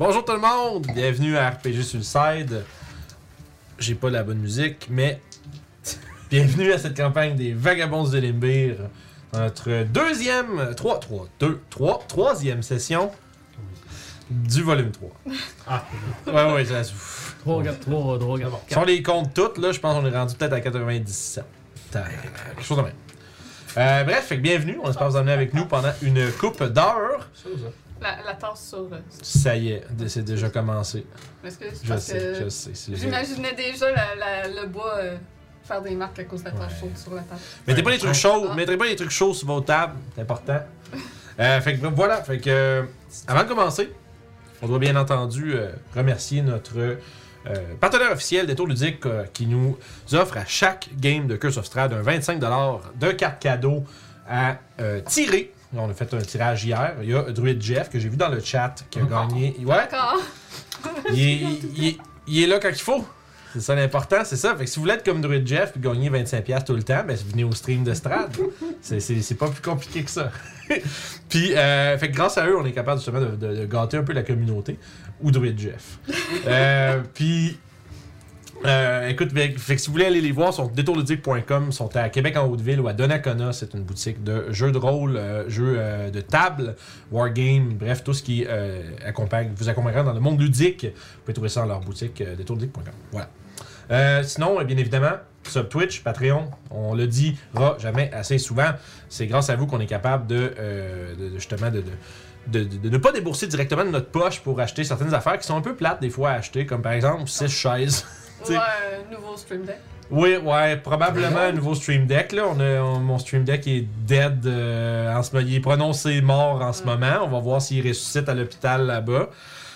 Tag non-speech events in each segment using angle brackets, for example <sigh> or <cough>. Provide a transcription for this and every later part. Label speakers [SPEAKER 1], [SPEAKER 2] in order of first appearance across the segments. [SPEAKER 1] Bonjour tout le monde, bienvenue à RPG Suicide. J'ai pas la bonne musique, mais <laughs> bienvenue à cette campagne des Vagabonds de Limbir. Notre deuxième, 3, 3, 2, 3, troisième session du volume
[SPEAKER 2] <laughs>
[SPEAKER 1] 3.
[SPEAKER 3] Ah.
[SPEAKER 1] ouais, ouais, ça ouf.
[SPEAKER 3] 3, 4, 3, 3, 4,
[SPEAKER 1] Si on les compte toutes, là, je pense qu'on est rendu peut-être à 97. Putain, Quelque chose de même. Euh, bref, fait que bienvenue. On espère vous emmener avec nous pendant une coupe d'heures.
[SPEAKER 2] La, la tasse sur. euh,
[SPEAKER 1] Ça y est, c'est déjà commencé.
[SPEAKER 2] Parce que je
[SPEAKER 1] Je
[SPEAKER 2] pense
[SPEAKER 1] sais, je
[SPEAKER 2] que.
[SPEAKER 1] sais. c'est-
[SPEAKER 2] J'imaginais déjà la- la- le bois euh, faire des marques à cause de la tache
[SPEAKER 1] Ouais.
[SPEAKER 2] chaude sur la table.
[SPEAKER 1] Mettez pas les trucs chauds,
[SPEAKER 2] Ah.
[SPEAKER 1] mettez pas les trucs chauds sur vos tables, c'est important. Euh, fait que voilà, fait que euh, avant de commencer, on doit bien entendu euh, remercier notre euh, partenaire officiel des tours ludiques euh, qui nous offre à chaque game de Curse of Strahd un 25$ de carte cadeau à euh, tirer. On a fait un tirage hier. Il y a Druid Jeff que j'ai vu dans le chat qui a gagné. Ouais, <laughs>
[SPEAKER 2] D'accord.
[SPEAKER 1] il est, il est- il est là quand il faut. C'est ça l'important, c'est ça. Fait que si vous voulez être comme Druid Jeff et gagner 25$ tout le temps, ben venez au stream de Strad. C'est- C'est c'est pas plus compliqué que ça. <laughs> Puis, euh, fait que grâce à eux, on est capable justement de, de- de gâter un peu la communauté. Ou Druid Jeff. Euh, puis, euh, écoute, fait, fait que si vous voulez aller les voir, sont détourludique.com, ils sont à Québec en Haute-Ville ou à Donnacona. C'est une boutique de jeux de rôle, euh, jeux euh, de table, wargame, bref, tout ce qui euh, accompagne, vous accompagnera dans le monde ludique. Vous pouvez trouver ça dans leur boutique euh, détourludique.com. Voilà. Euh, sinon, euh, bien évidemment, sub Twitch, Patreon, on le dira jamais assez souvent. C'est grâce à vous qu'on est capable de, euh, de- de- justement de, de- de- de- de ne pas débourser directement de notre poche pour acheter certaines affaires qui sont un peu plates des fois à acheter, comme par exemple 6 chaises.
[SPEAKER 2] Ou
[SPEAKER 1] T'sais-
[SPEAKER 2] un nouveau stream
[SPEAKER 1] Euh,
[SPEAKER 2] deck.
[SPEAKER 1] Oui, ouais, probablement un nouveau Stream Deck. Là. On a, on- mon Stream Deck est dead euh, en ce moment. Il est prononcé mort en ce
[SPEAKER 2] Mm.
[SPEAKER 1] moment. On va voir s'il ressuscite à l'hôpital là-bas.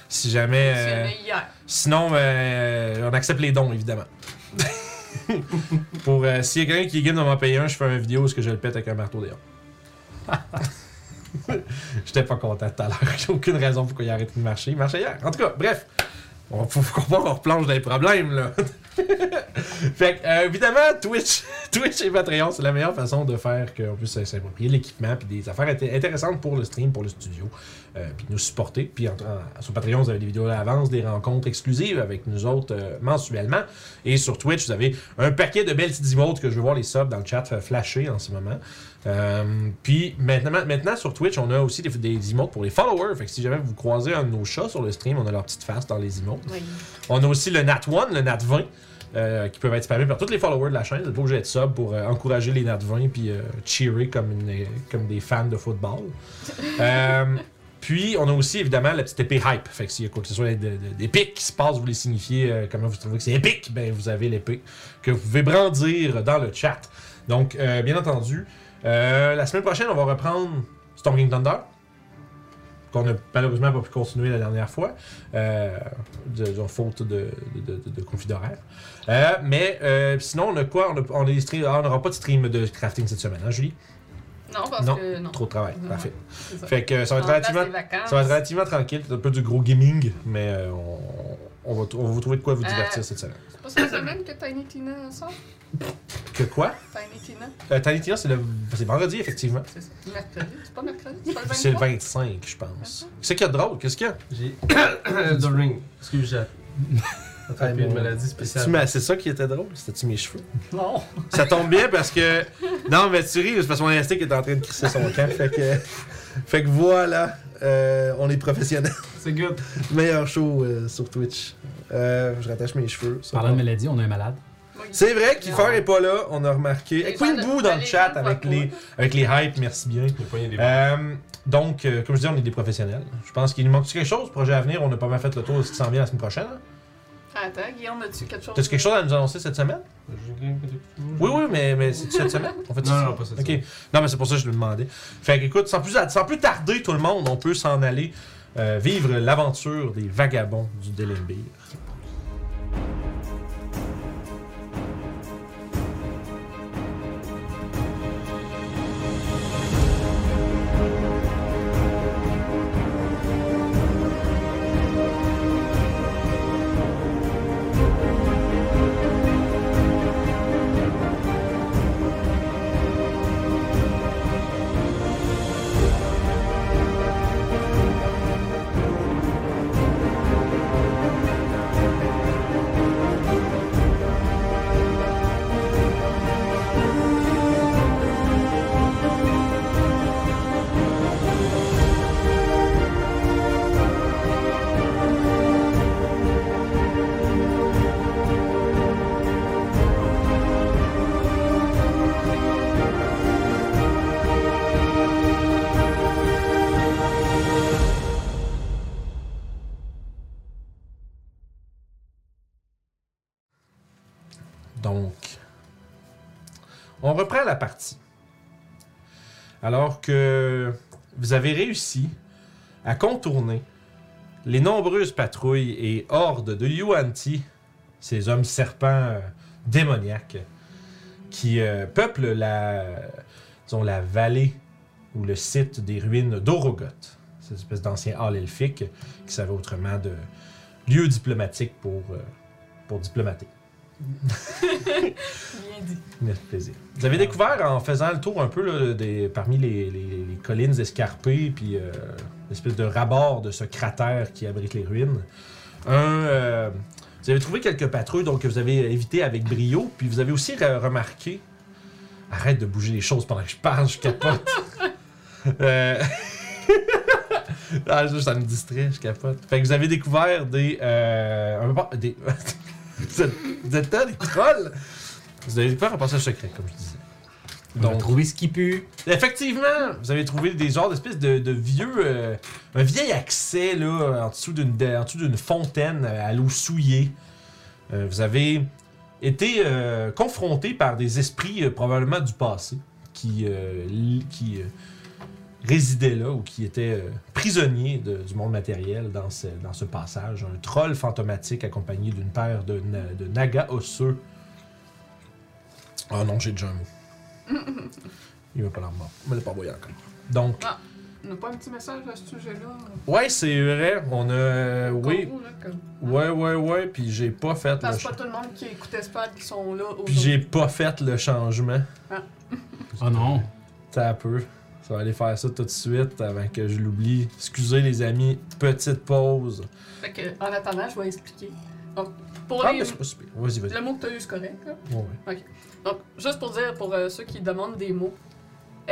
[SPEAKER 1] Si jamais.
[SPEAKER 2] J'y
[SPEAKER 1] euh,
[SPEAKER 2] allais hier.
[SPEAKER 1] Sinon, euh, on accepte les dons, évidemment. Pour euh, s'il y a quelqu'un qui est game de m'en payer un, je fais une vidéo où est-ce que je le pète avec un marteau dehors. J'étais pas content tout à l'heure. J'ai aucune raison pourquoi il a arrêté de marcher. Il marchait hier. En tout cas, bref. On, faut faut qu'on voit qu'on replonge dans les problèmes, là. <laughs> fait que, euh, évidemment, Twitch, <laughs> Twitch et Patreon, c'est la meilleure façon de faire qu'on puisse s'approprier l'équipement puis des affaires inté- intéressantes pour le stream, pour le studio euh, puis nous supporter. Puis en- en- sur Patreon, vous avez des vidéos à l'avance, des rencontres exclusives avec nous autres euh, mensuellement. Et sur Twitch, vous avez un paquet de belles petites emotes que je veux voir les subs dans le chat euh, flasher en ce moment. Euh, puis maintenant, maintenant sur Twitch, on a aussi des, des emotes pour les followers. Fait que si jamais vous croisez un de nos chats sur le stream, on a leur petite face dans les emotes.
[SPEAKER 2] Oui.
[SPEAKER 1] On a aussi le Nat 1, le Nat 20, euh, qui peuvent être spammés par tous les followers de la chaîne. Vous êtes pas obligé d'être sub pour euh, encourager les Nat 20 puis euh, cheerer comme, une- comme des fans de football. Euh, puis, on a aussi évidemment la petite épée hype. Fait que s'il y a quoi que ce soit de- de- d'épique qui se passe, vous les signifiez euh, comment vous trouvez que c'est épique, ben vous avez l'épée que vous pouvez brandir dans le chat. Donc, euh, bien entendu, euh, la semaine prochaine, on va reprendre Storming Thunder, qu'on a malheureusement pas pu continuer la dernière fois, euh, de, de- faute de, de, de, de conflit d'horaire. Euh, mais euh, sinon, on a quoi On a- on a des streams- ah, on n'aura pas de stream de crafting cette semaine, hein, Julie
[SPEAKER 2] Non, parce
[SPEAKER 1] Non,
[SPEAKER 2] que non.
[SPEAKER 1] Trop de travail,
[SPEAKER 2] Ouais.
[SPEAKER 1] parfait.
[SPEAKER 2] C'est ça.
[SPEAKER 1] Fait que euh, ça va être
[SPEAKER 2] En place des
[SPEAKER 1] relativement.
[SPEAKER 2] vacances.
[SPEAKER 1] Ça va être relativement tranquille, c'est un peu du gros gaming, mais euh, on, on va, tr- on va vous trouver de quoi vous divertir
[SPEAKER 2] Euh.
[SPEAKER 1] cette semaine.
[SPEAKER 2] C'est pas cette semaine que Tiny Tina sort.
[SPEAKER 1] Que quoi?
[SPEAKER 2] Tiny Tina,
[SPEAKER 1] Euh, Tiny Tina, c'est le c'est vendredi, effectivement.
[SPEAKER 2] c'est ça. Mercredi. C'est pas mercredi, c'est pas le 23.
[SPEAKER 1] C'est le 25, je pense. Qu'est-ce qu'il y a de drôle? Qu'est-ce qu'il y a?
[SPEAKER 4] Ah,
[SPEAKER 3] J'ai. Elden Ring. Excuse, j'ai attrapé une maladie
[SPEAKER 1] Tu
[SPEAKER 3] spéciale.
[SPEAKER 1] m'as- C'est ça qui était drôle? C'était-tu mes cheveux?
[SPEAKER 3] Non!
[SPEAKER 1] Ça tombe bien parce que. Non, mais tu ris, c'est parce qu'on est resté qui est en train de crisser son camp. Fait que, fait que voilà, euh, on est professionnel. <laughs>
[SPEAKER 3] C'est good.
[SPEAKER 1] Meilleur show euh, sur Twitch. Euh, je rattache mes cheveux. ça
[SPEAKER 4] Parlant
[SPEAKER 1] va.
[SPEAKER 4] de maladie, on a un malade.
[SPEAKER 2] Oui.
[SPEAKER 1] C'est vrai qu'Iffer est pas là, on a remarqué.
[SPEAKER 2] Les
[SPEAKER 1] Écoutez
[SPEAKER 2] gens
[SPEAKER 1] vous
[SPEAKER 2] ne-
[SPEAKER 1] dans le
[SPEAKER 2] les
[SPEAKER 1] chat
[SPEAKER 2] gens
[SPEAKER 1] avec
[SPEAKER 2] voient
[SPEAKER 1] les, avec les hypes, merci bien.
[SPEAKER 3] J'ai poigné des
[SPEAKER 1] Euh, donc, euh, comme je dis, on est des professionnels. Je pense qu'il nous manque quelque chose, projet à venir, on a pas mal fait le tour de ce qui s'en vient la semaine prochaine.
[SPEAKER 2] Attends, Guillaume, as-tu quelque chose
[SPEAKER 1] T'as-tu quelque chose à nous annoncer cette semaine? Oui, oui, mais, mais c'est cette semaine? On fait ça?
[SPEAKER 3] Non, non, pas cette
[SPEAKER 1] Ok.
[SPEAKER 3] semaine.
[SPEAKER 1] Non, mais c'est pour ça que je le demandais. Fait que, écoute, sans plus, att- sans plus tarder, tout le monde, on peut s'en aller euh, vivre l'aventure des vagabonds du Délimbir. Donc, on reprend la partie. Alors que vous avez réussi à contourner les nombreuses patrouilles et hordes de Yuan-Ti, ces hommes serpents euh, démoniaques qui euh, peuplent la, disons, la vallée ou le site des ruines d'Orogoth, cette espèce d'ancien hall elfique qui servait autrement de lieu diplomatique pour, euh, pour diplomater.
[SPEAKER 2] Bien dit.
[SPEAKER 1] Merci, plaisir. Vous avez découvert en faisant le tour un peu là, des, parmi les, les- les collines escarpées, puis euh, l'espèce de rabord de ce cratère qui abrite les ruines, un. euh, vous avez trouvé quelques patrouilles donc, que vous avez évité avec brio, puis vous avez aussi re- remarqué. Arrête de bouger les choses pendant que je parle, je capote. Euh, <laughs> ah, ça me distrait, je capote. Fait que vous avez découvert des. euh, un- des... <laughs> vous êtes, vous êtes là, des trolls! Vous avez peur un passage secret, comme je disais.
[SPEAKER 4] On a
[SPEAKER 1] Donc-
[SPEAKER 4] trouvé ce qui pue.
[SPEAKER 1] Effectivement, vous avez trouvé des genres d'espèces de, de vieux. euh, un vieil accès, là, en dessous d'une, de- en dessous d'une fontaine euh, à l'eau souillée. Euh, vous avez été euh, confronté par des esprits, euh, probablement du passé, qui, euh, li- qui euh, résidaient là ou qui étaient euh, prisonniers de- du monde matériel dans ce, dans ce passage. Un troll fantomatique accompagné d'une paire de, na- de nagas osseux. Oh non, j'ai déjà un mot. Il va pas l'arbre. Mais pas envoyé encore. Donc,
[SPEAKER 2] On n'a pas un petit message à ce sujet-là?
[SPEAKER 1] ouais, c'est vrai. On a. euh, Oui.
[SPEAKER 2] Congo, là, comme-
[SPEAKER 1] Ouais, ouais, ouais. Puis j'ai pas fait le.
[SPEAKER 2] Parce que
[SPEAKER 1] cha-
[SPEAKER 2] c'est pas tout le monde qui écoutait ce pod qui sont là
[SPEAKER 1] Puis j'ai pas fait le changement.
[SPEAKER 4] Oh non.
[SPEAKER 1] T'as peu. Ça va aller faire ça tout de suite avant que je l'oublie. Excusez les amis, petite pause.
[SPEAKER 2] Fait que, en attendant, je vais expliquer. Donc, pour
[SPEAKER 1] Ah,
[SPEAKER 2] les-
[SPEAKER 1] mais c'est pas super. Vas-y, vas-y.
[SPEAKER 2] Le mot que tu as eu, c'est correct. là.
[SPEAKER 1] Ouais, ouais.
[SPEAKER 2] Donc, juste pour dire, pour euh, ceux qui demandent des mots,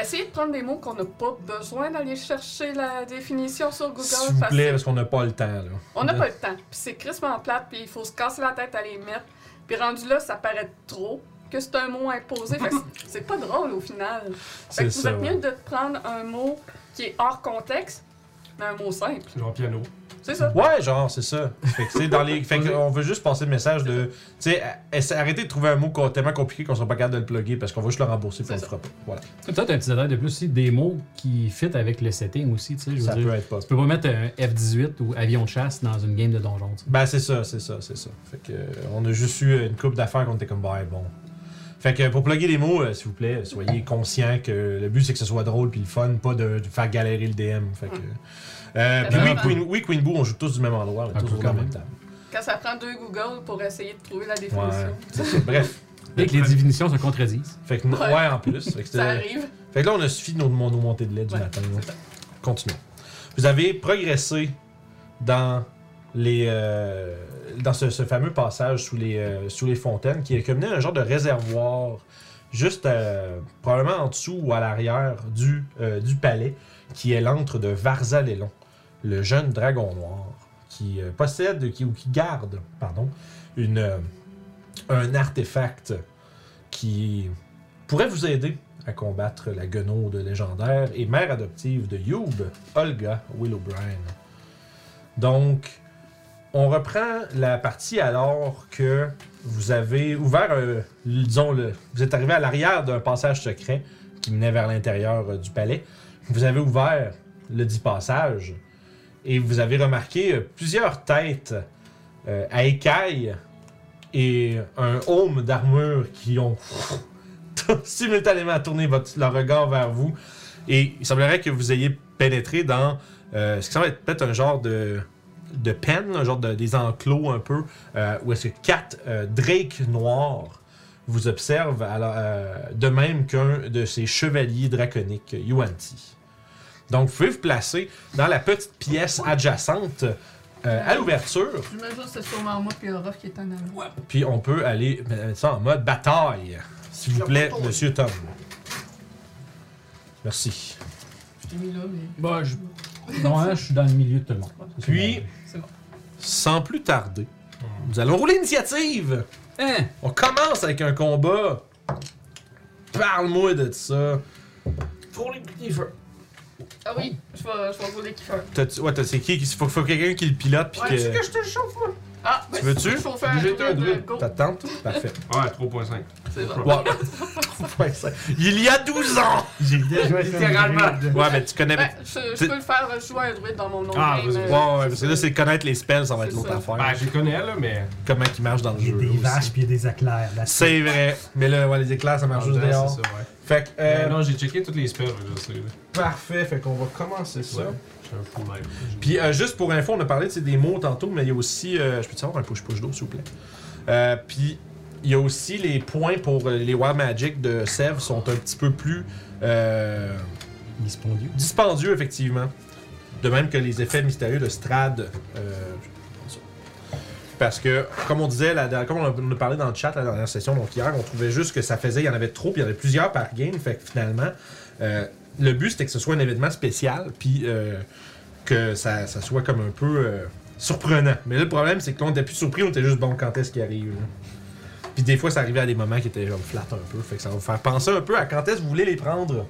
[SPEAKER 2] essayez de prendre des mots qu'on n'a pas besoin d'aller chercher la définition sur Google.
[SPEAKER 1] S'il vous
[SPEAKER 2] parce-
[SPEAKER 1] plaît, parce qu'on n'a pas le temps, là.
[SPEAKER 2] On n'a pas le temps. Puis c'est crissement plate, puis il faut se casser la tête à les mettre. Puis rendu là, ça paraît trop que c'est un mot imposé.
[SPEAKER 1] <laughs>
[SPEAKER 2] Fait que c'est- c'est pas drôle au final. Fait
[SPEAKER 1] C'est
[SPEAKER 2] que vous
[SPEAKER 1] ça.
[SPEAKER 2] êtes
[SPEAKER 1] ouais.
[SPEAKER 2] mieux de prendre un mot qui est hors contexte, mais un mot simple.
[SPEAKER 3] Genre piano.
[SPEAKER 2] C'est ça.
[SPEAKER 1] Ouais, genre, c'est ça. Fait que, tu sais, dans les... fait que, on veut juste passer le message de. Tu sais, essa- arrêtez de trouver un mot co- tellement compliqué qu'on soit pas capable de le plugger parce qu'on va juste le rembourser puis on
[SPEAKER 2] C'est
[SPEAKER 1] le fera pas. Voilà.
[SPEAKER 4] Toi, t'as un petit détail de plus aussi, des mots qui fit avec le setting aussi, tu sais, je
[SPEAKER 1] Ça
[SPEAKER 4] veux dire.
[SPEAKER 1] peut être pas.
[SPEAKER 4] Tu peux pas mettre un F-18 ou avion de chasse dans une game de donjon, tu sais.
[SPEAKER 1] Ben c'est ça, c'est ça, c'est ça. Fait que euh, on a juste eu une coupe d'affaires qu'on était comme bah bon. Fait que pour plugger les mots, euh, s'il vous plaît, soyez conscients que le but c'est que ce soit drôle puis le fun, pas de, de faire galérer le DM. Fait que. Euh,
[SPEAKER 2] Ça
[SPEAKER 1] puis
[SPEAKER 2] va
[SPEAKER 1] oui,
[SPEAKER 2] bien.
[SPEAKER 1] Queen, oui, Queen Boo, on joue tous du même endroit, on est
[SPEAKER 4] Un
[SPEAKER 1] tous
[SPEAKER 4] peu
[SPEAKER 1] autour de
[SPEAKER 4] quand
[SPEAKER 1] la même
[SPEAKER 4] même.
[SPEAKER 1] table.
[SPEAKER 2] Quand ça prend deux Google pour essayer de trouver la définition,
[SPEAKER 1] Ouais. c'est ça. Bref.
[SPEAKER 4] Et que les définitions se contredisent.
[SPEAKER 1] Fait que, ouais.
[SPEAKER 2] Ouais.
[SPEAKER 1] en plus. Fait que,
[SPEAKER 2] ça
[SPEAKER 1] c'était-
[SPEAKER 2] arrive.
[SPEAKER 1] fait que là, on a suffi de nos, nos montées de lait du
[SPEAKER 2] Ouais,
[SPEAKER 1] matin. là.
[SPEAKER 2] c'est ça.
[SPEAKER 1] Continuons. Vous avez progressé dans les euh, dans ce, ce fameux passage sous les euh, sous les fontaines qui est comme un genre de réservoir juste euh, probablement en dessous ou à l'arrière du euh, du palais qui est l'antre de Varzalelon, le jeune dragon noir qui euh, possède qui, ou qui garde pardon une euh, un artefact qui pourrait vous aider à combattre la guenaude légendaire et mère adoptive de Youb, Olga Willowbrine. Donc, on reprend la partie alors que vous avez ouvert, euh, disons, le, vous êtes arrivé à l'arrière d'un passage secret qui menait vers l'intérieur euh, du palais. Vous avez ouvert le dit passage et vous avez remarqué euh, plusieurs têtes euh, à écailles et un home d'armure qui ont <laughs> simultanément tourné votre, leur regard vers vous. Et il semblerait que vous ayez pénétré dans euh, ce qui semble être peut-être un genre de, de pen, un genre de, des enclos un peu, euh, où est-ce que quatre euh, drakes noirs vous observent, alors, euh, de même qu'un de ces chevaliers draconiques, Yuanti. Donc, vous pouvez vous placer dans la petite pièce adjacente euh, à l'ouverture,
[SPEAKER 2] Je me jure, c'est sûrement moi puis Orof qui est un ami.
[SPEAKER 1] puis on peut aller mettre ça en mode bataille. S'il vous plaît, Monsieur Tom. Merci.
[SPEAKER 2] Je t'ai mis là, mais.
[SPEAKER 4] Bah, je... Non, hein, je suis dans le milieu de tout le monde.
[SPEAKER 1] Puis,
[SPEAKER 2] C'est bon.
[SPEAKER 1] sans plus tarder, nous allons rouler l'initiative.
[SPEAKER 4] Hein?
[SPEAKER 1] On commence avec un combat. Parle-moi de ça. Pour les petits feux.
[SPEAKER 2] Ah oui, je vais, je vais rouler qui fait.
[SPEAKER 1] T'as- Ouais, t'as- c'est qui qui- Faut, faut quelqu'un qui le pilote. Puis que...
[SPEAKER 2] je te chauffe, moi? Ah, ben,
[SPEAKER 1] Tu veux-tu?
[SPEAKER 2] faut faire un
[SPEAKER 1] J'ai
[SPEAKER 2] druide,
[SPEAKER 1] druide.
[SPEAKER 2] go.
[SPEAKER 1] Ta tante? Parfait.
[SPEAKER 3] Ouais, 3.5.
[SPEAKER 2] C'est bon.
[SPEAKER 1] Ouais. <laughs> Ouais, ça- Il y a 12 ans! <laughs>
[SPEAKER 5] J'ai déjà été
[SPEAKER 3] Littéralement.
[SPEAKER 5] druide.
[SPEAKER 1] Ouais, mais tu connais.
[SPEAKER 2] Ben, je, je peux le faire jouer un druide dans mon nom.
[SPEAKER 3] Ah,
[SPEAKER 2] game,
[SPEAKER 3] vas-y.
[SPEAKER 1] Ouais,
[SPEAKER 2] euh,
[SPEAKER 1] ouais, parce que là, c'est connaître les spells, ça va être
[SPEAKER 2] C'est
[SPEAKER 1] l'autre
[SPEAKER 2] ça.
[SPEAKER 1] affaire.
[SPEAKER 3] Ben, je les connais, là, mais.
[SPEAKER 1] Comment ils marchent dans le
[SPEAKER 5] Il y a
[SPEAKER 1] jeu.
[SPEAKER 5] des
[SPEAKER 1] aussi.
[SPEAKER 5] vaches Ah, puis il y a des éclairs. là.
[SPEAKER 1] C'est vrai. Mais là, ouais, les éclairs, ça marche juste
[SPEAKER 3] Ouais,
[SPEAKER 1] dehors.
[SPEAKER 3] c'est ça, ouais.
[SPEAKER 1] Fait que, euh,
[SPEAKER 3] Euh,
[SPEAKER 5] Ben,
[SPEAKER 3] non, j'ai checké toutes les spells, fait que je sais. là.
[SPEAKER 1] parfait. Fait qu'on va commencer ça.
[SPEAKER 3] Ouais. J'ai un fou même.
[SPEAKER 1] Puis euh, juste pour info, on a parlé tu sais, des mots tantôt, mais il y a aussi. euh, je peux te savoir un push-push d'eau, s'il vous plaît. Euh, puis il y a aussi les points pour euh, les War Magic de Sèvres sont un petit peu plus euh,
[SPEAKER 4] Dispendieux.
[SPEAKER 1] dispendieux, effectivement. De même que les effets mystérieux de Strad. euh, parce que, comme on disait, la, dernière- comme on a, on a parlé dans le chat la dernière session, donc hier, on trouvait juste que ça faisait, il y en avait trop, puis il y en avait plusieurs par game, fait que finalement, euh, le but c'était que ce soit un événement spécial, puis euh, que ça, ça soit comme un peu euh, surprenant. Mais là, le problème, c'est que là, on était plus surpris, on était juste bon quand est-ce qu'il arrive. là. Puis des fois, ça arrivait à des moments qui étaient genre flat un peu, fait que ça va vous faire penser un peu à quand est-ce que vous voulez les prendre.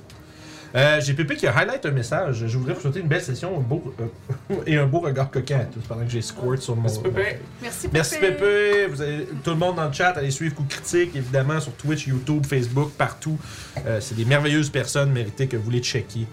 [SPEAKER 1] Euh, J'ai Pépé qui a highlight un message. Je voudrais vous souhaiter une belle session un beau, euh, <laughs> et un beau regard coquin à tous pendant que j'ai squirt sur mon.
[SPEAKER 3] Merci, Pépé.
[SPEAKER 2] Merci, Pépé.
[SPEAKER 1] Merci Pépé, vous avez- tout le monde dans le chat, allez suivre Coup Critique, évidemment, sur Twitch, YouTube, Facebook, partout. Euh, c'est des merveilleuses personnes, méritez que vous les checkiez.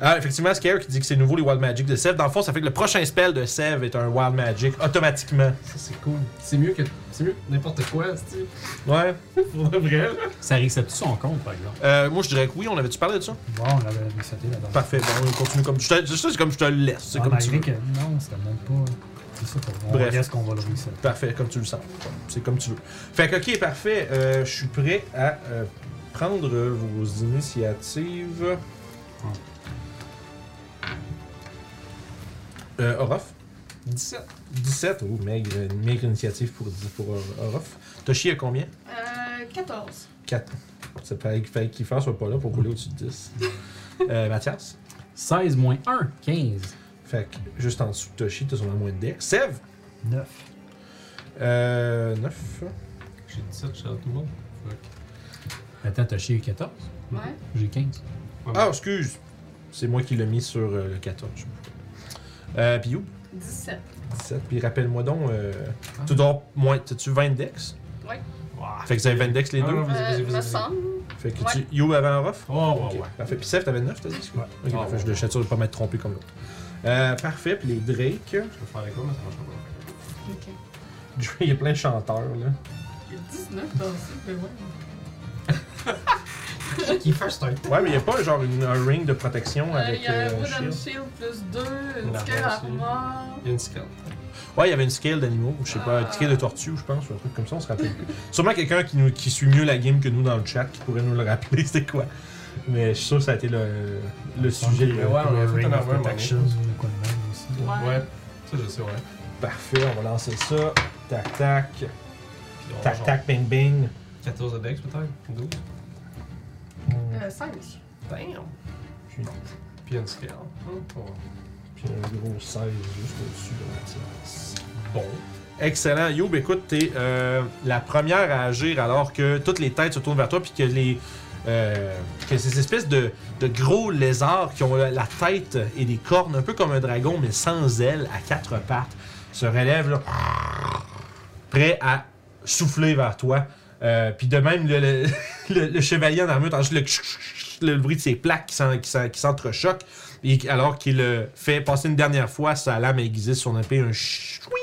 [SPEAKER 1] Ah, effectivement, Scare qui dit que c'est nouveau les Wild Magic de Sève. Dans le fond, ça fait que le prochain spell de Sève est un Wild Magic, automatiquement.
[SPEAKER 3] Ça, c'est cool. C'est mieux que. C'est mieux que n'importe quoi, c'est-tu? <laughs>
[SPEAKER 1] Ouais.
[SPEAKER 3] Pour de vrai, là.
[SPEAKER 4] Ça reset tout son compte, par exemple.
[SPEAKER 1] Euh, moi, je dirais que oui, on avait-tu parlé de ça?
[SPEAKER 4] Bon, on avait mis sauté là-dedans.
[SPEAKER 1] Parfait, bon, on continue comme... Je te- ça, c'est comme je te le laisse, c'est
[SPEAKER 4] Ah,
[SPEAKER 1] comme tu
[SPEAKER 4] malgré
[SPEAKER 1] veux.
[SPEAKER 4] que non, c'était même pas. C'est ça qu'on on
[SPEAKER 1] Bref.
[SPEAKER 4] regarde ce qu'on va le reset.
[SPEAKER 1] Parfait, comme tu le sens. C'est comme tu veux. Fait que, ok, parfait. Euh, je suis prêt à euh, prendre euh, vos initiatives. Euh, Orof. 17. 17. Oh, maigre, maigre initiative pour, pour Or- Orof. Toshi a combien
[SPEAKER 2] Euh, 14.
[SPEAKER 1] 4. Ça fallait, fallait qu'il fasse soit pas là pour rouler au-dessus de 10. Euh, Mathias.
[SPEAKER 4] 16 moins 1, 15.
[SPEAKER 1] Fait que, juste en dessous de Toshi, t'as son moins de deck. Sev.
[SPEAKER 5] 9.
[SPEAKER 1] Euh, 9.
[SPEAKER 3] J'ai 17, je suis à tout le monde. Fuck.
[SPEAKER 4] Attends, t'as chié 14
[SPEAKER 2] Ouais.
[SPEAKER 4] J'ai 15.
[SPEAKER 1] Ah, excuse. C'est moi qui l'ai mis sur euh, le 14. je sais pas. Euh, puis où
[SPEAKER 2] 17.
[SPEAKER 1] 17. Puis rappelle-moi donc, euh,
[SPEAKER 3] Ah.
[SPEAKER 1] tu dois moins. T'as-tu 20 dex
[SPEAKER 3] Ouah.
[SPEAKER 1] Fait que vous avez 20 dex les
[SPEAKER 3] Ah,
[SPEAKER 1] deux
[SPEAKER 3] non, vas-y, vas-y,
[SPEAKER 2] Euh, me
[SPEAKER 3] vas-y.
[SPEAKER 2] semble.
[SPEAKER 1] Fait que
[SPEAKER 2] Ouais.
[SPEAKER 1] tu. You avait un off
[SPEAKER 3] Oh, ouais, ouais.
[SPEAKER 1] Parfait. Puis Seth, t'avais 9, t'as dit excuse.
[SPEAKER 5] Ouais.
[SPEAKER 1] Ok,
[SPEAKER 3] Ah,
[SPEAKER 1] parfait.
[SPEAKER 3] ouais,
[SPEAKER 1] Je
[SPEAKER 3] ouais.
[SPEAKER 1] le château de pas m'être trompé comme l'autre. Euh, parfait. Puis les Drake. <laughs>
[SPEAKER 3] Je peux faire avec quoi, mais ça marche pas.
[SPEAKER 2] Ok.
[SPEAKER 1] Il y a plein de chanteurs, là.
[SPEAKER 2] Il y a 19 dans ça, mais ouais.
[SPEAKER 3] Qui fait un
[SPEAKER 1] Ouais, mais il n'y a pas genre une- un ring de protection
[SPEAKER 2] Euh,
[SPEAKER 1] avec.
[SPEAKER 2] Il y a un
[SPEAKER 1] euh,
[SPEAKER 2] Wooden
[SPEAKER 1] shield.
[SPEAKER 2] Shield plus 2, une
[SPEAKER 3] Une
[SPEAKER 2] Scare
[SPEAKER 3] armure aussi.
[SPEAKER 2] Armor.
[SPEAKER 3] Il y a une scale.
[SPEAKER 1] Ouais, il y avait une scale d'animaux, ou je sais pas, une
[SPEAKER 2] Ah.
[SPEAKER 1] scale de tortue, je pense, ou un truc comme ça, on se rappelle plus. Sûrement quelqu'un qui, nous, qui suit mieux la game que nous dans le chat qui pourrait nous le rappeler, <laughs> c'est quoi. Mais je suis sûr que ça a été le, le sujet.
[SPEAKER 3] ouais, on avait fait un
[SPEAKER 5] Ring of
[SPEAKER 3] armor,
[SPEAKER 5] Protection.
[SPEAKER 4] ou quoi de même aussi.
[SPEAKER 2] Ouais.
[SPEAKER 3] Ouais. Ça, je sais, ouais.
[SPEAKER 1] Parfait, on va lancer ça. Tac, tac.
[SPEAKER 3] Puis on a
[SPEAKER 1] Tac,
[SPEAKER 3] genre
[SPEAKER 1] tac, bing, bing.
[SPEAKER 3] 14 de dex, peut-être 12
[SPEAKER 2] Euh, 5.
[SPEAKER 3] Damn
[SPEAKER 1] Puis,
[SPEAKER 3] Puis une scale. Hum, on va-
[SPEAKER 1] puis un gros 16 juste au-dessus de Mathias.
[SPEAKER 3] Bon.
[SPEAKER 1] Excellent. Youb, écoute, t'es euh, la première à agir alors que toutes les têtes se tournent vers toi puis que les. euh, que ces espèces de, de gros lézards qui ont la, la tête et des cornes, un peu comme un dragon, mais sans ailes, à quatre pattes, se relèvent, là, prêts à souffler vers toi. Euh, puis de même, le, le- <laughs> le- le chevalier en armure, entend juste le, le bruit de ses plaques qui s'en- qui s'en- qui s'entrechoquent, et alors qu'il le fait passer une dernière fois, sa lame aiguisée sur son épée, un chouing.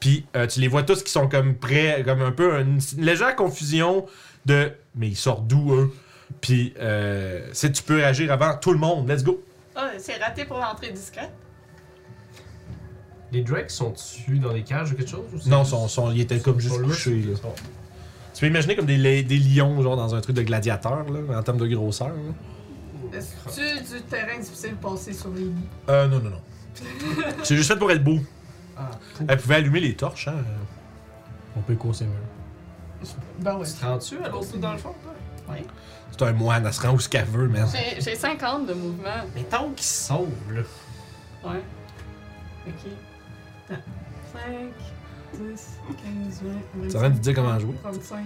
[SPEAKER 1] Puis euh, tu les vois tous qui sont comme prêts, comme un peu une, une légère confusion de mais ils sortent d'où eux. Puis euh, si tu peux agir avant tout le monde, let's go.
[SPEAKER 2] Ah, c'est raté pour l'entrée discrète.
[SPEAKER 3] Les Drakes sont-tu dans des cages ou quelque chose ou c'est
[SPEAKER 1] Non,
[SPEAKER 3] juste-
[SPEAKER 1] son, son, ils étaient comme
[SPEAKER 3] Ils sont
[SPEAKER 1] juste
[SPEAKER 3] là,
[SPEAKER 1] couchés.
[SPEAKER 3] ils
[SPEAKER 1] là.
[SPEAKER 3] sont-
[SPEAKER 1] Tu peux imaginer comme des, li- des lions genre dans un truc de gladiateur là, en termes de grosseur. là.
[SPEAKER 2] Est-ce du terrain difficile de passer sur les lits?
[SPEAKER 1] Euh, non, non, non. <laughs> C'est juste fait pour être beau.
[SPEAKER 3] Ah,
[SPEAKER 1] Elle pouvait allumer les torches, hein.
[SPEAKER 4] On peut écouter mieux.
[SPEAKER 2] Ben ouais.
[SPEAKER 3] Tu te rends-tu à l'autre bout dans le fond, toi?
[SPEAKER 1] C'est un moine, elle se rend où ce qu'elle veut, man.
[SPEAKER 2] J'ai j'ai 50 de mouvement.
[SPEAKER 3] Mettons qu'ils sauvent, là.
[SPEAKER 2] Ouais. Ok. 5, 10, 15, 20, 25.
[SPEAKER 1] T'es en train de dire comment jouer.
[SPEAKER 2] 35,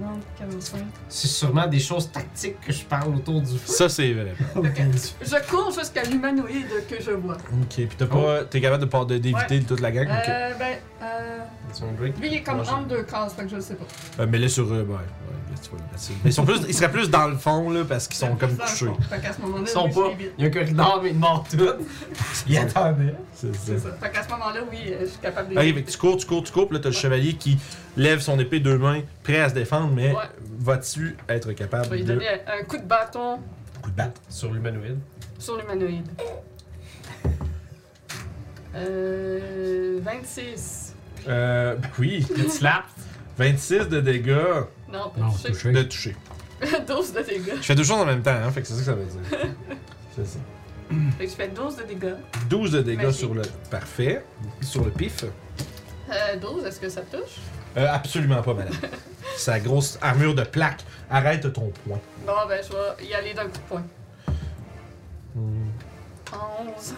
[SPEAKER 2] 40, 45.
[SPEAKER 3] C'est sûrement des choses tactiques que je parle autour du feu.
[SPEAKER 1] Ça, c'est vrai.
[SPEAKER 2] Je cours jusqu'à l'humanoïde que je vois.
[SPEAKER 1] Ok, puis t'as pas. T'es capable de pas- de- d'éviter toute la gang? Ok.
[SPEAKER 2] Euh, ben, euh,
[SPEAKER 3] C'est un break.
[SPEAKER 2] lui, il est comme
[SPEAKER 3] Moi, je-
[SPEAKER 2] entre deux cases, donc je le sais pas.
[SPEAKER 1] Euh, mets-les sur eux, ouais. ouais qu'est-ce que tu veux, là-dessus. Mais ils, sont plus, ils seraient plus dans le fond, là, parce qu'ils sont comme
[SPEAKER 2] Dans le
[SPEAKER 1] couchés.
[SPEAKER 2] fond. Fait qu'à ce moment-là,
[SPEAKER 3] Ils sont
[SPEAKER 2] oui,
[SPEAKER 3] pas.
[SPEAKER 2] je l'évite.
[SPEAKER 3] Il y a un corridor, mais ils
[SPEAKER 1] <laughs>
[SPEAKER 3] mordent tout. Ils attendaient.
[SPEAKER 1] C'est ça.
[SPEAKER 2] C'est ça. Fait qu'à ce moment-là, oui, euh, je suis capable de.
[SPEAKER 1] Arrive, fait que tu cours, tu cours, tu cours, puis là, t'as le chevalier qui lève son épée deux mains, prêt à se défendre, mais
[SPEAKER 2] Ouais.
[SPEAKER 1] vas-tu être
[SPEAKER 2] Je vais
[SPEAKER 1] capable
[SPEAKER 2] lui
[SPEAKER 1] de.
[SPEAKER 2] donner un coup de bâton
[SPEAKER 1] Coup de batte.
[SPEAKER 3] Sur l'humanoïde.
[SPEAKER 2] sur l'humanoïde. Euh. 26.
[SPEAKER 1] Euh, ben oui,
[SPEAKER 3] Tu slaps.
[SPEAKER 1] 26 de dégâts
[SPEAKER 2] Non, pas
[SPEAKER 4] Non,
[SPEAKER 2] touché.
[SPEAKER 4] touché.
[SPEAKER 1] de toucher.
[SPEAKER 2] <laughs> 12 de dégâts.
[SPEAKER 1] Je fais deux choses en même temps, hein, fait que c'est ça que ça veut
[SPEAKER 2] <laughs>
[SPEAKER 1] dire. c'est ça.
[SPEAKER 2] Fait que je fais 12 de dégâts.
[SPEAKER 1] 12 de dégâts
[SPEAKER 2] Magique.
[SPEAKER 1] sur le. Parfait. Sur le pif.
[SPEAKER 2] Euh, 12, est-ce que ça touche?
[SPEAKER 1] Euh, absolument pas,
[SPEAKER 2] <laughs>
[SPEAKER 1] madame. Sa grosse armure de plaque. Arrête ton poing.
[SPEAKER 2] Bon, ben, je vais y aller d'un coup de poing.
[SPEAKER 1] Hmm.
[SPEAKER 2] 11.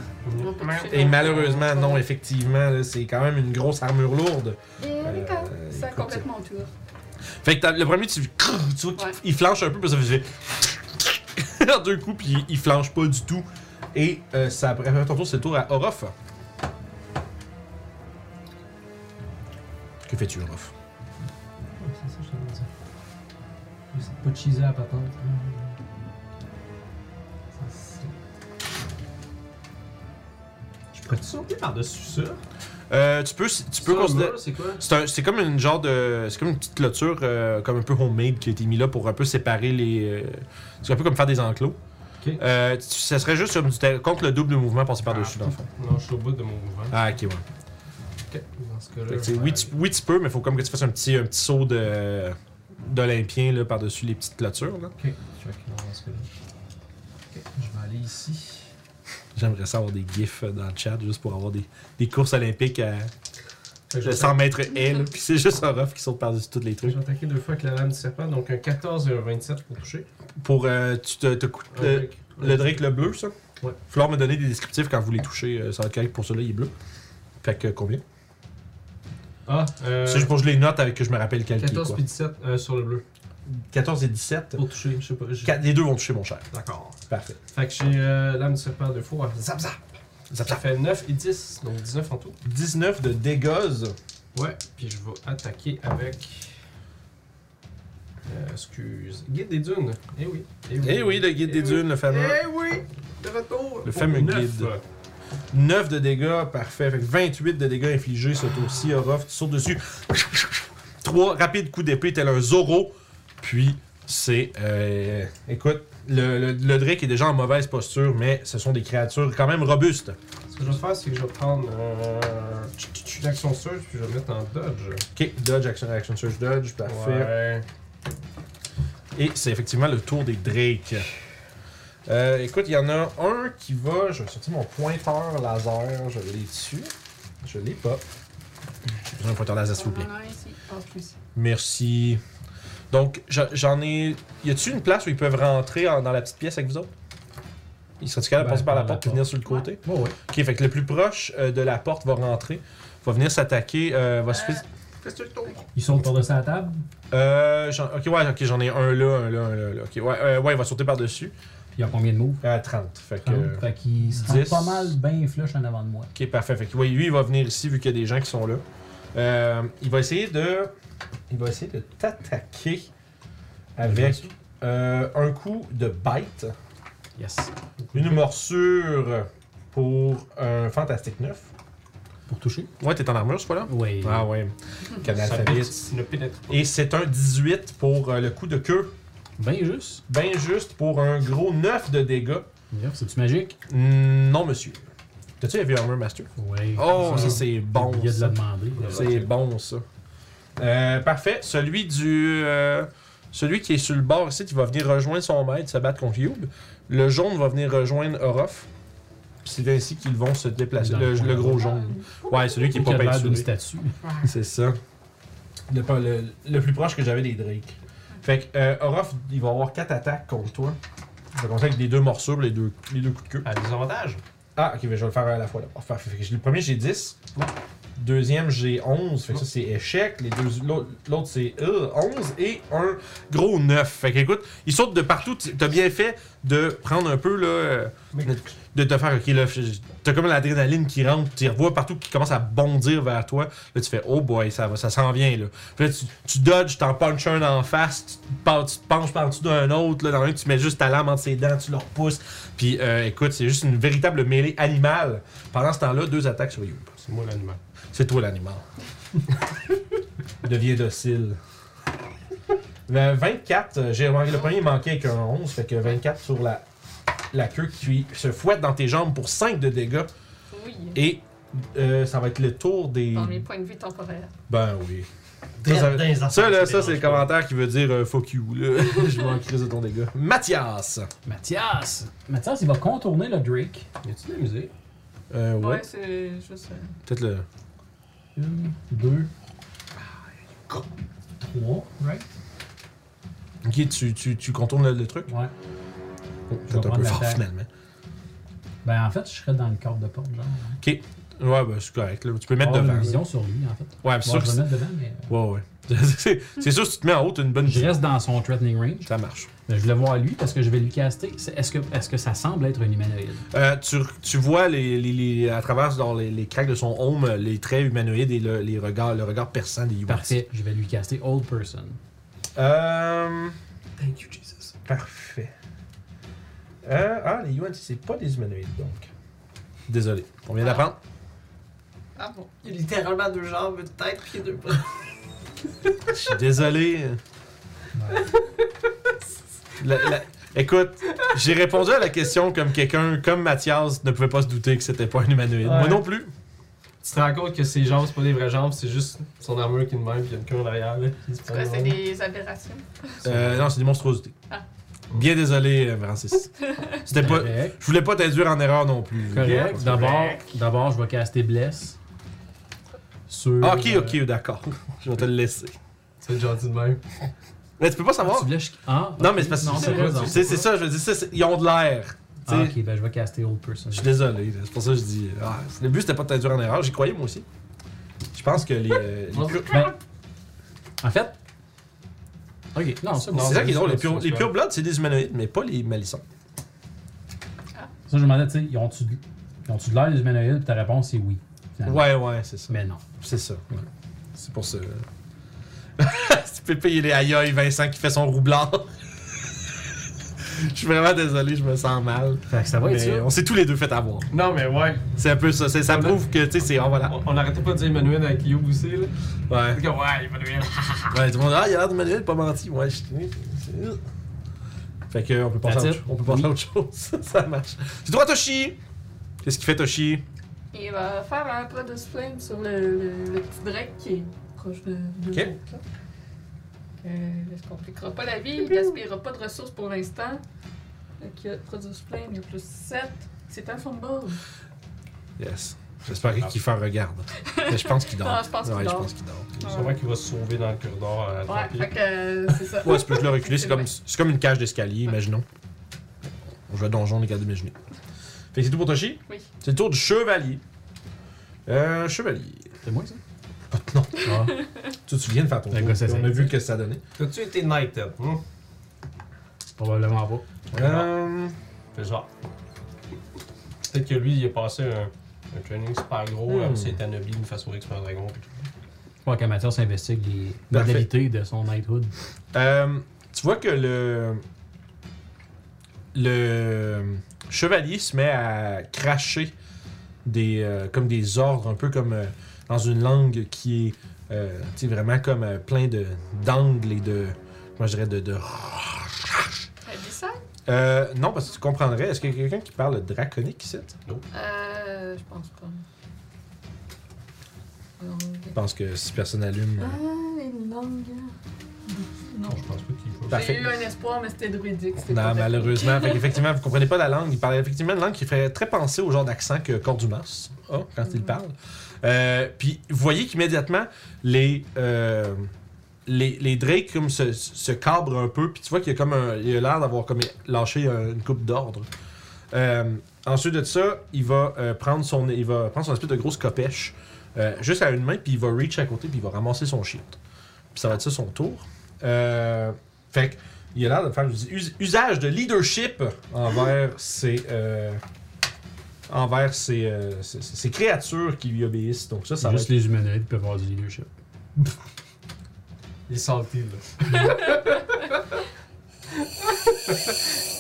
[SPEAKER 1] Et malheureusement, non, effectivement, là, c'est quand même une grosse armure lourde.
[SPEAKER 2] Et
[SPEAKER 1] Euh,
[SPEAKER 2] d'accord, ça
[SPEAKER 1] écoute,
[SPEAKER 2] complète mon tour.
[SPEAKER 1] Fait que t'as- le premier, tu, tu vois qu'il
[SPEAKER 2] Ouais.
[SPEAKER 1] il flanche un peu, puis ça fait <laughs> en deux coups, puis il, il flanche pas du tout. Et euh, ça, après ton tour, c'est le tour à Orof. Que fais-tu, Orof?
[SPEAKER 3] C'est ça, je t'avais dit. J'essaie de pas cheeser la patente. Ça, c'est- Je pourrais-tu sauter par-dessus ça?
[SPEAKER 1] Euh, tu peux, tu peux
[SPEAKER 3] Ça,
[SPEAKER 1] considérer.
[SPEAKER 3] là, C'est quoi?
[SPEAKER 1] C'est un- C'est comme une genre de. C'est comme une petite clôture, euh, comme un peu homemade, qui a été mis là pour un peu séparer les. euh, c'est un peu comme faire des enclos.
[SPEAKER 3] Ok.
[SPEAKER 1] Euh, tu- ça serait juste comme du terre- contre le double de mouvement passer par-dessus,
[SPEAKER 3] Ah,
[SPEAKER 1] dans le fond.
[SPEAKER 3] Non, je suis au bout de mon mouvement.
[SPEAKER 1] Ah, ok, ouais.
[SPEAKER 3] Ok. Dans ce cas-là.
[SPEAKER 1] Fait que
[SPEAKER 3] je
[SPEAKER 1] tu-
[SPEAKER 3] vais
[SPEAKER 1] oui,
[SPEAKER 3] aller.
[SPEAKER 1] tu, oui, tu peux, mais il faut comme que tu fasses un petit, un petit saut de- d'Olympien là, par-dessus les petites clôtures. là.
[SPEAKER 3] Ok. Fait que non, dans ce cas-là. Ok, Je vais aller ici.
[SPEAKER 1] J'aimerais ça avoir des gifs euh, dans le chat juste pour avoir des, des courses olympiques à
[SPEAKER 3] Fait que
[SPEAKER 1] de
[SPEAKER 3] je vais
[SPEAKER 1] 100 mètres haies. là, Puis c'est juste un rough qui saute par-dessus tous les
[SPEAKER 3] atta- Je
[SPEAKER 1] trucs.
[SPEAKER 3] vais attaquer deux fois avec la lame du serpent, donc un 14 et un 27 pour toucher.
[SPEAKER 1] Pour. euh, tu te, euh, te coupes
[SPEAKER 3] Un
[SPEAKER 1] le-
[SPEAKER 3] break.
[SPEAKER 1] Le Drake, le bleu, ça?
[SPEAKER 3] Ouais.
[SPEAKER 1] Falloir me donner des descriptifs quand vous les touchez. euh, ça va être correct pour celui-là, il est bleu. Fait que combien?
[SPEAKER 3] Ah, euh,
[SPEAKER 1] C'est juste pour que je les note avec que je me rappelle quel qui est
[SPEAKER 3] 14
[SPEAKER 1] quoi.
[SPEAKER 3] puis 17 euh, sur le bleu.
[SPEAKER 1] 14 et 17.
[SPEAKER 3] Pour toucher, je sais pas. j'ai-
[SPEAKER 1] Quatre- les deux vont toucher mon cher.
[SPEAKER 3] D'accord.
[SPEAKER 1] Parfait.
[SPEAKER 3] Fait que j'ai euh, lame du serpent deux fois. Zap zap.
[SPEAKER 1] Ça
[SPEAKER 3] Ça
[SPEAKER 1] fait
[SPEAKER 3] fait 9 et 10, donc 19 en tout.
[SPEAKER 1] 19 de dégâts.
[SPEAKER 3] Ouais, puis je vais attaquer avec. Euh, excuse. Guide des dunes. Eh oui.
[SPEAKER 1] Eh oui, le guide des dunes, le fameux.
[SPEAKER 3] Eh oui! De retour!
[SPEAKER 1] Le
[SPEAKER 3] Pour
[SPEAKER 1] fameux
[SPEAKER 3] neuf.
[SPEAKER 1] guide. 9 de dégâts, parfait. Fait que 28 de dégâts infligés ce tour-ci. Orof, tu sautes dessus. 3 rapides coups d'épée, tel un Zoro. Puis, c'est. euh, écoute, le, le, le Drake est déjà en mauvaise posture, mais ce sont des créatures quand même robustes.
[SPEAKER 3] Ce que je vais faire, c'est que je vais prendre euh, une action surge, puis je vais mettre en dodge.
[SPEAKER 1] Ok, dodge, action, action, search, dodge, parfait.
[SPEAKER 3] Ouais.
[SPEAKER 1] Et c'est effectivement le tour des Drake. Euh, écoute, il y en a un qui va. Je vais sortir mon pointeur laser, je l'ai dessus. Je l'ai pas. J'ai besoin d'un pointeur laser, s'il vous plaît.
[SPEAKER 2] On en a un ici. Ah, plus.
[SPEAKER 1] Merci. Donc, je- j'en ai. Y a-t-il une place où ils peuvent rentrer en- dans la petite pièce avec vous autres Ils seraient capables de
[SPEAKER 4] Ben,
[SPEAKER 1] passer par la
[SPEAKER 4] par la
[SPEAKER 1] porte et venir sur le côté
[SPEAKER 4] Oh, ouais.
[SPEAKER 1] Ok, fait que le plus proche euh, de la porte va rentrer, va venir s'attaquer, euh, va se
[SPEAKER 2] Euh,
[SPEAKER 1] fais-
[SPEAKER 4] Ils sautent par-dessus la table.
[SPEAKER 1] Euh, j'en- ok, ouais, ok, j'en ai un là, un là, un là. là. Ok, ouais, euh, ouais, il va sauter par-dessus.
[SPEAKER 4] Puis il y a combien de moves
[SPEAKER 1] À 30. Fait que.
[SPEAKER 4] Trente. Fait qu'ils se
[SPEAKER 1] dix.
[SPEAKER 4] sentent pas mal bien flush en avant de moi.
[SPEAKER 1] Ok, parfait. Fait que ouais, lui, il va venir ici vu qu'il y a des gens qui sont là. Euh, il va essayer de. Il va essayer de t'attaquer avec euh, un coup de bite.
[SPEAKER 4] Yes.
[SPEAKER 1] Une morsure pour un fantastique 9.
[SPEAKER 4] Pour toucher
[SPEAKER 1] Ouais, t'es en armure ce fois-là?
[SPEAKER 4] Oui.
[SPEAKER 1] Ah ouais.
[SPEAKER 3] Ça
[SPEAKER 1] Canalphabète.
[SPEAKER 3] pénètre- ne pénètre pas.
[SPEAKER 1] Et c'est un 18 pour euh, le coup de queue.
[SPEAKER 4] Ben juste.
[SPEAKER 1] Ben juste pour un gros 9 de dégâts.
[SPEAKER 4] Yep, C'est-tu magique
[SPEAKER 1] Mm, non, monsieur. T'as-tu vu Armor Master?
[SPEAKER 4] Oui.
[SPEAKER 1] Oh, ça c'est bon.
[SPEAKER 4] Il y a de
[SPEAKER 1] ça.
[SPEAKER 4] la demander.
[SPEAKER 1] C'est bon ça. Euh, parfait. Celui du. euh, celui qui est sur le bord ici, qui va venir rejoindre son maître, se battre contre Cube. Le jaune va venir rejoindre Orof. Puis C'est ainsi qu'ils vont se déplacer.
[SPEAKER 4] Dans
[SPEAKER 1] Le,
[SPEAKER 4] le coin,
[SPEAKER 1] le gros
[SPEAKER 4] là.
[SPEAKER 1] jaune.
[SPEAKER 2] Euh,
[SPEAKER 1] Ouais, celui qui est
[SPEAKER 4] Qui
[SPEAKER 1] pas
[SPEAKER 4] a l'air d'une
[SPEAKER 1] peinturé.
[SPEAKER 4] statue.
[SPEAKER 1] C'est ça. Le, pas- le- le plus proche que j'avais des Drake. Fait que euh, Orof, il va avoir 4 attaques contre toi. Je vais commencer avec les deux morceaux, les deux, les deux coups de queue.
[SPEAKER 3] À des avantages.
[SPEAKER 1] Ah, ok, ben, je vais le faire un à la fois. Là. Enfin, fait que j'ai- le premier, j'ai 10. Deuxième, j'ai 11. Fait que ça, c'est échec. Les deux- l'autre- L'autre, c'est euh, 11. Et un gros 9. Fait que écoute, ils sautent de partout. Tu- T'as bien fait de prendre un peu, là. euh, De te faire, ok, là, je- je- t'as comme l'adrénaline qui rentre, tu les revois partout qui commence à bondir vers toi. Là, tu fais, oh boy, ça va, ça s'en vient, là. Puis là, tu, tu dodges, t'en punches un en face, tu te, pen- tu te penches par-dessus d'un autre, là, dans un, tu mets juste ta lame entre ses dents, tu le repousses. Puis euh, écoute, c'est juste une véritable mêlée animale. Pendant ce temps-là, deux attaques sur You.
[SPEAKER 3] C'est moi l'animal.
[SPEAKER 1] C'est toi l'animal. Deviens docile. Le 24, euh, j'ai remarqué le premier manquait avec un 11, fait que 24 sur la, la queue qui se fouette dans tes jambes pour 5 de dégâts.
[SPEAKER 2] Oui.
[SPEAKER 1] Et euh, ça va être le tour des.
[SPEAKER 2] Dans mes points de vue temporaires.
[SPEAKER 1] Ben oui. Ça,
[SPEAKER 5] Drette
[SPEAKER 1] ça-
[SPEAKER 5] dans les affaires,
[SPEAKER 1] Ça, là,
[SPEAKER 5] ça
[SPEAKER 1] ça,
[SPEAKER 5] dérange
[SPEAKER 1] c'est le
[SPEAKER 5] pas.
[SPEAKER 1] commentaire qui veut dire euh, fuck you,
[SPEAKER 5] <laughs>
[SPEAKER 1] là. Je m'en crise de ton dégât. Mathias!
[SPEAKER 4] Mathias! Mathias, il va contourner le Drake.
[SPEAKER 3] Y a-tu de la musique?
[SPEAKER 1] Euh, ouais.
[SPEAKER 2] Ouais, c'est juste. euh,
[SPEAKER 1] Peut-être le.
[SPEAKER 4] 1, 2, Ah, 3, right?
[SPEAKER 1] Ok, tu, tu, tu contournes le, le truc?
[SPEAKER 4] Ouais.
[SPEAKER 1] Oh,
[SPEAKER 4] Je vais
[SPEAKER 1] Peut-être un peu
[SPEAKER 4] prendre
[SPEAKER 1] fort
[SPEAKER 4] l'attaque.
[SPEAKER 1] finalement.
[SPEAKER 4] Ben, en fait, je serais dans le cadre de porte, genre.
[SPEAKER 1] Ouais, ben c'est correct, là. Tu peux mettre
[SPEAKER 4] Avoir
[SPEAKER 1] devant.
[SPEAKER 4] une
[SPEAKER 1] là.
[SPEAKER 4] vision sur lui, en fait.
[SPEAKER 1] Ouais, c'est sûr
[SPEAKER 4] Bon,
[SPEAKER 1] que
[SPEAKER 4] je vais mettre devant, mais. euh,
[SPEAKER 1] Ouais, <laughs> ouais. c'est c'est sûr, si tu te mets en haut, t'as une bonne
[SPEAKER 4] Je reste dans son threatening range.
[SPEAKER 1] Ça marche.
[SPEAKER 4] Mais je voulais voir lui parce que je vais lui caster. C'est- Est-ce que, est que ça semble être un humanoïde?
[SPEAKER 1] Euh, tu, tu vois les, les- les- à travers dans les, les craques de son home euh, les traits humanoïdes et le, les regards, le regard perçant des humains.
[SPEAKER 4] Parfait, je vais lui caster Old Person.
[SPEAKER 1] Euh,
[SPEAKER 3] Thank you, Jesus.
[SPEAKER 1] parfait. Euh, ah, les Yuan, c'est pas des humanoïdes donc. Désolé, on vient d'apprendre.
[SPEAKER 2] Ah bon.
[SPEAKER 3] Il a littéralement deux jambes, une tête, puis deux bras. Ah.
[SPEAKER 1] Je suis
[SPEAKER 3] <laughs>
[SPEAKER 1] désolé. La- la- Écoute, j'ai répondu à la question comme quelqu'un, comme Mathias, ne pouvait pas se douter que c'était pas un humanoïde. Moi
[SPEAKER 3] Ouais.
[SPEAKER 1] non plus.
[SPEAKER 3] Tu te rends compte que ses jambes, c'est pas des vraies jambes, c'est juste son armure qui est de même, puis il y a une queue en arrière, là.
[SPEAKER 2] En tout cas, c'est des aberrations.
[SPEAKER 1] Euh, non, c'est des monstrosités.
[SPEAKER 2] Ah.
[SPEAKER 1] Bien désolé, euh, Francis. C'était
[SPEAKER 4] <laughs>
[SPEAKER 1] pas.
[SPEAKER 4] Correct.
[SPEAKER 1] Je voulais pas t'induire en erreur non plus.
[SPEAKER 4] Correct. D'abord, d'abord, je vais caster Bless. Sur.
[SPEAKER 1] Ah, ok,
[SPEAKER 4] euh,
[SPEAKER 1] ok, d'accord. Je vais te le laisser.
[SPEAKER 3] C'est gentil de même.
[SPEAKER 1] Mais tu peux pas savoir.
[SPEAKER 4] Tu voulais que je- Ah,
[SPEAKER 1] Non,
[SPEAKER 4] ok.
[SPEAKER 1] mais c'est parce
[SPEAKER 4] Non,
[SPEAKER 1] que
[SPEAKER 4] t'as
[SPEAKER 1] c'est-
[SPEAKER 4] raison.
[SPEAKER 1] c'est c'est ça, je veux dire, ça, c'est- ils ont de l'air. tu
[SPEAKER 4] Ah,
[SPEAKER 1] sais.
[SPEAKER 4] ok, ben je vais caster Old Person.
[SPEAKER 1] Je suis désolé, là, c'est pour ça que je dis. ah, le but c'était pas de t'induire en erreur, j'y croyais moi aussi. Je pense que les. euh, les
[SPEAKER 3] Moi,
[SPEAKER 1] pure-
[SPEAKER 4] Ben, en fait. Ok, non, c'est bon.
[SPEAKER 1] c'est ça qui est drôle, les pure,
[SPEAKER 3] c'est-
[SPEAKER 1] les pure blood c'est des humanoïdes, mais pas les malissons.
[SPEAKER 4] Ça, je me demandais, tu sais, ils ont-tu de ils ont-tu de l'air des humanoïdes? Puis ta réponse, c'est oui. finalement.
[SPEAKER 1] Ouais, ouais, c'est ça.
[SPEAKER 4] Mais non.
[SPEAKER 1] C'est ça. ouais. C'est pour ça. <laughs> tu peux payer les aïe aïe Vincent qui fait son roublard. <laughs> Je suis vraiment désolé, je me sens mal.
[SPEAKER 4] Fait que ça va être
[SPEAKER 1] Mais
[SPEAKER 4] ça.
[SPEAKER 1] on s'est tous les deux fait avoir.
[SPEAKER 3] Non, mais ouais.
[SPEAKER 1] C'est un peu ça. c'est- Ça
[SPEAKER 3] Voilà.
[SPEAKER 1] prouve que, tu sais, c'est. Oh, voilà.
[SPEAKER 3] On, on arrêtait pas de dire Emmanuel avec Youb aussi, là.
[SPEAKER 1] Ouais.
[SPEAKER 3] Fait que, ouais, Emmanuel.
[SPEAKER 1] ouais tout le monde, ah, il a l'air de manuel, pas menti. Ouais, je suis. c'est- Fait que, on peut passer, à
[SPEAKER 4] That's
[SPEAKER 1] autre,
[SPEAKER 4] it.
[SPEAKER 1] on peut passer à autre chose. <laughs> ça marche. C'est toi, Toshi! Qu'est-ce qui fait Toshi?
[SPEAKER 2] Il va faire un Produce Flame sur le, le- le petit Drake qui est proche de, de
[SPEAKER 1] Ok.
[SPEAKER 2] l'autre, là. Euh, il se compliquera pas la vie, il gaspillera pas de ressources pour l'instant. Donc il y a Produce Flame de plus 7. C'est un fumble.
[SPEAKER 1] Yes. J'espère
[SPEAKER 4] Ah.
[SPEAKER 1] que Kiefer regarde. Mais je
[SPEAKER 2] <laughs>
[SPEAKER 1] pense qu'il dort.
[SPEAKER 2] Non, je pense qu'il
[SPEAKER 1] ouais,
[SPEAKER 2] dort.
[SPEAKER 1] je pense qu'il dort.
[SPEAKER 3] Sûrement qu'il va se sauver dans le corridor à
[SPEAKER 2] Ouais,
[SPEAKER 3] tremper.
[SPEAKER 2] fait que euh, c'est ça.
[SPEAKER 1] Ouais, tu peux le reculer, c'est comme, c'est comme une cage d'escalier, imaginons. On joue à donjon, on est capable d'imaginer. Fait que c'est tout pour Toshi?
[SPEAKER 2] Oui.
[SPEAKER 1] C'est le tour du chevalier. Euh, chevalier.
[SPEAKER 4] C'est moi, ça?
[SPEAKER 1] Non.
[SPEAKER 4] Ah.
[SPEAKER 1] Tu te souviens de faire ton
[SPEAKER 4] La
[SPEAKER 1] tour,
[SPEAKER 4] gosse
[SPEAKER 1] puis on a
[SPEAKER 4] assassin.
[SPEAKER 1] vu que ça donnait.
[SPEAKER 3] T'as-tu été knighted? Hein?
[SPEAKER 4] Probablement pas.
[SPEAKER 1] Euh,
[SPEAKER 3] Fait genre. Peut-être que lui, il a passé un, un training super gros,
[SPEAKER 1] Hmm.
[SPEAKER 3] là, c'est un anobli, une façon avec un dragon. Pis tout.
[SPEAKER 4] Je crois qu'Amateur s'investigue les
[SPEAKER 1] Parfait.
[SPEAKER 4] modalités de son Knighthood.
[SPEAKER 1] euh, tu vois que le... Le chevalier se met à cracher des, euh, comme des ordres, un peu comme euh, dans une langue qui est euh, tu sais, vraiment comme euh, plein de- d'angles et de... Comment je dirais, de- de
[SPEAKER 2] Elle dit ça?
[SPEAKER 1] Euh, non, parce que tu comprendrais. Est-ce qu'il y a quelqu'un qui parle draconique ici?
[SPEAKER 2] Euh, je pense pas. Non,
[SPEAKER 1] Je pense que si personne allume.
[SPEAKER 2] Ah,
[SPEAKER 1] euh,
[SPEAKER 2] les langues. Non.
[SPEAKER 3] Non, je pense pas qu'il joue.
[SPEAKER 1] Bah, Parfait.
[SPEAKER 2] J'ai eu un espoir, mais c'était druidique. c'était
[SPEAKER 1] Non,
[SPEAKER 2] pas
[SPEAKER 1] malheureusement. Fait qu'effectivement, vous comprenez pas la langue. Il parle effectivement une langue qui ferait très penser au genre d'accent que Cordumas a quand il
[SPEAKER 2] Mhm.
[SPEAKER 1] parle. Euh, Puis vous voyez qu'immédiatement, les, euh, les, les drakes comme se, se cabrent un peu. Puis tu vois qu'il y a comme un- il a l'air d'avoir comme lâché un- une coupe d'ordre. Euh, ensuite de ça, il va, euh, prendre son, il va prendre son espèce de grosse copèche, euh, juste à une main, puis il va reach à côté, puis il va ramasser son shield. Puis ça va être ça son tour. Euh, fait que, il a l'air de faire us- usage de leadership envers ses. euh, envers ses, euh, ses- ses- ses créatures qui lui obéissent. Donc ça, ça va
[SPEAKER 4] Juste les humanoïdes peuvent avoir du leadership.
[SPEAKER 3] Il est salté, là.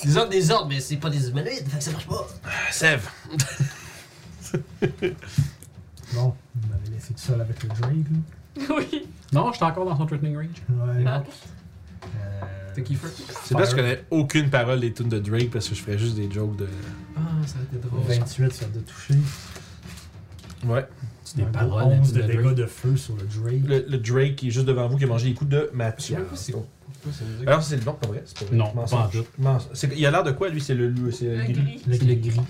[SPEAKER 3] Les ordres des ordres, mais c'est pas des humanoïdes, fait que ça marche pas.
[SPEAKER 1] être- Sève.
[SPEAKER 5] Bon, vous m'avez laissé tout seul avec le drink, là.
[SPEAKER 2] Oui.
[SPEAKER 4] Non, je suis encore dans son threatening range.
[SPEAKER 5] Ouais.
[SPEAKER 2] Ah.
[SPEAKER 5] Euh,
[SPEAKER 3] T'es kiffer?
[SPEAKER 1] C'est parce que je connais aucune parole des tunes de Drake parce que je ferais juste des jokes de.
[SPEAKER 3] Ah, ça a été drôle.
[SPEAKER 5] 28, ça de toucher.
[SPEAKER 1] Ouais.
[SPEAKER 4] C'est des
[SPEAKER 5] Un gros
[SPEAKER 4] paroles.
[SPEAKER 5] 11 de
[SPEAKER 4] d'habitude,
[SPEAKER 5] dégâts de feu sur le Drake.
[SPEAKER 1] Le, le Drake qui est juste devant vous qui a mangé les coups de Mathieu.
[SPEAKER 3] Je sais pas si- Pourquoi ça nous dit-
[SPEAKER 1] Alors c'est le bon, pas vrai? C'est pas vrai.
[SPEAKER 4] Non, pas en
[SPEAKER 1] Mensonge.
[SPEAKER 4] tout.
[SPEAKER 1] Mensonge. C'est- Il a l'air de quoi lui? C'est le, le, c'est
[SPEAKER 2] Le
[SPEAKER 1] le Euh, gris.
[SPEAKER 2] gris.
[SPEAKER 4] Le
[SPEAKER 5] gris.
[SPEAKER 4] gris.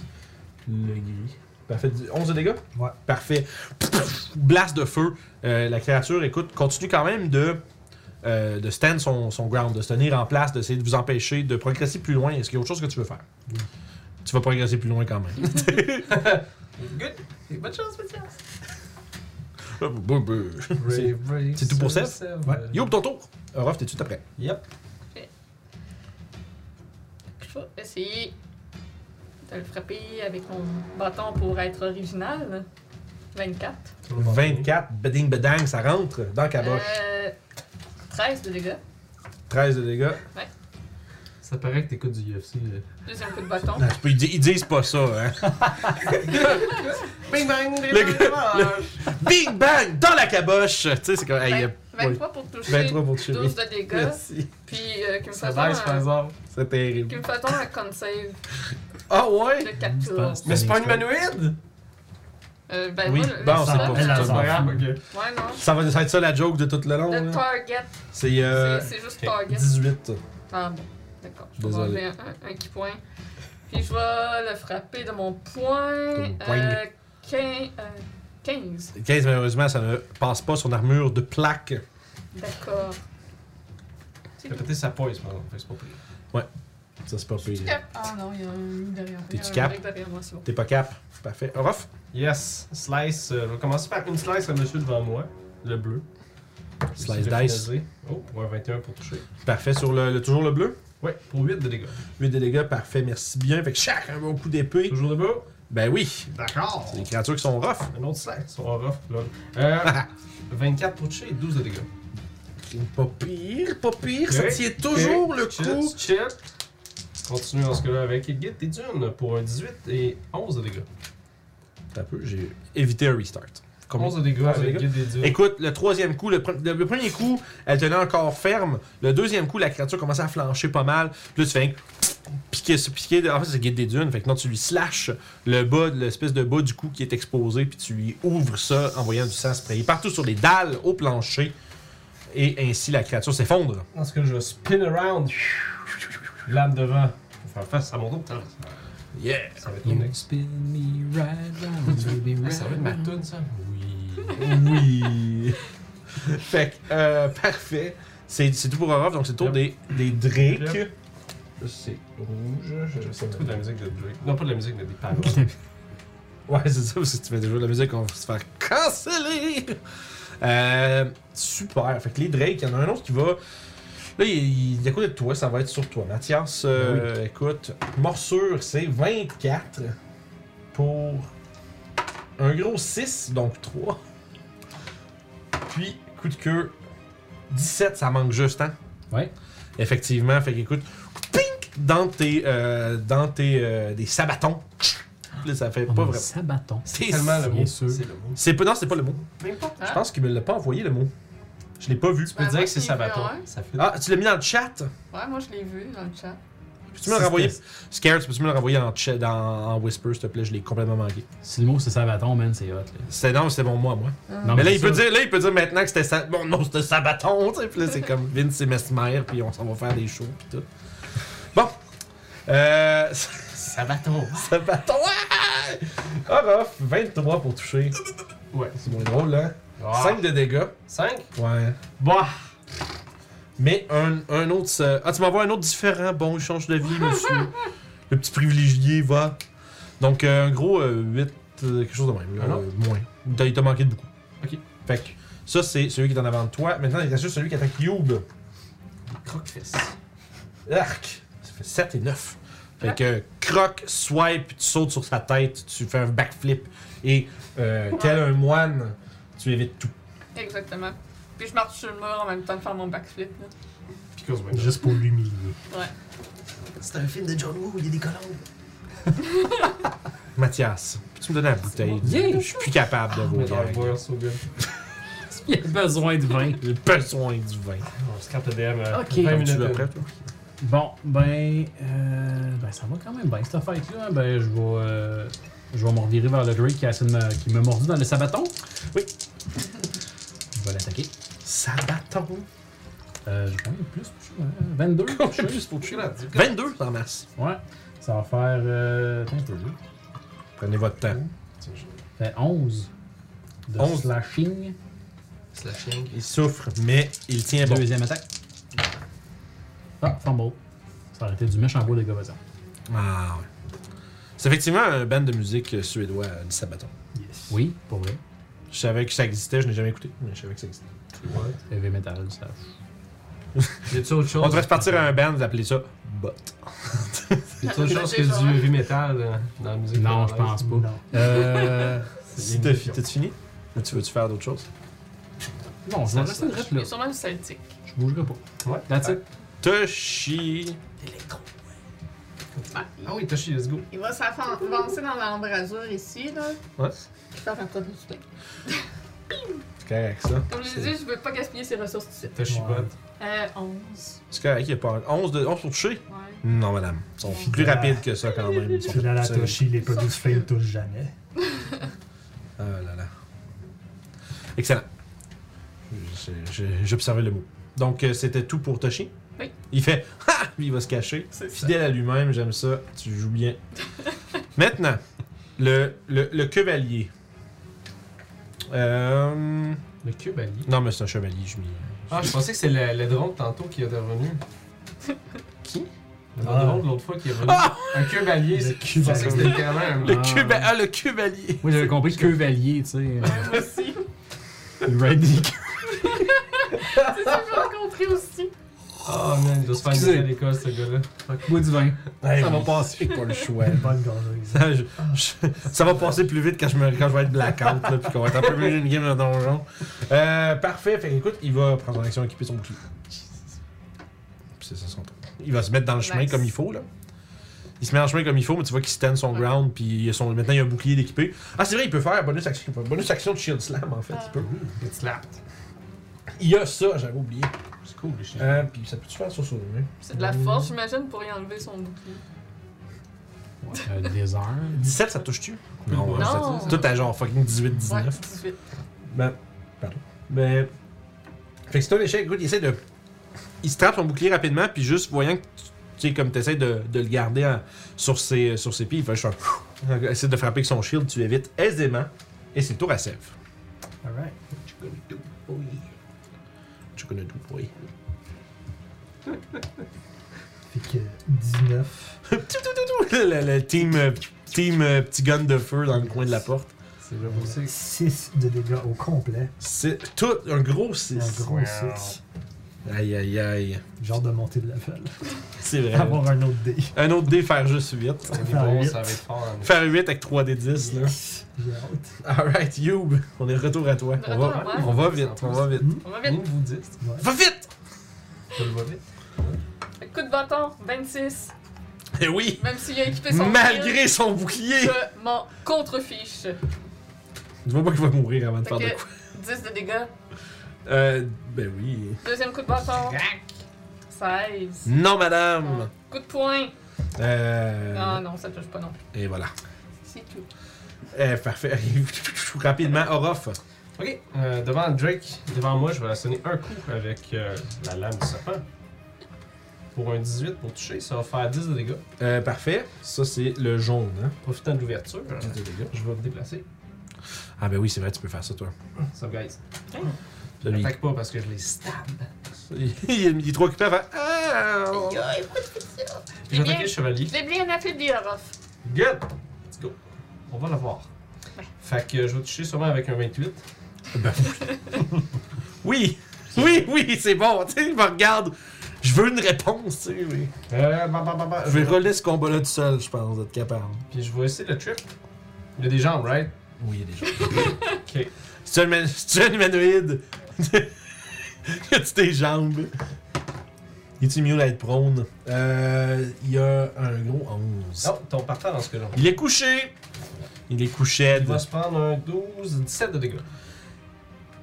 [SPEAKER 1] Le gris. Parfait. 11 de dégâts?
[SPEAKER 5] Ouais.
[SPEAKER 1] Parfait. Blast de feu. Euh, la créature, écoute, continue quand même de, euh, de stand son, son ground, de se tenir en place, d'essayer de vous empêcher de progresser plus loin. Est-ce qu'il y a autre chose que tu veux faire?
[SPEAKER 5] Oui.
[SPEAKER 1] Tu vas progresser plus loin quand
[SPEAKER 5] <laughs>
[SPEAKER 1] même.
[SPEAKER 3] Good. Bonne chance, bonne chance.
[SPEAKER 1] C'est- c'est tout pour Seth?
[SPEAKER 5] Ouais.
[SPEAKER 1] Yo, ton tour! Orof, t'es tout après.
[SPEAKER 3] Yep.
[SPEAKER 2] Je vais essayer de le frapper avec mon bâton pour être original. 24.
[SPEAKER 1] 24, beding bedang, ça rentre dans la caboche.
[SPEAKER 2] Euh, 13 de dégâts.
[SPEAKER 1] 13 de dégâts.
[SPEAKER 3] Ça paraît que t'écoutes du UFC, là.
[SPEAKER 2] Deuxième coup de bâton.
[SPEAKER 1] Tu peux- ils di- ils disent pas ça,
[SPEAKER 5] <laughs>
[SPEAKER 1] hein.
[SPEAKER 3] Bing bang, bing
[SPEAKER 1] Le Big bang dans la caboche! Tu sais, c'est comme. hey,
[SPEAKER 2] Vingt-
[SPEAKER 1] euh,
[SPEAKER 2] 23 pour toucher.
[SPEAKER 1] 23 pour toucher.
[SPEAKER 2] 12 de dégâts.
[SPEAKER 1] Merci.
[SPEAKER 2] Puis euh, qu'il me
[SPEAKER 3] Ça hein?
[SPEAKER 2] fasse
[SPEAKER 3] baisse, par
[SPEAKER 2] un-
[SPEAKER 3] exemple.
[SPEAKER 1] C'est terrible.
[SPEAKER 2] qu'il me fasse donc un con save
[SPEAKER 1] Ah ouais?
[SPEAKER 2] de 14.
[SPEAKER 3] Mais Mmh, c'est pas un humanoïde!
[SPEAKER 2] Euh, ben,
[SPEAKER 1] Oui,
[SPEAKER 2] moi, le-
[SPEAKER 1] bon,
[SPEAKER 2] le-
[SPEAKER 1] c'est pas-
[SPEAKER 5] Elle, elle
[SPEAKER 3] C'est pas
[SPEAKER 5] s'en
[SPEAKER 3] grave,
[SPEAKER 5] fout.
[SPEAKER 3] ok.
[SPEAKER 2] Ouais, non.
[SPEAKER 1] Ça va, ça va être ça la joke de tout le long.
[SPEAKER 2] Le
[SPEAKER 1] là.
[SPEAKER 2] target,
[SPEAKER 1] C'est euh,
[SPEAKER 2] c'est- c'est juste
[SPEAKER 3] ok.
[SPEAKER 2] target.
[SPEAKER 1] 18.
[SPEAKER 2] Ah bon, d'accord. Je vais
[SPEAKER 1] Désolé.
[SPEAKER 2] manger un, un, un key point. Puis je vais le frapper de mon point.
[SPEAKER 1] Ton poing.
[SPEAKER 2] Euh, quin- euh, 15.
[SPEAKER 1] 15, malheureusement, ça ne passe pas son armure de plaque.
[SPEAKER 2] D'accord. C'est
[SPEAKER 3] T'as pété sa poise, par exemple, fait que c'est pas pire.
[SPEAKER 1] Ça, c'est pas
[SPEAKER 2] Tu
[SPEAKER 1] pire.
[SPEAKER 2] cap. Ah non, il y a un mec derrière moi.
[SPEAKER 1] T'es-tu
[SPEAKER 2] Il y a un
[SPEAKER 1] cap?
[SPEAKER 2] mec derrière moi, c'est bon.
[SPEAKER 1] T'es pas cap. Parfait. Orof,
[SPEAKER 3] Yes, slice. euh, je vais commencer par une slice à monsieur devant moi, le bleu.
[SPEAKER 1] Slice
[SPEAKER 3] Je vais
[SPEAKER 1] dice.
[SPEAKER 3] finaliser. Oh, pour un 21 pour toucher.
[SPEAKER 1] parfait sur le, le- toujours le bleu.
[SPEAKER 3] Ouais, pour 8 de dégâts.
[SPEAKER 1] 8 de dégâts, parfait, merci bien. Fait que chaque un bon coup d'épée.
[SPEAKER 3] Toujours debout?
[SPEAKER 1] Ben oui,
[SPEAKER 3] D'accord.
[SPEAKER 1] c'est des créatures qui sont rough. <laughs> Ah,
[SPEAKER 3] Un autre slice, on rough, lol. Euh, 24 pour toucher et 12 de dégâts.
[SPEAKER 1] Pas pire, pas pire,
[SPEAKER 3] Ok,
[SPEAKER 1] ça tient toujours
[SPEAKER 3] ok,
[SPEAKER 1] le
[SPEAKER 3] chut,
[SPEAKER 1] coup.
[SPEAKER 3] chut. Continue dans ce cas-là avec Guide et Dune pour un 18 et 11 de dégâts.
[SPEAKER 1] T'as peu, j'ai évité un restart. Combien?
[SPEAKER 3] 11 de dégâts
[SPEAKER 1] 11 de
[SPEAKER 3] avec
[SPEAKER 1] Ah, dégâts.
[SPEAKER 3] Guide et Dune.
[SPEAKER 1] Écoute, le troisième coup, le, pre- le- le premier coup, elle tenait encore ferme. Le deuxième coup, la créature commençait à flancher pas mal. Puis là, tu fais un piquer, se piquer. En fait, c'est guide des dunes. Fait que non, tu lui slashes le bas, l'espèce de bas du cou qui est exposé. Puis tu lui ouvres ça en voyant du sang sprayer partout sur les dalles, au plancher. Et ainsi, la créature s'effondre.
[SPEAKER 3] Dans ce cas, je spin around. Lame devant. Pour faire face à mon dos.
[SPEAKER 1] Yeah!
[SPEAKER 3] Ça va être mon
[SPEAKER 4] You
[SPEAKER 3] next.
[SPEAKER 4] spin me right round, baby,
[SPEAKER 1] <laughs>
[SPEAKER 3] Ah,
[SPEAKER 4] right
[SPEAKER 3] ça va être ma
[SPEAKER 4] round.
[SPEAKER 3] toune, ça. Oui.
[SPEAKER 1] Oui! <laughs> fait que, euh, parfait. C'est c'est tout pour Orof, donc c'est le tour des, des Drake.
[SPEAKER 3] Yep.
[SPEAKER 1] C'est
[SPEAKER 3] Rouge, je sais tout de la musique de Drake. Non, pas de la musique, mais des paroles.
[SPEAKER 1] Ouais, <laughs> c'est ça, parce que tu mets déjà de la musique, on va se faire canceller! Euh, super. Fait que les Drake, il y en a un autre qui va. Là, il, il est à côté de toi, ça va être sur toi. Mathias, euh, écoute, morsure, c'est 24 pour un gros 6, donc 3. Puis, coup de queue, 17, ça manque juste, hein?
[SPEAKER 4] Ouais.
[SPEAKER 1] Effectivement, fait qu'écoute, pink dans tes, euh, dans tes euh, des sabatons. Là, ça fait
[SPEAKER 4] On
[SPEAKER 1] pas
[SPEAKER 4] a un
[SPEAKER 1] vraiment.
[SPEAKER 4] Sabaton.
[SPEAKER 1] C'est
[SPEAKER 3] tellement le
[SPEAKER 4] bien
[SPEAKER 3] mot.
[SPEAKER 4] sûr.
[SPEAKER 3] C'est le mot.
[SPEAKER 1] C'est pas, non, c'est pas le mot.
[SPEAKER 3] N'importe.
[SPEAKER 1] Je pense qu'il me l'a pas envoyé le mot. Je l'ai pas vu.
[SPEAKER 3] Tu peux dire que c'est
[SPEAKER 2] Ouais,
[SPEAKER 3] Sabaton.
[SPEAKER 2] ouais.
[SPEAKER 3] Ça fait.
[SPEAKER 1] Ah, tu l'as mis dans le chat.
[SPEAKER 2] Ouais, moi je l'ai vu dans le chat.
[SPEAKER 1] Peux-tu me le
[SPEAKER 4] Si
[SPEAKER 1] renvoyer?
[SPEAKER 4] c'était-
[SPEAKER 1] Scared, peux-tu me le renvoyer en, chat, dans, en Whisper, s'il te plaît? Je l'ai complètement manqué.
[SPEAKER 4] Si le mot c'est Sabaton, man, c'est hot. là.
[SPEAKER 1] C'était non, c'était bon, moi, moi.
[SPEAKER 4] Non,
[SPEAKER 1] mais là
[SPEAKER 4] c'est
[SPEAKER 1] il, peut
[SPEAKER 4] ça.
[SPEAKER 1] dire, là, il peut dire maintenant que c'était sa... Bon, non, c'était Sabaton, tu sais. Puis là, c'est comme Vince et Mesmer, puis on s'en va faire des shows, puis tout. Bon. Euh... <laughs>
[SPEAKER 3] Sabaton.
[SPEAKER 1] Sabaton, ouais! Orof, 23 pour toucher.
[SPEAKER 3] Ouais.
[SPEAKER 1] C'est moins drôle, hein? 5
[SPEAKER 3] 5
[SPEAKER 1] de dégâts.
[SPEAKER 3] 5
[SPEAKER 1] Ouais.
[SPEAKER 3] Bah
[SPEAKER 1] Mais un, un autre. ça- Ah, tu m'envoies un autre différent. Bon, il change de vie, monsieur. le petit privilégié va. Donc, euh, un gros 8, quelque chose de même. là,
[SPEAKER 3] Ah non?
[SPEAKER 1] euh, moins. T'as- Il t'a manqué de beaucoup.
[SPEAKER 3] Ok.
[SPEAKER 1] Fait que ça, c'est celui qui est en avant de toi. Maintenant, il reste juste celui qui attaque Youb.
[SPEAKER 3] Croque-fesse.
[SPEAKER 1] Arc! Ça fait 7 et 9. Fait que croc, swipe, tu sautes sur sa tête, tu fais un backflip et euh, tel un moine, tu évites tout.
[SPEAKER 2] Exactement. Puis je marche sur le mur en même temps de faire mon backflip. là.
[SPEAKER 3] Pickles Wonder.
[SPEAKER 5] Juste pour l'humilier.
[SPEAKER 6] C'est un film de John Woo, il y a des colombes.
[SPEAKER 1] <laughs> Mathias, peux-tu me donner la bouteille?
[SPEAKER 4] Yeah!
[SPEAKER 1] Je suis plus capable de
[SPEAKER 3] Mais
[SPEAKER 1] vous
[SPEAKER 3] Dark Boy, so good.
[SPEAKER 4] <laughs> Il a besoin de vin.
[SPEAKER 1] J'ai besoin du vin.
[SPEAKER 3] On scrape le DM. euh,
[SPEAKER 4] Ok.
[SPEAKER 3] 20
[SPEAKER 1] Comme
[SPEAKER 3] minutes.
[SPEAKER 1] tu l'as prêt, toi?
[SPEAKER 4] Bon, ben, euh, ben, ça va quand même bien, cette fête-là. hein. Ben, je vais, euh, je vais me revirer vers le Drake qui, a essayé de me- qui me mordu dans le sabaton.
[SPEAKER 1] Oui.
[SPEAKER 4] Je vais l'attaquer.
[SPEAKER 1] Sabaton.
[SPEAKER 4] Euh, je vais quand même plus, plus, euh, 22. je sais.
[SPEAKER 1] pour tuer 22, ça en masse.
[SPEAKER 4] Ouais, ça va faire. Euh, attends un peu, là.
[SPEAKER 1] Prenez votre temps.
[SPEAKER 4] Ça fait 11 de
[SPEAKER 1] 11.
[SPEAKER 4] slashing.
[SPEAKER 3] Slashing.
[SPEAKER 1] Il souffre, mais il tient bon.
[SPEAKER 4] Deuxième attaque. Ah, fumble. Ça aurait été du méchant beau dégâts vasants.
[SPEAKER 1] Ah ouais. C'est effectivement un band de musique euh, suédois, euh, du Sabaton.
[SPEAKER 4] Oui, pour vrai.
[SPEAKER 1] Je savais que ça existait, je n'ai jamais écouté, mais je savais que ça existait.
[SPEAKER 4] Heavy metal, ça.
[SPEAKER 3] Y a-tu autre chose?
[SPEAKER 1] On devrait se partir à un band d'appeler ça
[SPEAKER 6] <laughs>
[SPEAKER 1] Bot.
[SPEAKER 3] Y a-tu autre chose que du heavy metal euh, dans la musique?
[SPEAKER 4] Non, je pense pas.
[SPEAKER 5] Non.
[SPEAKER 4] Euh.
[SPEAKER 1] Si t'as t'as-tu fini, Ou tu veux-tu faire d'autres choses?
[SPEAKER 4] Non, je vais rester
[SPEAKER 3] slash.
[SPEAKER 4] drette
[SPEAKER 2] Il
[SPEAKER 4] là.
[SPEAKER 2] est sûrement le celtique.
[SPEAKER 4] Je bougerai pas.
[SPEAKER 3] Ouais.
[SPEAKER 4] That's it.
[SPEAKER 1] Toshi.
[SPEAKER 3] Ah oui, Toshi, let's go.
[SPEAKER 2] Il va s'avancer dans l'embrasure ici, là.
[SPEAKER 1] Ouais.
[SPEAKER 2] puis Faire un peu de souper.
[SPEAKER 1] C'est correct, ça.
[SPEAKER 2] Comme je l'ai dit, je veux pas gaspiller ses ressources tout de suite.
[SPEAKER 3] Toshi
[SPEAKER 5] Ouais.
[SPEAKER 3] bot.
[SPEAKER 2] Euh, 11.
[SPEAKER 1] C'est correct, il y a pas 11, de... 11 pour toucher?
[SPEAKER 2] Ouais.
[SPEAKER 1] Non, madame. Ils sont plus
[SPEAKER 5] Ah.
[SPEAKER 1] rapides que ça, quand même. Ils sont
[SPEAKER 5] C'est là la
[SPEAKER 1] ça-
[SPEAKER 5] Toshi, les produits fail touchent jamais.
[SPEAKER 1] Ah là là. Excellent. Je- je- J'observais le mot. Donc, euh, c'était tout pour Toshi?
[SPEAKER 2] Oui.
[SPEAKER 1] Il fait <laughs> Ha! Puis il va se cacher.
[SPEAKER 2] C'est ça.
[SPEAKER 1] Fidèle à lui-même, j'aime ça. Tu joues
[SPEAKER 2] <laughs>
[SPEAKER 1] bien. Maintenant, le, le, le chevalier. Euh...
[SPEAKER 3] Le ben, cube allié.
[SPEAKER 1] Non, mais c'est un chevalier, je m'y.
[SPEAKER 3] Ah, je pensais que c'est le, le drone tantôt qui est <laughs> revenu.
[SPEAKER 1] Qui?
[SPEAKER 3] Le
[SPEAKER 5] Ah.
[SPEAKER 3] drone l'autre fois qui est revenu. Un cube allié. c'est- Je
[SPEAKER 5] cube
[SPEAKER 3] pensais que
[SPEAKER 5] allié.
[SPEAKER 3] c'était hein. littéralement un.
[SPEAKER 1] Le
[SPEAKER 4] Ah.
[SPEAKER 1] cuba- ah, le cubalier.
[SPEAKER 4] Moi, j'avais compris que Valier, tu sais. euh,
[SPEAKER 2] Ouais, moi aussi. <laughs>
[SPEAKER 4] Ready.
[SPEAKER 2] C'est ça que j'ai compris aussi.
[SPEAKER 3] Oh man, il doit se faire
[SPEAKER 4] Excusez.
[SPEAKER 3] une à l'école, ce gars-là.
[SPEAKER 4] <laughs> Bois du vin.
[SPEAKER 1] ça va passer, pas le choix.
[SPEAKER 5] Bonne gorgeuse.
[SPEAKER 1] Ça, je- je- ça va passer plus vite quand je, me, quand je vais être blackout, là, puis qu'on va être un peu mieux une game dans le donjon. Euh, parfait, fait que, écoute, il va prendre son action équiper son bouclier. Puis C'est ça son tour. Il va se mettre dans le chemin
[SPEAKER 2] Nice.
[SPEAKER 1] comme il faut, là. Il se met dans le chemin comme il faut, mais tu vois qu'il stand son
[SPEAKER 2] Ouais.
[SPEAKER 1] ground, puis il a son, maintenant il a un bouclier d'équipé. Ah, c'est vrai, il peut faire bonus action, bonus action de Shield Slam, en fait.
[SPEAKER 2] Ah.
[SPEAKER 1] Il, peut.
[SPEAKER 3] Il slapped.
[SPEAKER 1] il y a ça, j'avais oublié.
[SPEAKER 3] C'est cool, le chien.
[SPEAKER 1] Euh, puis ça peut-tu faire ça sur le mur?
[SPEAKER 2] C'est de la force, j'imagine, pour y enlever son bouclier.
[SPEAKER 4] Un désert.
[SPEAKER 1] 17, ça te touche-tu?
[SPEAKER 3] Non.
[SPEAKER 1] hein, ça-
[SPEAKER 2] Non.
[SPEAKER 1] Toi, t'as genre fucking 18,
[SPEAKER 2] Ouais,
[SPEAKER 1] 19.
[SPEAKER 2] 18.
[SPEAKER 1] Ben, pardon. Ben, fait que c'est un échec. Écoute, il essaie de. Il strappe son bouclier rapidement, puis juste voyant que tu- tu sais, comme t'essaies de, de le garder en- sur, ses, euh, sur ses pieds, il fait juste un. <laughs> Essaie de frapper avec son shield, tu évites aisément. Et c'est le tour à Sèvres.
[SPEAKER 5] Alright.
[SPEAKER 1] Tu connais tout, oui.
[SPEAKER 5] Fait que 19.
[SPEAKER 1] Tout, tout, tout, tout. <laughs> Le, le team, euh, team euh, petit gun de feu dans le coin de la porte.
[SPEAKER 3] C'est là pour ça.
[SPEAKER 5] 6 de dégâts au complet.
[SPEAKER 1] C'est tout un gros 6.
[SPEAKER 5] Un gros
[SPEAKER 3] Wow.
[SPEAKER 5] 6.
[SPEAKER 1] Aïe, aïe, aïe.
[SPEAKER 5] Genre de monter de level.
[SPEAKER 1] C'est vrai.
[SPEAKER 5] Avoir un autre dé.
[SPEAKER 1] Un autre dé, faire juste 8.
[SPEAKER 3] C'est bon, ça va être fort. hein.
[SPEAKER 1] Faire 8 avec 3 des 10, là.
[SPEAKER 5] J'ai hâte.
[SPEAKER 1] Alright, Youb, on est de retour à toi.
[SPEAKER 2] De
[SPEAKER 1] On
[SPEAKER 2] retour
[SPEAKER 1] va,
[SPEAKER 2] à moi.
[SPEAKER 1] on va vite, on va vite.
[SPEAKER 5] Hmm?
[SPEAKER 2] On va
[SPEAKER 3] Rien
[SPEAKER 2] vite.
[SPEAKER 3] que vous dites,
[SPEAKER 5] Ouais.
[SPEAKER 1] Va vite!
[SPEAKER 3] je le vois vite.
[SPEAKER 1] Mmh.
[SPEAKER 2] Coup de bâton, 26.
[SPEAKER 1] Eh oui!
[SPEAKER 2] Même s'il a équipé son
[SPEAKER 1] Malgré son bouclier!
[SPEAKER 2] shield, je m'en contrefiche.
[SPEAKER 1] Tu vois pas qu'il va mourir avant de
[SPEAKER 2] Fait
[SPEAKER 1] faire de
[SPEAKER 2] que
[SPEAKER 1] quoi.
[SPEAKER 2] 10 de dégâts.
[SPEAKER 1] Euh, ben oui.
[SPEAKER 2] Deuxième coup de bâton. 16.
[SPEAKER 1] Non, madame!
[SPEAKER 2] Coup de poing.
[SPEAKER 1] Euh.
[SPEAKER 2] Ah non, ça touche pas non plus.
[SPEAKER 1] Et voilà.
[SPEAKER 2] C'est tout.
[SPEAKER 1] Eh, parfait. <laughs> Rapidement, Orof.
[SPEAKER 3] Ok, euh, devant Drake, devant moi, je vais la sonner un coup avec euh, la lame du serpent. Pour un 18 pour toucher, ça va faire 10 de dégâts.
[SPEAKER 1] Euh, parfait. Ça, c'est le jaune, hein?
[SPEAKER 3] Profitant de l'ouverture, euh,
[SPEAKER 1] Dix de dégâts.
[SPEAKER 3] je vais me déplacer.
[SPEAKER 1] Ah, ben oui, c'est vrai, tu peux faire ça, toi.
[SPEAKER 3] Ça guys.
[SPEAKER 1] Celui- <laughs>
[SPEAKER 3] Attaque pas parce que je les stab.
[SPEAKER 1] il, il est trop occupé à faire. Ah! euh,
[SPEAKER 3] Puis J'ai attaqué le chevalier.
[SPEAKER 2] Je l'ai bien affaibli, Orof.
[SPEAKER 3] Good! Let's go. On va l'avoir. Fait que je vais toucher sûrement avec un 28.
[SPEAKER 1] Oui, oui, oui, c'est bon. Tu sais, je me regarde. Je veux une réponse, tu sais. oui.
[SPEAKER 3] Euh, bah, bah, bah, bah,
[SPEAKER 1] Je vais relayer ce combat-là tout seul, je pense, d'être capable.
[SPEAKER 3] Puis je vais essayer le trip. Il y a des jambes, right?
[SPEAKER 1] Oui, il y a des gens.
[SPEAKER 3] <laughs> Ok.
[SPEAKER 1] C'est un humain- c'est un humanoïde. <laughs> As-tu tes jambes? Es-tu mieux d'être prône? Euh, il y a un gros 11.
[SPEAKER 3] Non, ton partant dans ce cas-là.
[SPEAKER 1] Il est couché. Il est couché.
[SPEAKER 3] Il
[SPEAKER 1] de-
[SPEAKER 3] va se prendre un 12, 17 de dégâts.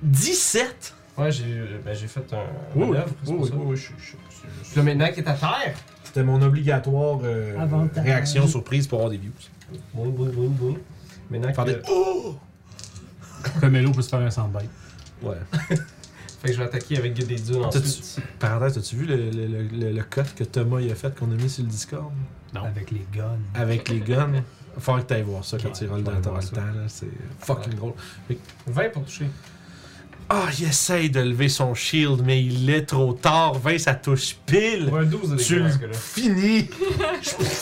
[SPEAKER 1] 17?
[SPEAKER 3] Ouais, j'ai ben, j'ai fait un.
[SPEAKER 1] Oui,
[SPEAKER 3] manœuvre,
[SPEAKER 1] Oh, oui,
[SPEAKER 3] c'est pour
[SPEAKER 1] oui,
[SPEAKER 3] ça.
[SPEAKER 1] oui,
[SPEAKER 3] je suis. Puis là, maintenant qu'il est à terre,
[SPEAKER 1] C'était mon obligatoire euh,
[SPEAKER 5] Avantage.
[SPEAKER 1] réaction surprise pour avoir des views.
[SPEAKER 3] boum, boum, boum, boum. Maintenant
[SPEAKER 1] Par
[SPEAKER 3] que. euh,
[SPEAKER 1] des- Oh!
[SPEAKER 4] Pomelo peut se faire un soundbite.
[SPEAKER 1] Ouais.
[SPEAKER 3] Fait que je vais attaquer avec des dunes
[SPEAKER 1] Tout de
[SPEAKER 3] ensuite.
[SPEAKER 1] Parenthèse, as-tu vu le, le, le, le- le cut que Thomas il a fait qu'on a mis sur le Discord?
[SPEAKER 4] Non.
[SPEAKER 5] Avec les guns.
[SPEAKER 1] Avec les guns. Faut que t'ailles voir ça quand
[SPEAKER 4] Ouais,
[SPEAKER 1] tu iras le
[SPEAKER 4] je vais
[SPEAKER 1] dans
[SPEAKER 4] aller
[SPEAKER 1] t'auras
[SPEAKER 4] voir
[SPEAKER 1] le
[SPEAKER 4] ça.
[SPEAKER 1] temps. là. C'est fucking drôle.
[SPEAKER 3] 20 pour toucher.
[SPEAKER 1] Ah, il essaye de lever son shield, mais il est trop tard. 20, ça touche pile.
[SPEAKER 3] Pour un 12 de
[SPEAKER 1] tu
[SPEAKER 3] dégâts dans ce
[SPEAKER 1] le
[SPEAKER 3] cas-là.
[SPEAKER 1] finis.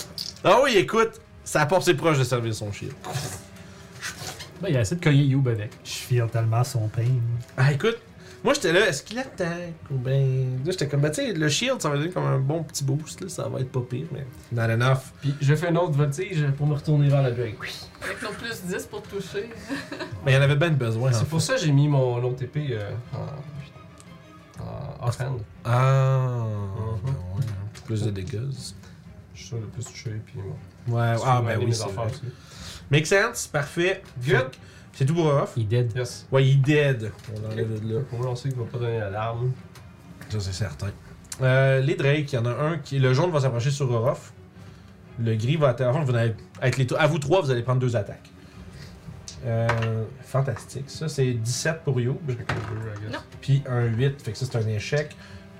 [SPEAKER 1] <laughs> ah oui, écoute, ça porte ses proche de servir son shield.
[SPEAKER 4] Ben, il a essayé de cogner Youb avec.
[SPEAKER 5] Je file tellement son pain.
[SPEAKER 1] Ah, écoute, moi j'étais là, est-ce qu'il attaque ou ben. Là, j'étais comme, bah, tu sais, le shield, ça va donner comme un bon petit boost, là, ça va être pas pire, mais. Not enough.
[SPEAKER 3] Puis je fais un autre voltige pour me retourner vers le break.
[SPEAKER 2] Avec nos plus 10 pour toucher.
[SPEAKER 1] Mais il y en avait bien besoin. Ah, en
[SPEAKER 3] C'est
[SPEAKER 1] fait.
[SPEAKER 3] pour ça que j'ai mis mon long TP euh, en. en offhand.
[SPEAKER 1] Ah.
[SPEAKER 3] Mhm.
[SPEAKER 1] ben ouais, hein. Plus de dégâts.
[SPEAKER 3] Je suis sûr de plus toucher, puis moi.
[SPEAKER 1] Ouais, ah, ben oui, c'est vrai. Make sense, parfait.
[SPEAKER 3] Good.
[SPEAKER 1] C'est tout pour off.
[SPEAKER 4] Il est dead.
[SPEAKER 3] Yes.
[SPEAKER 1] Ouais, il est dead. On l'enlève de là.
[SPEAKER 3] Pour moi, on sait qu'il va pas donner l'alarme.
[SPEAKER 1] Ça, c'est certain. Euh, les Drake, il y en a un qui. Le jaune va s'approcher sur Orof. Le gris va attaquer. Vous allez être les to- À vous trois, vous allez prendre deux attaques. Euh, fantastique. Ça, c'est 17 pour Youb.
[SPEAKER 3] Chacun deux, I guess.
[SPEAKER 2] Non.
[SPEAKER 1] Puis un 8. Fait que ça, c'est un échec.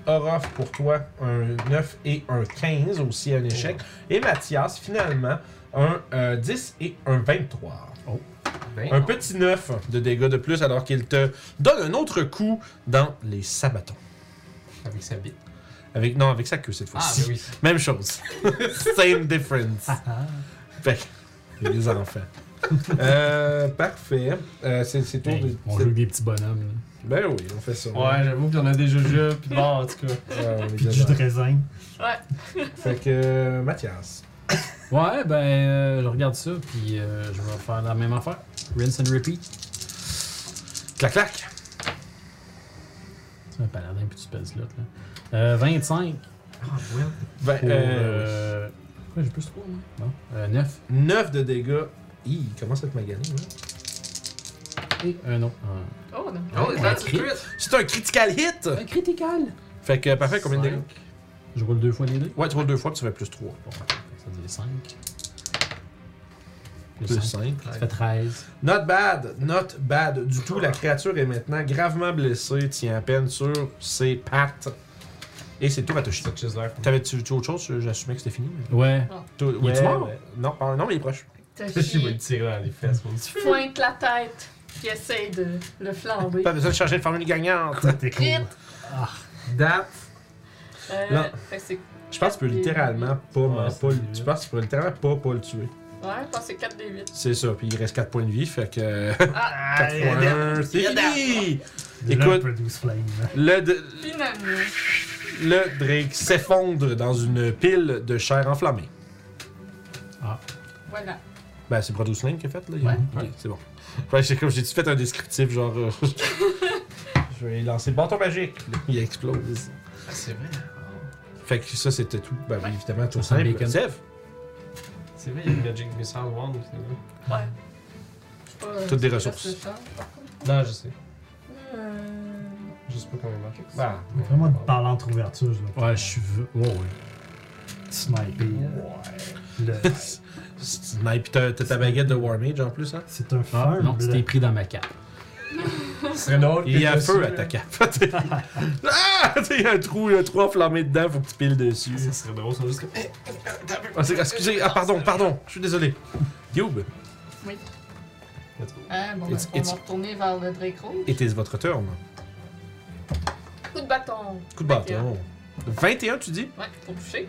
[SPEAKER 1] Orof pour toi, un 9 et un 15 aussi, un échec. Et Mathias, finalement, un euh, 10 et un 23.
[SPEAKER 3] Ben,
[SPEAKER 1] Un petit 9 de dégâts de plus alors qu'il te donne un autre coup dans les sabatons.
[SPEAKER 3] Avec sa bite.
[SPEAKER 1] Avec, non, avec sa queue cette
[SPEAKER 3] Ah,
[SPEAKER 1] fois-ci.
[SPEAKER 3] ben oui.
[SPEAKER 1] <laughs>
[SPEAKER 3] Ah,
[SPEAKER 1] Même chose. Same difference. fait que, les enfants. Euh, parfait. Euh, c'est c'est tout.
[SPEAKER 4] Hey, on
[SPEAKER 1] c'est-
[SPEAKER 4] joue avec des petits bonhommes. là.
[SPEAKER 1] Ben oui, on fait ça.
[SPEAKER 3] Ben, Ouais, j'avoue qu'il y en a des jeux puis bon, en tout cas.
[SPEAKER 1] Ouais, on est
[SPEAKER 5] Puis du jus de
[SPEAKER 1] dedans.
[SPEAKER 5] raisin.
[SPEAKER 2] Ouais.
[SPEAKER 1] Fait que euh, Mathias.
[SPEAKER 4] Ouais, ben, euh, je regarde ça, puis euh, je vais faire la même affaire. Rinse and repeat.
[SPEAKER 1] Clac clac.
[SPEAKER 4] C'est un paladin, puis tu pèses l'autre, là. Euh,
[SPEAKER 1] Ben,
[SPEAKER 4] 25. Pour,
[SPEAKER 1] euh,
[SPEAKER 4] euh, Pourquoi j'ai plus 3, moi? Bon. Euh, 9.
[SPEAKER 1] 9 de dégâts. Hi, il commence à te hein? maganer. là.
[SPEAKER 4] Et un autre.
[SPEAKER 2] Oh, non.
[SPEAKER 3] Oh,
[SPEAKER 4] on
[SPEAKER 3] dans
[SPEAKER 4] a
[SPEAKER 3] le
[SPEAKER 4] crit.
[SPEAKER 3] crit.
[SPEAKER 1] Ah C'est un critical hit.
[SPEAKER 4] Un critical!
[SPEAKER 1] Fait que parfait, combien de
[SPEAKER 4] Cinq.
[SPEAKER 1] dégâts
[SPEAKER 4] Je roule deux fois les dés.
[SPEAKER 1] Ouais, tu roules deux fois puis tu fais plus 3.
[SPEAKER 4] Bon, ça devient 5.
[SPEAKER 1] Plus
[SPEAKER 4] 5.
[SPEAKER 1] 5.
[SPEAKER 4] Ça fait 13.
[SPEAKER 1] Not bad, not bad du tout. La créature est maintenant gravement blessée, tient à peine sur ses pattes. Et c'est tout à toucher.
[SPEAKER 3] Cette chaise-là.
[SPEAKER 1] T'avais-tu tu autre chose? J'assumais que c'était fini. mais-
[SPEAKER 4] Ouais.
[SPEAKER 1] Tout-
[SPEAKER 4] Il est-tu mort?
[SPEAKER 1] Non, pas- non, mais il est proche.
[SPEAKER 2] T'as
[SPEAKER 3] Je vais le
[SPEAKER 2] chié.
[SPEAKER 3] tirer dans les fesses, mon petit.
[SPEAKER 2] Tu pointes la tête, puis essaye de le flamber.
[SPEAKER 1] Pas besoin de changer de formule gagnante.
[SPEAKER 5] T'es cool.
[SPEAKER 2] Crit.
[SPEAKER 1] That.
[SPEAKER 2] Euh,
[SPEAKER 1] Non.
[SPEAKER 2] fait que c'est.
[SPEAKER 1] Je pense que tu peux littéralement pas,
[SPEAKER 3] Ouais,
[SPEAKER 1] m'en-
[SPEAKER 3] c'est
[SPEAKER 1] pas le-
[SPEAKER 3] bien.
[SPEAKER 1] tu penses que tu peux littéralement pas, pas le tuer.
[SPEAKER 2] Ouais, je pense que c'est 4 des 8.
[SPEAKER 1] C'est ça, puis il reste 4 points de vie, fait que.
[SPEAKER 3] Ben,
[SPEAKER 1] 4
[SPEAKER 5] Ah, il y a
[SPEAKER 1] fois un, c'est fini!
[SPEAKER 5] Là,
[SPEAKER 1] Écoute.
[SPEAKER 5] produce flame.
[SPEAKER 1] Le, d-
[SPEAKER 2] Finalement.
[SPEAKER 1] le Drake s'effondre dans une pile de chair enflammée.
[SPEAKER 2] Voilà.
[SPEAKER 1] Ben, c'est Produce Link qui a fait, là. il-
[SPEAKER 2] Ouais.
[SPEAKER 1] Ok, c'est bon. Ouais, c'est comme, j'ai-tu fait un descriptif, genre. euh, <laughs> je vais lancer le bâton magique. Il explose.
[SPEAKER 6] Ah, c'est vrai.
[SPEAKER 1] Fait que ça, c'était tout. Ben,
[SPEAKER 2] Ouais.
[SPEAKER 1] évidemment, tout
[SPEAKER 4] Ça sent le
[SPEAKER 1] simple.
[SPEAKER 4] bacon.
[SPEAKER 1] Sèvres,
[SPEAKER 3] C'est vrai, il y a une Magic Missile Wand. c'est vrai.
[SPEAKER 2] Ouais. Je sais pas,
[SPEAKER 1] Toutes des
[SPEAKER 2] je sais pas
[SPEAKER 1] ressources.
[SPEAKER 2] si c'est ça.
[SPEAKER 3] Non, je sais.
[SPEAKER 2] Euh,
[SPEAKER 3] Je sais pas comment il marche.
[SPEAKER 2] Bah,
[SPEAKER 5] Mais Vraiment par l'entrouverture, je vais
[SPEAKER 4] Ouais, je suis. Ouais, ouais.
[SPEAKER 5] sniper. Le-
[SPEAKER 1] Snipe, pis t'as t'as ta baguette de War Mage en plus, hein?
[SPEAKER 5] C'est un
[SPEAKER 4] Ah,
[SPEAKER 5] feu.
[SPEAKER 4] non, c'était pris dans ma cape.
[SPEAKER 3] Ce serait drôle.
[SPEAKER 1] Il y a
[SPEAKER 3] que
[SPEAKER 1] un feu
[SPEAKER 3] dessus,
[SPEAKER 1] à ta cape. <laughs> ah! Il y a un trou, il y a un trou enflammé dedans, faut que tu piles dessus.
[SPEAKER 3] là. Ça serait drôle, ça juste comme. Eh,
[SPEAKER 1] Ah, c'est- excusez, ah pardon, pardon, je suis désolé. Youb,
[SPEAKER 3] let's go.
[SPEAKER 2] hein, bon, ben,
[SPEAKER 1] It's-
[SPEAKER 2] on
[SPEAKER 1] it's-
[SPEAKER 2] va retourner vers le Draco.
[SPEAKER 1] était votre tour.
[SPEAKER 2] Coup de bâton.
[SPEAKER 1] Coup de bâton. 21, tu dis
[SPEAKER 2] Ouais, pour toucher.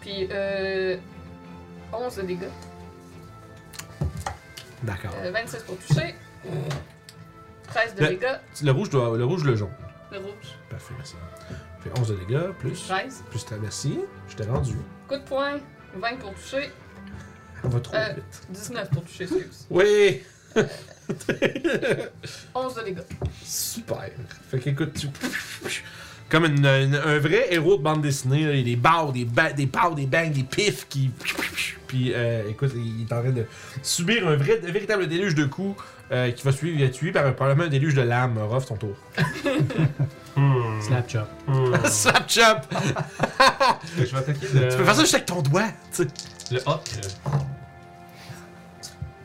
[SPEAKER 2] Puis, euh, 11 de dégâts.
[SPEAKER 1] D'accord.
[SPEAKER 2] Euh, 26 pour toucher. 13 de
[SPEAKER 1] Le-
[SPEAKER 2] dégâts.
[SPEAKER 1] Le rouge, doit, le rouge, le jaune.
[SPEAKER 2] Le rouge,
[SPEAKER 1] Parfait, merci. Fait 11 de dégâts, plus.
[SPEAKER 2] 13.
[SPEAKER 1] Plus ta merci. Je t'ai rendu.
[SPEAKER 2] Coup de poing, 20 pour toucher.
[SPEAKER 1] On va trop
[SPEAKER 2] Euh.
[SPEAKER 1] vite.
[SPEAKER 2] 19 pour toucher, excuse.
[SPEAKER 1] Oui
[SPEAKER 2] 11 de dégâts.
[SPEAKER 1] Super. Fait qu'écoute, tu. Comme une- une- un vrai héros de bande dessinée, là, il y a des barres, des, ba- des pows, des bangs, des pifs qui. Puis euh, écoute, il est en train de subir un vrai, un véritable déluge de coups euh, qui va suivre, être suivi par un- probablement un déluge de lames. Ruff, ton tour.
[SPEAKER 3] Hmm.
[SPEAKER 4] Slap chop.
[SPEAKER 3] Hmm.
[SPEAKER 1] <laughs> Slap chop!
[SPEAKER 3] Fait que Je vais attaquer le.
[SPEAKER 1] Tu peux faire ça juste avec ton doigt, tu sais.
[SPEAKER 3] Le ocre.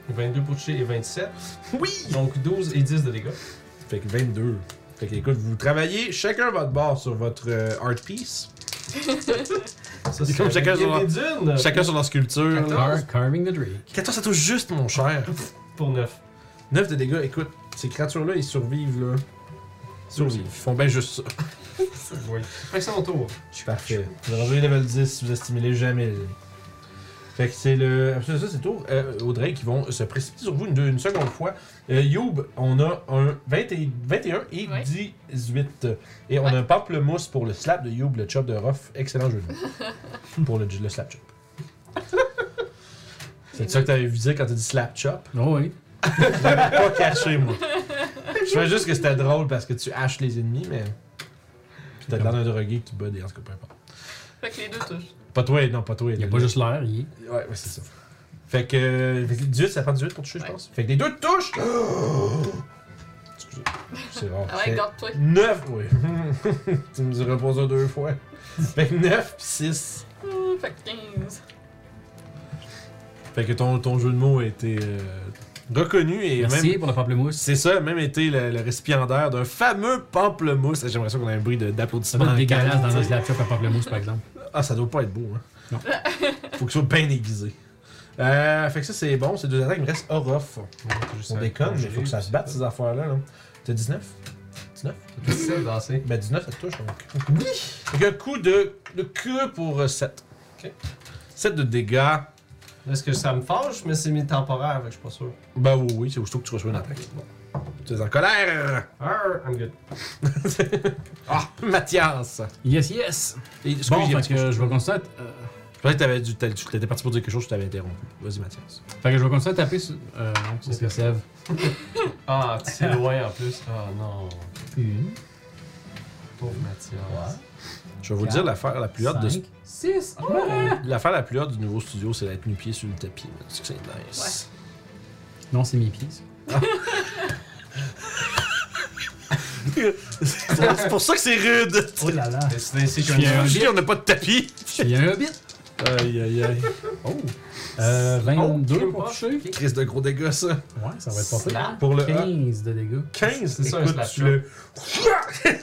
[SPEAKER 3] 22 pour toucher et 27.
[SPEAKER 1] Oui!
[SPEAKER 3] Donc 12 et 10 de dégâts.
[SPEAKER 1] Fait que 22. Fait que écoute, vous travaillez chacun votre bord sur votre euh, art piece.
[SPEAKER 3] Ça,
[SPEAKER 1] comme chacun
[SPEAKER 3] avec
[SPEAKER 1] sur
[SPEAKER 3] les dunes.
[SPEAKER 1] Chacun sur leur sculpture.
[SPEAKER 3] Quatorze.
[SPEAKER 4] Car- carving the Drake.
[SPEAKER 1] 14, Euh, ça touche juste, mon cher.
[SPEAKER 3] Pour 9.
[SPEAKER 1] 9 de dégâts, écoute, ces créatures-là, ils survivent, là. Ils survivent. Ils font bien juste ça.
[SPEAKER 3] Oui. Fait que c'est mon tour.
[SPEAKER 1] Je suis parfait. Vous avez level 10 si vous estimez jamais. le- Fait que c'est le. Ça, ça, c'est tout. Euh, Audrey qui vont se précipiter sur vous une, deux- une seconde fois. Euh, Youb, on a un 20 et- 21 et
[SPEAKER 2] Ouais.
[SPEAKER 1] 18. Et on
[SPEAKER 2] Ouais.
[SPEAKER 1] a un pamplemousse pour le slap de Youb, le chop de Ruff. Excellent jeu de mots. pour le, le slap chop. c'est ça que t'avais vu dire quand t'as dit slap chop?
[SPEAKER 4] Oh oui.
[SPEAKER 1] Je l'avais pas caché, moi. Je fais juste que c'était drôle parce que tu haches les ennemis, mais. Puis t'as l'air d'un drogué qui bat des. En tout cas, peu importe.
[SPEAKER 2] Fait que les deux touchent.
[SPEAKER 1] Pas toi, non, pas toi.
[SPEAKER 4] Il n'y a
[SPEAKER 1] le-
[SPEAKER 4] pas juste l'air, il est.
[SPEAKER 1] Ouais, ouais, c'est ça. Fait que. euh, fait que 18, ça prend 18 pour toucher, je
[SPEAKER 2] Ouais.
[SPEAKER 1] pense. Fait que les deux
[SPEAKER 2] <gasps>
[SPEAKER 1] touchent! Excusez. C'est rare.
[SPEAKER 2] Ah ouais, garde-toi.
[SPEAKER 1] 9, oui. <laughs> tu me diras pas ça deux fois. Fait que 9 pis 6.
[SPEAKER 2] Hum, Fait que 15.
[SPEAKER 1] Fait que ton, ton jeu de mots a été euh, reconnu et
[SPEAKER 4] Merci
[SPEAKER 1] même.
[SPEAKER 4] pour le pamplemousse.
[SPEAKER 1] C'est ça, même été le, le récipiendaire d'un fameux pamplemousse. J'aimerais ça qu'on ait un bruit de-
[SPEAKER 4] Ça doit
[SPEAKER 1] d'applaudissement.
[SPEAKER 4] être dégueulasse dans un slap chop à pamplemousse, par exemple.
[SPEAKER 1] Ah, ça doit pas être beau, hein?
[SPEAKER 4] Non.
[SPEAKER 1] <laughs> Faut qu'il soit bien aiguisé. Euh, fait que ça, c'est bon, c'est deux attaques. Il me reste Orof. On déconne, mais faut que ça se batte, ces affaires-là. là. T'as 19 19
[SPEAKER 3] C'est de danser.
[SPEAKER 1] Ben, 19, ça te touche, donc. Oui Fait un coup de, de queue pour euh, 7.
[SPEAKER 3] Ok.
[SPEAKER 1] 7 de dégâts.
[SPEAKER 3] Est-ce que ça me fâche, mais c'est mis temporaire, fait que je suis pas sûr.
[SPEAKER 1] Ben oui, oui, c'est aussitôt que tu reçois une attaque. Tu es en colère
[SPEAKER 3] Arr, I'm good.
[SPEAKER 1] Ah, Mathias
[SPEAKER 4] Yes, yes!
[SPEAKER 1] Et-
[SPEAKER 4] Bon,
[SPEAKER 1] j'ai-
[SPEAKER 4] fait que je vais continuer à, euh,
[SPEAKER 1] Je pensais que t'avais dû- t'as- tu étais parti pour dire quelque chose, je t'avais interrompu. Vas-y, Mathias.
[SPEAKER 4] fait que je vais continuer à taper sur. Euh, non, c'est ce que c'est.
[SPEAKER 3] Ah,
[SPEAKER 1] <laughs>
[SPEAKER 3] tu sais loin en plus. Ah non. Pauvre Mathias.
[SPEAKER 1] Je vais vous
[SPEAKER 4] Quatre,
[SPEAKER 1] dire l'affaire la plus haute de ce
[SPEAKER 3] 6.
[SPEAKER 4] Ah
[SPEAKER 1] L'affaire la plus haute du nouveau studio, c'est d'être nu-pied sur le tapis. là. C'est que c'est nice.
[SPEAKER 4] Non, c'est mes pieds. ça.
[SPEAKER 1] <laughs> c'est pour ça que c'est rude.
[SPEAKER 5] Oh là là.
[SPEAKER 3] C'est ainsi
[SPEAKER 4] Je suis un-
[SPEAKER 3] que
[SPEAKER 1] J'ai dit, on n'a pas de tapis.
[SPEAKER 4] <laughs> Il y a un hobbit.
[SPEAKER 1] Aïe, aïe, aïe.
[SPEAKER 4] Oh! Euh, 22 pour toucher.
[SPEAKER 1] Crise de gros dégâts, ça.
[SPEAKER 4] Ouais, ça va être pas Euh,
[SPEAKER 3] Slap.
[SPEAKER 1] Pour le 1.
[SPEAKER 4] 15 de dégâts.
[SPEAKER 1] 15,
[SPEAKER 3] C'est ça, un
[SPEAKER 1] écoute,
[SPEAKER 3] slap
[SPEAKER 1] tu le...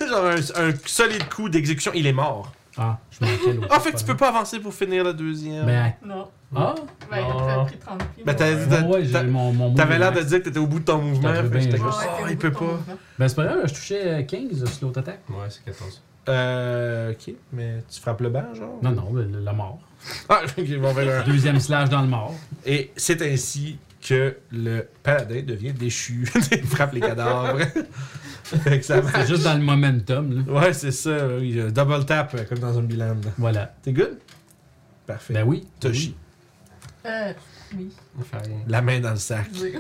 [SPEAKER 1] <laughs> Genre un, un solide coup d'exécution, il est mort.
[SPEAKER 4] Ah, je me rappelle.
[SPEAKER 1] Ah, fait que tu peux pas avancer pour finir la deuxième.
[SPEAKER 4] Ben,
[SPEAKER 2] Non.
[SPEAKER 4] ah!
[SPEAKER 2] Ben,
[SPEAKER 3] Non.
[SPEAKER 2] t'as pris 30 pieds.
[SPEAKER 1] Ben, t'as-
[SPEAKER 4] Ouais, ouais, j'ai
[SPEAKER 1] t'a-
[SPEAKER 4] mon, mon
[SPEAKER 1] T'avais
[SPEAKER 4] mouvement.
[SPEAKER 1] l'air de dire que t'étais au bout de ton mouvement.
[SPEAKER 4] T'avais
[SPEAKER 1] fait que
[SPEAKER 4] bien-
[SPEAKER 1] j'étais
[SPEAKER 4] Ouais,
[SPEAKER 1] comme,
[SPEAKER 2] Ah ouais,
[SPEAKER 1] oh,
[SPEAKER 2] t'es au
[SPEAKER 1] il
[SPEAKER 2] bout
[SPEAKER 1] peut
[SPEAKER 2] de ton
[SPEAKER 1] pas.
[SPEAKER 2] mouvement.
[SPEAKER 4] Ben, c'est pas grave, je touchais 15 sur l'autre attaque.
[SPEAKER 3] Ouais, c'est 14.
[SPEAKER 1] Euh, ok, mais tu frappes le banc, genre
[SPEAKER 4] Non, non, le- le- la mort.
[SPEAKER 1] Ah, <laughs> ok, bon, ben, là.
[SPEAKER 4] Deuxième slash dans le mort.
[SPEAKER 1] Et c'est ainsi que le paladin devient déchu. <laughs> Il frappe les
[SPEAKER 4] <laughs>
[SPEAKER 1] cadavres. fait que ça
[SPEAKER 4] C'est
[SPEAKER 1] marche.
[SPEAKER 4] juste dans le momentum, là.
[SPEAKER 1] Ouais, c'est ça. oui, euh, double tap, euh, comme dans Zombieland.
[SPEAKER 4] Voilà.
[SPEAKER 1] T'es good? Parfait.
[SPEAKER 4] Ben oui.
[SPEAKER 1] Toshi,
[SPEAKER 2] Euh, oui.
[SPEAKER 3] On fait rien.
[SPEAKER 1] la main dans le sac.
[SPEAKER 2] J'ai-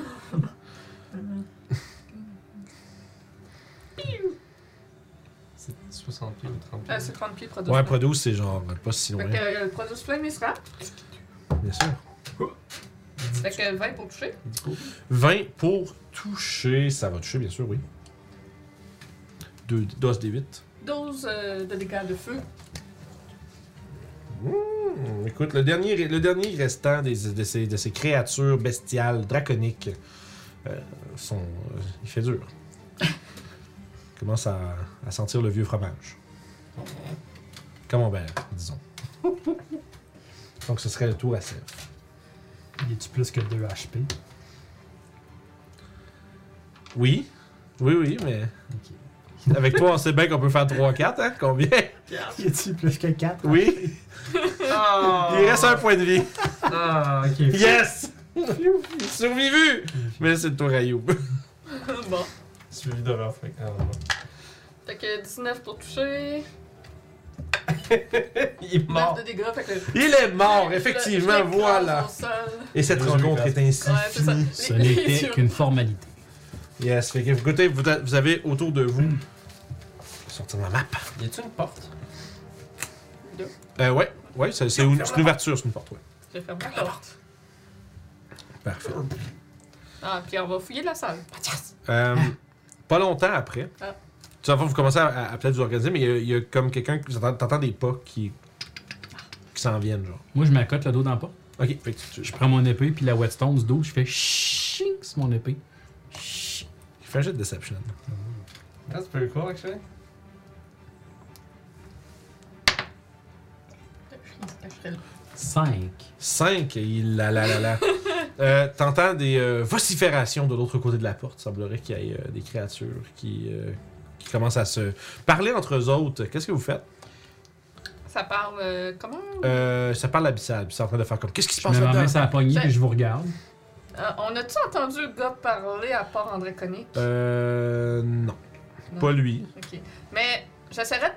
[SPEAKER 3] C'est 60 pieds ou 30 pieds.
[SPEAKER 2] Euh, c'est 30 pieds, produit.
[SPEAKER 1] Ouais, Produce, c'est genre euh, pas si
[SPEAKER 2] Fait
[SPEAKER 1] loin.
[SPEAKER 2] que euh, le produit flame, il se frappe.
[SPEAKER 1] Bien sûr.
[SPEAKER 2] Fait que 20 pour toucher.
[SPEAKER 1] 20 pour toucher. Ça va toucher, bien sûr, oui. 2 DOS D8.
[SPEAKER 2] 12 euh, de dégâts de feu. <laughs>
[SPEAKER 1] Hmm, écoute, le dernier, le dernier restant des- de, ces, de ces créatures bestiales, draconiques, euh, sont, euh, il fait
[SPEAKER 3] <laughs>
[SPEAKER 1] dur. Il commence à, à sentir le vieux fromage. Camembert,
[SPEAKER 3] <laughs>
[SPEAKER 1] disons. Donc ce serait le tour à Sèvres.
[SPEAKER 5] Il est-tu plus que 2 HP?
[SPEAKER 1] Oui. Oui, oui, mais. Avec toi, on sait bien qu'on peut faire 3-4, hein?
[SPEAKER 3] <laughs>
[SPEAKER 1] Combien?
[SPEAKER 5] Y a-t-il plus que 4
[SPEAKER 1] Oui?
[SPEAKER 3] Ah,
[SPEAKER 1] Il reste un point de vie.
[SPEAKER 3] Ah, ok. <laughs>
[SPEAKER 1] Yes! Survivu! Mais c'est le tour à Youb.
[SPEAKER 2] bon.
[SPEAKER 3] Suivi de leur fait. Ah, non.
[SPEAKER 2] Fait que 19
[SPEAKER 1] <laughs>
[SPEAKER 2] pour toucher,
[SPEAKER 3] Il
[SPEAKER 2] 9
[SPEAKER 3] est mort.
[SPEAKER 2] de dégâts, fait que le-
[SPEAKER 1] Il est mort,
[SPEAKER 2] je-
[SPEAKER 1] effectivement,
[SPEAKER 2] je l'écrase
[SPEAKER 1] voilà.
[SPEAKER 2] au sol.
[SPEAKER 1] Et cette rencontre est ainsi.
[SPEAKER 2] Ouais, c'est ça. Les-
[SPEAKER 4] Ce
[SPEAKER 2] les
[SPEAKER 4] n'était
[SPEAKER 2] <laughs> yeux.
[SPEAKER 4] qu'une formalité.
[SPEAKER 1] Yes, fait que écoutez, vous, a- vous avez autour de vous. Sortir la map.
[SPEAKER 3] Y a-tu une porte
[SPEAKER 1] Euh, ouais, ouais, c'est c'est une, c'est une ouverture, c'est une porte, ouais.
[SPEAKER 2] J'ai fermé la porte.
[SPEAKER 1] Parfait.
[SPEAKER 2] Ah, puis on va fouiller la salle. Yes! <laughs>
[SPEAKER 1] Euh, pas longtemps après,
[SPEAKER 2] Ah.
[SPEAKER 1] tu vas voir, vous commencez à, à- à peut-être vous organiser, mais il y a- il y, a comme quelqu'un qui. t'entends- T'entends des pas qui. qui s'en viennent, genre.
[SPEAKER 4] Moi, je m'accote le dos dans le pas.
[SPEAKER 1] Ok, fait que tu, tu-
[SPEAKER 4] Je prends mon épée, puis la whetstone du dos, je fais ching sur mon épée. Ching.
[SPEAKER 1] fais un jet de deception.
[SPEAKER 3] That's pretty cool, actually.
[SPEAKER 4] Cinq.
[SPEAKER 1] 5, il la la la
[SPEAKER 2] <laughs>
[SPEAKER 1] la. Euh, T'entends des euh, vociférations de l'autre côté de la porte. Il semblerait qu'il y ait euh, des créatures qui, euh, qui commencent à se parler entre eux autres. Qu'est-ce que vous faites?
[SPEAKER 2] Ça parle euh, comment
[SPEAKER 1] Euh, ça parle abyssal, puis c'est en train de faire comme. Qu'est-ce qui se
[SPEAKER 4] Je
[SPEAKER 1] passe
[SPEAKER 4] mets ma
[SPEAKER 1] là-dedans?
[SPEAKER 4] main sur la poignée,
[SPEAKER 2] Fait-
[SPEAKER 4] puis je vous regarde.
[SPEAKER 2] Euh, On a-tu entendu le gars parler à part André Connick
[SPEAKER 1] Euh. Non.
[SPEAKER 2] Non.
[SPEAKER 1] Pas lui.
[SPEAKER 2] Ok. Mais j'essaierai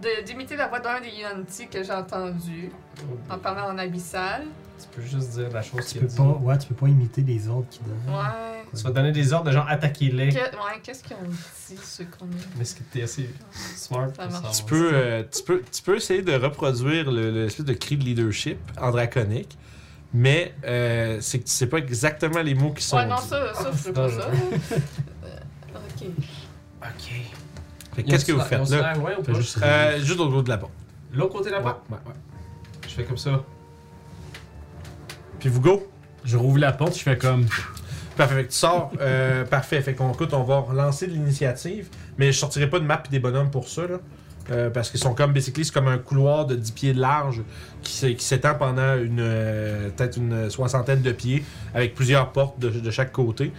[SPEAKER 2] de- d'imiter la voix d'un des Yonti que j'ai entendu en parlant en abyssal.
[SPEAKER 3] Tu peux juste dire la chose
[SPEAKER 5] Tu
[SPEAKER 3] qu'il a
[SPEAKER 5] peux
[SPEAKER 3] dit.
[SPEAKER 5] pas, ouais, tu peux pas imiter les ordres qui donnent.
[SPEAKER 2] Ouais.
[SPEAKER 3] Tu vas donner des ordres de genre attaquez-les.
[SPEAKER 2] Que- ouais, qu'est-ce qu'ils ont dit, ceux qu'on a
[SPEAKER 3] Mais ce qui était assez smart.
[SPEAKER 2] Ça
[SPEAKER 3] pour
[SPEAKER 2] marche.
[SPEAKER 1] Tu
[SPEAKER 3] savoir.
[SPEAKER 1] peux, euh, tu, peux, tu peux essayer de reproduire le- le- l'espèce de cri de leadership en draconique, mais euh, c'est que tu sais pas exactement les mots qui sont.
[SPEAKER 2] Ouais, non,
[SPEAKER 1] dits.
[SPEAKER 2] ça, ça, je
[SPEAKER 3] c'est
[SPEAKER 2] veux pas ça.
[SPEAKER 3] dangereux.
[SPEAKER 2] Euh, ok.
[SPEAKER 3] Ok.
[SPEAKER 1] Fait que Qu'est-ce que vous faites là?
[SPEAKER 3] Ouais, ou
[SPEAKER 4] Fait
[SPEAKER 3] pas?
[SPEAKER 4] juste
[SPEAKER 1] Euh, juste au dos de la porte.
[SPEAKER 3] L'autre côté de la porte.
[SPEAKER 1] Ouais, ouais, ouais.
[SPEAKER 3] Je fais comme ça.
[SPEAKER 1] Puis vous go.
[SPEAKER 4] Je rouvre la porte, je fais comme.
[SPEAKER 1] Parfait, fait que tu sors. euh, parfait, fait qu'on écoute, on va relancer de l'initiative, mais je sortirai pas de map et des bonhommes pour ça, là. Euh, parce qu'ils sont comme, basically, c'est comme un couloir de 10 pieds de large qui se- qui s'étend pendant une, euh, peut-être une soixantaine de pieds, avec plusieurs portes de, de chaque côté.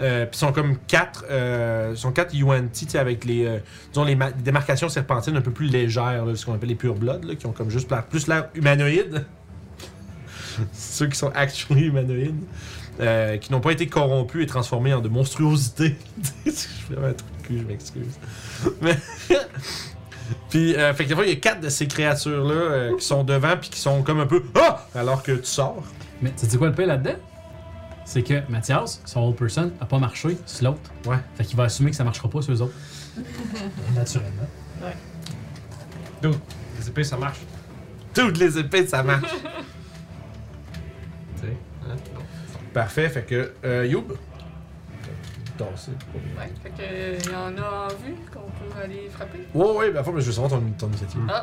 [SPEAKER 1] Euh, Puis ils sont comme quatre, euh, ils sont quatre UNT, tu sais, avec les, euh, disons, les ma- les démarcations serpentines un peu plus légères, là, ce qu'on appelle les pure blood, là, qui ont comme juste l'air- plus l'air humanoïde. <laughs> Ceux qui sont actually humanoïdes euh, qui n'ont pas été corrompus et transformés en de monstruosités. <laughs> je fais vraiment un truc de cul, je m'excuse. Mais... <laughs> puis, euh, fait que des fois, il y a quatre de ces créatures-là euh, qui sont devant puis qui sont comme un peu Ah! Alors que tu sors.
[SPEAKER 4] Mais tu sais quoi le pire là-dedans? C'est que Mathias, son old person, a pas marché sur l'autre.
[SPEAKER 1] Ouais.
[SPEAKER 4] Fait qu'il va assumer que ça marchera pas sur eux autres.
[SPEAKER 5] Naturellement.
[SPEAKER 3] Les épées, ça marche.
[SPEAKER 1] Toutes les épées, ça marche.
[SPEAKER 3] Tu sais. hein? Non.
[SPEAKER 1] Parfait, fait que. Euh, Youb. Tassé.
[SPEAKER 2] Ouais, fait que euh, il y en a en vue qu'on peut aller frapper.
[SPEAKER 1] Ouais, ouais, ben, enfin, je veux savoir ton, ton initiative.
[SPEAKER 2] Ah,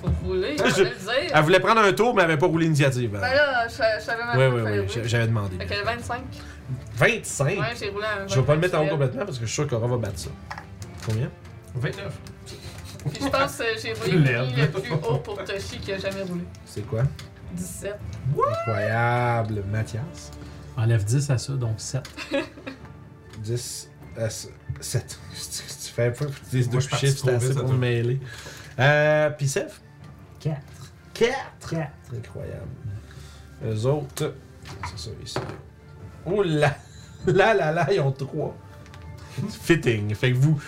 [SPEAKER 2] faut rouler,
[SPEAKER 1] Ah,
[SPEAKER 2] je
[SPEAKER 1] je-
[SPEAKER 2] le dire.
[SPEAKER 1] Elle voulait prendre un tour, mais elle avait pas roulé l'initiative.
[SPEAKER 2] Ben là, je, je savais même
[SPEAKER 1] Oui,
[SPEAKER 2] pas
[SPEAKER 1] oui,
[SPEAKER 2] qu'il fallait
[SPEAKER 1] oui,
[SPEAKER 2] rouler.
[SPEAKER 1] j'avais demandé.
[SPEAKER 2] Fait que le 25.
[SPEAKER 1] 25?
[SPEAKER 2] Ouais, j'ai roulé un 25.
[SPEAKER 1] je vais pas le mettre en haut
[SPEAKER 2] sur elle.
[SPEAKER 1] complètement parce que je suis sûr qu'Aura va battre ça. Combien?
[SPEAKER 3] 29.
[SPEAKER 2] Puis je pense que
[SPEAKER 1] <laughs>
[SPEAKER 2] j'ai roulé
[SPEAKER 3] Tu l'aimes.
[SPEAKER 2] le prix le plus haut pour Toshi qui a jamais roulé.
[SPEAKER 1] C'est quoi?
[SPEAKER 2] 17.
[SPEAKER 1] Incroyable, Mathias.
[SPEAKER 4] Enlève 10 à ça, donc 7.
[SPEAKER 1] 10, <laughs> 7. Tu fais pas pour dire
[SPEAKER 3] Moi,
[SPEAKER 1] deux
[SPEAKER 3] je suis
[SPEAKER 1] chiffres, c'est
[SPEAKER 3] parti trop
[SPEAKER 1] assez
[SPEAKER 3] vite,
[SPEAKER 1] pour
[SPEAKER 3] ça
[SPEAKER 1] me
[SPEAKER 3] doit.
[SPEAKER 1] mêler. Euh, puis Seth?
[SPEAKER 5] 4.
[SPEAKER 1] 4!
[SPEAKER 5] 4.
[SPEAKER 1] Incroyable. Eux autres, c'est ça, ici. Oh là! <laughs> Là, là, là, ils ont 3. <laughs> Fitting. Fait que vous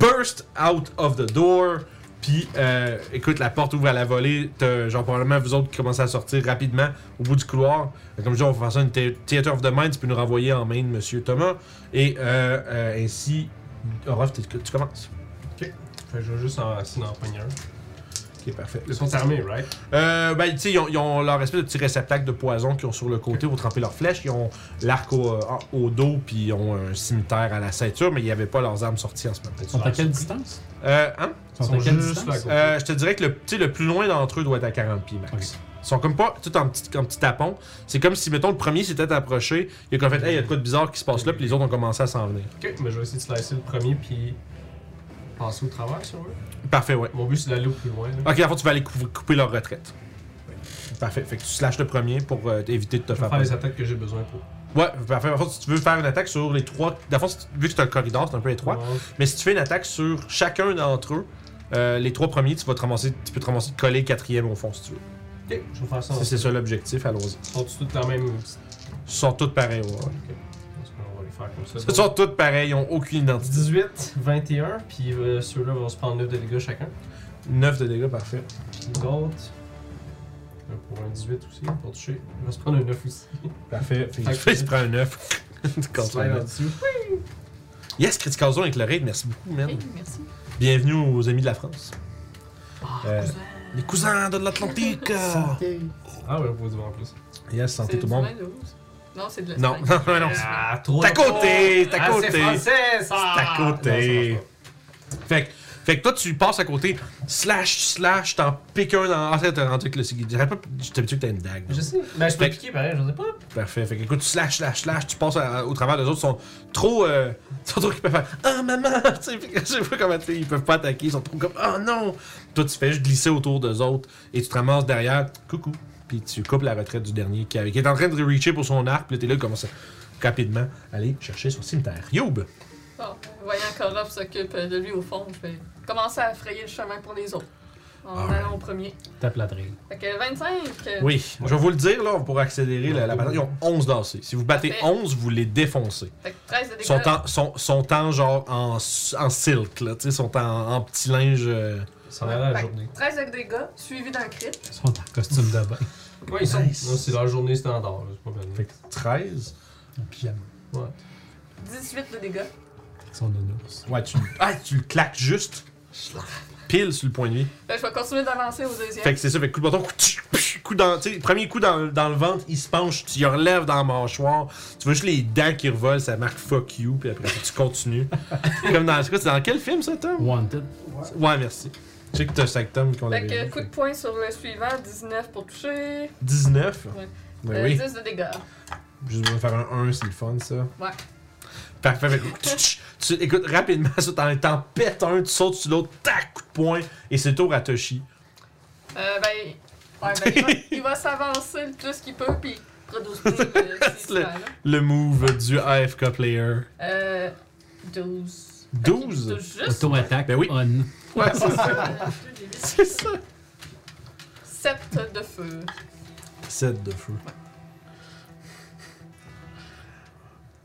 [SPEAKER 1] burst out of the door. Puis, euh, écoute, la porte ouvre à la volée. T'as, genre, probablement, vous autres qui commencez à sortir rapidement au bout du couloir. Comme je dis, on va faire ça une thé- Theater of the Mind. Tu peux nous renvoyer en main, monsieur Thomas. Et euh, euh, ainsi, Orof, tu, tu commences.
[SPEAKER 3] Fait que je vais juste en, sinon en pogner un.
[SPEAKER 1] Ok, parfait.
[SPEAKER 3] Ils sont armés, right?
[SPEAKER 1] Euh, ben, tu sais, ils, ont- ils ont leur espèce de petit réceptacle de poison qu'ils ont sur le côté pour tremper leurs flèches. Ils ont l'arc au, au dos, puis ils ont un cimetière à la ceinture, mais ils n'avaient pas leurs armes sorties en ce moment.
[SPEAKER 3] Fait que
[SPEAKER 4] Ils sont
[SPEAKER 3] tu
[SPEAKER 4] à
[SPEAKER 3] leur-
[SPEAKER 4] quelle distance?
[SPEAKER 1] Euh, hein?
[SPEAKER 4] Ils sont
[SPEAKER 3] Ils
[SPEAKER 4] à
[SPEAKER 3] sont
[SPEAKER 4] quelle
[SPEAKER 3] juste là,
[SPEAKER 4] distance?
[SPEAKER 3] quoi.
[SPEAKER 1] Euh, je te dirais que le, tu sais, le plus loin d'entre eux doit être à 40 pieds max.
[SPEAKER 4] Ok.
[SPEAKER 1] Ils sont comme pas tout en petit, en petit tapon. C'est comme si, mettons, le premier s'était approché, il a comme fait, hey, il y a de quoi de bizarre qui se passe là, puis les autres ont commencé à s'en venir.
[SPEAKER 3] Ok, mais je vais essayer de slicer le premier puis passer au travers sur eux.
[SPEAKER 1] Parfait, ouais.
[SPEAKER 3] Mon but c'est d'aller au plus loin. Là.
[SPEAKER 1] Ok, la fois, tu vas aller cou- couper leur retraite. Parfait. Fait que tu slashes le premier pour euh, éviter de te
[SPEAKER 3] Je vais
[SPEAKER 1] faire
[SPEAKER 3] faire
[SPEAKER 1] peur.
[SPEAKER 3] les attaques que j'ai besoin pour.
[SPEAKER 1] Ouais, ben, parfait. Par contre, si tu veux faire une attaque sur les trois. Dans le fond, si tu- vu que c'est un corridor, c'est un peu étroit. Mais si tu fais une attaque sur chacun d'entre eux, euh, les trois premiers, tu, vas te ramasser, tu peux te ramasser de coller le quatrième au fond si tu veux.
[SPEAKER 3] Ah, Ok, je vais faire ça.
[SPEAKER 1] Si c'est ça l'objectif, allons-y.
[SPEAKER 3] Ils sont tous dans la même. petite-
[SPEAKER 1] Ils sont tous pareils, ouais.
[SPEAKER 3] Ok. Parce qu'on va les faire comme ça.
[SPEAKER 1] Ils sont tous pareils, ils ont aucune identité.
[SPEAKER 3] 18, 21, puis euh, ceux-là vont se prendre 9 de dégâts chacun.
[SPEAKER 1] 9 de dégâts, parfait.
[SPEAKER 3] Puis l'autre. euh, Pour un 18 aussi, pour toucher. Il va se prendre un 9 aussi.
[SPEAKER 1] Parfait. Fait
[SPEAKER 3] Ok.
[SPEAKER 1] que il se prend un <laughs> 9.
[SPEAKER 3] Slide en dessous.
[SPEAKER 1] yes, Critical Zone avec le raid, merci beaucoup, man.
[SPEAKER 7] Hey, merci.
[SPEAKER 1] Bienvenue aux Amis de la France. Euh, les cousins de l'Atlantique!
[SPEAKER 3] <laughs> Ah ouais, vous devant en plus.
[SPEAKER 1] yes, santé
[SPEAKER 2] C'est
[SPEAKER 1] tout
[SPEAKER 2] du
[SPEAKER 1] le monde.
[SPEAKER 2] vin de rose. Non, c'est de la
[SPEAKER 1] Non, non, <laughs> non, non.
[SPEAKER 3] Ah, trop
[SPEAKER 1] T'es à
[SPEAKER 3] de-
[SPEAKER 1] côté, t'es à
[SPEAKER 3] Ah,
[SPEAKER 1] côté.
[SPEAKER 3] C'est français, ça!
[SPEAKER 1] C'est à côté.
[SPEAKER 3] Non,
[SPEAKER 1] Fait que, fait que toi, tu passes à côté, slash, slash, t'en piques un dans. Ah, ça, t'as rendu avec le Sigil. J'aurais pas. J'étais habitué que t'as une dague.
[SPEAKER 3] c'est français. Je sais. Mais je peux
[SPEAKER 1] Fait que-
[SPEAKER 3] piquer pareil, je sais pas.
[SPEAKER 1] Parfait. Fait que, écoute, tu slash, slash, slash, tu passes à- au travers. Les autres sont trop. Euh, <laughs> ils sont trop occupés à faire Ah, maman! <laughs> Tu sais, fait que je sais pas comment tu sais, Ils peuvent pas attaquer. Ils sont trop comme Oh non! Toi, tu fais juste glisser autour d'eux autres et tu te ramasses derrière. Coucou. Puis tu coupes la retraite du dernier qui, qui est en train de reacher pour son arc. Puis là, t'es là, il commence à rapidement aller chercher son cimetière. Youb!
[SPEAKER 2] Bon, voyant qu'Orof s'occupe de lui au fond, je vais commencer à frayer le chemin pour les autres. En
[SPEAKER 1] Alright.
[SPEAKER 2] allant au premier.
[SPEAKER 4] Tape la drill.
[SPEAKER 2] Fait que 25. euh,
[SPEAKER 1] Ah. Oui, je vais vous le dire, là, pour accélérer la, la bataille, ils ont 11 dansés. Si vous battez
[SPEAKER 2] Parfait.
[SPEAKER 1] 11, vous les défoncez.
[SPEAKER 2] Fait que 13 de dégâts.
[SPEAKER 1] Sont en, sont, sont en genre en, s- en silk, là, tu sais, sont en, en petit linge. euh,
[SPEAKER 3] Ça en allait la
[SPEAKER 2] Fait que
[SPEAKER 3] journée.
[SPEAKER 2] 13 de dégâts, suivi d'un crit.
[SPEAKER 4] Ils sont en costume de bain.
[SPEAKER 3] Ouais, ils sont.
[SPEAKER 1] Nice.
[SPEAKER 3] Non, c'est leur journée standard, là, c'est pas bien.
[SPEAKER 1] Fait que 13.
[SPEAKER 5] Un pyjama.
[SPEAKER 2] 18 de dégâts.
[SPEAKER 4] Ils sont nounours.
[SPEAKER 1] Ouais, tu, ah, tu le claques juste. Pile sur le point de vie.
[SPEAKER 2] Fait que je vais continuer d'avancer au deuxième.
[SPEAKER 1] Fait que c'est ça, fait que coup de bâton, coup, tch, pch, coup dans, tu sais, premier coup dans, dans le ventre, il se penche, tu le relèves dans le mâchoire, tu vois juste les dents qui revolent, ça marque fuck you, puis après ça, tu
[SPEAKER 2] <laughs>
[SPEAKER 1] continues. Comme dans, c'est quoi, c'est dans quel film ça, Tom?
[SPEAKER 4] Wanted.
[SPEAKER 1] Ouais, merci. Je sais que t'as ça, Tom, qu'on
[SPEAKER 2] Fait
[SPEAKER 1] avait
[SPEAKER 2] que
[SPEAKER 1] vu.
[SPEAKER 2] coup de poing sur le suivant, 19 pour toucher,
[SPEAKER 1] 19.
[SPEAKER 2] Ouais.
[SPEAKER 1] Ben
[SPEAKER 2] euh,
[SPEAKER 1] oui.
[SPEAKER 2] 10 de dégâts.
[SPEAKER 1] Juste pour faire un 1, c'est le fun, ça.
[SPEAKER 2] Ouais.
[SPEAKER 1] Parfait. Fait <laughs> que tu- tu- tu, écoute, rapidement, ça, t'en, t'en pètes un, tu sautes sur l'autre, tac, coup de poing, et c'est tour à Toshi.
[SPEAKER 2] Euh, ben, ouais, ben,
[SPEAKER 1] <laughs>
[SPEAKER 2] il va- il va, s'avancer le plus qu'il peut, puis produire euh, s'il se fait, là.
[SPEAKER 1] Le move du AFK player.
[SPEAKER 2] Euh, 12.
[SPEAKER 1] 12?
[SPEAKER 2] Fait qu'il touche juste
[SPEAKER 4] Auto-attaque.
[SPEAKER 1] Ben oui.
[SPEAKER 4] On.
[SPEAKER 1] Ouais, c'est ça. c'est <laughs> ça.
[SPEAKER 2] 7 de feu.
[SPEAKER 1] 7 de feu.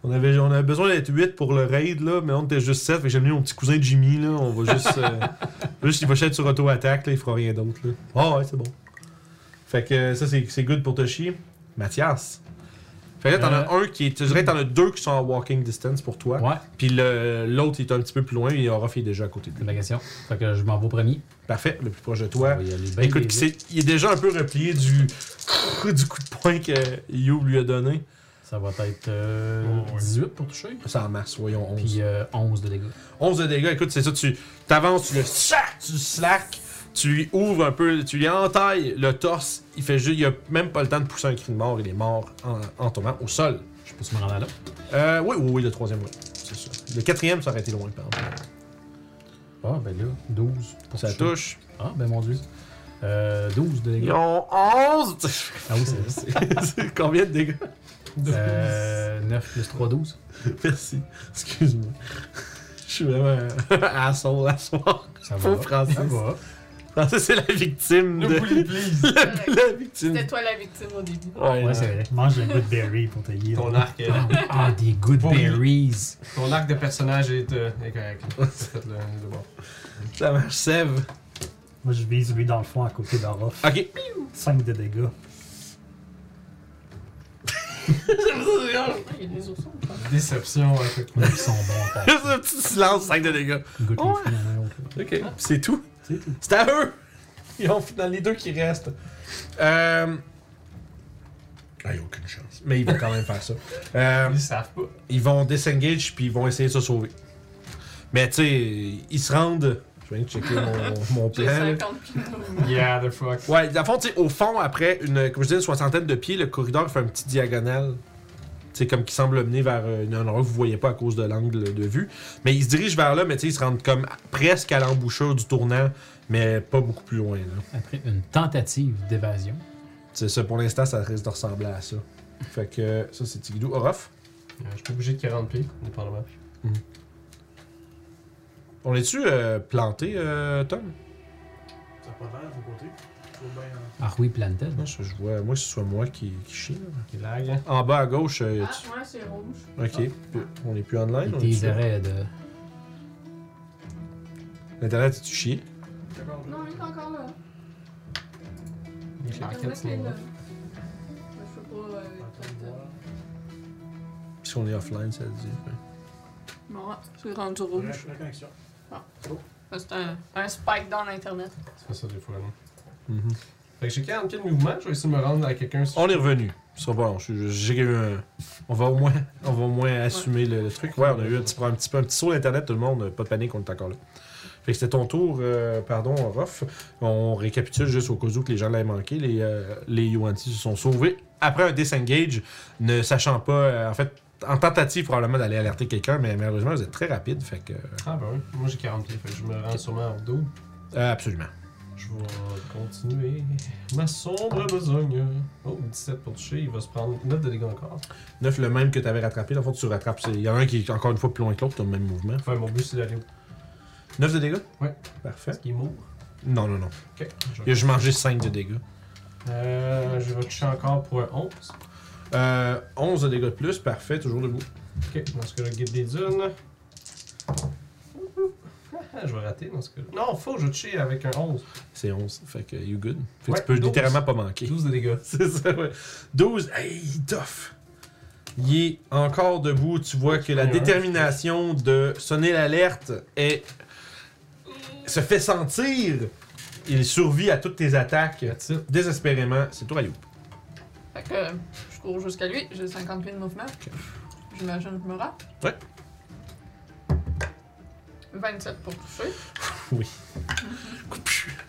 [SPEAKER 1] On avait, on avait besoin d'être 8 pour le raid, là, mais on était juste 7. Fait que j'ai mis mon petit cousin Jimmy, là. On va juste.
[SPEAKER 4] <laughs>
[SPEAKER 1] euh, juste, il va chier sur auto-attaque, là. Il fera rien d'autre, là. Ah ouais, c'est bon. Fait que euh, ça, c'est c'est good pour Toshi. Mathias. Fait que là, t'en as
[SPEAKER 4] Euh.
[SPEAKER 1] un qui est. Je dirais que t'en as deux qui sont à walking distance pour toi.
[SPEAKER 4] Ouais,
[SPEAKER 1] Puis le- l'autre, il est un petit peu plus loin. Et Orof, il est déjà à côté de
[SPEAKER 4] c'est
[SPEAKER 1] lui.
[SPEAKER 4] la question. Fait que je m'en vais au premier.
[SPEAKER 1] Parfait, le plus proche de toi.
[SPEAKER 4] On va y aller bien
[SPEAKER 1] Écoute,
[SPEAKER 4] basic.
[SPEAKER 1] pis c'est- il est déjà un peu replié du, du coup de poing que You lui a donné.
[SPEAKER 4] Ça va être euh,
[SPEAKER 3] Oh, ouais.
[SPEAKER 4] 18 pour toucher.
[SPEAKER 1] Ça en masse, voyons, 11.
[SPEAKER 4] Puis euh, 11 de dégâts.
[SPEAKER 1] 11 de dégâts, écoute, c'est ça, tu t'avances, tu le sac, tu le slack, tu lui ouvres un peu, tu lui entailles le torse, il fait juste, il a même pas le temps de pousser un cri de mort, il est mort en, en tombant au sol.
[SPEAKER 4] Je peux se me rendre à là.
[SPEAKER 1] Euh, oui, oui, oui, le troisième, oui, c'est ça. Le quatrième, ça aurait été loin, par exemple.
[SPEAKER 4] Ah, ben là, 12 pour
[SPEAKER 1] Ça
[SPEAKER 4] toucher.
[SPEAKER 1] touche.
[SPEAKER 4] Ah, ben mon dieu. Euh, 12 de
[SPEAKER 1] Ils
[SPEAKER 4] dégâts.
[SPEAKER 1] ont 11!
[SPEAKER 4] Ah oui, c'est
[SPEAKER 1] <laughs> C'est Combien de dégâts?
[SPEAKER 4] euh, 9 plus 3, 12.
[SPEAKER 1] Merci. Excuse-moi. <laughs> Je suis vraiment un <laughs> asshole à soir.
[SPEAKER 4] Ça va.
[SPEAKER 1] Pauvre Francis.
[SPEAKER 4] Ça va.
[SPEAKER 1] <laughs> Francis, c'est la victime de.
[SPEAKER 2] Correct.
[SPEAKER 1] <laughs> la victime.
[SPEAKER 2] C'était toi la victime au début.
[SPEAKER 1] Ouais,
[SPEAKER 4] Ouais,
[SPEAKER 1] non.
[SPEAKER 4] c'est vrai.
[SPEAKER 5] Mange un goût de berry pour tailler.
[SPEAKER 3] Ton
[SPEAKER 1] <laughs>
[SPEAKER 3] arc, euh,
[SPEAKER 4] Ah, des good
[SPEAKER 3] Bon.
[SPEAKER 4] berries.
[SPEAKER 3] ton arc de personnage est, euh, est correct. C'est fait le, le bon.
[SPEAKER 1] Ça marche, Sève.
[SPEAKER 5] Moi, je vise lui dans le fond à côté d'Orof.
[SPEAKER 1] Ok. <laughs>
[SPEAKER 5] 5 de dégâts.
[SPEAKER 2] Ah, Il y a des oursons.
[SPEAKER 3] Déception, ouais, fait que-
[SPEAKER 4] Ils sont bons.
[SPEAKER 1] Juste un petit silence, 5 de dégâts.
[SPEAKER 4] Good
[SPEAKER 1] Ouais.
[SPEAKER 4] confus, il y en a un autre.
[SPEAKER 1] Ok. C'est tout. C'est à eux. Ils ont dans les deux qui restent. Euh. Ah, ils ont aucune chance. Mais ils vont quand même faire <laughs> ça. Euh,
[SPEAKER 3] Ils savent pas.
[SPEAKER 1] ils vont disengage puis ils vont essayer de se sauver. Mais tu sais, ils se rendent. Je viens de checker mon, mon plan.
[SPEAKER 2] J'ai
[SPEAKER 1] là.
[SPEAKER 2] 50 kilos.
[SPEAKER 3] Yeah, the fuck.
[SPEAKER 1] Ouais, dans le fond, tu sais, au fond, après une, comme je dis, une soixantaine de pieds, le corridor fait un petit diagonale. Tu sais, comme qui semble mener vers euh, un endroit que vous voyez pas à cause de l'angle de vue. Mais ils se dirigent vers là, mais tu sais, ils se rendent comme presque à l'embouchure du tournant, mais pas beaucoup plus loin. là.
[SPEAKER 4] Après une tentative d'évasion.
[SPEAKER 1] C'est ça, pour l'instant, ça risque de ressembler à ça. Fait que ça, c'est Tigidou. Orof,
[SPEAKER 3] Euh, je peux bouger de 40 pieds, dépendamment.
[SPEAKER 1] on est-tu euh, planté, euh, Tom
[SPEAKER 5] Ça a pas l'air de vos côtés. Faut bien, euh,
[SPEAKER 4] Ah oui, Planted.
[SPEAKER 1] Moi, je, je vois, moi, que ce soit moi qui, qui chie. là.
[SPEAKER 3] Il lag. hein?
[SPEAKER 1] En bas à gauche, euh, y
[SPEAKER 2] Ah,
[SPEAKER 1] a-tu-
[SPEAKER 2] ouais, c'est rouge.
[SPEAKER 1] Ok, puis on est plus online. on est plus-
[SPEAKER 4] T'es raide.
[SPEAKER 1] L'internet, est-tu chié
[SPEAKER 5] d'accord,
[SPEAKER 2] Non, il est encore là.
[SPEAKER 3] Il lag.
[SPEAKER 2] Internet, il est
[SPEAKER 3] hein,
[SPEAKER 2] là. Je sais pas. euh, peut-être, euh,
[SPEAKER 1] Puisqu'on est offline, ça dit. ouais.
[SPEAKER 2] Bon, ouais, c'est rendu
[SPEAKER 5] je
[SPEAKER 2] rouge.
[SPEAKER 5] lâche la connexion.
[SPEAKER 2] C'est un, un spike dans l'Internet.
[SPEAKER 3] Tu fais ça des fois, non?
[SPEAKER 1] Mhm.
[SPEAKER 3] Fait que j'ai 40 pieds de mouvement, je vais essayer de me rendre à quelqu'un. si-
[SPEAKER 1] On est revenu. Ce sera pas long. Je- je- J'ai eu un- On va au moins, <laughs> on va au moins assumer le, le truc. Ouais, on a eu un petit, un petit, peu- un petit saut d'internet, tout le monde. Pas de panique, on est encore là. Fait que c'était ton tour, euh, pardon, Rof. On récapitule juste au cas où que les gens l'avaient manqué. Les, euh, les UNT se sont sauvés. Après un disengage, ne sachant pas, euh, en fait, en tentative probablement d'aller alerter quelqu'un, mais malheureusement, vous êtes très rapide. Fait que.
[SPEAKER 3] Ah, ben oui. Moi, j'ai 40 pieds, fait que je me rends sûrement hors dos.
[SPEAKER 1] euh, absolument.
[SPEAKER 3] Je vais continuer ma sombre besogne. Oh, 17 pour toucher, il va se prendre 9 de dégâts encore.
[SPEAKER 1] Neuf, le même que tu avais rattrapé. Dans le fond, tu rattrapes. c'est- Il y en a un qui est encore une fois plus loin que l'autre, t'as le même mouvement.
[SPEAKER 3] Enfin, mon but, c'est d'aller où
[SPEAKER 1] 9 de dégâts
[SPEAKER 3] Ouais.
[SPEAKER 1] Parfait.
[SPEAKER 3] Est-ce qu'il mourra
[SPEAKER 1] Non, non, non.
[SPEAKER 3] Ok. Je
[SPEAKER 1] Et
[SPEAKER 3] vais,
[SPEAKER 1] Je mangeais 5 de dégâts.
[SPEAKER 3] euh, je vais toucher encore pour un 11.
[SPEAKER 1] Euh, 11 de dégâts de plus, parfait, toujours debout.
[SPEAKER 3] Ok, dans ce cas-là, guide des dunes. <laughs> Ouhou. Ah, Je vais rater dans ce cas-là. Non, faut, je vais toucher avec un 11.
[SPEAKER 1] C'est 11, fait que you good. Fait que
[SPEAKER 3] Ouais,
[SPEAKER 1] tu peux
[SPEAKER 3] 12.
[SPEAKER 1] littéralement pas manquer.
[SPEAKER 3] 12 de dégâts.
[SPEAKER 1] <laughs> C'est ça, ouais. 12, hey, il est tough. Il est encore debout, tu vois que la
[SPEAKER 3] Ouais, ouais.
[SPEAKER 1] détermination de sonner l'alerte est... se fait sentir. Il survit à toutes tes attaques.
[SPEAKER 3] That's it.
[SPEAKER 1] Désespérément, c'est toi, Ayoub.
[SPEAKER 2] Fait que euh, je cours jusqu'à lui, j'ai 50 pieds de mouvement. J'imagine que je me rends.
[SPEAKER 1] Ouais.
[SPEAKER 2] 27 pour toucher.
[SPEAKER 1] <laughs>
[SPEAKER 2] <laughs>
[SPEAKER 1] Oui.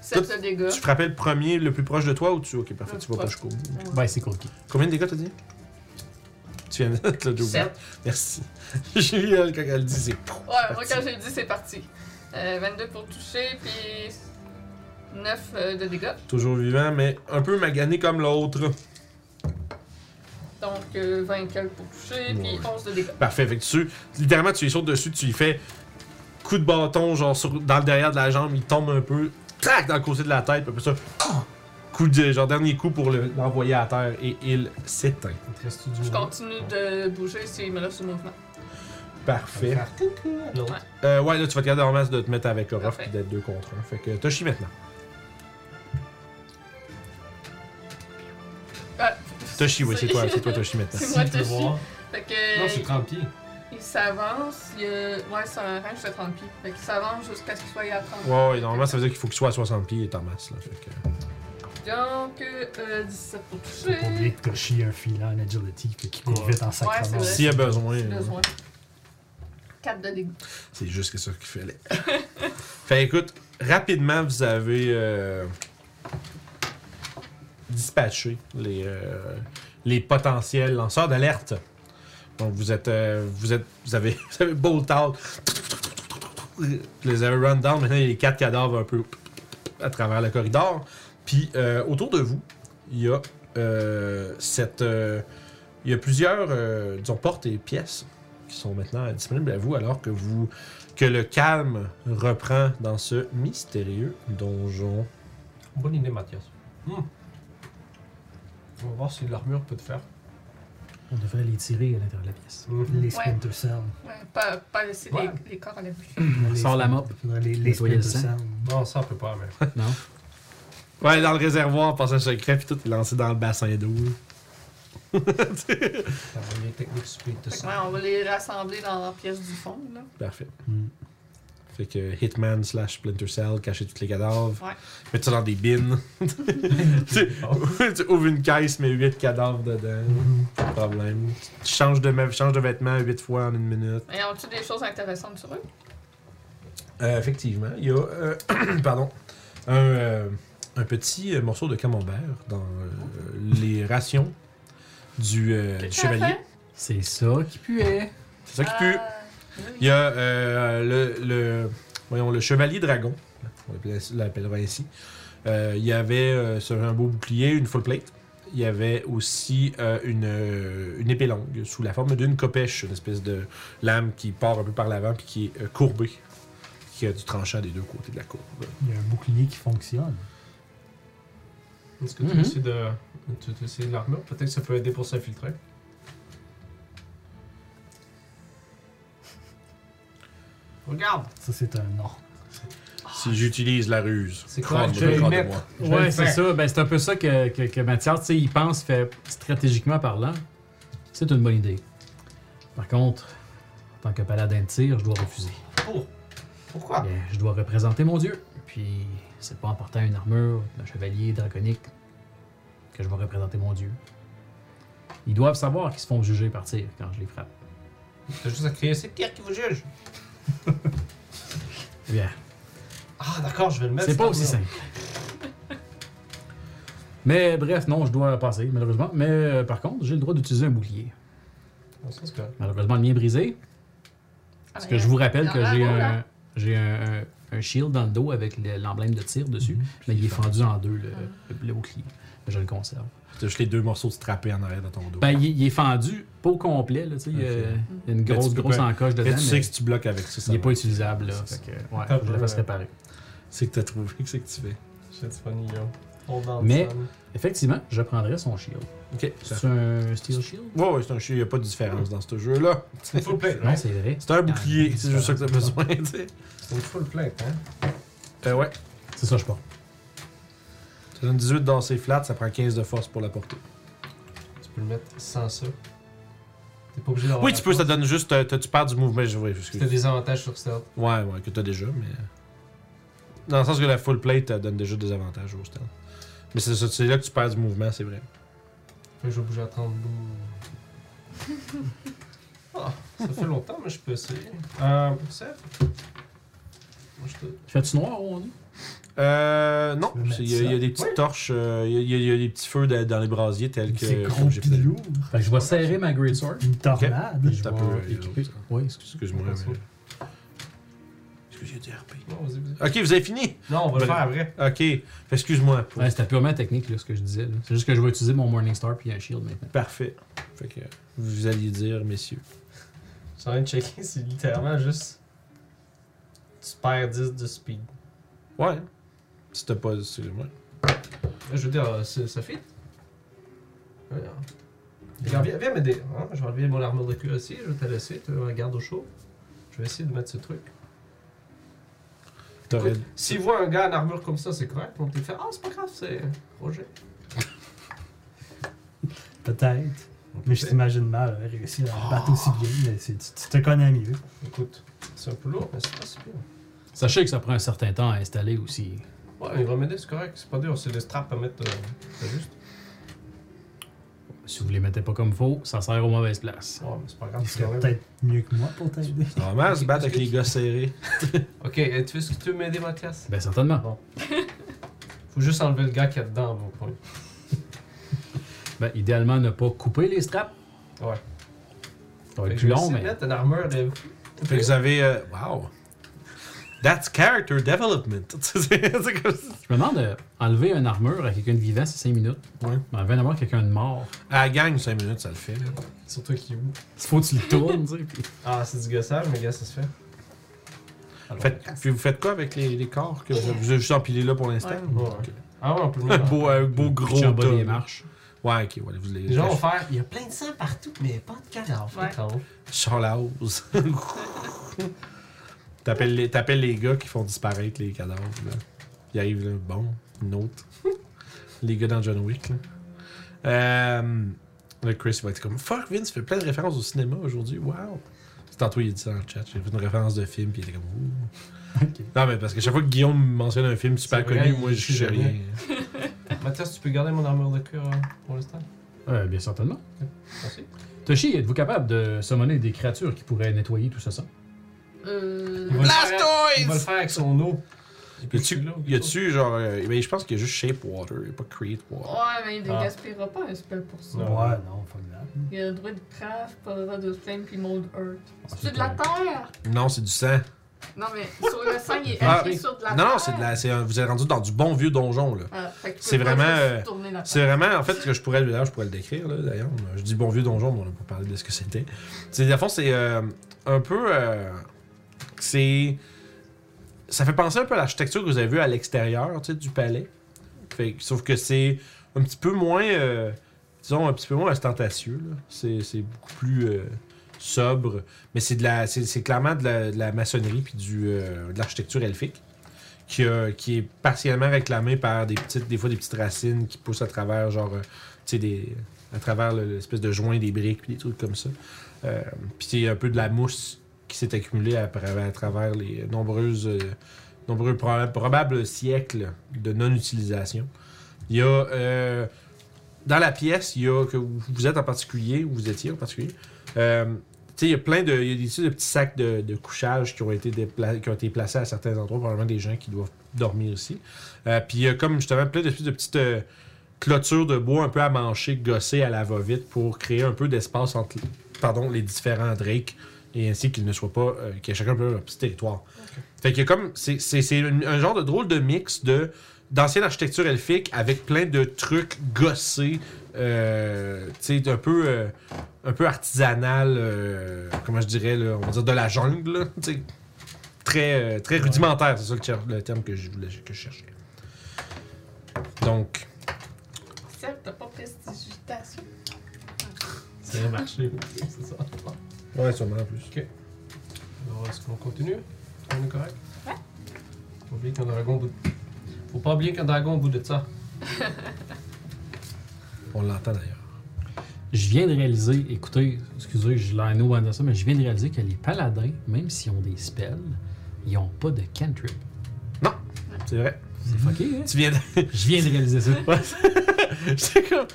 [SPEAKER 2] 7 de dégâts.
[SPEAKER 1] Tu frappais le premier, le plus proche de toi ou tu... Ok, parfait,
[SPEAKER 2] Le
[SPEAKER 1] tu vas pas
[SPEAKER 2] proche.
[SPEAKER 1] jusqu'au bout.
[SPEAKER 4] Ben, c'est cool. Kid.
[SPEAKER 1] Combien de dégâts t'as dit Tu viens de te le double.
[SPEAKER 2] Sept.
[SPEAKER 1] Merci. <laughs> J'ai vu elle quand elle dit c'est.
[SPEAKER 2] Ouais, moi quand j'ai dit c'est parti. Euh, 22 pour toucher, puis 9 euh, de dégâts.
[SPEAKER 1] Toujours vivant, mais un peu magané comme l'autre.
[SPEAKER 2] Donc euh, 24 pour toucher, puis
[SPEAKER 1] Ouais.
[SPEAKER 2] 11 de dégâts.
[SPEAKER 1] Parfait. Fait que tu, littéralement, tu lui sautes dessus, tu lui fais coup de bâton, genre sur- dans le derrière de la jambe, il tombe un peu, clac, dans le côté de la tête, puis après ça, ah! coup de, genre dernier coup pour le- l'envoyer à terre et il s'éteint.
[SPEAKER 3] Il te reste tout du
[SPEAKER 2] Je
[SPEAKER 3] mouvement.
[SPEAKER 2] continue de bouger s'il me reste le mouvement.
[SPEAKER 1] Parfait.
[SPEAKER 3] Faire coucou à l'autre.
[SPEAKER 1] Euh, ouais, là, tu vas te garder en masse de te mettre avec Orof
[SPEAKER 2] Parfait.
[SPEAKER 1] et d'être deux contre un. Fait que Toshi maintenant.
[SPEAKER 2] Ah,
[SPEAKER 1] Toshi, oui, c'est toi, c'est toi Toshi maintenant.
[SPEAKER 2] <laughs> C'est moi
[SPEAKER 3] Tu peux
[SPEAKER 2] Toshi.
[SPEAKER 3] voir.
[SPEAKER 2] Fait
[SPEAKER 3] Non, c'est
[SPEAKER 2] que
[SPEAKER 3] 30 pieds.
[SPEAKER 2] il s'avance, il euh, ouais, c'est un range de 30 pieds. Fait qu'il s'avance jusqu'à ce qu'il soit à 30.
[SPEAKER 1] Ouais, ouais, normalement, ça veut dire qu'il faut qu'il soit à 60 pieds et en masse, là. Fait que... euh,
[SPEAKER 2] Donc euh, 17 pour
[SPEAKER 4] Faut pas oublier
[SPEAKER 2] toucher.
[SPEAKER 4] que Toshi a un filant en agility fait qu'il court
[SPEAKER 3] Ouais.
[SPEAKER 4] vite en sacrement.
[SPEAKER 2] Ouais, c'est
[SPEAKER 1] S'il y a besoin. euh,
[SPEAKER 2] Besoin. 4 de dégâts.
[SPEAKER 1] C'est juste que ça qu'il fallait. <laughs> fait écoute, rapidement, vous avez euh, dispatché les, euh, les potentiels lanceurs d'alerte. Donc vous êtes, euh, vous êtes, vous avez, <laughs> vous avez bolt out. Vous les avez run down. Maintenant, il y a les quatre cadavres un peu à travers le corridor. Puis euh, autour de vous, il y a euh, cette, euh, il y a plusieurs, euh, disons, portes et pièces qui sont maintenant disponibles à vous alors que vous que le calme reprend dans ce mystérieux donjon.
[SPEAKER 3] Bonne idée, Mathias. Hmm. On va voir si l'armure peut te faire.
[SPEAKER 4] On devrait les tirer à l'intérieur de la pièce.
[SPEAKER 6] Les Splinter Cell.
[SPEAKER 2] Ouais, pas, pas laisser
[SPEAKER 3] Ouais.
[SPEAKER 2] les, les corps à la bouche.
[SPEAKER 4] Sors la mop.
[SPEAKER 6] Faudrait les, les
[SPEAKER 4] Nettoyer
[SPEAKER 6] Splinter
[SPEAKER 4] le
[SPEAKER 6] Cell.
[SPEAKER 3] Non, ça, on peut pas, mais.
[SPEAKER 4] Non?
[SPEAKER 1] Ouais, dans le réservoir, passage secret, puis tout est lancé dans le bassin d'eau.
[SPEAKER 3] Ça va les techniques split de
[SPEAKER 2] Fait que, ouais, on va les rassembler dans la pièce du fond. Là.
[SPEAKER 1] Parfait.
[SPEAKER 4] Hmm.
[SPEAKER 1] Fait que Hitman slash Splinter Cell, cacher tous les cadavres,
[SPEAKER 2] Ouais.
[SPEAKER 1] mettre ça dans des <laughs> bins. tu, tu ouvres une caisse, mais 8 cadavres dedans. Pas de problème. Tu changes de, ma- changes de vêtements 8 fois en une minute.
[SPEAKER 2] Et on tue des choses intéressantes sur eux.
[SPEAKER 1] Euh, effectivement, il y a euh, <clears throat> pardon, un, euh, un petit euh, morceau de camembert dans euh, les rations du, euh, du chevalier.
[SPEAKER 4] C'est ça qui puait.
[SPEAKER 1] C'est ça qui
[SPEAKER 2] Euh.
[SPEAKER 1] pue. Il y a euh, le, le- voyons, le chevalier dragon, on l'appelle- l'appellera ainsi. Euh, il y avait euh, sur un beau bouclier, une full plate il y avait aussi euh, une, euh, une épée longue sous la forme d'une copèche, une espèce de lame qui part un peu par l'avant puis qui est euh, courbée, qui a du tranchant des deux côtés de la courbe.
[SPEAKER 5] Il y a un bouclier qui fonctionne.
[SPEAKER 3] Est-ce que tu
[SPEAKER 4] Mhm.
[SPEAKER 3] veux essayer de, tu veux essayer de l'armure Peut-être que ça peut aider pour s'infiltrer. Regarde
[SPEAKER 5] Ça, c'est un or.
[SPEAKER 1] Si j'utilise la ruse,
[SPEAKER 3] C'est
[SPEAKER 1] prendre
[SPEAKER 3] correct, je vais
[SPEAKER 1] le corps
[SPEAKER 3] le
[SPEAKER 1] de
[SPEAKER 3] mettre.
[SPEAKER 1] moi.
[SPEAKER 3] Je vais le
[SPEAKER 4] Ouais, c'est
[SPEAKER 3] faire.
[SPEAKER 4] ça. Ben, c'est un peu ça que, que, que Mathias, tu sais, il pense, fait stratégiquement parlant, c'est une bonne idée. Par contre, en tant que paladin de tir, je dois refuser.
[SPEAKER 3] Oh
[SPEAKER 6] Pourquoi
[SPEAKER 4] Bien, je dois représenter mon dieu. Puis, c'est pas en portant une armure d'un chevalier draconique que je vais représenter mon dieu. Ils doivent savoir qu'ils se font juger par tir quand je les frappe.
[SPEAKER 3] T'as juste à crier, c'est Pierre qui vous juge
[SPEAKER 4] Eh Bien,
[SPEAKER 3] Ah d'accord, je vais le mettre.
[SPEAKER 4] c'est pas
[SPEAKER 3] cette
[SPEAKER 4] aussi
[SPEAKER 3] armure.
[SPEAKER 4] simple. Mais bref, non, je dois passer, malheureusement. Mais euh, par contre, j'ai le droit d'utiliser un bouclier.
[SPEAKER 3] Bon, ça, c'est correct.
[SPEAKER 4] Malheureusement, le mien est brisé. Parce que je vous rappelle que j'ai un, j'ai un, un- un shield dans le dos avec le- l'emblème de tir dessus. Mais il est fendu en deux, le, le bouclier. Mais je le conserve.
[SPEAKER 1] T'as juste les deux morceaux strappés en arrière de ton dos.
[SPEAKER 4] Ben, il, il est fendu, pas au complet. Là, tu sais, il, y a,
[SPEAKER 1] Ok.
[SPEAKER 4] il y a une grosse,
[SPEAKER 1] tu peux
[SPEAKER 4] grosse
[SPEAKER 1] pas-
[SPEAKER 4] encoche
[SPEAKER 1] mais
[SPEAKER 4] dedans.
[SPEAKER 1] tu
[SPEAKER 4] Mais
[SPEAKER 1] sais que si tu bloques avec ça, ça
[SPEAKER 4] il n'est
[SPEAKER 1] va.
[SPEAKER 4] pas utilisable. Là,
[SPEAKER 1] C'est
[SPEAKER 4] fait que, ouais,
[SPEAKER 3] T'as
[SPEAKER 4] faut que je le
[SPEAKER 3] pas-
[SPEAKER 1] euh,
[SPEAKER 4] fasse réparer.
[SPEAKER 1] C'est que t'as trouvé, <laughs> c'est que tu fais.
[SPEAKER 3] C'est pas mignon. On danse.
[SPEAKER 4] Mais-
[SPEAKER 3] ensemble.
[SPEAKER 4] Effectivement, je prendrai son shield.
[SPEAKER 1] Ok.
[SPEAKER 4] C'est un steel shield?
[SPEAKER 1] Ouais, ouais, c'est un chien, il a pas de différence dans ce jeu-là.
[SPEAKER 3] C'est une full plate,
[SPEAKER 4] Non,
[SPEAKER 3] hein?
[SPEAKER 4] c'est vrai.
[SPEAKER 1] C'est un bouclier, c'est juste ça que t'as besoin, <laughs> tu sais.
[SPEAKER 3] C'est une full plate, hein?
[SPEAKER 1] Euh, ouais.
[SPEAKER 4] C'est ça, je porte.
[SPEAKER 1] Ça donne 18 dans ses flats, ça prend 15 de force pour la porter.
[SPEAKER 3] Tu peux le mettre sans ça. T'es pas obligé d'avoir.
[SPEAKER 1] Oui,
[SPEAKER 3] la
[SPEAKER 1] tu peux, ça
[SPEAKER 3] force.
[SPEAKER 1] donne juste. euh, t'as- Tu perds du mouvement, je vois. excuse.
[SPEAKER 3] T'as des avantages sur stealth.
[SPEAKER 1] Ouais, ouais, que t'as déjà, mais. euh, Dans le sens que la full plate euh, donne déjà des avantages au stand. Mais c'est ça, c'est là que tu perds du mouvement, c'est vrai.
[SPEAKER 3] Là, je vais bouger à 30 bouts. Ah, ça fait longtemps, mais je peux essayer. Euh, Seth? Moi, je te-
[SPEAKER 4] Fais-tu noir où on est?
[SPEAKER 1] Euh. Non,
[SPEAKER 5] Tu veux
[SPEAKER 1] c'est- il y, a-
[SPEAKER 5] mettre
[SPEAKER 1] il y a des petites
[SPEAKER 3] Oui.
[SPEAKER 1] torches, euh, il y, a- il y a- il y a des petits feux de- dans les brasiers tels que.
[SPEAKER 5] C'est gros
[SPEAKER 1] comme j'ai fait-
[SPEAKER 5] pilou.
[SPEAKER 4] Fait que je vais serrer ma Great Sword.
[SPEAKER 5] Une tornade.
[SPEAKER 4] puis je
[SPEAKER 1] T'as
[SPEAKER 4] vais
[SPEAKER 1] peu, Mm. euh,
[SPEAKER 4] équiper-
[SPEAKER 1] les autres,
[SPEAKER 4] Oui, excuse.
[SPEAKER 1] Excuse-moi.
[SPEAKER 3] On passe
[SPEAKER 1] mais- Excusez, j'ai RP.
[SPEAKER 3] Non, vas-y, vas-y.
[SPEAKER 1] Ok, vous avez fini?
[SPEAKER 3] Non, on va le
[SPEAKER 1] Voilà.
[SPEAKER 3] faire après.
[SPEAKER 1] Ok, excuse-moi. pour-
[SPEAKER 4] Ouais, c'était purement technique, là, ce que je disais. là. C'est juste que je vais utiliser mon Morning Star puis un shield maintenant.
[SPEAKER 1] Parfait. Fait que vous alliez dire, messieurs.
[SPEAKER 3] Je suis en train de checker, c'est littéralement juste. Tu perds 10 de speed.
[SPEAKER 1] Ouais. Si t'as pas. Excuse-moi.
[SPEAKER 3] Là, je veux dire, euh, c'est- ça fit. Ouais, hein. Regarde, viens, viens m'aider. hein. Je vais enlever mon armure de cuir aussi, je vais te laisser, tu me gardes au chaud. Je vais essayer de mettre ce truc.
[SPEAKER 1] T'aurais.
[SPEAKER 3] Écoute, S'il voit un gars en armure comme ça, c'est correct. On peut faire Ah, c'est pas grave, c'est Roger.
[SPEAKER 5] Peut-être. Mais je t'imagine mal euh, réussir à le battre aussi bien. Mais c'est- tu, tu te connais mieux.
[SPEAKER 3] Écoute, c'est un peu lourd, mais c'est pas si pire.
[SPEAKER 4] Sachez que ça prend un certain temps à installer aussi.
[SPEAKER 3] Ouais, mais il va m'aider, c'est correct. C'est pas dur, c'est le strap à mettre. euh, c'est juste.
[SPEAKER 4] Si vous les mettez pas comme faut, ça sert aux mauvaises places.
[SPEAKER 3] Ouais, mais c'est pas grave.
[SPEAKER 5] Il
[SPEAKER 3] c'est
[SPEAKER 5] serait
[SPEAKER 3] correct.
[SPEAKER 5] peut-être mieux que moi pour t'aider.
[SPEAKER 1] Normal, se battre avec les gars serrés.
[SPEAKER 3] Ok, euh, tu veux ce que tu veux m'aider, Mathias
[SPEAKER 4] Bien Ben, certainement.
[SPEAKER 3] Faut juste enlever le gars qui est dedans, à mon point.
[SPEAKER 4] Ben, idéalement, ne pas couper les straps.
[SPEAKER 3] Ouais.
[SPEAKER 4] Ça va
[SPEAKER 3] Fait
[SPEAKER 4] être plus
[SPEAKER 3] que je vais
[SPEAKER 4] long,
[SPEAKER 3] essayer de
[SPEAKER 4] mais
[SPEAKER 3] mettre une euh, armure de.
[SPEAKER 1] Fait que vous avez. euh, wow! That's character development! <laughs> c'est comme ça.
[SPEAKER 4] je me demande euh, enlever une armure à quelqu'un de vivant, c'est 5 minutes.
[SPEAKER 1] Ouais.
[SPEAKER 4] Mais enlever une armure à quelqu'un de mort,
[SPEAKER 1] À la Ah, gang, 5 minutes, ça le fait. là.
[SPEAKER 3] Surtout qui est où
[SPEAKER 4] faut que tu le tournes, tu sais.
[SPEAKER 3] <laughs>
[SPEAKER 4] puis-
[SPEAKER 3] Ah, c'est du gossage, mais gars, ça se fait.
[SPEAKER 1] Faites- puis vous faites quoi avec les, les corps que vous avez, vous avez juste empilés là pour l'instant?
[SPEAKER 3] Ouais, ouais. Ah ouais, on peut le mettre.
[SPEAKER 1] Un beau, un beau
[SPEAKER 4] puis
[SPEAKER 1] gros
[SPEAKER 4] en bas
[SPEAKER 1] tas.
[SPEAKER 4] des marches.
[SPEAKER 1] Ouais, ok, voilà, vous les.
[SPEAKER 3] Les gens vont faire Il y a plein de sang partout, mais pas de cadavre.
[SPEAKER 2] Ouais.
[SPEAKER 3] Quand même.
[SPEAKER 1] Charles House. <laughs> T'appelles les, t'appelles les gars qui font disparaître les cadavres. Là. Ils arrivent là, bon, une autre. Les gars dans John Wick. Là. Euh, là, Chris va être comme Fuck Vince, fait plein de références au cinéma aujourd'hui. Wow! C'est tantôt il a dit ça dans le chat. J'ai fait une référence de film, puis il était comme Ouh. Non, mais parce que chaque fois que Guillaume mentionne un film super
[SPEAKER 3] C'est vrai,
[SPEAKER 1] connu, moi
[SPEAKER 3] il
[SPEAKER 1] je
[SPEAKER 3] sait
[SPEAKER 1] sais
[SPEAKER 3] jamais.
[SPEAKER 1] rien.
[SPEAKER 3] Mathias, tu peux garder mon armure de cuir euh, pour l'instant
[SPEAKER 4] Euh, bien certainement.
[SPEAKER 3] Merci.
[SPEAKER 4] Toshi, êtes-vous capable de summoner des créatures qui pourraient nettoyer tout ce sang?
[SPEAKER 2] Euh,
[SPEAKER 3] Il va le faire- Il va le faire avec son eau.
[SPEAKER 1] Y'a-tu, y'a-tu genre. euh, ben, je pense qu'il y a juste Shape Water, il n'y a pas Create Water.
[SPEAKER 2] Ouais, mais il ne
[SPEAKER 3] Ah.
[SPEAKER 2] gaspillera pas un spell pour ça.
[SPEAKER 3] Non.
[SPEAKER 5] Ouais, non, fuck that.
[SPEAKER 2] Il y a le druide craft, Parada de Flame, puis Mold Earth.
[SPEAKER 4] Ah,
[SPEAKER 2] C'est de la terre!
[SPEAKER 1] Non, c'est du sang.
[SPEAKER 7] Non, mais sur le sang, il est
[SPEAKER 1] Ah,
[SPEAKER 7] appuyé
[SPEAKER 1] oui.
[SPEAKER 7] sur de la
[SPEAKER 1] non, non,
[SPEAKER 7] terre.
[SPEAKER 1] c'est de la, c'est un- vous êtes rendu dans du bon vieux donjon, là.
[SPEAKER 7] Ah, fait que tu
[SPEAKER 1] C'est
[SPEAKER 7] peux pas
[SPEAKER 1] vraiment,
[SPEAKER 7] juste
[SPEAKER 1] euh,
[SPEAKER 7] tourner la
[SPEAKER 1] C'est vraiment, en fait, ce que je pourrais, là, je pourrais le décrire, là, d'ailleurs. Je dis bon vieux donjon, mais on n'a pas parlé de ce que c'était. C'est, à fond, c'est euh, un peu. euh, c'est. Ça fait penser un peu à l'architecture que vous avez vue à l'extérieur, tu sais, du palais. Fait que- sauf que c'est un petit peu moins. euh, disons, un petit peu moins ostentatieux, là. C'est, c'est beaucoup plus. euh, sobre, mais c'est de la, c'est, c'est clairement de la, de la maçonnerie puis du, euh, de l'architecture elfique qui, a- qui est partiellement réclamé par des petites, des fois des petites racines qui poussent à travers, genre, euh, tu sais, des, à travers le- l'espèce de joint des briques, puis des trucs comme ça. Euh, puis c'est un peu de la mousse qui s'est accumulée à, pra- à travers les nombreuses, euh, nombreux proba- probables siècles de non-utilisation. Il y a, euh, dans la pièce, il y a que vous vous êtes en particulier, ou vous étiez en particulier. euh, tu sais, il y a plein de, il y a des, tu sais, de petits sacs de, de couchage qui ont, été dépla- qui ont été placés à certains endroits, probablement des gens qui doivent dormir ici. Euh, puis il y a comme justement plein d'espèces de petites euh, clôtures de bois un peu à mancher, gossées à la va-vite pour créer un peu d'espace entre pardon, les différents drakes et ainsi qu'ils ne soient pas, euh, qu'il y ait chacun un peu leur petit territoire. Fait que comme, c'est- c'est c'est une- un genre de drôle de mix de d'ancienne architecture elfique avec plein de trucs gossés, euh, tu sais, un peu. euh, un peu artisanal, euh, comment je dirais, là, on va dire de la jungle, là, tu sais. très, euh, très rudimentaire, c'est ça le, ter- le terme que je, voulais, que je cherchais. Donc,
[SPEAKER 7] Serge, t'as pas prestigitation.
[SPEAKER 3] Ça a marché, c'est ça.
[SPEAKER 1] ouais, sûrement en plus.
[SPEAKER 3] Alors, est-ce qu'on continue On est correct Faut oublier qu'un dragon au bout de... Faut pas oublier qu'un dragon au bout de ça.
[SPEAKER 1] On l'entend d'ailleurs.
[SPEAKER 4] Je viens de réaliser, écoutez, excusez, je l'ai au dans ça, mais je viens de réaliser que les paladins, même s'ils ont des spells, ils n'ont pas de cantrip.
[SPEAKER 1] C'est vrai.
[SPEAKER 4] C'est fucké, hein?
[SPEAKER 1] Tu viens de. <laughs>
[SPEAKER 4] Je viens de réaliser ça.
[SPEAKER 1] J'étais comme.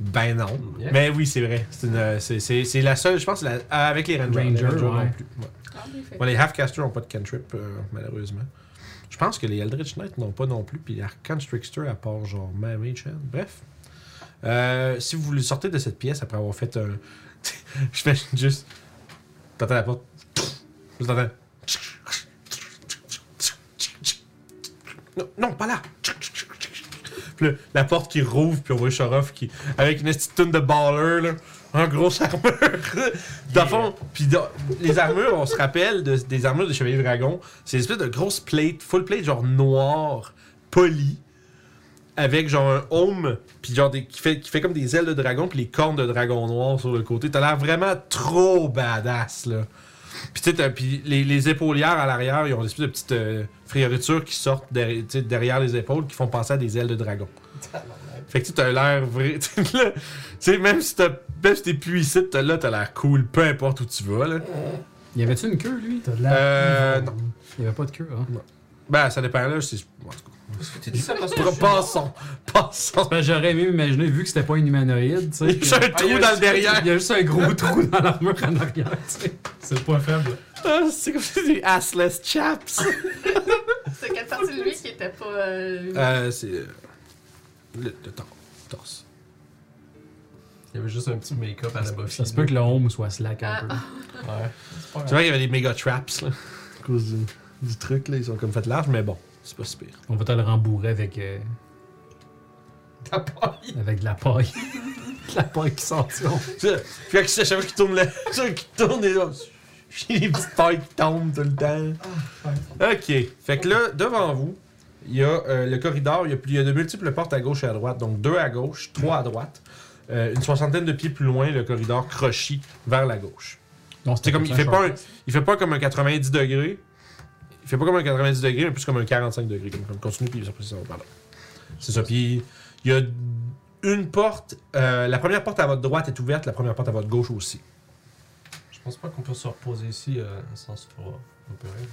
[SPEAKER 1] Ben non.
[SPEAKER 3] Yeah.
[SPEAKER 1] Mais oui, c'est vrai. C'est une- euh, C'est c'est- c'est la seule, je pense, la- avec les Rangers.
[SPEAKER 4] Rangers,
[SPEAKER 1] les Rangers non
[SPEAKER 4] ouais.
[SPEAKER 1] plus. Ouais.
[SPEAKER 2] Ah, oui, fait.
[SPEAKER 1] Bon, les Half-Casters n'ont pas de cantrip, euh, malheureusement. Je pense que les Eldritch Knights n'ont pas non plus, puis les Arcane Trickster, à part genre Mamie Chan. Bref. Euh, si vous sortez de cette pièce après avoir fait un. <laughs> Je fais juste. T'entends la porte. Je t'entends. Non, non, pas là! Puis là, la porte qui rouvre, puis on voit Shoroff qui. avec une petite toune de baller, là. En grosse armure. dans le fond, puis dans- les armures, on se rappelle de- des armures des Chevaliers Dragons. C'est une espèce de grosse plate, full plate, genre noire, polie, avec genre un home, puis genre des, qui, fait, qui fait comme des ailes de dragon, puis les cornes de dragon noir sur le côté. T'as l'air vraiment trop badass, là. Puis tu sais, t'as- puis les, les épaulières à l'arrière, ils ont des espèces de petites euh, frioritures qui sortent derrière, tu sais, derrière les épaules qui font penser à des ailes de dragon. Fait que tu sais, t'as l'air vrai. <laughs> tu sais, là, tu sais, même si t'as- même si t'es plus ici, t'as- là, t'as l'air cool, peu importe où tu vas, là.
[SPEAKER 4] Y avait-tu une queue, lui?
[SPEAKER 5] T'as de la.
[SPEAKER 1] Euh, non.
[SPEAKER 4] Il y avait pas de queue, hein?
[SPEAKER 1] Ben, ça dépend, là, c'est... en tout cas.
[SPEAKER 3] Tu dis ça parce que
[SPEAKER 1] Pas- Passons, passons.
[SPEAKER 4] Ben, j'aurais aimé m'imaginer, vu que c'était pas une humanoïde, <laughs> tu sais.
[SPEAKER 1] Il y a un
[SPEAKER 3] il y
[SPEAKER 1] trou
[SPEAKER 3] a
[SPEAKER 1] dans
[SPEAKER 3] un
[SPEAKER 1] le derrière.
[SPEAKER 4] Il y a juste un gros <laughs> trou dans l'armure en arrière, tu sais.
[SPEAKER 3] <laughs> c'est le point faible.
[SPEAKER 1] Ah, c'est comme si des assless chaps.
[SPEAKER 7] C'est quelle partie de lui qui était pas. euh,
[SPEAKER 1] Euh, c'est... euh, Le, le tor- torse.
[SPEAKER 3] Il y avait juste un petit make-up à la bofie.
[SPEAKER 4] Ça se peut que le home soit slack un peu.
[SPEAKER 3] Ouais. C'est pas
[SPEAKER 1] C'est
[SPEAKER 3] grave.
[SPEAKER 1] vrai qu'il y avait des méga traps, là. À cause du, du truc, là, ils sont comme fait large, mais bon, c'est pas si pire.
[SPEAKER 4] On va te le rembourrer avec, euh,
[SPEAKER 3] T'as pas envie.
[SPEAKER 4] avec de la paille. <laughs> de la paille qui sort du home.
[SPEAKER 1] Tu sais, Puis à chaque fois qu'il tourne, <laughs> le... chaque qu'il tourne, les <laughs> J'ai des petites pailles qui tombent tout le temps. Ok. Fait que là, devant vous, il y a euh, le corridor. Il y, a plus- il y a de multiples portes à gauche et à droite. Donc deux à gauche, trois à droite. Euh, une soixantaine de pieds plus loin, le corridor crochit vers la gauche.
[SPEAKER 4] Non,
[SPEAKER 1] C'est comme, il fait, pas un- il fait pas comme un 90 degrés. Il fait pas comme un 90 degrés, mais plus comme un 45 degrés. Comme, comme continue, puis après ça, on parle. C'est ça. Puis il y a une porte. euh, la première porte à votre droite est ouverte, la première porte à votre gauche aussi.
[SPEAKER 3] Je pense pas qu'on peut se reposer ici euh, sans se faire opérer.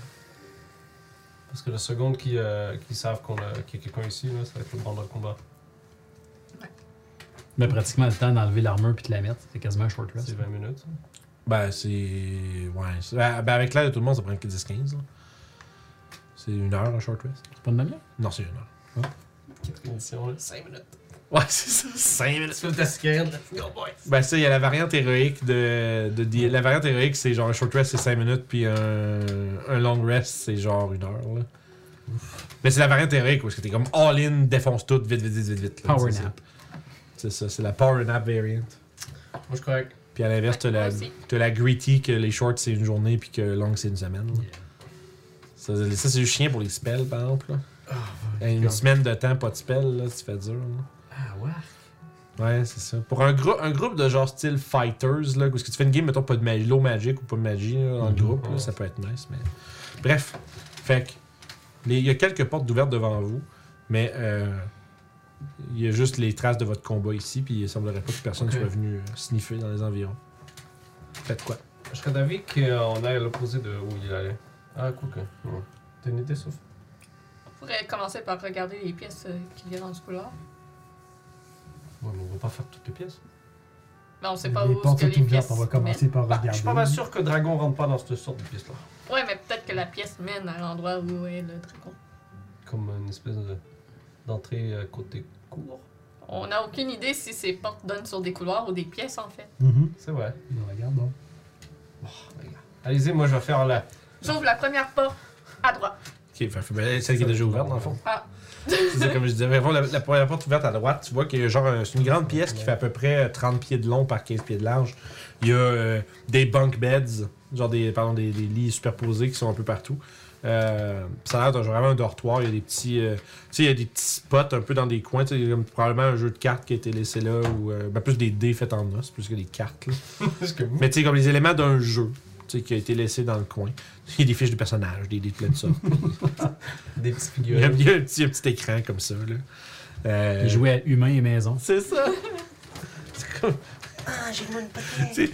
[SPEAKER 3] Parce que la seconde qui, euh, qui savent qu'on a- qu'il y a quelqu'un ici, là, ça va être le bord de combat.
[SPEAKER 4] Mais pratiquement le temps d'enlever l'armure puis de la mettre. C'est quasiment un short
[SPEAKER 3] C'est
[SPEAKER 4] rest.
[SPEAKER 3] 20 minutes.
[SPEAKER 1] Ben, c'est. Ouais. c'est- Ben, ben, avec l'aide de tout le monde, ça prend que 10-15. là. C'est une heure, un short rest.
[SPEAKER 4] C'est pas de manière?
[SPEAKER 1] Non, c'est une heure.
[SPEAKER 3] Quatrième édition, là. 5 minutes.
[SPEAKER 1] Ouais, c'est ça. 5 minutes.
[SPEAKER 3] Tu fais ta scared, let's go, boys!
[SPEAKER 1] Ben ça, il y a la variante héroïque de, de, de- La variante héroïque, c'est genre un short rest, c'est 5 minutes, puis un, un long rest, c'est genre une heure. Là. Mais c'est la variante héroïque, parce que t'es comme all-in, défonce tout, vite, vite, vite, vite, vite. là.
[SPEAKER 4] Power
[SPEAKER 1] C'est ça.
[SPEAKER 4] nap.
[SPEAKER 1] C'est ça, c'est la power nap variant.
[SPEAKER 3] Moi, je suis correct.
[SPEAKER 1] Puis à l'inverse, t'as la,
[SPEAKER 2] Moi aussi.
[SPEAKER 1] t'as la gritty que les shorts c'est une journée, puis que long c'est une semaine. là. Ça, ça, c'est du chien pour les spells, par exemple. là.
[SPEAKER 4] Ah,
[SPEAKER 1] une
[SPEAKER 3] God.
[SPEAKER 1] semaine de temps, pas de spells, là, tu fais dur. là.
[SPEAKER 3] Ah, ouais.
[SPEAKER 1] Ouais, c'est ça. Pour un, grou- un groupe de genre style fighters, là, parce que tu fais une game, mettons, pas de magie, l'eau magique ou pas de magie là, dans le groupe, là, ça peut être nice, mais. Bref. Fait que, les- il y a quelques portes ouvertes devant vous, mais euh, il y a juste les traces de votre combat ici, puis il semblerait pas que personne
[SPEAKER 3] Ok.
[SPEAKER 1] soit venu euh, sniffer dans les environs. Faites quoi
[SPEAKER 3] Je serais d'avis qu'on aille à l'opposé de où il allait. Ah, quoi que. Ouais. T'as une idée, Sophie?
[SPEAKER 2] On pourrait commencer par regarder les pièces euh, qu'il y a dans du couloir.
[SPEAKER 3] Ouais, mais on va pas faire toutes les pièces.
[SPEAKER 2] Mais on sait pas
[SPEAKER 5] les
[SPEAKER 2] où
[SPEAKER 5] portes
[SPEAKER 2] ce que
[SPEAKER 5] sont
[SPEAKER 2] les
[SPEAKER 5] ouvertes,
[SPEAKER 2] pièces
[SPEAKER 5] on va commencer par
[SPEAKER 3] Bah,
[SPEAKER 5] regarder.
[SPEAKER 3] je suis pas mal sûr que Dragon rentre pas dans cette sorte de pièce-là.
[SPEAKER 2] mènent. Ouais, mais peut-être que la pièce mène à l'endroit où est le dragon.
[SPEAKER 3] Comme une espèce de- d'entrée euh, côté court.
[SPEAKER 2] On n'a aucune idée si ces portes donnent sur des couloirs ou des pièces, en fait.
[SPEAKER 5] Mhm.
[SPEAKER 3] C'est vrai.
[SPEAKER 5] On regarde donc.
[SPEAKER 3] Allez-y, moi je vais faire la.
[SPEAKER 2] J'ouvre la première porte à droite.
[SPEAKER 1] Ok, fait- fait- ben, celle qui est déjà ouverte, dans le fond.
[SPEAKER 2] Ah.
[SPEAKER 1] C'est ça, comme je disais. vraiment, la, la première porte ouverte à droite, tu vois qu'il y a genre un- c'est une grande pièce qui fait à peu près 30 pieds de long par 15 pieds de large. Il y a euh, des bunk beds, genre des, pardon, des, des lits superposés qui sont un peu partout. Euh, ça a l'air d'un- genre vraiment un dortoir. Il y a des petits, euh, tu sais, il y a des petits spots un peu dans des coins. Tu sais, il y a comme probablement un jeu de cartes qui a été laissé là, ou euh, ben, plus des dés faits en os, plus que des cartes. là.
[SPEAKER 3] Parce que vous.
[SPEAKER 1] Mais tu sais, comme les éléments d'un jeu tu sais, qui a été laissé dans le coin. Il y a des fiches de personnages, des dés de plein de sortes.
[SPEAKER 3] Des petites
[SPEAKER 1] Il y a,
[SPEAKER 3] figurines.
[SPEAKER 1] il y a un, petit, un petit écran comme ça. Là. Euh,
[SPEAKER 4] Il jouait à humain et maison.
[SPEAKER 1] C'est <laughs> ça.
[SPEAKER 6] Ah, j'ai le monde patin.
[SPEAKER 1] Tu sais,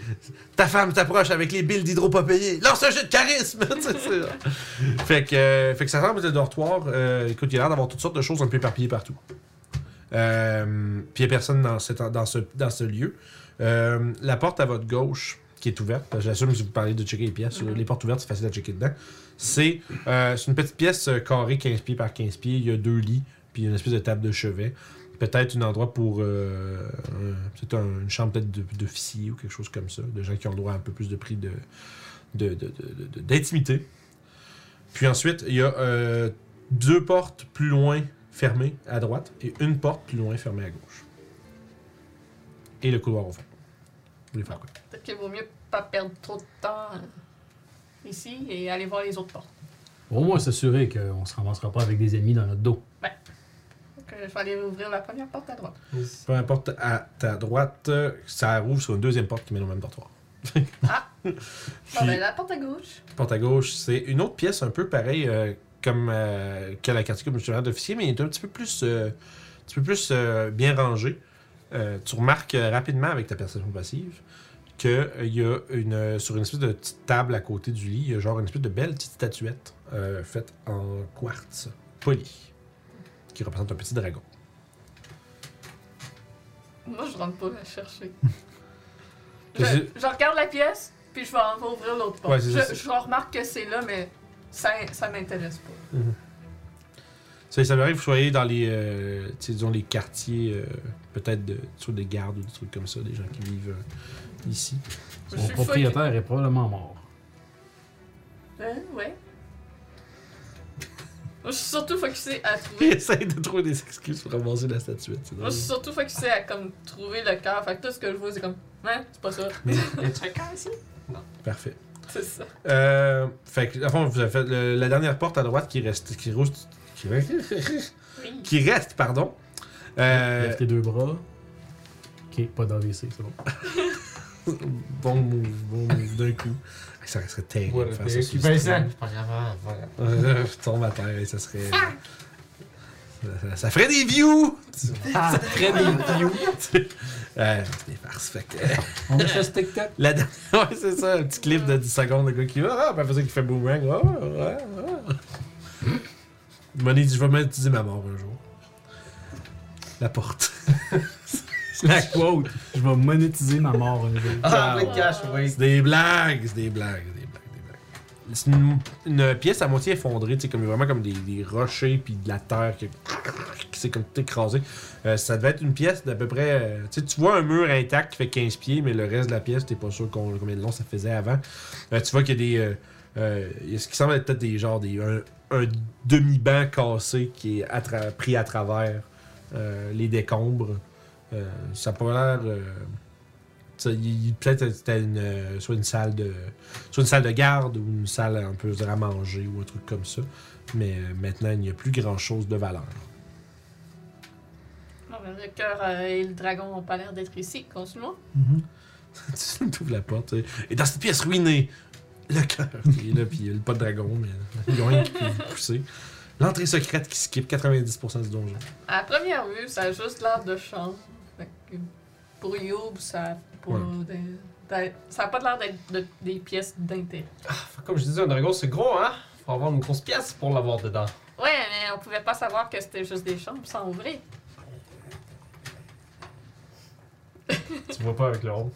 [SPEAKER 1] Ta femme t'approche avec les billes d'hydro pas payées. Lance un jeu de charisme. <laughs> Tu sais, c'est- fait, que, euh, fait que ça ressemble à un dortoir. Euh, écoute, il y a l'air d'avoir toutes sortes de choses un peu éparpillées partout. Euh, Puis il n'y a personne dans, cet- dans, ce, dans ce lieu. Euh, la porte à votre gauche, qui est ouverte, parce que j'assume que si vous parlez de checker les pièces,
[SPEAKER 6] Mm-hmm.
[SPEAKER 1] les portes ouvertes, c'est facile à checker dedans. C'est euh, c'est une petite pièce euh, carrée 15 pieds par 15 pieds. Il y a deux lits, puis une espèce de table de chevet. Peut-être un endroit pour. euh, un- peut-être un- une chambre peut-être de- d'officier ou quelque chose comme ça, de gens qui ont le droit à un peu plus de prix de, de, de- de- de- de- d'intimité. Puis ensuite, il y a euh, deux portes plus loin fermées à droite et une porte plus loin fermée à gauche. Et le couloir au fond. Vous voulez faire quoi
[SPEAKER 2] Peut-être qu'il vaut mieux pas perdre trop de temps euh, ici et aller voir les autres portes.
[SPEAKER 4] Au moins s'assurer qu'on se ramassera pas avec des ennemis dans notre dos.
[SPEAKER 2] Donc, euh, je vais aller ouvrir la première porte à droite.
[SPEAKER 1] Peu importe, à ta droite, euh, ça rouvre sur une deuxième porte qui mène au même dortoir. <laughs>
[SPEAKER 2] Ah.
[SPEAKER 1] Puis-
[SPEAKER 2] Bon, ben, la porte à gauche.
[SPEAKER 1] porte à gauche, c'est une autre pièce un peu pareille euh, comme euh, que la carte comme gestionnaire d'officier, mais elle est un petit peu plus, euh, un petit peu plus euh, bien rangée. Euh, tu remarques euh, rapidement avec ta perception passive qu'il y a une, euh, sur une espèce de petite table à côté du lit, il y a genre une espèce de belle petite statuette euh, faite en quartz poli qui représente un petit dragon.
[SPEAKER 2] Moi, je rentre pas la
[SPEAKER 1] <laughs>
[SPEAKER 2] chercher. je,
[SPEAKER 1] Qu'est-ce que-
[SPEAKER 2] je regarde la pièce, puis je vais en- vais ouvrir l'autre porte.
[SPEAKER 1] Ouais, c'est ça,
[SPEAKER 2] je,
[SPEAKER 1] c'est-
[SPEAKER 2] je remarque que c'est là, mais ça, ça m'intéresse pas.
[SPEAKER 1] Ça, ça m'arrive que vous soyez dans les, euh, tu sais, disons, les quartiers, euh, peut-être de- sur des gardes ou des trucs comme ça, des gens qui vivent euh, ici.
[SPEAKER 2] Je
[SPEAKER 4] Son
[SPEAKER 2] suis
[SPEAKER 4] propriétaire est probablement mort.
[SPEAKER 2] fuck- Hein, ouais. Moi, je suis surtout focusée à
[SPEAKER 1] <laughs> Il
[SPEAKER 2] trouver.
[SPEAKER 1] essaye de trouver des excuses pour ramasser la statuette. c'est
[SPEAKER 2] Moi,
[SPEAKER 1] drôle.
[SPEAKER 2] je suis surtout focusée à comme trouver le cœur. Fait que tout ce que je vois, c'est comme, hein, c'est pas ça. <laughs>
[SPEAKER 3] Y'a-tu un cas ici?
[SPEAKER 1] Parfait.
[SPEAKER 2] C'est ça.
[SPEAKER 1] Euh, fait que, à fond, vous avez fait le- la dernière porte à droite qui reste. Qui, roule- qui,
[SPEAKER 2] Oui.
[SPEAKER 1] <laughs> qui reste, pardon. Euh,
[SPEAKER 4] Lève tes deux bras. Ok, pas d'AVC, c'est bon.
[SPEAKER 1] bon move, bon move d'un coup. Ça serait terrible de faire ça. sur le stream.
[SPEAKER 3] Vincent! Pas grave, voilà.
[SPEAKER 1] Euh, <laughs> Je tombe à terre et ça serait. Ça, ça ferait des views! ça ferait des <laughs> views! euh, c'est des farces, fait que.
[SPEAKER 4] On va faire ce <laughs> tic-tac.
[SPEAKER 1] La dernière- <laughs> ouais, c'est ça, un petit clip de 10 secondes, le gars qui va, ah, ben, après ça, qui fait boomerang, ah, ah, ah. Money dit, je vais m'utiliser ma mort un jour. La porte.
[SPEAKER 4] La quote. Je vais monétiser ma mort un jour.
[SPEAKER 3] Ah, le cash, oui.
[SPEAKER 1] C'est des blagues, c'est des blagues, c'est des blagues, des blagues. c'est une, une pièce à moitié effondrée, tu sais, comme vraiment comme des, des rochers puis de la terre qui, qui s'est comme tout écrasée. Euh, ça devait être une pièce d'à peu près. euh, tu sais, tu vois un mur intact qui fait 15 pieds, mais le reste de la pièce, t'es pas sûr qu'on- combien de long ça faisait avant. Euh, tu vois qu'il y a des. euh, euh, il y a ce qui semble être peut-être des genres des, un, un demi-banc cassé qui est à tra- pris à travers euh, les décombres. Euh, ça a pas l'air. euh, ça, il- il- peut-être c'était une, euh, soit une salle de soit une salle de garde ou une salle un peu à manger ou un truc comme ça. Mais euh, maintenant, il n'y a plus grand chose de valeur. <laughs>
[SPEAKER 7] Bon, ben, le cœur euh, et le dragon n'ont pas l'air d'être ici. Continuons.
[SPEAKER 5] Mhm.
[SPEAKER 1] tu ouvres la porte. tu sais. Et dans cette pièce ruinée, le cœur. Et là, puis il y a le pas de dragon, mais il y a rien qui peut vous pousser. L'entrée secrète qui skip 90% du donjon.
[SPEAKER 7] À première vue, ça a juste l'air de chambre. Fait que Pour Youb, ça n'a pas,
[SPEAKER 1] Ouais.
[SPEAKER 7] de- d'a- ça a pas l'air d'être de- des pièces d'intérêt.
[SPEAKER 3] Enfin, Comme je disais, un dragon, c'est gros, hein? Faut avoir une grosse pièce pour l'avoir dedans.
[SPEAKER 7] Ouais, mais on pouvait pas savoir que c'était juste des chambres sans <laughs> ouvrir.
[SPEAKER 3] Tu vois pas avec le rond.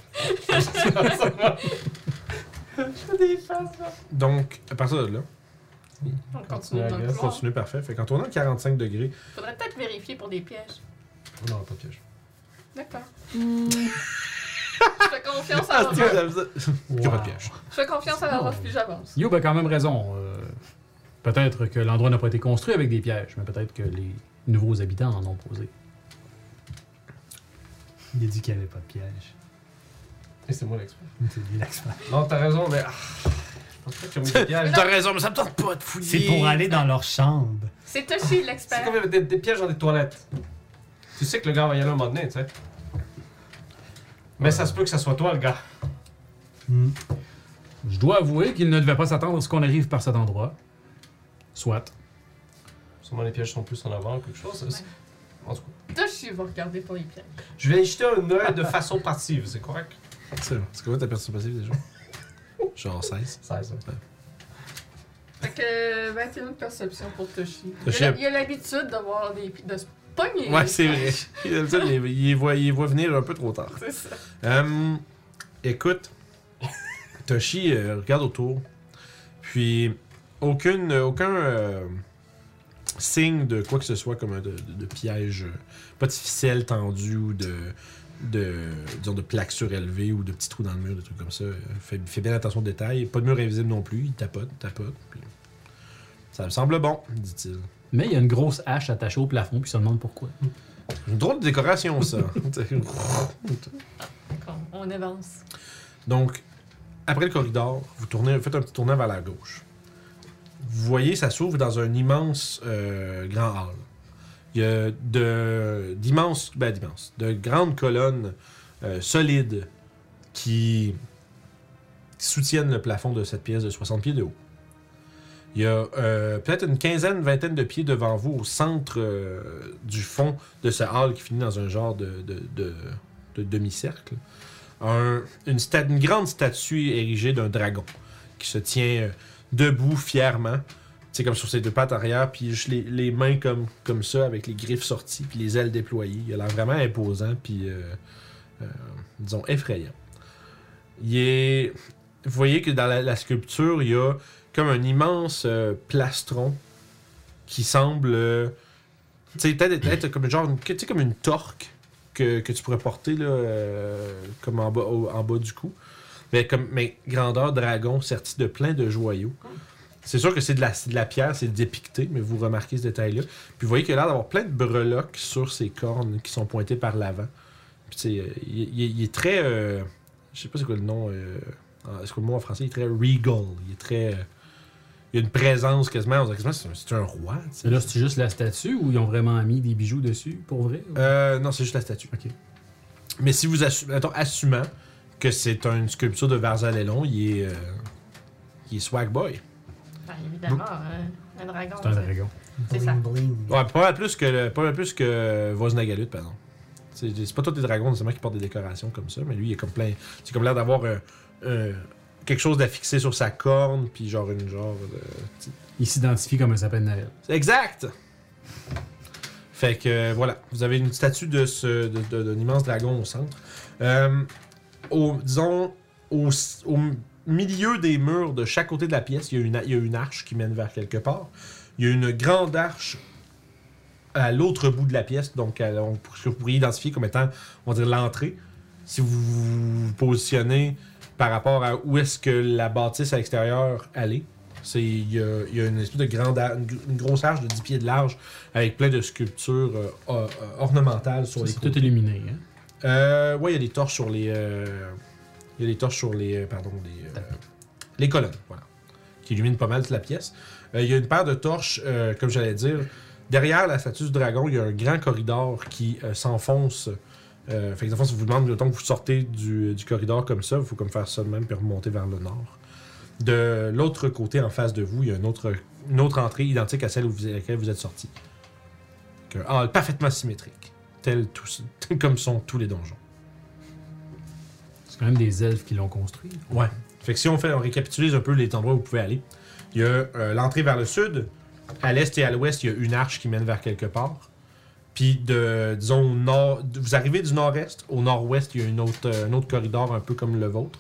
[SPEAKER 1] Donc, à partir de là,
[SPEAKER 7] On continue dans
[SPEAKER 3] Continue, I
[SPEAKER 7] le
[SPEAKER 3] guess.
[SPEAKER 1] on
[SPEAKER 7] couloir.
[SPEAKER 1] continue parfait. Fait qu'en tournant 45 degrés,
[SPEAKER 7] Faudrait peut-être vérifier pour des pièges.
[SPEAKER 3] Non, pas de piège.
[SPEAKER 7] D'accord. Hmm. je fais confiance à
[SPEAKER 1] Ah,
[SPEAKER 7] Laura.
[SPEAKER 1] c'est que vous avez- <laughs> Il y a pas de piège.
[SPEAKER 7] Je fais confiance à Laura, puis j'avance.
[SPEAKER 4] Youb a quand même raison. euh, peut-être que l'endroit n'a pas été construit avec des pièges, mais peut-être que les nouveaux habitants en ont posé.
[SPEAKER 5] Il a dit qu'il n'y avait pas de piège.
[SPEAKER 3] Et c'est moi l'expert.
[SPEAKER 5] C'est lui l'expert.
[SPEAKER 3] Non, t'as raison, mais. ah, je pense pas que j'ai mis des pièges.
[SPEAKER 1] T'as raison, mais ça me tente pas de fouiller.
[SPEAKER 5] C'est pour aller dans leur chambre.
[SPEAKER 7] C'est Toshi
[SPEAKER 3] C'est
[SPEAKER 7] l'expert.
[SPEAKER 3] comme des, des pièges dans des toilettes. Tu sais que le gars va y aller un moment donné, tu sais. Mais ça se peut que ça soit toi, le gars.
[SPEAKER 5] Hmm.
[SPEAKER 4] Je dois avouer qu'il ne devait pas s'attendre à ce qu'on arrive par cet endroit. Soit.
[SPEAKER 3] Sûrement les pièges sont plus en avant, quelque chose. c'est-
[SPEAKER 7] Ouais.
[SPEAKER 3] En tout cas,
[SPEAKER 7] Toshi va regarder pour les pièges.
[SPEAKER 3] je vais y jeter un œil de façon passive, c'est correct?
[SPEAKER 1] C'est bon. C'est quoi ta participation déjà? Genre 16.
[SPEAKER 3] 16.
[SPEAKER 2] Fait que 21 de perception pour Toshi.
[SPEAKER 1] Le
[SPEAKER 7] Il a-
[SPEAKER 1] chef.
[SPEAKER 7] il a l'habitude de voir des pi- de se pogner.
[SPEAKER 1] Ouais, c'est vrai. D'habitude, il, il les voit, il les voit venir un peu trop tard.
[SPEAKER 2] C'est ça.
[SPEAKER 1] Hum, écoute, Toshi euh, regarde autour, puis aucune, aucun euh, signe de quoi que ce soit comme un de, de- de piège, euh, pas de ficelle tendue ou de, de, disons, de plaques surélevées ou de petits trous dans le mur, des trucs comme ça. Euh, Fais, fais bien attention aux détails. Pas de mur invisible non plus. Il tapote, tapote. puis Ça me semble bon, dit-il.
[SPEAKER 4] Mais il y a une grosse hache attachée au plafond, puis il se demande pourquoi.
[SPEAKER 1] Une drôle de décoration, ça.
[SPEAKER 7] Bon, On avance.
[SPEAKER 1] Donc, après le corridor, vous tournez, vous faites un petit tournant vers la gauche. Vous voyez, ça s'ouvre dans un immense euh, grand hall. Il y a de- d'immenses, ben d'immenses, de grandes colonnes euh, solides qui soutiennent le plafond de cette pièce de 60 pieds de haut. Il y a euh, peut-être une quinzaine, vingtaine de pieds devant vous au centre euh, du fond de ce hall qui finit dans un genre de- de- de- de demi-cercle un- une, sta- une grande statue érigée d'un dragon qui se tient euh, debout fièrement, c'est comme sur ses deux pattes arrière, puis juste les, les mains comme, comme ça, avec les griffes sorties, puis les ailes déployées. Il a l'air vraiment imposant, puis euh, euh, disons effrayant. Il est... Vous voyez que dans la, la sculpture, il y a comme un immense euh, plastron qui semble... euh, tu sais, peut-être être comme, genre, une- tu sais, comme une torque que, que tu pourrais porter là, euh, comme en bas, au- en bas du cou. Mais comme mais grandeur dragon serti de plein de joyaux. C'est sûr que c'est de la, c'est de la pierre, c'est dépicté, mais vous remarquez ce détail-là. Puis vous voyez qu'il a l'air d'avoir plein de breloques sur ses cornes qui sont pointées par l'avant. Puis tu sais, euh, il, il- il est très. euh, je sais pas c'est quoi le nom. euh, en- Est-ce que le mot en français il est très regal Il est très. euh, il y a une présence quasiment. On dirait quasiment que c'est un- c'est un, roi. tu sais.
[SPEAKER 4] Mais là, c'est juste la statue ou ils ont vraiment mis des bijoux dessus, pour vrai? ou-
[SPEAKER 1] Euh, non, c'est juste la statue.
[SPEAKER 4] Ok.
[SPEAKER 1] Mais si vous assumez, assumant que c'est une sculpture de Varzalelon, il est, euh, il est swag boy.
[SPEAKER 7] Ben, évidemment, hein, un dragon.
[SPEAKER 4] C'est un
[SPEAKER 7] ça.
[SPEAKER 4] dragon.
[SPEAKER 7] C'est ça.
[SPEAKER 5] Bling, bling.
[SPEAKER 1] Ouais, pas mal plus que, le- pas mal plus que Voznagalut, pardon. C'est c'est pas tous les dragons nécessairement qui portent des décorations comme ça, mais lui, il est comme plein. C'est comme l'air d'avoir un- un- quelque chose d'affixé sur sa corne, puis genre une genre de.
[SPEAKER 4] Il s'identifie comme un sapin de Noël.
[SPEAKER 1] C'est exact! Fait que euh, voilà, vous avez une statue de ce de- de- d'un immense dragon au centre. Euh, au, disons, au, s- au m- milieu des murs de chaque côté de la pièce, il y a une, il y a une arche qui mène vers quelque part. Il y a une grande arche à l'autre bout de la pièce, donc à- on, que vous pourriez identifier comme étant, on va dire, l'entrée. Si vous vous positionnez par rapport à où est-ce que la bâtisse à l'extérieur allait, c'est, il, y a, il y a une espèce de grande, ar- une, une grosse arche de 10 pieds de large avec plein de sculptures euh, or- ornementales sur
[SPEAKER 4] Ça,
[SPEAKER 1] les
[SPEAKER 4] C'est
[SPEAKER 1] côtés.
[SPEAKER 4] tout illuminé. Hein?
[SPEAKER 1] Euh, ouais, il y a des torches sur les. euh, Il y a des torches sur les. euh, Pardon, les. euh, les colonnes, voilà. Qui illuminent pas mal toute la pièce. Euh, il y a une paire de torches, euh, comme j'allais dire. Derrière la statue du dragon, il y a un grand corridor qui euh, s'enfonce. Euh, fait que, dans le fond, si vous demande le temps que vous sortez du, du corridor comme ça, il faut comme faire ça de même puis remonter vers le nord. De l'autre côté, en face de vous, il y a une autre, une autre entrée identique à celle où vous, à laquelle vous êtes sorti. Donc, un hall parfaitement symétrique. <laughs> Tel tous, comme sont tous les donjons.
[SPEAKER 4] C'est quand même des elfes qui l'ont construit.
[SPEAKER 1] Ouais. Fait que si on fait, on récapitule un peu les endroits où vous pouvez aller. Il y a euh, l'entrée vers le sud. À l'est et à l'ouest, il y a une arche qui mène vers quelque part. Puis, de, disons, au nord, vous arrivez du nord-est. Au nord-ouest, il y a une autre, euh, un autre corridor un peu comme le vôtre,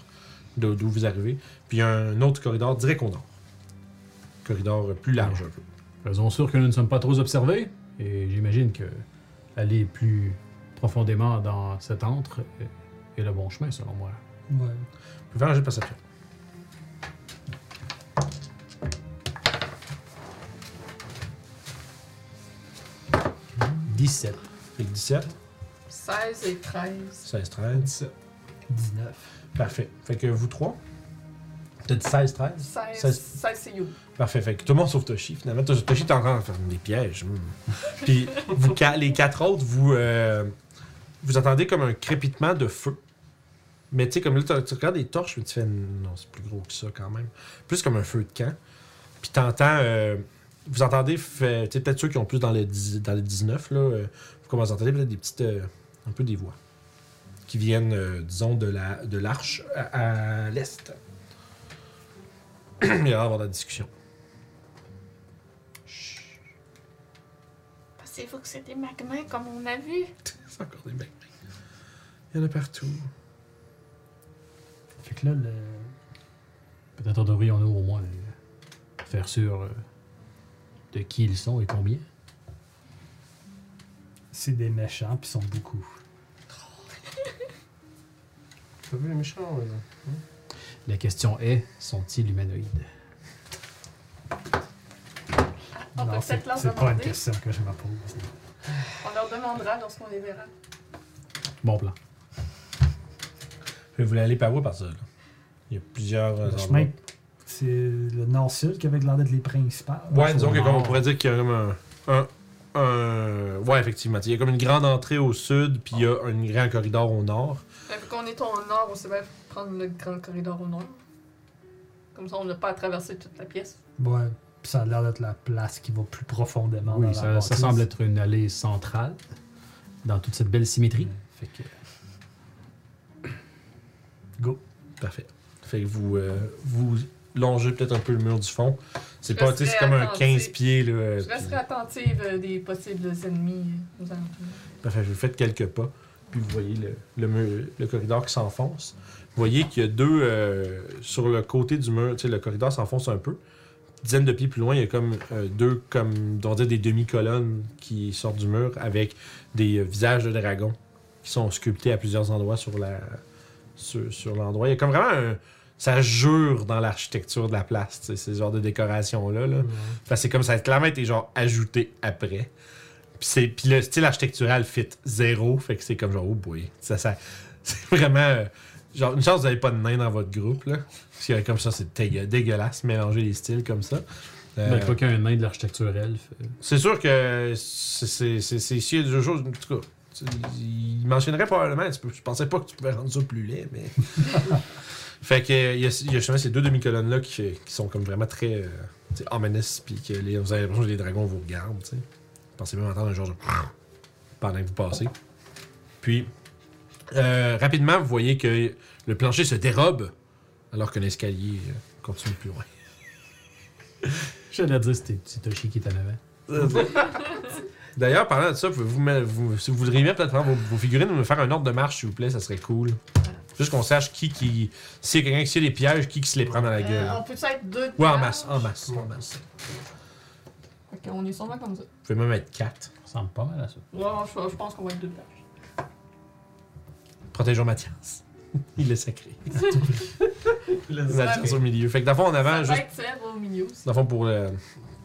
[SPEAKER 1] d'o- d'où vous arrivez. Puis, il y a un autre corridor direct au nord. Corridor euh, plus large un peu.
[SPEAKER 4] Faisons sûr que nous ne sommes pas trop observés, et j'imagine que aller plus profondément dans cette antre est- est le bon chemin, selon moi.
[SPEAKER 5] Ouais.
[SPEAKER 1] Vous pouvez faire un jeu de perception. Fait que 17,
[SPEAKER 7] 16 et 13.
[SPEAKER 1] 16, 13.
[SPEAKER 5] 19.
[SPEAKER 1] Parfait. Fait que vous trois. T'as dit 16, 13?
[SPEAKER 7] 16,
[SPEAKER 1] Seize.
[SPEAKER 7] 16 c'est you.
[SPEAKER 1] Parfait. Fait que tout le monde sauf Toshi, finalement. To- Toshi, t'es en train de faire des pièges. hmm. Puis vous, ca- les quatre autres, vous, euh, vous entendez comme un crépitement de feu. Mais tu sais, comme là, t'as- tu regardes les torches, mais tu fais non, c'est plus gros que ça quand même. Plus comme un feu de camp. Puis t'entends. euh, vous entendez, fait- tu sais, peut-être ceux qui ont plus dans les, dix- dans les 19, là, euh, vous commencez à entendre peut-être des petites. euh, un peu des voix. Qui viennent, euh, disons, de la- de l'arche de à, à l'est. <clears throat> Il va y avoir de la discussion.
[SPEAKER 2] Pensez-vous que c'est des magmas comme on a vu?
[SPEAKER 1] C'est encore des mecs. Il y en a partout.
[SPEAKER 5] Fait que là, le...
[SPEAKER 4] Peut-être devrions-nous au moins euh, faire sûr euh, de qui ils sont et combien.
[SPEAKER 5] c'est des méchants, puis ils sont beaucoup.
[SPEAKER 3] T'as vu les méchants, là?
[SPEAKER 4] La question est, sont-ils humanoïdes?
[SPEAKER 7] Ah, On peut
[SPEAKER 5] Non, c'est
[SPEAKER 7] peut-être leur
[SPEAKER 5] c'est pas une
[SPEAKER 7] demander.
[SPEAKER 5] question que je me pose.
[SPEAKER 7] On leur demandera lorsqu'on les verra.
[SPEAKER 4] Bon plan.
[SPEAKER 1] Ah, Je voulais aller par où par ça, là? Il y a plusieurs euh,
[SPEAKER 5] Le
[SPEAKER 1] endroits.
[SPEAKER 5] chemin, c'est le nord-sud qui avait l'air d'être les principales.
[SPEAKER 1] Ouais, disons que
[SPEAKER 4] Au
[SPEAKER 1] comme on
[SPEAKER 4] nord.
[SPEAKER 1] pourrait dire qu'il y a comme un, un, un- Ouais, effectivement. Il y a comme une grande entrée au sud, puis il y a un grand corridor au nord.
[SPEAKER 7] Mais Ben, vu qu'on est au nord, on sait bien prendre le grand corridor au nord. Comme ça, on n'a pas à traverser toute la pièce.
[SPEAKER 5] Ouais, puis ça a l'air d'être la place qui va plus profondément dans
[SPEAKER 4] Oui,
[SPEAKER 5] la
[SPEAKER 4] ça, ça
[SPEAKER 5] bâtisse.
[SPEAKER 4] semble être une allée centrale dans toute cette belle symétrie.
[SPEAKER 5] Fait que-
[SPEAKER 1] Parfait. Fait que vous, euh, vous longez peut-être un peu le mur du fond. C'est
[SPEAKER 7] Je
[SPEAKER 1] pas, tu sais, c'est
[SPEAKER 7] resterai
[SPEAKER 1] comme un
[SPEAKER 7] attentive.
[SPEAKER 1] 15 pieds, là. euh,
[SPEAKER 7] Je resterai attentive euh, des possibles ennemis euh, aux alentours.
[SPEAKER 1] Parfait, vous faites quelques pas, puis vous voyez le, le mur- le corridor qui s'enfonce. Vous voyez qu'il y a deux. euh, sur le côté du mur, tu sais, le corridor s'enfonce un peu. Dizaine de pieds plus loin, il y a comme euh, deux, comme on dit, des demi-colonnes qui sortent du mur avec des euh, visages de dragons qui sont sculptés à plusieurs endroits sur la sur, sur l'endroit. Il y a comme vraiment un. Ça jure dans l'architecture de la place, tu sais, ces genres de décorations-là.
[SPEAKER 3] Mm.
[SPEAKER 1] Là. Fait que c'est comme ça a clairement été genre ajouté après. Puis, c'est, puis le style architectural fit zéro, fait que c'est comme genre, oh boy. Ça, ça, <laughs> c'est vraiment. euh, genre, une chance que vous n'avez pas de nain dans votre groupe, là. Parce que comme ça, c'est dégue- dégueulasse, mélanger les styles comme ça. Euh,
[SPEAKER 4] Ben, pas qu'un nain de l'architecture elfe. euh,
[SPEAKER 1] c'est sûr que c'est- c'est c'est- c'est- s'il y a des choses, en tout cas, tu- il mentionnerait probablement, tu peux- je pensais pas que tu pouvais rendre ça plus laid, mais... fait que euh, il y, a, il y a justement ces deux demi-colonnes-là qui, qui sont comme vraiment très euh, tu sais, ominous, puis que les, vous avez l'impression que les dragons vous regardent, tu sais. Vous pensez même entendre un genre de... <laughs> pendant que vous passez. Puis, euh, rapidement, vous voyez que le plancher se dérobe, alors que l'escalier euh, continue plus loin.
[SPEAKER 4] J'allais dire c'était petit Toshi qui est en avant.
[SPEAKER 1] D'ailleurs, parlant de ça, pouvez-vous me- vous- si vous voudriez bien peut-être prendre vos, vos figurines ou me faire un ordre de marche, s'il vous plaît, ça serait cool. Juste qu'on sache qui qui. S'il y a quelqu'un qui sait les pièges, qui qui se les prend dans la gueule.
[SPEAKER 7] Euh, on peut être deux de
[SPEAKER 1] Ouais, en
[SPEAKER 7] place?
[SPEAKER 1] masse, en masse, en masse.
[SPEAKER 7] Ok, on est sûrement comme ça.
[SPEAKER 1] Vous pouvez même être quatre.
[SPEAKER 4] Ça ressemble pas mal à ça.
[SPEAKER 7] Ouais, je, je pense qu'on va être deux de place.
[SPEAKER 1] Protégeons Mathias. <laughs> Il est sacré.
[SPEAKER 3] Let's
[SPEAKER 1] Mathias au milieu. Fait que dans le fond, en avant,
[SPEAKER 7] Ça
[SPEAKER 1] Ah, juste.
[SPEAKER 7] peut être Seb au milieu aussi.
[SPEAKER 1] Dans le fond, pour, le-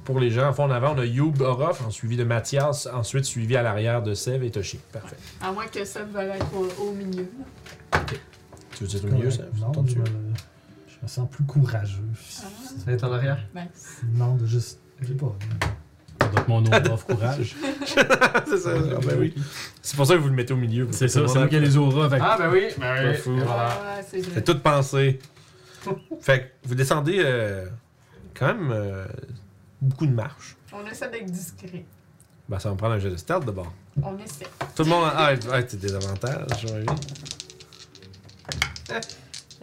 [SPEAKER 1] pour les gens, en fond, en avant, on a Youb Orof, en suivi de Mathias, ensuite suivi à l'arrière de Sev et Toshi. Parfait.
[SPEAKER 7] À moins que Seb veuille être au, au milieu.
[SPEAKER 1] Tu veux dire au milieu, Sev
[SPEAKER 5] Non,
[SPEAKER 1] T'entends-tu?
[SPEAKER 5] je me, je me sens plus courageux.
[SPEAKER 7] Ah.
[SPEAKER 3] Ça va être en arrière.
[SPEAKER 7] Nice.
[SPEAKER 5] Non, de juste. Je sais pas.
[SPEAKER 4] Donc mon nom
[SPEAKER 1] <laughs>
[SPEAKER 4] offre courage.
[SPEAKER 1] C'est ça, ah ben oui. C'est pour ça que vous le mettez au milieu.
[SPEAKER 4] C'est ça, c'est moi qui ai les auras. Fait que-
[SPEAKER 3] Ah, ben oui. Ben
[SPEAKER 1] Pas
[SPEAKER 3] oui.
[SPEAKER 1] fou.
[SPEAKER 3] Et Voilà.
[SPEAKER 7] Ouais, c'est vrai.
[SPEAKER 1] C'est tout pensé. fait que vous descendez euh, quand même euh, beaucoup de marches.
[SPEAKER 7] On essaie d'être discret.
[SPEAKER 1] Ben, ça va me prendre un jeu de start d'abord.
[SPEAKER 7] On essaie.
[SPEAKER 1] Tout le monde. Ah, ah t'es des avantages, j'aurais vu.
[SPEAKER 7] Euh,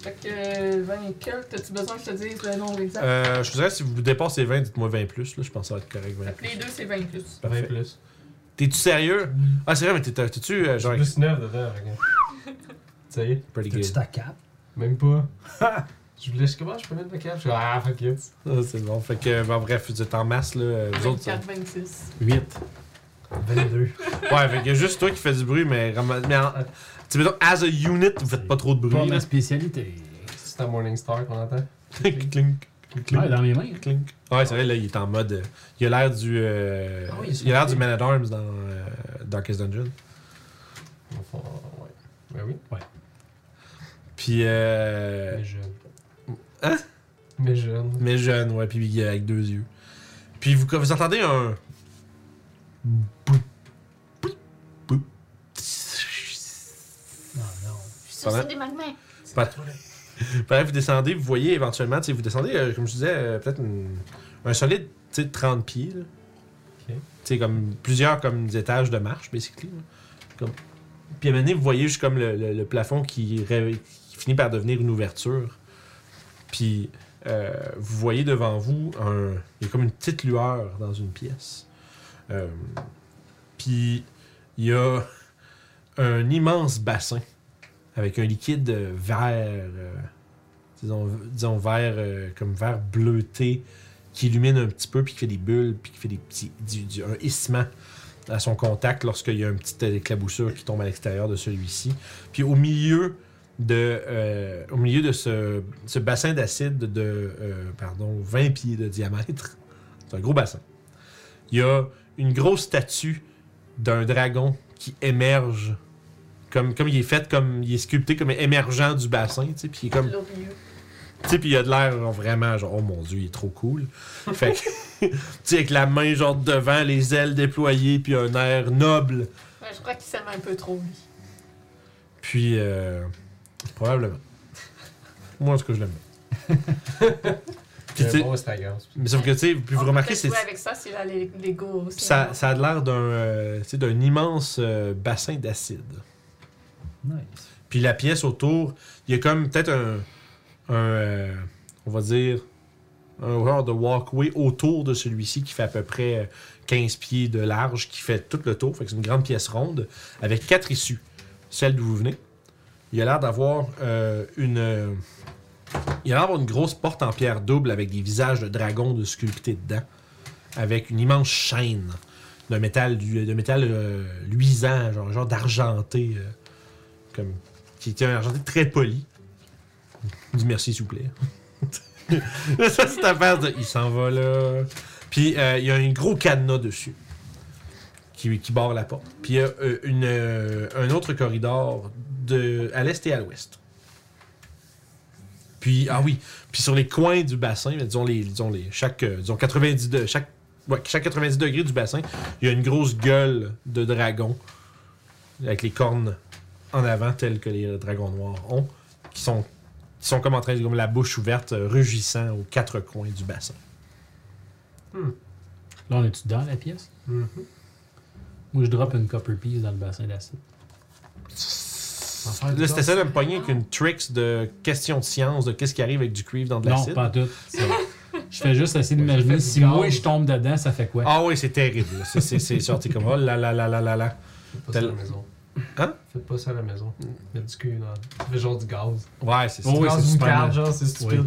[SPEAKER 7] fait que 20 quelques, t'as-tu besoin que je te dise le nombre exact?
[SPEAKER 1] Euh, je vous dirais, si vous dépassez 20, dites-moi 20 plus. Là, je pense que ça va être correct. 20
[SPEAKER 7] Fait que
[SPEAKER 1] plus.
[SPEAKER 7] les deux, c'est 20 plus.
[SPEAKER 3] Vingt
[SPEAKER 1] Parfait.
[SPEAKER 3] plus.
[SPEAKER 1] T'es-tu sérieux? Ah, c'est vrai, mais t'es- t'es-tu euh, genre.
[SPEAKER 3] Plus 9 dedans, regarde. Ça y est.
[SPEAKER 1] Pretty
[SPEAKER 5] T'as-tu
[SPEAKER 1] good.
[SPEAKER 5] ta cape?
[SPEAKER 3] Même pas. je voulais, je comment je peux mettre ma cape? Je suis comme, ah, fuck it.
[SPEAKER 1] Ah, c'est bon. Fait que, ben, bref, vous êtes en masse, là. euh, Vous autres.
[SPEAKER 7] 24, 26.
[SPEAKER 4] 8. <laughs>
[SPEAKER 5] 22.
[SPEAKER 1] ça- euh, Ouais, fait que y a juste toi qui fais du bruit, mais. ram- mais en- Tu veux dire, as a unit, vous faites pas trop de
[SPEAKER 4] Pas
[SPEAKER 1] bruit. <laughs> là.
[SPEAKER 4] ma spécialité.
[SPEAKER 3] C'est un Morningstar qu'on entend.
[SPEAKER 1] Clink, clink, clink.
[SPEAKER 4] Ouais, dans mes mains.
[SPEAKER 1] Clink. Ouais, c'est vrai, là, il est en mode. euh, il a l'air du. euh,
[SPEAKER 3] Ah oui,
[SPEAKER 1] il a l'air du Man at Arms dans euh, Darkest Dungeon.
[SPEAKER 3] Au fond, ouais. Ben oui.
[SPEAKER 1] Puis. Euh,
[SPEAKER 3] Mais jeune.
[SPEAKER 1] Hein?
[SPEAKER 3] Mais jeune.
[SPEAKER 1] mais jeune, ouais, puis il est avec deux yeux. Puis vous, vous entendez un.
[SPEAKER 5] Non, non.
[SPEAKER 1] Pendant- Pendant- Pendant que vous descendez, vous voyez éventuellement, tu sais, vous descendez, euh, comme je disais, euh, peut-être une- un solide tu sais, 30 pieds. là.
[SPEAKER 3] Ok.
[SPEAKER 1] Tu sais, comme plusieurs comme des étages de marche, basically. là. Comme- Puis à un moment donné, vous voyez juste comme le, le- le plafond qui, ré- qui finit par devenir une ouverture. Puis euh, vous voyez devant vous un. Il y a comme une petite lueur dans une pièce. Euh, puis il y a un immense bassin avec un liquide euh, vert, euh, disons, disons vert, euh, comme vert bleuté, qui illumine un petit peu, puis qui fait des bulles, puis qui fait des petits, du- du- un hissement à son contact lorsqu'il y a une petite éclaboussure qui tombe à l'extérieur de celui-ci. Puis au milieu de, euh, au milieu de ce, ce bassin d'acide de euh, pardon, 20 pieds de diamètre, c'est un gros bassin, il y a une grosse statue d'un dragon qui émerge comme, comme il est fait, comme il est sculpté comme émergent du bassin, tu sais, puis il est comme...
[SPEAKER 7] Glorieux.
[SPEAKER 1] Tu sais, puis il a de l'air genre, vraiment genre, oh mon dieu, il est trop cool. Fait que, <laughs> tu sais, avec la main genre devant, les ailes déployées, puis un air noble.
[SPEAKER 7] Ouais, Ben, je crois qu'il s'aime un peu trop, lui.
[SPEAKER 1] Puis, euh, probablement. Moi, en tout cas, je l'aime bien. Puis, tu
[SPEAKER 3] C'est
[SPEAKER 1] sais,
[SPEAKER 3] bon Instagram. c'est
[SPEAKER 1] mais sauf que, tu sais, puis vous remarquez, c'est.
[SPEAKER 7] c'est. jouer avec ça s'il a les- l'ego aussi. hein.
[SPEAKER 1] Puis ça, ça a l'air d'un euh, tu sais, d'un immense euh, bassin d'acide.
[SPEAKER 5] Nice.
[SPEAKER 1] Puis la pièce autour, il y a comme peut-être un, un euh, on va dire, un genre de walkway autour de celui-ci qui fait à peu près euh, 15 pieds de large, qui fait tout le tour. Fait que c'est une grande pièce ronde avec quatre issues. Celle d'où vous venez. Il a l'air d'avoir euh, une. euh, il a l'air d'avoir une grosse porte en pierre double avec des visages de dragons de sculptés dedans. Avec une immense chaîne de métal, du- de métal euh, luisant, genre, genre d'argenté. euh, comme qui était un argenté très poli. Dis merci, s'il vous plaît. ça, c'est affaire de. Il s'en va là. Puis euh, il y a un gros cadenas dessus qui, qui barre la porte. Puis il y a euh, une, euh, un autre corridor de, à l'est et à l'ouest. Puis, ah oui, puis sur les coins du bassin, mais disons, les, disons, les, chaque, euh, disons 90 de, chaque, ouais, chaque 90 degrés du bassin, il y a une grosse gueule de dragon avec les cornes en avant, tels que les dragons noirs ont, qui sont, qui sont comme en train de comme la bouche ouverte, euh, rugissant aux quatre coins du bassin.
[SPEAKER 4] Là, on est-tu dans la pièce?
[SPEAKER 3] bon. Mhm.
[SPEAKER 4] Moi, je drop une copper piece dans le bassin d'acide.
[SPEAKER 3] faire du
[SPEAKER 1] Là, c'était ça de me pogner avec une tricks de question de science de qu'est-ce qui arrive avec du cuivre dans de
[SPEAKER 4] Non,
[SPEAKER 1] l'acide.
[SPEAKER 4] pas en <laughs> tout. Je fais juste essayer
[SPEAKER 3] Ouais, ça fait
[SPEAKER 4] d'imaginer
[SPEAKER 3] du
[SPEAKER 4] si
[SPEAKER 3] gaz.
[SPEAKER 4] moi je tombe dedans, ça fait quoi?
[SPEAKER 1] Ah oui, c'est terrible. là. C'est- C'est c'est sorti comme oh là là là là là là.
[SPEAKER 3] Pas sur
[SPEAKER 1] Tel-
[SPEAKER 3] la maison. Faites pas ça à la maison. Faites du cul, là. Faites genre du gaz.
[SPEAKER 1] Ouais, Oh c'est ça.
[SPEAKER 3] du
[SPEAKER 4] oui,
[SPEAKER 3] gaz
[SPEAKER 4] c'est
[SPEAKER 3] une
[SPEAKER 4] super
[SPEAKER 3] carte,
[SPEAKER 4] net.
[SPEAKER 3] genre, c'est stupide.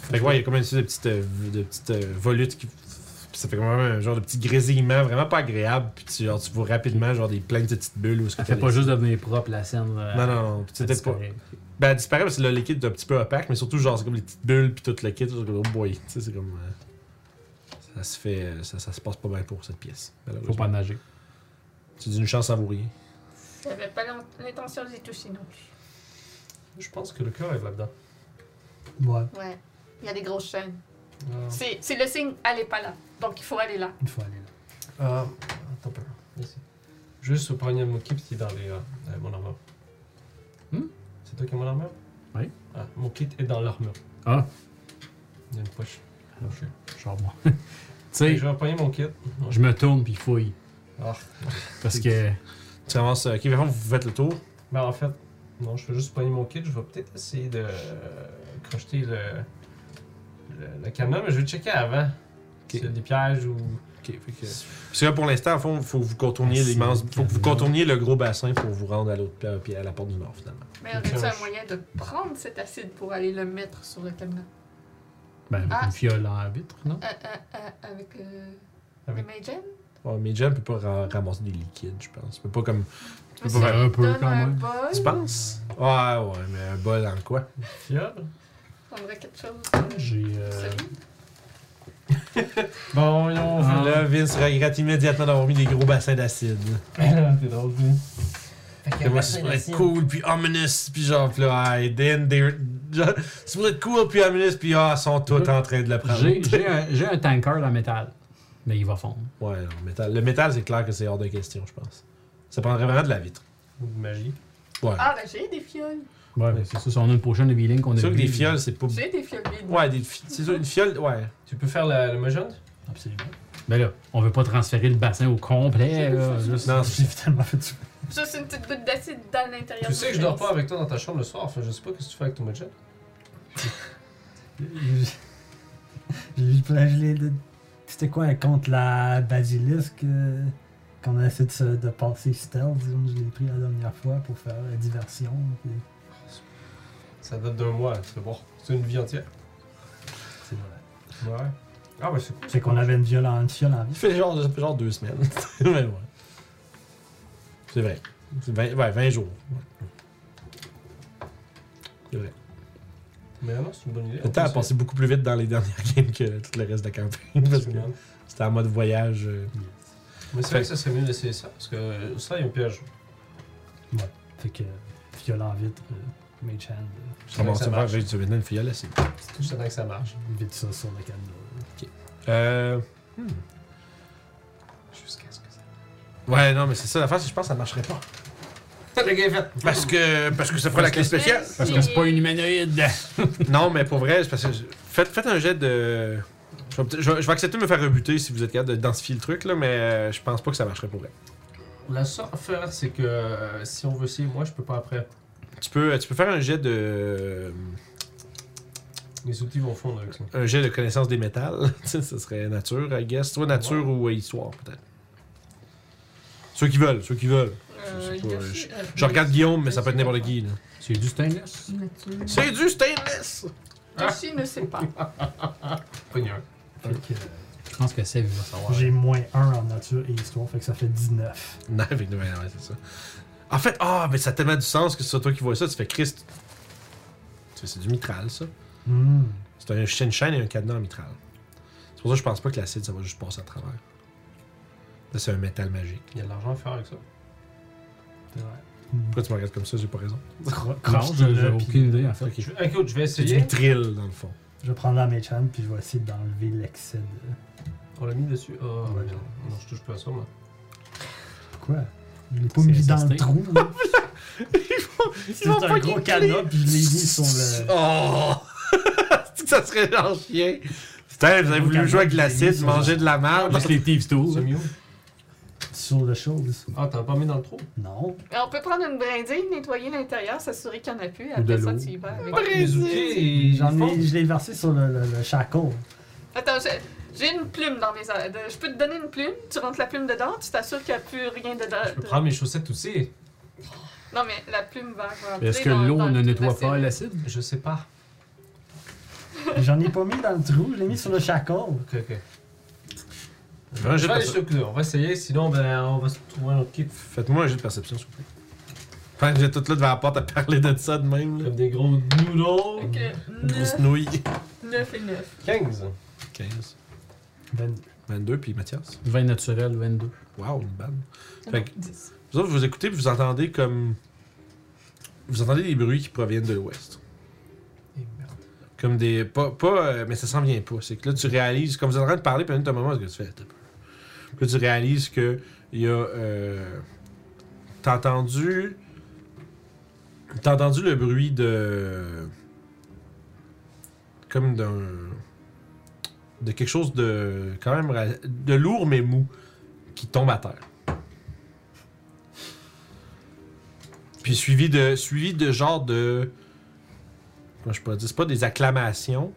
[SPEAKER 1] Fait que ouais, il y a comme une espèce de petite, euh, de petite euh, volute qui. Puis ça fait comme un genre de petit grésillement vraiment pas agréable. Puis tu, genre, tu vois rapidement genre des pleines de petites bulles ou ce que
[SPEAKER 4] Ça fait
[SPEAKER 1] t'as
[SPEAKER 4] pas
[SPEAKER 1] laissé.
[SPEAKER 4] juste devenir propre la scène. euh, là.
[SPEAKER 1] Non, non, non. Puis
[SPEAKER 4] Ça
[SPEAKER 1] c'était pas.
[SPEAKER 4] disparaît.
[SPEAKER 1] Ben, elle disparaît parce que le liquide est un petit peu opaque, mais surtout, genre, c'est comme les petites bulles puis tout le kit. genre, Oh boy. Tu sais, c'est comme. euh, ça se fait. euh, Ça, ça se passe pas bien pour cette pièce.
[SPEAKER 4] Faut pas nager.
[SPEAKER 1] Tu dis une chance à vous rien.
[SPEAKER 7] J'avais pas l'in- l'intention d'y toucher non plus.
[SPEAKER 3] Je pense que le cœur est là-dedans.
[SPEAKER 5] Ouais,
[SPEAKER 7] Ouais. Il y a des grosses chaînes.
[SPEAKER 1] Ah.
[SPEAKER 3] Euh,
[SPEAKER 7] C'est c'est le signe, allez pas là. Donc il faut aller là.
[SPEAKER 5] il faut aller là.
[SPEAKER 3] Euh, attends un peu. Ici. Juste au premier mot qui est dans les, euh, euh, mon armure.
[SPEAKER 4] Hmm?
[SPEAKER 3] C'est toi qui as mon armure
[SPEAKER 4] Oui.
[SPEAKER 3] Ah, mon kit est dans l'armure.
[SPEAKER 4] Ah.
[SPEAKER 3] Il y a une poche.
[SPEAKER 4] Genre moi. <laughs> tu sais,
[SPEAKER 3] Je vais empoigner mon kit.
[SPEAKER 4] je me tourne puis fouille.
[SPEAKER 3] Ah.
[SPEAKER 4] Parce que.
[SPEAKER 1] Tu avances. euh, Ok, vraiment, vous faites le tour.
[SPEAKER 3] Ben en fait, non, je vais juste pogner mon kit. Je vais peut-être essayer de euh, crocheter le, le, le canon, mais je vais checker avant. S'il y a des pièges ou.
[SPEAKER 1] Ok, fait que- Parce que là, pour l'instant, en fond, faut que vous
[SPEAKER 4] Ah,
[SPEAKER 1] contourniez l'immense. Faut que vous contourniez le gros bassin pour vous rendre à l'autre euh, puis à la porte du nord, finalement.
[SPEAKER 7] Mais y aurait-il un moyen de prendre cet acide pour aller le mettre sur le cabinet?
[SPEAKER 4] Ben, avec
[SPEAKER 7] Ah.
[SPEAKER 4] une fiole en vitre, non?
[SPEAKER 7] Euh, euh, euh, avec euh,
[SPEAKER 3] Avec-
[SPEAKER 7] le Magen?
[SPEAKER 1] Ouais, mais Jen peut pas ra- ramasser du liquide, je pense. Peut pas comme.
[SPEAKER 7] Moi,
[SPEAKER 1] faire
[SPEAKER 7] si
[SPEAKER 4] un
[SPEAKER 7] on
[SPEAKER 4] peu,
[SPEAKER 7] donne
[SPEAKER 4] quand
[SPEAKER 7] un
[SPEAKER 4] même.
[SPEAKER 7] bol,
[SPEAKER 2] Ah.
[SPEAKER 1] Tu penses? Ouais, ouais, mais un bol en quoi?
[SPEAKER 3] Fiole.
[SPEAKER 7] on prendrait quelque chose de
[SPEAKER 4] J'ai. euh,
[SPEAKER 7] solide.
[SPEAKER 3] Bon, ils ont.
[SPEAKER 4] Ah.
[SPEAKER 1] Là, Vince regrette immédiatement d'avoir mis des gros bassins d'acide.
[SPEAKER 3] <coughs> T'es drôle, lui.
[SPEAKER 6] Fait
[SPEAKER 1] Là,
[SPEAKER 6] que
[SPEAKER 1] moi, c'est pour être
[SPEAKER 6] merci.
[SPEAKER 1] cool, puis ominous, puis genre, puis là, hey, then they're. genre, C'est pour être cool, puis ominous, puis ah, ils sont tous en train de le prendre.
[SPEAKER 4] J'ai j'ai un, j'ai un tanker en métal. Mais il va fondre.
[SPEAKER 1] <laughs> Ouais, non, métal. le métal, c'est clair que c'est hors de question, je pense. Ça prendrait vraiment de la vitre.
[SPEAKER 3] Ou de magie.
[SPEAKER 1] Ouais.
[SPEAKER 7] Ah, ben j'ai des fioles.
[SPEAKER 4] Ouais, mais c'est ça. Si on a une potion de healing qu'on a.
[SPEAKER 1] c'est sûr que
[SPEAKER 4] vue,
[SPEAKER 1] des fioles, c'est pas.
[SPEAKER 7] J'ai des fioles vides.
[SPEAKER 1] Ouais, des fi- c'est sûr, une fiole, ouais.
[SPEAKER 3] Tu peux faire la, le Mojang?
[SPEAKER 5] Absolument.
[SPEAKER 4] Ben là, on veut pas transférer le bassin au complet, là. Juste...
[SPEAKER 1] Non,
[SPEAKER 5] J'ai tellement fait du
[SPEAKER 7] Juste une petite goutte d'acide dans l'intérieur.
[SPEAKER 3] Tu
[SPEAKER 7] du
[SPEAKER 3] sais que je dors
[SPEAKER 7] pénis.
[SPEAKER 3] pas avec toi dans ta chambre le soir, enfin je sais pas ce que tu fais avec ton Mojang.
[SPEAKER 5] J'ai vu plein gelé de. C'était quoi contre la basilisque euh, qu'on a essayé de, se- de passer stealth, disons que je l'ai pris la dernière fois pour faire la diversion. puis
[SPEAKER 3] Ça date d'un mois, c'est bon. C'est une vie entière.
[SPEAKER 5] C'est voilà.
[SPEAKER 3] Ouais. Ah bah c'est cool.
[SPEAKER 5] C'est qu'on avait une violente une fiole en
[SPEAKER 1] Il
[SPEAKER 5] vie.
[SPEAKER 1] fait genre, ça fait genre deux semaines. <laughs> Mais ouais. C'est vrai. C'est vingt- ouais, 20 jours. Ouais. C'est vrai.
[SPEAKER 3] Mais non, c'est une bonne idée.
[SPEAKER 1] Le temps a passé beaucoup plus vite dans les dernières <laughs> games que tout le reste de la campagne. Parce que
[SPEAKER 3] Mais
[SPEAKER 1] c'était en mode voyage. euh.
[SPEAKER 3] c'est vrai que ça serait mieux d'essayer ça, parce que euh, ça, il y a un piège.
[SPEAKER 5] Fait que fiole en vitre, euh, Mage Hand, euh,
[SPEAKER 3] Je
[SPEAKER 1] Comment
[SPEAKER 3] ça
[SPEAKER 1] ça va?
[SPEAKER 3] marche.
[SPEAKER 1] J'ai maintenant une fiole assez.
[SPEAKER 3] Je suis certain que ça marche.
[SPEAKER 5] vite ça sur le cadenas.
[SPEAKER 1] Euh. hmm.
[SPEAKER 3] Jusqu'à ce que ça
[SPEAKER 1] Ouais, non, mais c'est ça l'affaire, c'est que je pense que ça marcherait pas.
[SPEAKER 3] marche. Le gars est fait.
[SPEAKER 1] Parce que. Parce que ça ferait la clé spéciale.
[SPEAKER 4] Parce que c'est pas une humanoïde.
[SPEAKER 1] Non, mais pour vrai, c'est parce que je- faites, faites un jet de. Je vais, peut-être- je vais- je vais accepter de me faire rebuter si vous êtes capable de densifier le truc, là, mais euh, je pense pas que ça marcherait pour vrai.
[SPEAKER 3] La seule affaire, c'est que euh, si on veut essayer, moi, je peux pas après.
[SPEAKER 1] Tu peux, tu peux faire un jet de.
[SPEAKER 3] Les outils vont fondre avec ça.
[SPEAKER 1] Un jet de connaissance des métals. <laughs> Tu sais, ce serait nature, I guess. Soit nature ou euh, histoire, peut-être. Ceux qui veulent, ceux qui veulent.
[SPEAKER 7] Euh,
[SPEAKER 1] Je sais pas,
[SPEAKER 7] Yoshi, euh,
[SPEAKER 1] Je regarde Guillaume, mais ça peut être n'importe qui. là.
[SPEAKER 4] C'est du stainless.
[SPEAKER 1] C'est du stainless!
[SPEAKER 7] Ah. Yoshi ne sait pas.
[SPEAKER 3] Pogné un.
[SPEAKER 5] Fait que, euh,
[SPEAKER 4] Je pense que Seb va savoir.
[SPEAKER 5] J'ai moins 1 en nature et histoire, fait que ça fait 19.
[SPEAKER 1] Non, avec nous, ouais, ouais, c'est ça. En fait, ah, mais ça a tellement du sens que c'est toi qui vois ça, tu fais Christ. Tu fais, C'est du mitral, ça.
[SPEAKER 5] Hmm.
[SPEAKER 1] C'est un chaîne chaîne et un cadenas en mitral. C'est pour ça que je pense pas que l'acide, ça va juste passer à travers. Là, c'est un métal magique.
[SPEAKER 3] Il y a de l'argent à faire avec ça.
[SPEAKER 5] C'est vrai.
[SPEAKER 1] Pourquoi tu me regardes comme ça, j'ai pas raison?
[SPEAKER 4] Non, j'ai j'ai
[SPEAKER 5] Croche-le, puis
[SPEAKER 4] aucune idée, en fait.
[SPEAKER 3] Je vais- Écoute, je vais
[SPEAKER 1] C'est du
[SPEAKER 3] essayer.
[SPEAKER 1] mitril, dans le fond.
[SPEAKER 5] Je vais prendre la Mage Hand, puis je vais essayer d'enlever l'excès de.
[SPEAKER 3] On l'a mis dessus. Oh,
[SPEAKER 5] Ouais.
[SPEAKER 3] merde. Non, je touche pas à ça, moi.
[SPEAKER 5] Quoi Je l'ai pas
[SPEAKER 4] C'est
[SPEAKER 5] mis dans
[SPEAKER 4] SST.
[SPEAKER 5] le trou, là. C'est
[SPEAKER 1] vont pas
[SPEAKER 5] un gros
[SPEAKER 1] cliquer.
[SPEAKER 5] cadenas, puis je l'ai <laughs> mis sur le.
[SPEAKER 1] Oh! C'est-tu que ça serait genre chien? Putain, vous avez voulu jouer avec de l'acide, manger de la merde.
[SPEAKER 4] Juste les thieves
[SPEAKER 3] C'est
[SPEAKER 4] tools.
[SPEAKER 3] mieux.
[SPEAKER 5] sur le chose.
[SPEAKER 3] Ah, t'as pas mis dans le trou?
[SPEAKER 5] Non.
[SPEAKER 7] Mais on peut prendre une brindille, nettoyer l'intérieur, s'assurer qu'il n'y en a plus.
[SPEAKER 4] Ou de
[SPEAKER 7] Après ça,
[SPEAKER 4] l'eau.
[SPEAKER 7] tu y vas avec.
[SPEAKER 3] Ah, Les outils, ils
[SPEAKER 5] J'en
[SPEAKER 3] font.
[SPEAKER 5] ai, je l'ai versé sur le, le, le shackle.
[SPEAKER 7] Attends, je,
[SPEAKER 2] J'ai une plume dans mes oreilles. Je peux te donner une plume, tu rentres la plume dedans, tu t'assures qu'il n'y a plus rien dedans.
[SPEAKER 3] Je peux
[SPEAKER 2] de-
[SPEAKER 3] prendre mes chaussettes aussi.
[SPEAKER 2] Non, mais la plume va rentrer.
[SPEAKER 4] Est-ce que
[SPEAKER 2] dans-
[SPEAKER 4] l'eau
[SPEAKER 2] dans
[SPEAKER 4] ne
[SPEAKER 2] le
[SPEAKER 4] nettoie
[SPEAKER 2] bassin.
[SPEAKER 4] pas l'acide?
[SPEAKER 3] Je sais pas.
[SPEAKER 5] J'en ai pas mis dans le trou, je l'ai mis sur le chacal.
[SPEAKER 3] Ok, ok.
[SPEAKER 1] Fais un
[SPEAKER 3] Je
[SPEAKER 1] jet
[SPEAKER 3] vais
[SPEAKER 1] de
[SPEAKER 3] aller
[SPEAKER 1] perce-
[SPEAKER 3] sur le coup. On va essayer, sinon ben, on va se trouver un autre kit.
[SPEAKER 1] Faites-moi un jeu de perception, s'il vous plaît. Enfin, vous êtes toutes là devant la porte à parler de ça de même. Là.
[SPEAKER 3] Comme des gros noodles.
[SPEAKER 2] Ok,
[SPEAKER 1] Une Grosse
[SPEAKER 2] 9,
[SPEAKER 1] nouille.
[SPEAKER 2] 9 euh, et 9.
[SPEAKER 3] 15.
[SPEAKER 1] 15.
[SPEAKER 5] 22.
[SPEAKER 1] 22, puis Mathias.
[SPEAKER 4] 20 naturel, 22.
[SPEAKER 1] Waouh, une balle. Fait que-
[SPEAKER 2] 10.
[SPEAKER 1] Vous autres, vous écoutez, puis vous entendez comme. Vous entendez des bruits qui proviennent de l'ouest.
[SPEAKER 3] Et merde.
[SPEAKER 1] Comme des. Pas. pas euh, mais ça s'en vient pas. C'est que là, tu réalises. Comme vous êtes en train de parler, puis à un moment, ce que tu fais. Attends un peu. Puis là, tu réalises que. Il y a. euh, T'as entendu. T'as entendu le bruit de. Comme d'un. De quelque chose de. Quand même. ra- De lourd mais mou. Qui tombe à terre. Puis suivi de. Suivi de genre de. Comment je peux dire, c'est pas des acclamations,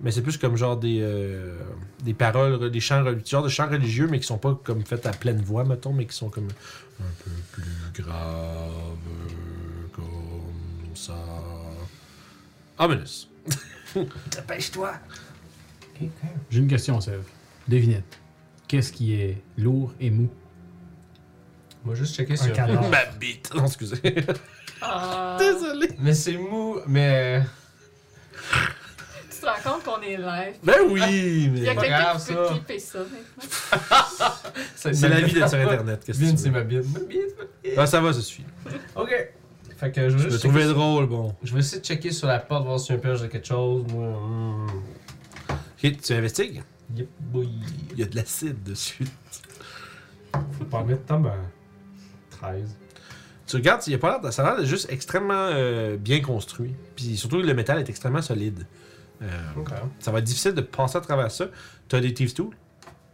[SPEAKER 1] mais c'est plus comme genre des, euh, des paroles, re- des chants, reli- genre de chants religieux, mais qui sont pas comme faits à pleine voix, mettons, mais qui sont comme un peu plus graves, comme ça. Ah, Ominous.
[SPEAKER 6] Dépêche-toi.
[SPEAKER 4] J'ai une question, Sèvres. Devinette. Qu'est-ce qui est lourd et mou?
[SPEAKER 3] Moi, juste checker
[SPEAKER 5] Un
[SPEAKER 3] sur.
[SPEAKER 5] cadavre.
[SPEAKER 1] Ma bite. Non, <laughs> excusez.
[SPEAKER 2] Ah,
[SPEAKER 1] Désolé.
[SPEAKER 3] Mais c'est mou, mais.
[SPEAKER 2] tu te rends compte qu'on est live?
[SPEAKER 1] Ben oui,
[SPEAKER 2] Il y
[SPEAKER 1] mais.
[SPEAKER 2] a
[SPEAKER 3] pas
[SPEAKER 2] quelqu'un
[SPEAKER 3] grave,
[SPEAKER 2] qui peut
[SPEAKER 3] ça.
[SPEAKER 2] clipper ça maintenant.
[SPEAKER 3] C'est
[SPEAKER 1] C'est la vie d'être sur Internet. Qu'est-ce
[SPEAKER 3] Vin,
[SPEAKER 1] que tu
[SPEAKER 3] c'est
[SPEAKER 1] veux?
[SPEAKER 3] ma bide. Ma bide, ma bite.
[SPEAKER 1] Ah, ça va, je suis.
[SPEAKER 3] Ok. Fait que
[SPEAKER 1] Je
[SPEAKER 3] je vais
[SPEAKER 1] le
[SPEAKER 3] juste.
[SPEAKER 1] trouvais
[SPEAKER 3] checker sur-
[SPEAKER 1] drôle, bon.
[SPEAKER 3] Je vais essayer de checker sur la porte, voir s'il y a un piège de quelque chose. Moi, hmm.
[SPEAKER 1] Ok, tu investigues?
[SPEAKER 3] Yep, boy.
[SPEAKER 1] Il y a de l'acide dessus.
[SPEAKER 3] Faut pas en mettre tant, ben. 13.
[SPEAKER 1] Tu regardes, il y a pas l'air- ça a l'air de juste extrêmement euh, bien construit. Puis surtout, le métal est extrêmement solide. Euh,
[SPEAKER 3] Ok.
[SPEAKER 1] ça va être difficile de passer à travers ça. Tu as des Thieves Tools.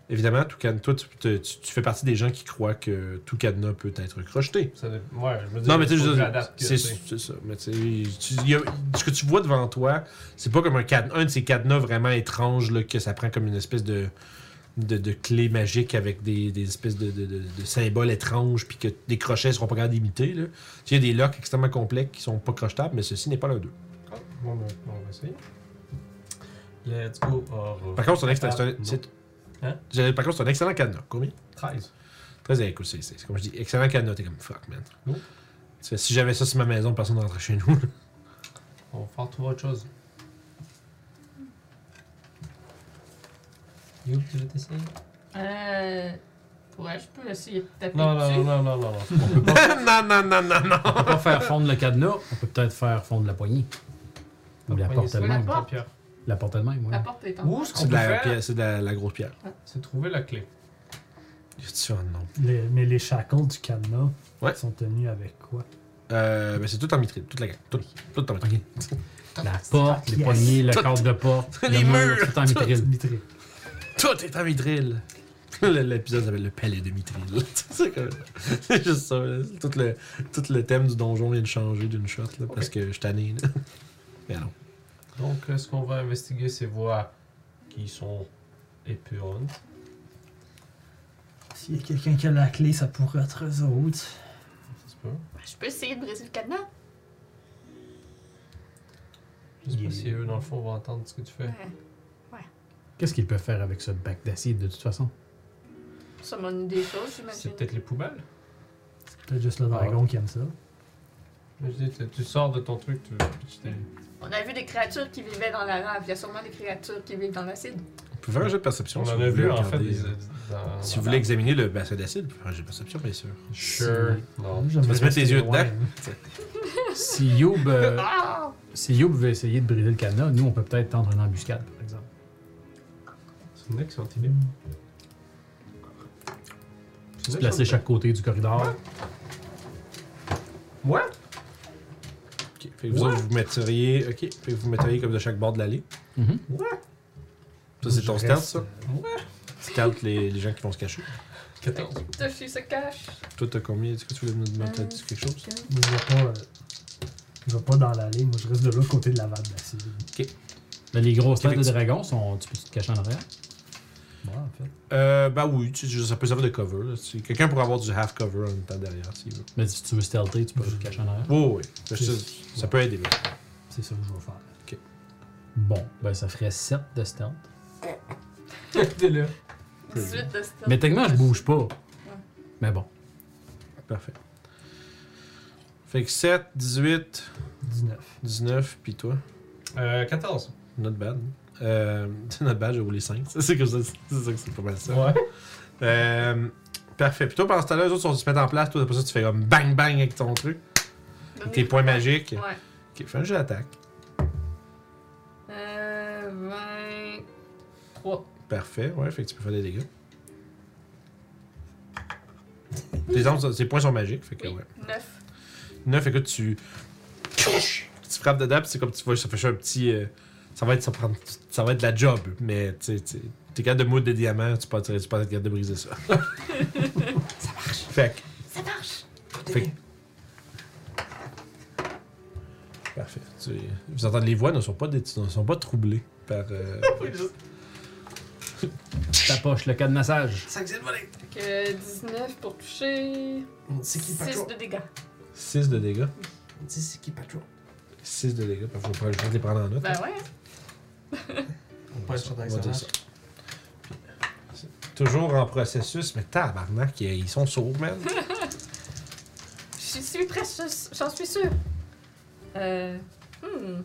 [SPEAKER 1] Évidemment, tout can- toi, tu, te- tu- tu fais partie des gens qui croient que tout cadenas peut être crocheté.
[SPEAKER 3] Ça dé- Ouais, je veux dire.
[SPEAKER 1] Non, mais tu sais,
[SPEAKER 3] faut
[SPEAKER 1] je
[SPEAKER 3] que
[SPEAKER 1] veux dire,
[SPEAKER 3] j'adapte que
[SPEAKER 1] c'est
[SPEAKER 3] c'est-
[SPEAKER 1] c'est ça. Mais tu sais, tu- il y a- ce que tu vois devant toi, c'est pas comme un cadenas, un de ces cadenas vraiment étranges là, que ça prend comme une espèce de, de, de clé magique avec des, des espèces de, de- de- de symboles étranges, puis que des crochets seront pas capables d'imiter. là. Tu sais, il y a des locks extrêmement complexes qui sont pas crochetables, mais ceci n'est pas l'un d'eux.
[SPEAKER 3] Ah, Bon, ben, on va essayer. Let's go. or-
[SPEAKER 1] Par contre, c'est un, excellent- c'est un-
[SPEAKER 3] Non.
[SPEAKER 1] c'est-
[SPEAKER 3] Hein?
[SPEAKER 1] J'allais- par contre, c'est un excellent cadenas. Combien
[SPEAKER 5] Ben.
[SPEAKER 3] 13.
[SPEAKER 1] Très écoute, c'est- c'est comme je dis, excellent cadenas. T'es comme fuck, man.
[SPEAKER 3] Oh.
[SPEAKER 1] Tu fais, si j'avais ça sur ma maison, personne n'entrait chez nous.
[SPEAKER 3] On va faire trouver autre chose. Yo, tu veux t'essayer?
[SPEAKER 7] Euh. Ouais, je peux essayer de taper
[SPEAKER 3] Non,
[SPEAKER 7] dessus.
[SPEAKER 3] non, non, non, non, non.
[SPEAKER 1] <laughs> non, non, non, non, non.
[SPEAKER 4] On peut pas faire fondre le cadenas, on peut peut-être faire fondre la poignée. Ou la porte
[SPEAKER 7] la
[SPEAKER 4] elle-même.
[SPEAKER 7] porte.
[SPEAKER 3] pierre.
[SPEAKER 4] La porte elle-même, oui.
[SPEAKER 7] La porte est en.
[SPEAKER 3] Où ce qu'on
[SPEAKER 1] C'est
[SPEAKER 3] peut
[SPEAKER 1] de, la
[SPEAKER 3] faire,
[SPEAKER 1] pierre- c'est de la- la grosse pierre.
[SPEAKER 3] c'est trouver la clé.
[SPEAKER 1] Tu un nom.
[SPEAKER 5] Les- mais les shackles du cadenas
[SPEAKER 1] Ouais.
[SPEAKER 5] sont tenus avec quoi
[SPEAKER 1] Euh, ben c'est tout en mitril, toute la gang. Tout, tout en mitril.
[SPEAKER 4] Ok. La porte, les poignées, le cadre de porte,
[SPEAKER 1] les
[SPEAKER 4] le mur,
[SPEAKER 1] murs,
[SPEAKER 4] tout en mitril.
[SPEAKER 5] Mitré.
[SPEAKER 1] Tout est en mitril. <laughs> Le- L'épisode s'appelle Le Palais de Mitril. <laughs> c'est comme- c'est juste ça. là. Tout le, tout le thème du donjon vient de changer d'une shot là, parce que je suis tanné. là. <laughs> Mais non.
[SPEAKER 3] Donc, euh, ce qu'on va investiguer, c'est voir qui sont épurantes.
[SPEAKER 5] S'il y a quelqu'un qui a la clé, ça pourrait être eux autres.
[SPEAKER 3] Ça se peut.
[SPEAKER 2] Je peux essayer de briser le cadenas?
[SPEAKER 3] Je sais
[SPEAKER 5] Yeah.
[SPEAKER 3] pas si eux, dans le fond, vont entendre ce que tu fais.
[SPEAKER 4] Qu'est-ce qu'ils peuvent faire avec ce bac d'acide, de toute façon?
[SPEAKER 2] Ça m'a donné des choses,
[SPEAKER 3] C'est
[SPEAKER 2] j'imagine.
[SPEAKER 3] peut-être les poubelles.
[SPEAKER 5] Peut-être juste le dragon qui aime ça.
[SPEAKER 3] Je dis, tu, tu sors de ton truc, tu, tu t'es-
[SPEAKER 2] On a vu des créatures qui vivaient dans la lave. Il y a sûrement des créatures qui vivent dans l'acide.
[SPEAKER 1] On peut faire un jeu de perception
[SPEAKER 3] On
[SPEAKER 1] si
[SPEAKER 3] en
[SPEAKER 1] vous
[SPEAKER 3] a
[SPEAKER 1] voulez
[SPEAKER 3] vu, en fait,
[SPEAKER 1] regarder. euh,
[SPEAKER 3] des... euh, dans-
[SPEAKER 1] Si
[SPEAKER 3] dans-
[SPEAKER 1] vous voulez examiner le bassin d'acide, on peut faire un jeu de perception, bien sûr.
[SPEAKER 3] Sure. Non.
[SPEAKER 1] Tu vas se mettre les yeux dedans. Ah!
[SPEAKER 4] Si
[SPEAKER 1] <laughs>
[SPEAKER 4] Youb, euh, si Youb veut essayer de briser le cadenas, nous, on peut peut-être tendre une embuscade, par exemple.
[SPEAKER 3] C'est une excellente idée. C'est
[SPEAKER 4] Se
[SPEAKER 3] une
[SPEAKER 4] placer
[SPEAKER 3] excellente-
[SPEAKER 4] chaque côté du corridor.
[SPEAKER 3] Ouais.
[SPEAKER 1] Ok. Fait que vous, autres, vous metteriez. Ok. Fait que vous metteriez comme de chaque bord de l'allée.
[SPEAKER 4] Mhm.
[SPEAKER 1] Ça, c'est
[SPEAKER 5] Je
[SPEAKER 1] ton
[SPEAKER 5] reste,
[SPEAKER 1] stealth, ça.
[SPEAKER 3] euh, ouais.
[SPEAKER 1] Stealth, les, les gens qui vont se cacher.
[SPEAKER 3] 14.
[SPEAKER 2] Toi, je suis se cache.
[SPEAKER 1] Toi, t'as combien Est-ce que tu voulais me demander t'as dit quelque chose
[SPEAKER 5] Je vais pas, euh, je vais pas dans l'allée, moi je reste de l'autre côté de la vanne d'acide.
[SPEAKER 4] Là, les grosses têtes de
[SPEAKER 1] Effectivement.
[SPEAKER 4] dragon, sont, tu peux te cacher en arrière?
[SPEAKER 5] moi, en fait.
[SPEAKER 1] Euh, bah oui, tu sais, ça peut servir de cover. là. Tu- Quelqu'un pourrait avoir du half cover en même temps derrière, s'il veut.
[SPEAKER 4] Mais si tu veux stealther, tu peux le cacher en arrière.
[SPEAKER 1] Oui, oui. Parce que Ça, ça peut aider. là.
[SPEAKER 5] C'est ça que je vais faire.
[SPEAKER 4] Bon, ben ça ferait 7 de stealth.
[SPEAKER 3] T'es là.
[SPEAKER 2] 18 de stealth.
[SPEAKER 4] Mais techniquement, je bouge pas. Mais bon.
[SPEAKER 1] Parfait. Fait que 7, 18,
[SPEAKER 5] 19.
[SPEAKER 1] 19, puis toi.
[SPEAKER 3] Euh, 14.
[SPEAKER 1] Not bad. Euh, <laughs> not bad, j'ai roulé 5. C'est comme ça, c'est ça que c'est pas mal ça.
[SPEAKER 3] Ouais.
[SPEAKER 1] Euh, parfait. Puis toi, pendant ce temps-là, les autres sont- se mettent en place. Toi, après ça, tu fais comme bang bang avec ton truc.
[SPEAKER 2] Donne-moi-
[SPEAKER 1] Tes points magiques.
[SPEAKER 2] Ouais.
[SPEAKER 1] Ok, fais un jeu d'attaque.
[SPEAKER 2] Euh,
[SPEAKER 7] 3.
[SPEAKER 1] Parfait, ouais, fait que tu peux faire des dégâts. Tes, armes, sont- tes points sont magiques, fait que ouais.
[SPEAKER 2] 20, 9.
[SPEAKER 1] 9, écoute, tu. Tu frappes dedans, puis c'est comme tu vois, ça fait un petit. euh, ça, va être, ça, prend- ça va être de la job, mais tu sais, tu- t'es capable de moudre des diamants, tu peux, tu peux être capable de briser ça. <laughs> ça marche! Fait que.
[SPEAKER 7] Ça marche!
[SPEAKER 1] Fait que- Parfait. Tu- Vous entendez les voix ne sont pas, dé- ne sont pas troublées par. euh,
[SPEAKER 4] Ta poche, le cadenassage.
[SPEAKER 6] Ça existe, voilà.
[SPEAKER 7] Fait que 19 euh, pour toucher.
[SPEAKER 6] C'est qui
[SPEAKER 7] 6
[SPEAKER 6] Patro?
[SPEAKER 7] de dégâts.
[SPEAKER 1] 6 de dégâts.
[SPEAKER 6] On dit c'est qui Patro?
[SPEAKER 1] 6 de dégâts, parce que je vais prendre- je vais les prendre en note.
[SPEAKER 7] Ben ouais.
[SPEAKER 6] On peut être
[SPEAKER 1] On va
[SPEAKER 6] dans
[SPEAKER 1] dire ça. C'est Toujours en processus, mais tabarnak, ils ils sont sauves, man.
[SPEAKER 7] Je suis presque. J'en suis sûre. Euh. Hmm.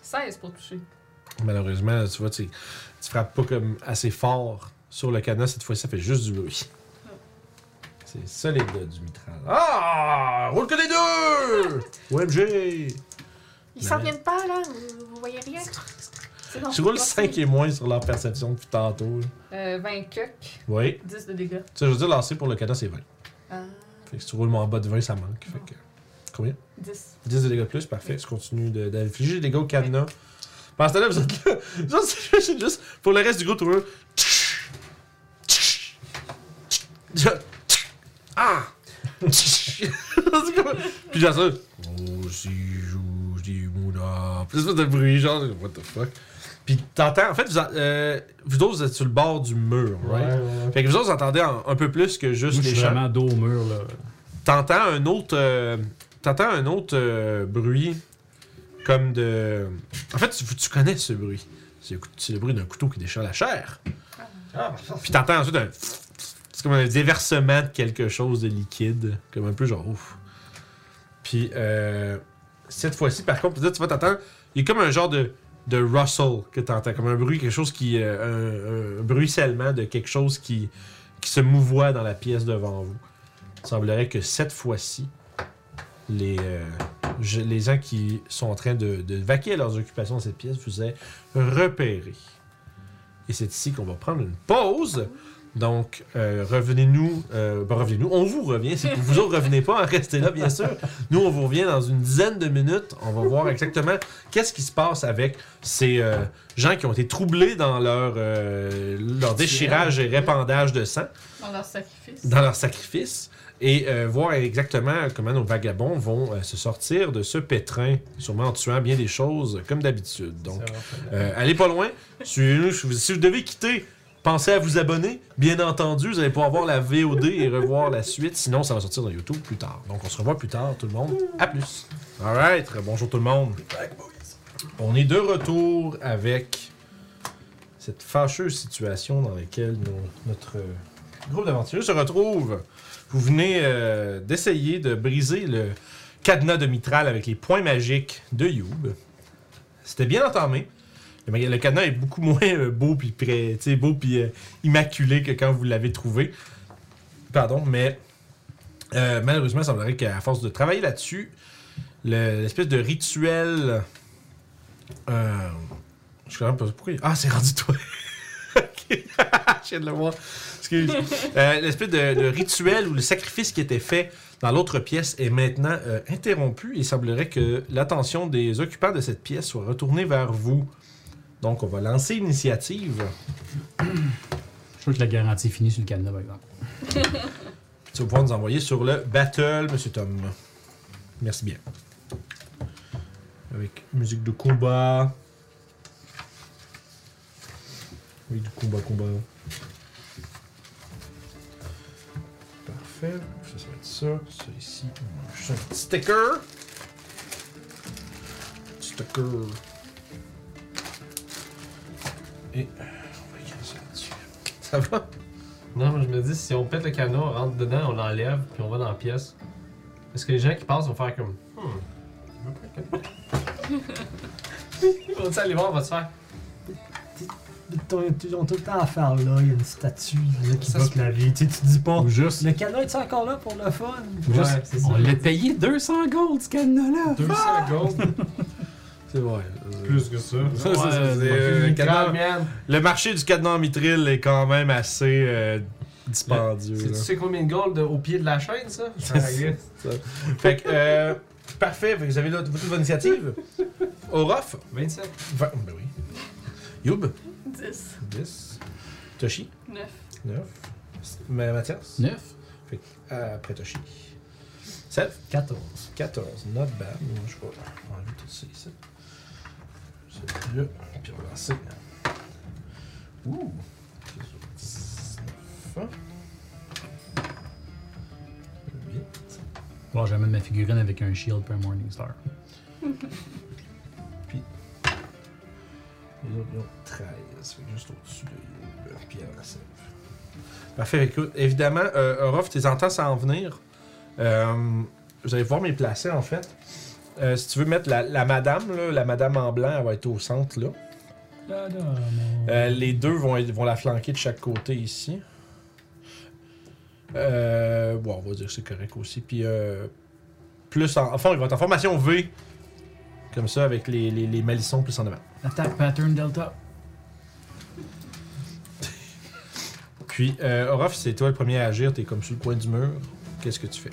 [SPEAKER 7] 16 pour toucher.
[SPEAKER 1] Malheureusement, tu vois, tu, tu frappes pas comme assez fort sur le cadenas cette fois-ci, ça fait juste du bruit. C'est ça les gars du mitral. Ah! Roule que des deux! OMG!
[SPEAKER 7] Ils
[SPEAKER 1] Mais-
[SPEAKER 7] s'en viennent pas, là? Vous, vous voyez rien? C'est
[SPEAKER 2] Oh,
[SPEAKER 7] bon,
[SPEAKER 1] Tu roules
[SPEAKER 7] c'est
[SPEAKER 1] 5 et moins sur leur perception depuis tantôt. là.
[SPEAKER 7] Euh, 20 cuck,
[SPEAKER 1] Oui.
[SPEAKER 7] 10 de dégâts.
[SPEAKER 1] Tu sais, je veux dire, lancer pour le cadenas, c'est 20.
[SPEAKER 7] Ah,
[SPEAKER 1] Fait que si tu roules en bas de 20, ça manque. Fait que. Combien?
[SPEAKER 7] 10.
[SPEAKER 1] 10 de dégâts de plus, parfait. Je continue de- d'infliger des dégâts au cadenas. Pendant ce temps-là, vous êtes là. <laughs> Vous autres, c'est juste, juste pour le reste du groupe, tout le monde. <laughs> Ah! <laughs> C'est comme- Puis genre ça. Oh, si joue des mounas. Puis espèce de bruit, genre, what the fuck. Puis t'entends, en fait, vous, en- euh, vous autres, vous êtes sur le bord du mur, right? Fait que vous autres, vous entendez un, un peu plus que juste
[SPEAKER 4] Moi, je
[SPEAKER 1] les
[SPEAKER 4] suis
[SPEAKER 1] chants.
[SPEAKER 4] vraiment dos au mur, là.
[SPEAKER 1] T'entends un autre. euh, T'entends un autre euh, bruit comme de. En fait, tu, tu connais ce bruit. C'est le cou- c'est le bruit d'un couteau qui déchire la chair.
[SPEAKER 3] Ah,
[SPEAKER 1] Puis t'entends ensuite un. C'est comme un déversement de quelque chose de liquide. Comme un peu genre ouf. Puis euh, cette fois-ci, par contre, peut-être tu vas t'entendre. Il y a comme un genre de, de rustle que t'entends. Comme un bruit, quelque chose qui. euh, un, un bruissellement de quelque chose qui, qui se mouvoie dans la pièce devant vous. Il semblerait que cette fois-ci, les, euh, je- les gens qui sont en train de, de vaquer à leurs occupations dans cette pièce vous aient repéré. Et c'est ici qu'on va prendre une pause. Donc, euh, revenez-nous. euh, ben, revenez-nous. On vous revient. Si vous autres revenez pas, hein, restez là, bien sûr. Nous, on vous revient dans une dizaine de minutes. On va voir exactement qu'est-ce qui se passe avec ces euh, gens qui ont été troublés dans leur, euh, leur déchirage et répandage de sang
[SPEAKER 2] Dans leur sacrifice.
[SPEAKER 1] dans leur sacrifice et euh, voir exactement comment nos vagabonds vont euh, se sortir de ce pétrin, sûrement en tuant bien des choses comme d'habitude. Donc, euh, allez pas loin, suivez-nous. Si vous- Si vous devez quitter, pensez à vous abonner. Bien entendu, vous allez pouvoir voir la VOD et revoir la suite. Sinon, ça va sortir dans YouTube plus tard. Donc, on se revoit plus tard, tout le monde. À plus. Alright, bonjour tout le monde. On est de retour avec cette fâcheuse situation dans laquelle nos- notre euh, groupe d'aventuriers se retrouve. Vous venez euh, d'essayer de briser le cadenas de Mitral avec les points magiques de Youb. C'était bien entamé. Le, ma- le cadenas est beaucoup moins euh, beau puis prêt- tu sais, beau puis euh, immaculé que quand vous l'avez trouvé. Pardon, mais euh, malheureusement, il semblerait qu'à force de travailler là-dessus, le- l'espèce de rituel. euh, je comprends pas pourquoi. il- Ah, c'est rendu toi. <laughs> Ok. <laughs> je viens de le voir. Excuse. Euh, l'espèce de, de rituel ou le sacrifice qui était fait dans l'autre pièce est maintenant euh, interrompu. Il semblerait que l'attention des occupants de cette pièce soit retournée vers vous. Donc, on va lancer l'initiative.
[SPEAKER 4] Je crois que la garantie est finie sur le cadenas, par exemple.
[SPEAKER 1] Tu vas pouvoir nous envoyer sur le battle, Monsieur Tom. Merci bien. Avec musique de combat. Oui, du combat, combat. Parfait. Ça, ça va être ça. Ça ici, on mange ça. Sticker. Sticker. Et euh, on va écrire ça là-dessus. Ça va?
[SPEAKER 3] Non, moi je me dis, si on pète le canon, on rentre dedans, on l'enlève, puis on va dans la pièce. Est-ce que les gens qui passent vont faire comme. Hmm. je veux pas <laughs> que- Ils vont aller voir, on va se faire.
[SPEAKER 5] T'as- Ils ont tout le temps à faire là, il y a une statue là, qui
[SPEAKER 3] Ça
[SPEAKER 5] bloque
[SPEAKER 3] se
[SPEAKER 5] la vie. Tu, sais, tu te dis
[SPEAKER 1] Oh.
[SPEAKER 5] pas,
[SPEAKER 4] Ou juste,
[SPEAKER 5] le canon est encore là pour le fun?
[SPEAKER 4] juste-
[SPEAKER 3] Ouais, c'est ça.
[SPEAKER 4] on l'a payé 200 gold ce cadenas-là.
[SPEAKER 3] 200 gold.
[SPEAKER 1] C'est vrai. euh,
[SPEAKER 3] Plus que ça.
[SPEAKER 1] Ça, ça, ça, c'est, euh, cadenas- Le marché du cadenas mitril est quand même assez euh, dispendieux.
[SPEAKER 3] Tu
[SPEAKER 1] là.
[SPEAKER 3] sais combien de gold au pied de la chaîne, ça?
[SPEAKER 1] Fait que, euh, parfait, vous avez là toute votre initiative. Orof,
[SPEAKER 3] 27.
[SPEAKER 1] vingt- ben oui. Youb,
[SPEAKER 7] 10,
[SPEAKER 1] 10. Toshi,
[SPEAKER 7] 9.
[SPEAKER 1] 9. Ma- Mathias,
[SPEAKER 4] 9.
[SPEAKER 1] euh, après Toshi. Seth,
[SPEAKER 5] 14.
[SPEAKER 1] 14, not bad. Moi, je vais enlever tout ça ici. Celui-là, puis relancer. Ouh! 19. 8.
[SPEAKER 4] Bon, j'amène ma figurine avec un shield pour un Morningstar.
[SPEAKER 1] Les autres, ils ont 13. Fait que juste au-dessus de Youb, puis à la save. Parfait, écoute, évidemment, euh, Orof, tes entends s'en venir. Euh, vous allez pouvoir me les placer, en fait. Euh, si tu veux mettre la, la madame, là, la madame en blanc, elle va être au centre, là.
[SPEAKER 5] Là, là,
[SPEAKER 1] Euh, les deux vont, être- vont la flanquer de chaque côté ici. Euh, bon, on va dire que c'est correct aussi. Puis, euh, plus en. Enfin, ils vont être en formation V. Comme ça, avec les, les, les malissons plus en avant.
[SPEAKER 4] Attaque pattern delta.
[SPEAKER 1] Puis, euh, Orof, c'est toi le premier à agir. T'es comme sur le coin du mur. Qu'est-ce que tu fais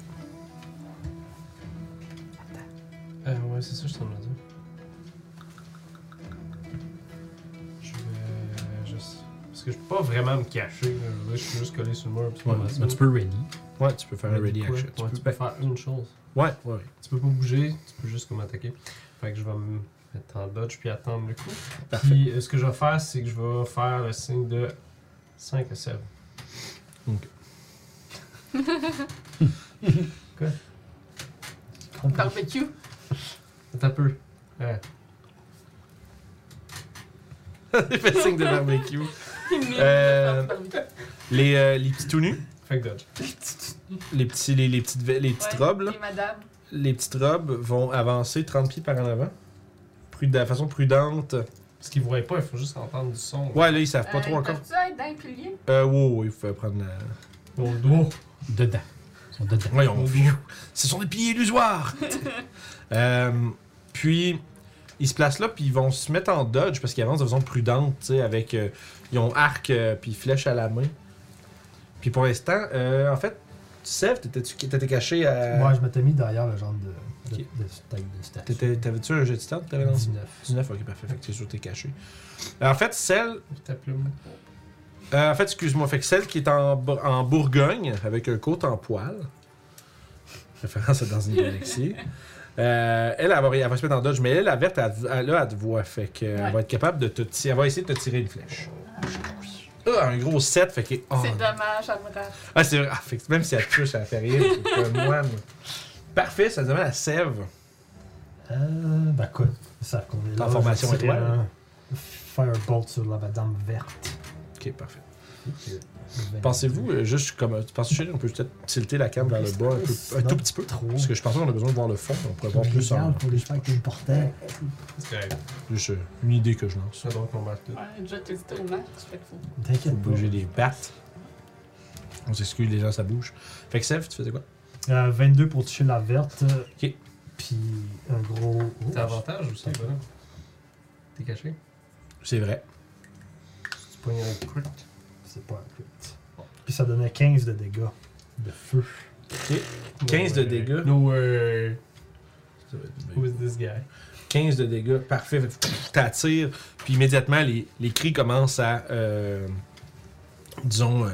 [SPEAKER 3] Euh, ouais, c'est ça, je t'en ai dit. Je vais. Je sais. Parce que je peux pas vraiment me cacher. là. Je veux dire, je suis juste collé sur le mur. puis c'est
[SPEAKER 1] Ouais,
[SPEAKER 3] pas mal
[SPEAKER 4] Mais
[SPEAKER 3] ça.
[SPEAKER 4] tu peux ready.
[SPEAKER 1] Ouais, tu peux faire un
[SPEAKER 3] Mais
[SPEAKER 1] ready
[SPEAKER 3] quoi?
[SPEAKER 1] action.
[SPEAKER 3] Ouais,
[SPEAKER 1] tu
[SPEAKER 3] tu
[SPEAKER 1] peux...
[SPEAKER 3] peux faire une chose.
[SPEAKER 1] ouais, ouais. ouais. <laughs>
[SPEAKER 3] Tu peux pas bouger, tu peux juste comme attaquer. Fait que je vais me mettre en dodge puis attendre le coup.
[SPEAKER 1] Parfait.
[SPEAKER 3] Puis euh, ce que je vais faire, c'est que je vais faire le signe de 5 à 7.
[SPEAKER 7] <laughs> Barbecue.
[SPEAKER 3] Attends un peu. Ouais.
[SPEAKER 1] Il fait signe de barbecue.
[SPEAKER 7] Il mime de
[SPEAKER 1] Euh,
[SPEAKER 7] faire du barbecue.
[SPEAKER 1] Les, euh, les petits tout nus,
[SPEAKER 3] Fait que dodge.
[SPEAKER 1] les, petits, les, les petites, ve- les petites
[SPEAKER 7] Ouais,
[SPEAKER 1] robes, là.
[SPEAKER 7] Et madame.
[SPEAKER 1] les petites robes vont avancer 30 pieds par en avant. Prud- De façon prudente.
[SPEAKER 3] Parce qu'ils voient pas, il faut juste entendre du son.
[SPEAKER 1] Ouais, là, ils savent pas
[SPEAKER 7] Euh,
[SPEAKER 1] trop encore.
[SPEAKER 7] peuvent-tu être dans les piliers?
[SPEAKER 1] Euh, wow, il faut prendre la...
[SPEAKER 3] Bon, le doigt.
[SPEAKER 4] Dedans. Ils sont dedans.
[SPEAKER 1] Voyons, pfiou. ce sont des piliers illusoires! Euh, puis, ils se placent là, puis ils vont se mettre en dodge, parce qu'ils avancent de façon prudente, tu sais, avec... euh, ils ont arc, euh, puis flèche à la main. Puis pour l'instant, euh, en fait, tu sais, t'étais-tu t'étais caché à...
[SPEAKER 5] Moi, Euh, je m'étais mis derrière le genre de, de,
[SPEAKER 1] Ok.
[SPEAKER 5] de, de- de statue.
[SPEAKER 1] T'étais- T'avais-tu un jet de stats que t'avais lancé?
[SPEAKER 5] 19.
[SPEAKER 1] 19, ok, parfait. Fait que t'es sûr que t'es caché. En fait, celle
[SPEAKER 3] Puis ta plume.
[SPEAKER 1] Euh, en fait, excuse-moi, fait que celle qui est en, Bo- en Bourgogne, avec un côte en poil, référence à dans une galaxie, euh, elle, elle, va, elle va se mettre en dodge, mais elle, la verte, elle, elle- là, elle te voit, fait qu'elle
[SPEAKER 7] Ouais.
[SPEAKER 1] va être capable de te tirer, elle va essayer de te tirer une flèche. Ah, un gros 7, fait que... oh,
[SPEAKER 7] C'est dommage, elle me rate.
[SPEAKER 1] ah, c'est vrai. Ah, fait que même si elle touche, ça fait rire, c'est un moine. Parfait, ça demande la sève.
[SPEAKER 5] Euh, bah quoi, ils savent qu'on est
[SPEAKER 1] Ta
[SPEAKER 5] là.
[SPEAKER 1] formation
[SPEAKER 5] je sais,
[SPEAKER 1] étoile.
[SPEAKER 5] euh, Firebolt sur la madame verte.
[SPEAKER 1] Ok, parfait. Pensez-vous, euh, juste comme... euh, Tu penses que on peut peut-être tilter la cam vers le bas un, peu- un tout petit peu?
[SPEAKER 5] Trop.
[SPEAKER 1] Parce que je pense qu'on a besoin de voir le fond, on pourrait
[SPEAKER 5] je
[SPEAKER 1] voir plus en...
[SPEAKER 5] regarde pour les gens qui me portaient.
[SPEAKER 3] C'est correct.
[SPEAKER 1] Juste euh, une idée que je lance.
[SPEAKER 3] Je vais donc combattre tout.
[SPEAKER 7] Ouais, déjà, t'es dit au match, fait que faut.
[SPEAKER 5] T'inquiète pas.
[SPEAKER 1] bouger les pattes. On s'excuse, les gens, ça bouge. Fait que Sev, tu faisais quoi?
[SPEAKER 5] Euh, 22 pour toucher la verte.
[SPEAKER 1] Ok.
[SPEAKER 5] Puis un gros. Oh,
[SPEAKER 3] T'as avantage aussi, voilà. T'es caché.
[SPEAKER 1] C'est vrai.
[SPEAKER 3] Tu pognes un crit.
[SPEAKER 5] C'est pas un crit. Puis ça donnait 15 de dégâts de feu.
[SPEAKER 1] 15 de
[SPEAKER 3] way.
[SPEAKER 1] dégâts.
[SPEAKER 3] No way. Who is this guy?
[SPEAKER 1] 15 de dégâts, parfait. Fait que pff, T'attires, puis immédiatement, les, les cris commencent à, euh, disons, euh,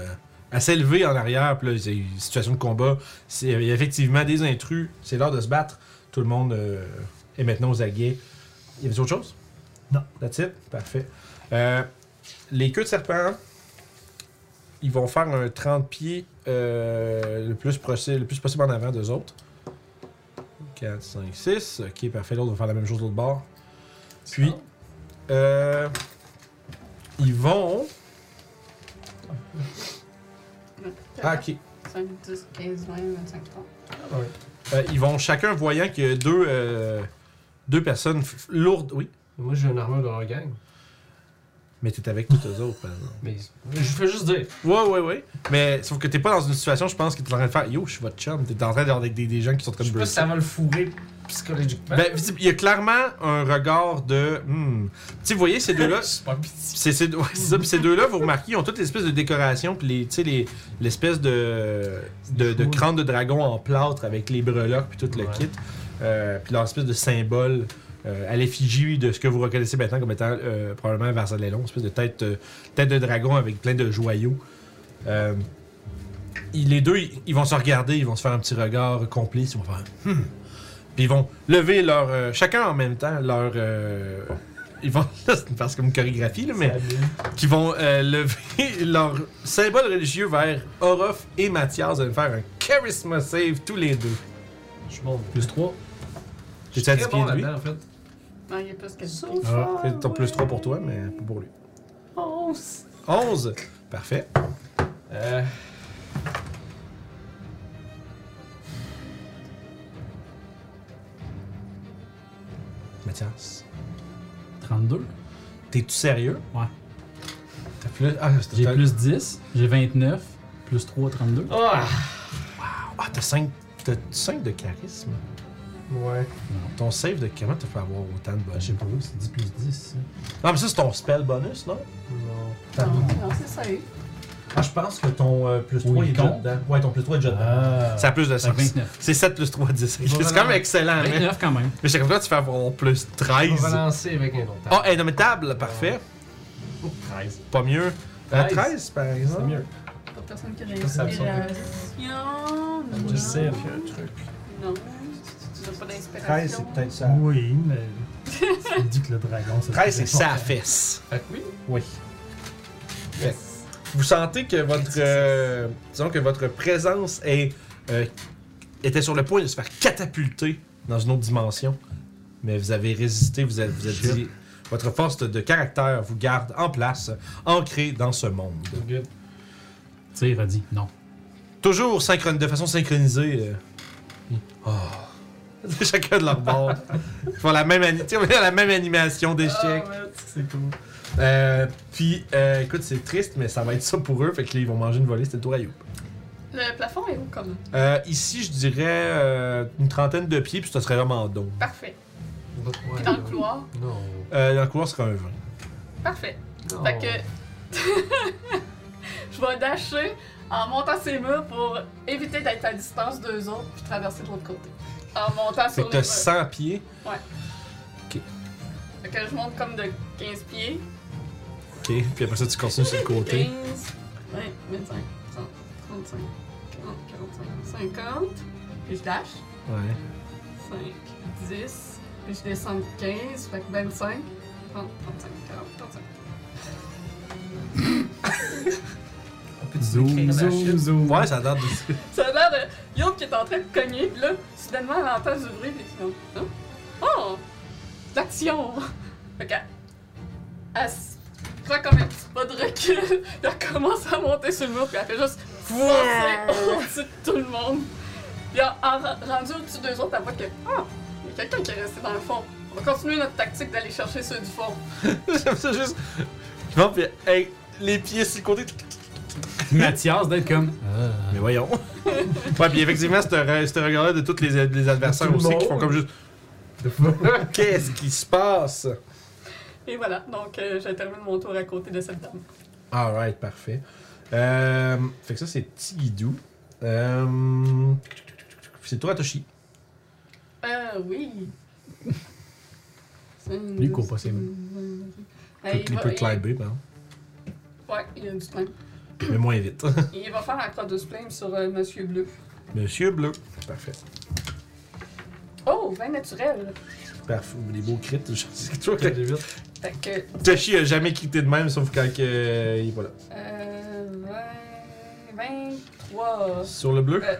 [SPEAKER 1] à s'élever en arrière. Puis là, c'est une situation de combat. C'est- Il y a effectivement des intrus. C'est l'heure de se battre. Tout le monde euh, est maintenant aux aguets. Il y avait autre chose?
[SPEAKER 5] Non.
[SPEAKER 1] That's it? Parfait. Euh, les queues de serpent, ils vont faire un 30 pieds euh, le, plus possi- le plus possible en avant d'eux autres. 4, 5, 6. Ok, parfait. L'autre va faire la même chose de l'autre bord. Puis, euh, ils vont. Ah, ok.
[SPEAKER 2] 5, 10, 15, 20, 25, 30.
[SPEAKER 3] Ah
[SPEAKER 1] Euh, ils vont chacun voyant qu'il y a deux, euh, deux personnes f- lourdes. Oui,
[SPEAKER 3] Moi, j'ai une armure de leur gang.
[SPEAKER 1] mais t'es avec toutes les autres, par exemple.
[SPEAKER 3] Mais je fais juste dire.
[SPEAKER 1] Ouais, ouais, ouais. Mais sauf que t'es pas dans une situation, je pense, que t'es en train de faire Yo, je suis votre chum. T'es en train d'avoir des, des, des gens qui sont en train
[SPEAKER 3] Je
[SPEAKER 1] de
[SPEAKER 3] sais pas si
[SPEAKER 1] brûler.
[SPEAKER 3] ça va le fourrer psychologiquement.
[SPEAKER 1] Ben, visible- il y a clairement un regard de. Hmm. Tu sais, vous voyez, ces
[SPEAKER 3] <laughs>
[SPEAKER 1] deux-là.
[SPEAKER 3] c'est pas pitié.
[SPEAKER 1] C'est c'est- ouais, c'est ça. Puis ces deux-là, vous remarquez, ils ont toutes les espèces de décorations, puis les, tu sais, les- l'espèce de, de, de
[SPEAKER 3] cool.
[SPEAKER 1] crâne de dragon en plâtre avec les breloques, puis tout le
[SPEAKER 3] Ouais.
[SPEAKER 1] kit. Euh, puis leur espèce de symbole euh, à l'effigie de ce que vous reconnaissez maintenant comme étant euh, probablement Varsalelon, une espèce de tête, euh, tête de dragon avec plein de joyaux. Euh, ils- les deux, ils, ils vont se regarder, ils vont se faire un petit regard complice, ils vont faire Hmm. Puis ils vont lever leur. euh, chacun en même temps, leur. euh, ils vont. <laughs> c'est parce comme une chorégraphie, là, mais qui vont euh, lever <laughs> leur symbole religieux vers Orof et Mathias de me faire un charisma save tous les deux.
[SPEAKER 3] Je suis bon.
[SPEAKER 4] Plus 3.
[SPEAKER 3] Je suis
[SPEAKER 1] T'es-tu à
[SPEAKER 3] très
[SPEAKER 1] 10 pieds
[SPEAKER 3] bon
[SPEAKER 1] de lui?
[SPEAKER 3] là-dedans, en fait.
[SPEAKER 2] Non, il y a plus que ça.
[SPEAKER 1] Ah, c'est ton plus 3 pour toi, mais pas pour lui. 11. 11! Parfait.
[SPEAKER 3] Euh...
[SPEAKER 1] Mathias,
[SPEAKER 4] 32.
[SPEAKER 1] t'es-tu sérieux?
[SPEAKER 4] Ouais.
[SPEAKER 1] T'as plus... Ah, c'est-
[SPEAKER 4] J'ai
[SPEAKER 1] t'as-
[SPEAKER 4] plus 10. J'ai 29. Plus 3, 32.
[SPEAKER 3] Ah!
[SPEAKER 1] Ah, t'as 5... T'as 5 de charisme.
[SPEAKER 3] Ouais.
[SPEAKER 1] Ton save de... Comment t'as fait avoir autant de bonus?
[SPEAKER 4] pas où, c'est 10 plus 10.
[SPEAKER 1] Non, mais ça, c'est ton spell bonus, non?
[SPEAKER 3] Ah, Non.
[SPEAKER 1] T'as-
[SPEAKER 2] Non, c'est ça. oui.
[SPEAKER 1] Ah, je pense que ton euh, plus
[SPEAKER 4] Oui, il compte.
[SPEAKER 1] dedans. Ouais, ton plus 3 est déjà
[SPEAKER 4] Ah.
[SPEAKER 1] Ça a plus de
[SPEAKER 4] Ça
[SPEAKER 1] sens.
[SPEAKER 4] fait 29.
[SPEAKER 1] C'est 7 plus 3, 10.
[SPEAKER 3] Bon,
[SPEAKER 1] C'est
[SPEAKER 3] voilà.
[SPEAKER 1] quand même excellent, mais.
[SPEAKER 4] 29 quand même.
[SPEAKER 1] Mais c'est comme ça, tu fais avoir plus
[SPEAKER 3] On va
[SPEAKER 1] 13.
[SPEAKER 3] lancer avec un autre.
[SPEAKER 1] Ah, innommable, parfait.
[SPEAKER 3] 13.
[SPEAKER 1] Pas mieux. Euh,
[SPEAKER 3] 13.
[SPEAKER 1] 13, par
[SPEAKER 3] C'est
[SPEAKER 1] exemple.
[SPEAKER 3] mieux.
[SPEAKER 2] Pas personne qui a
[SPEAKER 3] pense que ça absorbe.
[SPEAKER 2] d'inspiration.
[SPEAKER 3] Je sais,
[SPEAKER 2] Non.
[SPEAKER 3] il y a un truc.
[SPEAKER 2] Non. Tu n'as pas d'inspiration.
[SPEAKER 1] ça.
[SPEAKER 5] Oui, mais. Il dit que le dragon, c'est.
[SPEAKER 1] 13, c'est ça à fesse.
[SPEAKER 3] Fait que oui.
[SPEAKER 1] Oui. Fait que Vous sentez que votre. euh, disons que votre présence est, euh, était sur le point de se faire catapulter dans une autre dimension. Mais vous avez résisté, vous avez, vous êtes dit. Votre force de- de caractère vous garde en place, ancré dans ce monde.
[SPEAKER 3] Good.
[SPEAKER 4] Tu sais, il a dit non.
[SPEAKER 1] Toujours synchron- de façon synchronisée. euh. Oh. <laughs> Chacun de leur bord. Ils font la même, ani- tu sais, on est dans la même animation
[SPEAKER 2] Ah,
[SPEAKER 1] d'échec.
[SPEAKER 3] c'est cool.
[SPEAKER 1] Euh, Puis, euh, écoute, c'est triste, mais ça va être ça pour eux. Fait que là, ils vont manger une volée, c'était le tour à Youp.
[SPEAKER 2] Le plafond est haut comme.
[SPEAKER 1] Euh, ici, je dirais euh, une trentaine de pieds, puis ce serait vraiment en dos.
[SPEAKER 2] Parfait.
[SPEAKER 3] Votre- ouais,
[SPEAKER 2] Puis dans le
[SPEAKER 3] ouais.
[SPEAKER 2] couloir.
[SPEAKER 3] Non.
[SPEAKER 1] Euh, dans le couloir, ce serait un 20.
[SPEAKER 2] Parfait.
[SPEAKER 3] Non.
[SPEAKER 2] Fait que.
[SPEAKER 3] Oh.
[SPEAKER 2] <laughs> Je vais dasher en montant ces murs pour éviter d'être à distance d'eux autres puis traverser de l'autre côté. En montant
[SPEAKER 1] Fait
[SPEAKER 2] sur
[SPEAKER 1] que
[SPEAKER 2] les
[SPEAKER 1] t'as 100
[SPEAKER 2] murs.
[SPEAKER 1] pieds.
[SPEAKER 2] Fait que je monte comme de 15 pieds.
[SPEAKER 1] Ok, puis après ça, tu continues sur le côté.
[SPEAKER 2] 15, 20, 25, 30, 35, 40, 45, 50. Puis je dash.
[SPEAKER 1] Ouais.
[SPEAKER 2] 5, 10. Puis je descends de 15. Fait que 25, 30, 35, 40, 35.
[SPEAKER 3] On peut décrire la chute?
[SPEAKER 1] Ouais, ça date de. <laughs>
[SPEAKER 2] Ça a l'air de Yo qui est en train de cogner, puis là, soudainement, elle entend du bruit, puis elle dit Hein? Oh! L'action! Fait qu'elle elle se prend comme un petit pas de recul, puis elle commence à monter sur le mur, puis elle fait juste foncer au-dessus de tout le monde. Puis en, en ra- rendue au-dessus d'eux autres, elle voit que Ah! Il y a quelqu'un qui est resté dans le fond. On va continuer notre tactique d'aller chercher ceux du fond.
[SPEAKER 1] J'aime ça juste. Non, puis, hey, les pieds sur le côté.
[SPEAKER 4] Mathias d'être comme. euh,
[SPEAKER 1] Mais voyons. ouais, puis effectivement, c'est un ce regard-là de tous les, les adversaires
[SPEAKER 3] Tout le
[SPEAKER 1] aussi qui font
[SPEAKER 3] monde.
[SPEAKER 1] comme
[SPEAKER 3] <laughs>
[SPEAKER 1] juste. Qu'est-ce qui se passe?
[SPEAKER 2] Et voilà, donc euh, je termine mon tour à côté de cette dame.
[SPEAKER 1] Alright, parfait. Euh, fait que ça, c'est Tigidou. Euh, c'est toi, Toshi.
[SPEAKER 2] Euh, oui.
[SPEAKER 4] Lui, il court pas ses mains.
[SPEAKER 2] Euh,
[SPEAKER 1] Il peut climber, pardon.
[SPEAKER 2] Il, ouais, il a du climb.
[SPEAKER 1] Mais moins vite. <laughs>
[SPEAKER 2] Il va faire un croix de flame sur euh, Monsieur Bleu.
[SPEAKER 1] Monsieur Bleu. Parfait.
[SPEAKER 2] Oh, vin naturel.
[SPEAKER 1] Parfait. Des beaux crits. Je sais que toi,
[SPEAKER 3] Quatre des huit.
[SPEAKER 7] Fait que.
[SPEAKER 1] Tashi a jamais quitté de même sauf quand que, euh, il est pas là.
[SPEAKER 7] Euh, 20, 23.
[SPEAKER 1] Sur le bleu?
[SPEAKER 2] euh,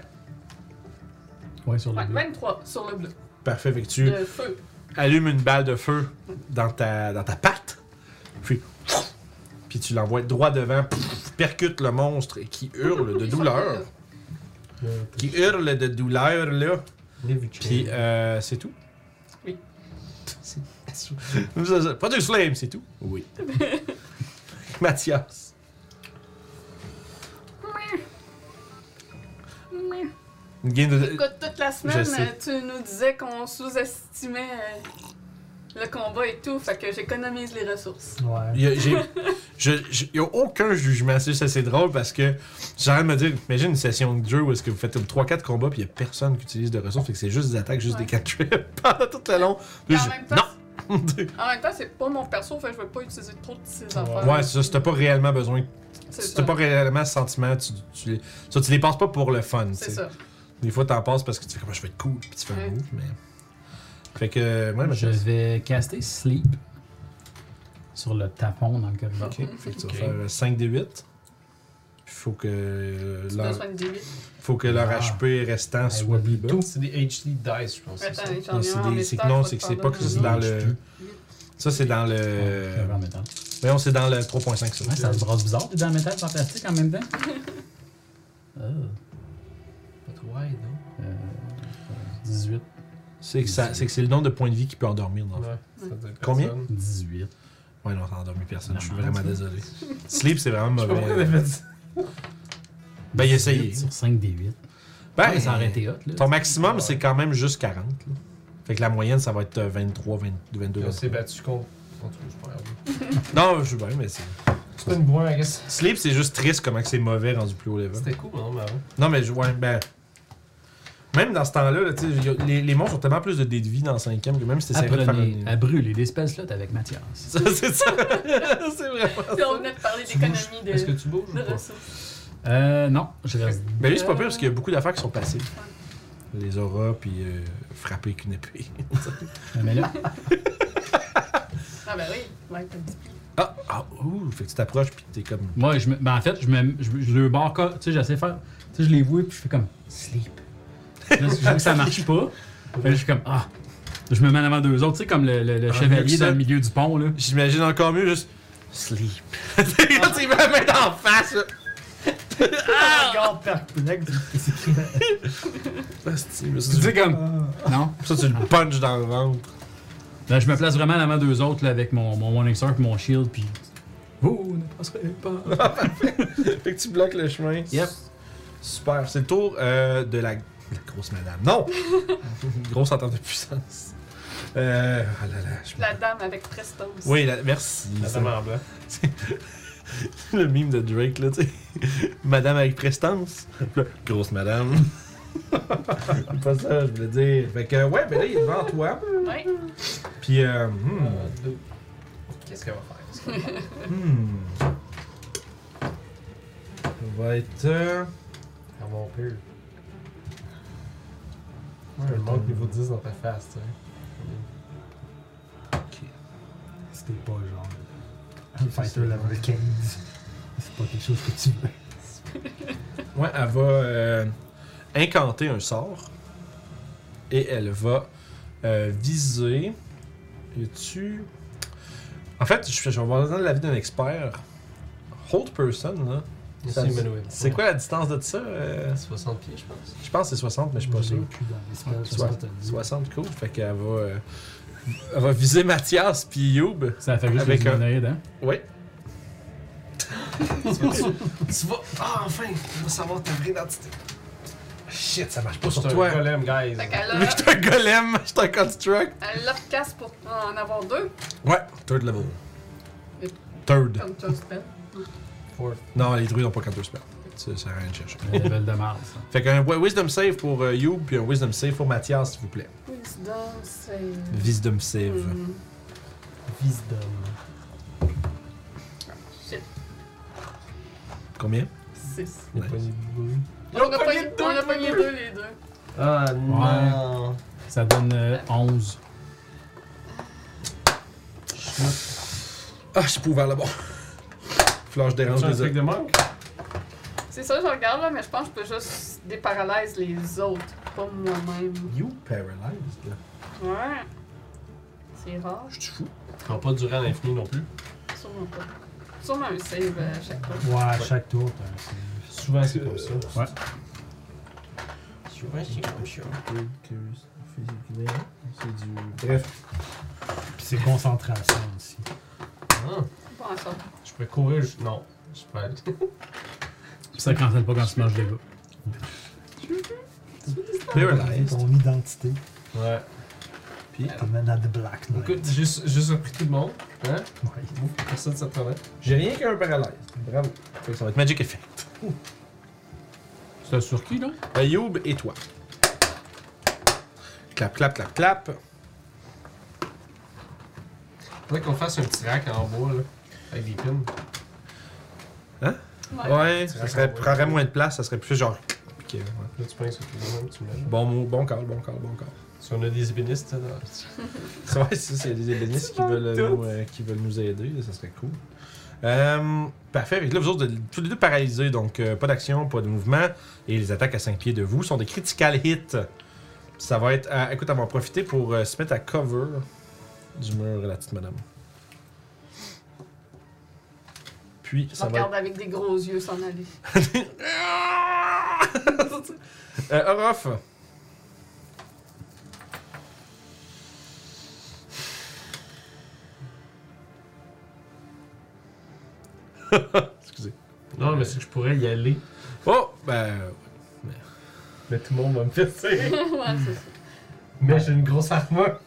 [SPEAKER 4] Ouais, sur le
[SPEAKER 7] Ouais,
[SPEAKER 4] bleu.
[SPEAKER 7] 23 sur le bleu.
[SPEAKER 1] Parfait, fait que tu
[SPEAKER 7] De feu.
[SPEAKER 1] allumes une balle de feu dans ta, dans ta patte, puis, puis tu l'envoies droit devant, percute le monstre et qui hurle de
[SPEAKER 7] Ils sont
[SPEAKER 1] douleur. Qui hurle de douleur, là. Puis euh, c'est tout.
[SPEAKER 7] Oui.
[SPEAKER 1] C'est- Ça, ça- Pas du slam, c'est tout. Oui. Mathias. Une game de.
[SPEAKER 7] Mmh. Écoute, toute la
[SPEAKER 1] Je
[SPEAKER 7] semaine,
[SPEAKER 1] sais.
[SPEAKER 7] euh, tu nous disais qu'on sous-estimait euh, le combat et tout, fait que j'économise les ressources.
[SPEAKER 5] Ouais.
[SPEAKER 1] Il y a, j'ai- je, je- il y a aucun jugement. C'est juste assez drôle parce que j'ai envie de me dire, imagine une session de jeu où est-ce que vous faites 3-4 combats puis il n'y a personne qui utilise de ressources, fait que c'est juste des attaques, juste
[SPEAKER 7] Ouais.
[SPEAKER 1] des cantrips <laughs> pendant tout le long. Puis
[SPEAKER 7] en
[SPEAKER 1] je-
[SPEAKER 7] même temps,
[SPEAKER 1] non!
[SPEAKER 7] En même temps, c'est pas mon perso, fait que je veux pas utiliser trop de ces affaires.
[SPEAKER 1] ouais, c'est ça, si t'as pas réellement besoin,
[SPEAKER 7] c'est
[SPEAKER 1] si
[SPEAKER 7] ça.
[SPEAKER 1] t'as pas réellement ce sentiment, tu, tu, les- ça, tu les passes pas pour le fun. tu
[SPEAKER 7] C'est
[SPEAKER 1] sais.
[SPEAKER 7] ça.
[SPEAKER 1] Des fois, t'en passes parce que tu fais comme je vais être cool, puis tu fais
[SPEAKER 7] Ouais.
[SPEAKER 1] un move, mais. Fait que, ouais,
[SPEAKER 4] Je
[SPEAKER 1] Mathias.
[SPEAKER 4] vais caster Sleep sur le tapon dans le corridor.
[SPEAKER 1] Ok, fait que tu vas
[SPEAKER 4] Ok.
[SPEAKER 1] faire 5 des 8. Faut que, euh,
[SPEAKER 7] Tu
[SPEAKER 1] leur,
[SPEAKER 7] besoin de débit.
[SPEAKER 1] faut que leur
[SPEAKER 4] Ah.
[SPEAKER 1] HP restant
[SPEAKER 4] I
[SPEAKER 1] soit
[SPEAKER 4] will
[SPEAKER 1] plus bas.
[SPEAKER 3] Tout, c'est des HD dice, je pense. c'est ça.
[SPEAKER 7] Attends, j'en ai
[SPEAKER 1] Non,
[SPEAKER 7] un
[SPEAKER 1] c'est
[SPEAKER 7] en
[SPEAKER 1] des-
[SPEAKER 7] métal,
[SPEAKER 1] c'est que
[SPEAKER 7] je
[SPEAKER 1] non,
[SPEAKER 7] vais
[SPEAKER 1] c'est
[SPEAKER 7] te
[SPEAKER 1] que c'est
[SPEAKER 7] t'en
[SPEAKER 1] pas que
[SPEAKER 7] donner
[SPEAKER 1] c'est
[SPEAKER 7] un
[SPEAKER 1] dans
[SPEAKER 7] autre.
[SPEAKER 1] le. Ça, c'est dans
[SPEAKER 4] Ouais,
[SPEAKER 1] le.
[SPEAKER 4] en métal.
[SPEAKER 1] Voyons, c'est dans le 3.5, ça.
[SPEAKER 4] Ouais, ça se brasse bizarre, des dents en métal sans plastique en même temps.
[SPEAKER 7] <laughs>
[SPEAKER 4] Oh,
[SPEAKER 3] Pas trop wide, non?
[SPEAKER 4] euh, 18.
[SPEAKER 1] C'est que, ça- c'est que c'est le nombre de points de vie qui peut endormir, dans le fond.
[SPEAKER 3] Ouais. ça doit être
[SPEAKER 1] Combien?
[SPEAKER 3] personne.
[SPEAKER 4] 18.
[SPEAKER 1] Ouais, non, ça endormi personne. Je suis
[SPEAKER 4] Normal,
[SPEAKER 1] vraiment
[SPEAKER 4] ça.
[SPEAKER 1] désolé. Sleep, c'est vraiment
[SPEAKER 3] Je sais pas pourquoi
[SPEAKER 1] mauvais.
[SPEAKER 3] t'as fait ça.
[SPEAKER 1] Ben, il a essayé.
[SPEAKER 4] 18 Sur 5 des 8.
[SPEAKER 1] Ben,
[SPEAKER 4] mais ça aurait été hot, là.
[SPEAKER 1] Ton maximum, c'est quand même juste 40. là. Fait que la moyenne, ça va être euh, 23, 20, 22.
[SPEAKER 3] On s'est battu contre. En tout cas, je peux regarder.
[SPEAKER 1] Non, je suis bien, mais c'est.
[SPEAKER 3] C'est une boire, I guess.
[SPEAKER 1] Sleep, c'est juste triste comment que c'est mauvais rendu plus haut level.
[SPEAKER 3] C'était cool, hein, non, mais avant.
[SPEAKER 1] Non, mais je- ouais, ben. Même dans ce temps-là, là, tu sais, y a- les, les monstres ont tellement plus de dés de vie dans 5ème que même si t'essayais de faire
[SPEAKER 4] Apprenez
[SPEAKER 1] une.
[SPEAKER 4] à brûler des spells slots avec Mathias.
[SPEAKER 1] Ça, c'est ça. <laughs> c'est vraiment.
[SPEAKER 7] Puis on venait de parler d'économie
[SPEAKER 3] Est-ce que
[SPEAKER 7] de,
[SPEAKER 3] tu bouges ou
[SPEAKER 7] de
[SPEAKER 3] pas?
[SPEAKER 7] ressources.
[SPEAKER 4] Euh, non, je reste.
[SPEAKER 1] Ben lui, c'est pas pire parce qu'il y a beaucoup d'affaires qui sont passées. Les auras, puis euh, frapper avec une épée. <laughs>
[SPEAKER 4] Mais là,
[SPEAKER 7] Ah ben oui, ouais, t'as dit.
[SPEAKER 1] Ah, ah, ouh, fait que tu t'approches, puis t'es comme.
[SPEAKER 4] moi, je me... ben, en fait, je, me... je, je le barre. co- Tu sais, j'essaie de faire. Tu sais, je les vois, puis je fais comme sleep. Là, je vois que ça marche pas. Fait que je suis comme ah. Je me mets en avant deux autres, tu sais, comme le, le- le
[SPEAKER 1] Ah,
[SPEAKER 4] chevalier
[SPEAKER 1] ça.
[SPEAKER 4] dans le milieu du pont, là.
[SPEAKER 1] J'imagine encore mieux juste. Sleep. <laughs> Quand tu mets la main en face, là.
[SPEAKER 5] Encore perplexe. C'est quoi?
[SPEAKER 1] Ah, c'est- mais
[SPEAKER 4] Tu
[SPEAKER 1] ça,
[SPEAKER 4] sais,
[SPEAKER 1] tu-
[SPEAKER 4] comme. Ah. Non.
[SPEAKER 1] Ça, tu le punches dans le ventre.
[SPEAKER 4] Là, je me place vraiment en avant deux autres, là, avec mon, mon Morning Star et mon Shield, puis. Vous ne passerez pas.
[SPEAKER 1] Fait que tu bloques le chemin.
[SPEAKER 4] Yep.
[SPEAKER 1] Super. C'est le tour euh, de la... la grosse madame. Non! <laughs> grosse entente de puissance. Euh... ah là là, je-
[SPEAKER 7] La dame avec prestance.
[SPEAKER 1] Oui, la- merci.
[SPEAKER 3] La
[SPEAKER 1] Ça-
[SPEAKER 3] dame en blanc.
[SPEAKER 1] le mime de Drake, là, tu sais. <laughs> Madame avec prestance. Puis là, Grosse madame. C'est <laughs> pas ça, je voulais dire. Fait que, ouais, ben là, il est devant toi.
[SPEAKER 7] Ouais.
[SPEAKER 1] Puis, euh, hmm,
[SPEAKER 3] Euh, deux. Qu'est-ce qu'elle va faire? Est-ce qu'elle-
[SPEAKER 1] hmm. Ça va être. euh,
[SPEAKER 3] Elle va romper. Ouais, elle manque niveau 10 dans ta face, tu sais.
[SPEAKER 5] C'était pas genre. Un fighter level 15. C'est pas quelque chose que tu veux.
[SPEAKER 1] Ouais, elle va euh, incanter un sort. Et elle va euh, viser. Et tu. En fait, je, je vais avoir besoin de l'avis d'un expert. Hold person, là. Ça-
[SPEAKER 3] C'est Emmanuel.
[SPEAKER 1] C'est quoi la distance de ça euh,
[SPEAKER 3] 60 pieds, je pense.
[SPEAKER 1] Je pense que c'est 60, mais je suis pas
[SPEAKER 5] J'ai
[SPEAKER 1] sûr.
[SPEAKER 5] plus dans l'espace,
[SPEAKER 1] Soit-
[SPEAKER 5] je pense que t'as dit.
[SPEAKER 1] 60, cool. Fait qu'elle va. euh, elle va viser Mathias puis Youb.
[SPEAKER 4] Ça fait juste
[SPEAKER 1] Avec
[SPEAKER 4] les
[SPEAKER 1] un-
[SPEAKER 4] humanoïdes, hein.
[SPEAKER 1] <laughs> Ouais.
[SPEAKER 6] Tu vas. Ah, enfin, on va savoir ta vraie identité.
[SPEAKER 1] Shit, ça marche pas sur
[SPEAKER 3] C'est un
[SPEAKER 1] toi.
[SPEAKER 3] golem, guys.
[SPEAKER 7] Fait qu'elle
[SPEAKER 1] Vu
[SPEAKER 7] a,
[SPEAKER 1] que t'es un golem, je t'en construct.
[SPEAKER 7] elle a le casse pour en avoir deux,
[SPEAKER 1] Ouais, third level.
[SPEAKER 7] Et-
[SPEAKER 1] Third.
[SPEAKER 2] Oh.
[SPEAKER 7] comme tu as Ben. fait.
[SPEAKER 3] Fourth.
[SPEAKER 1] Non, les druides n'ont pas counter spell. Ça sert à rien de chercher.
[SPEAKER 4] Le level de Mars. ça.
[SPEAKER 1] Fait qu'un wi- wisdom save pour euh, You, puis un wisdom save pour Mathias, s'il vous plaît.
[SPEAKER 7] Wisdom, c'est...
[SPEAKER 1] Wisdom save.
[SPEAKER 2] Mm.
[SPEAKER 7] Hmm.
[SPEAKER 5] Wisdom.
[SPEAKER 7] Shit,
[SPEAKER 1] Combien
[SPEAKER 7] 6.
[SPEAKER 3] Il y a pas
[SPEAKER 1] Nice.
[SPEAKER 3] ni bleu.
[SPEAKER 7] On a pas eu- on a pas eu deux, les deux.
[SPEAKER 3] Ah
[SPEAKER 4] non. Ça donne euh, 11.
[SPEAKER 1] Ah, je suis pas ouvert là-bas. <laughs> Flash dérange
[SPEAKER 3] C'est un
[SPEAKER 1] les
[SPEAKER 3] truc
[SPEAKER 1] autres.
[SPEAKER 3] de manque?
[SPEAKER 7] C'est ça, je regarde là, mais je pense que je peux juste déparalyser les autres, pas moi-même.
[SPEAKER 1] You paralyzed, là.
[SPEAKER 7] Ouais. C'est rare,
[SPEAKER 1] Je suis fou.
[SPEAKER 3] Ça va pas durer à l'infini non plus.
[SPEAKER 7] sûrement pas. Sûrement un save euh, à chaque fois.
[SPEAKER 5] Ouais, à chaque tour, t'as un save.
[SPEAKER 3] Souvent, c'est comme ça.
[SPEAKER 5] Ouais.
[SPEAKER 6] Souvent, c'est comme ça.
[SPEAKER 1] C'est du. Bref.
[SPEAKER 5] Puis c'est concentration aussi.
[SPEAKER 3] Ah,
[SPEAKER 7] Bon, ça.
[SPEAKER 3] je pourrais courir. Je... Non. Je pourrais aller.
[SPEAKER 4] Puis ça cancelle pas quand tu manges des gars.
[SPEAKER 5] C'est
[SPEAKER 1] Paralyzed.
[SPEAKER 5] ton identité.
[SPEAKER 3] Ouais.
[SPEAKER 5] T'amènes à The Black
[SPEAKER 3] <laughs>
[SPEAKER 5] Knight.
[SPEAKER 3] Écoute, j'ai j'ai surpris tout le monde. Hein?
[SPEAKER 5] Ouais.
[SPEAKER 3] Personne ne s'attendait.
[SPEAKER 1] J'ai rien qu'un paralyzed. Bravo. Fait que ça va être Magic Effect.
[SPEAKER 4] C'est sur qui, là
[SPEAKER 1] Euh, Youb et toi. Clap, clap, clap, clap.
[SPEAKER 3] Faudrait qu'on fasse un petit rack en bois, là. Avec des pins.
[SPEAKER 7] Ouais.
[SPEAKER 1] Ouais, ça serait, prendrait moins de place, ça serait plus genre. Ok, ouais.
[SPEAKER 3] Là, tu prends ça tout le monde, tu me mets.
[SPEAKER 1] Bon mot, bon call, bon call, bon call.
[SPEAKER 3] Si on a des ébénistes, là.
[SPEAKER 1] <laughs> Ouais, ça, c'est des ébénistes qui
[SPEAKER 7] vas
[SPEAKER 1] veulent,
[SPEAKER 7] tout.
[SPEAKER 1] nous, euh, qui veulent nous aider, là, ça serait cool. Euh, parfait, avec là, vous autres, vous- tous les deux paralysés, donc euh, pas d'action, pas de mouvement, et les attaques à 5 pieds de vous sont des critical hits. Ça va être. à- écoute, on va en profiter pour euh, se mettre à cover du mur, la petite madame. Puis,
[SPEAKER 7] Je
[SPEAKER 1] ça va
[SPEAKER 7] regarde avec des gros yeux s'en aller. <laughs>
[SPEAKER 1] <laughs> Euh, Orof. Excusez.
[SPEAKER 3] Non, mais c'est que je pourrais y aller.
[SPEAKER 1] Oh, ben.
[SPEAKER 3] Mais tout le monde va me fesser.
[SPEAKER 7] ouais, c'est ça.
[SPEAKER 3] mais j'ai une grosse armure.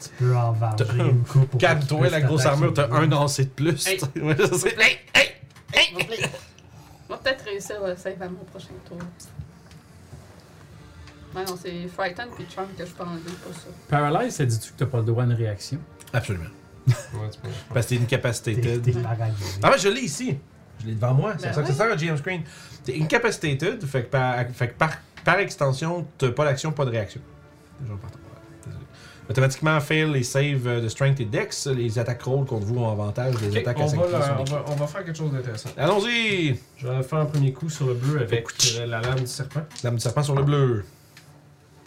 [SPEAKER 5] Tu peux en varger
[SPEAKER 1] T'as-
[SPEAKER 5] une coupe. pour qu'il
[SPEAKER 1] Calme-toi,
[SPEAKER 5] puisse
[SPEAKER 1] la grosse
[SPEAKER 5] t'attaquer.
[SPEAKER 1] armure, t'as un lancé de plus.
[SPEAKER 7] Hey.
[SPEAKER 1] <laughs> Ouais, ça serait- Hey, hey.
[SPEAKER 7] S'il vous plaît. On va peut-être réussir le save à mon prochain tour. Ouais, non, c'est Frightened puis Charm que je peux enlever pour ça.
[SPEAKER 4] Paralyze, ça dit-tu que t'as pas le droit à une réaction
[SPEAKER 1] Absolument.
[SPEAKER 3] Ouais, tu peux.
[SPEAKER 1] Parce que t'es
[SPEAKER 5] T'es-
[SPEAKER 1] incapacitated.
[SPEAKER 5] T'es paralysé.
[SPEAKER 1] Ah ouais, je l'ai ici. Je l'ai devant moi. C'est
[SPEAKER 7] Ben
[SPEAKER 1] ça que ça sert à GM Screen. T'es incapacitated, fait que par, fait que par, par extension, t'as pas d'action, pas de réaction. Les gens partent en parole. Désolé. Automatiquement, fail les saves euh, de Strength et Dex. Les attaques roll contre vous ont avantage. Les
[SPEAKER 3] Ok,
[SPEAKER 1] attaques à
[SPEAKER 3] on,
[SPEAKER 1] 5
[SPEAKER 3] va
[SPEAKER 1] pieds
[SPEAKER 3] leur-
[SPEAKER 1] sont
[SPEAKER 3] on,
[SPEAKER 1] des-
[SPEAKER 3] va, on va faire quelque chose d'intéressant.
[SPEAKER 1] Allons-y!
[SPEAKER 3] Je vais faire un premier coup sur le bleu avec euh, la lame du serpent
[SPEAKER 1] Dame du serpent sur le bleu.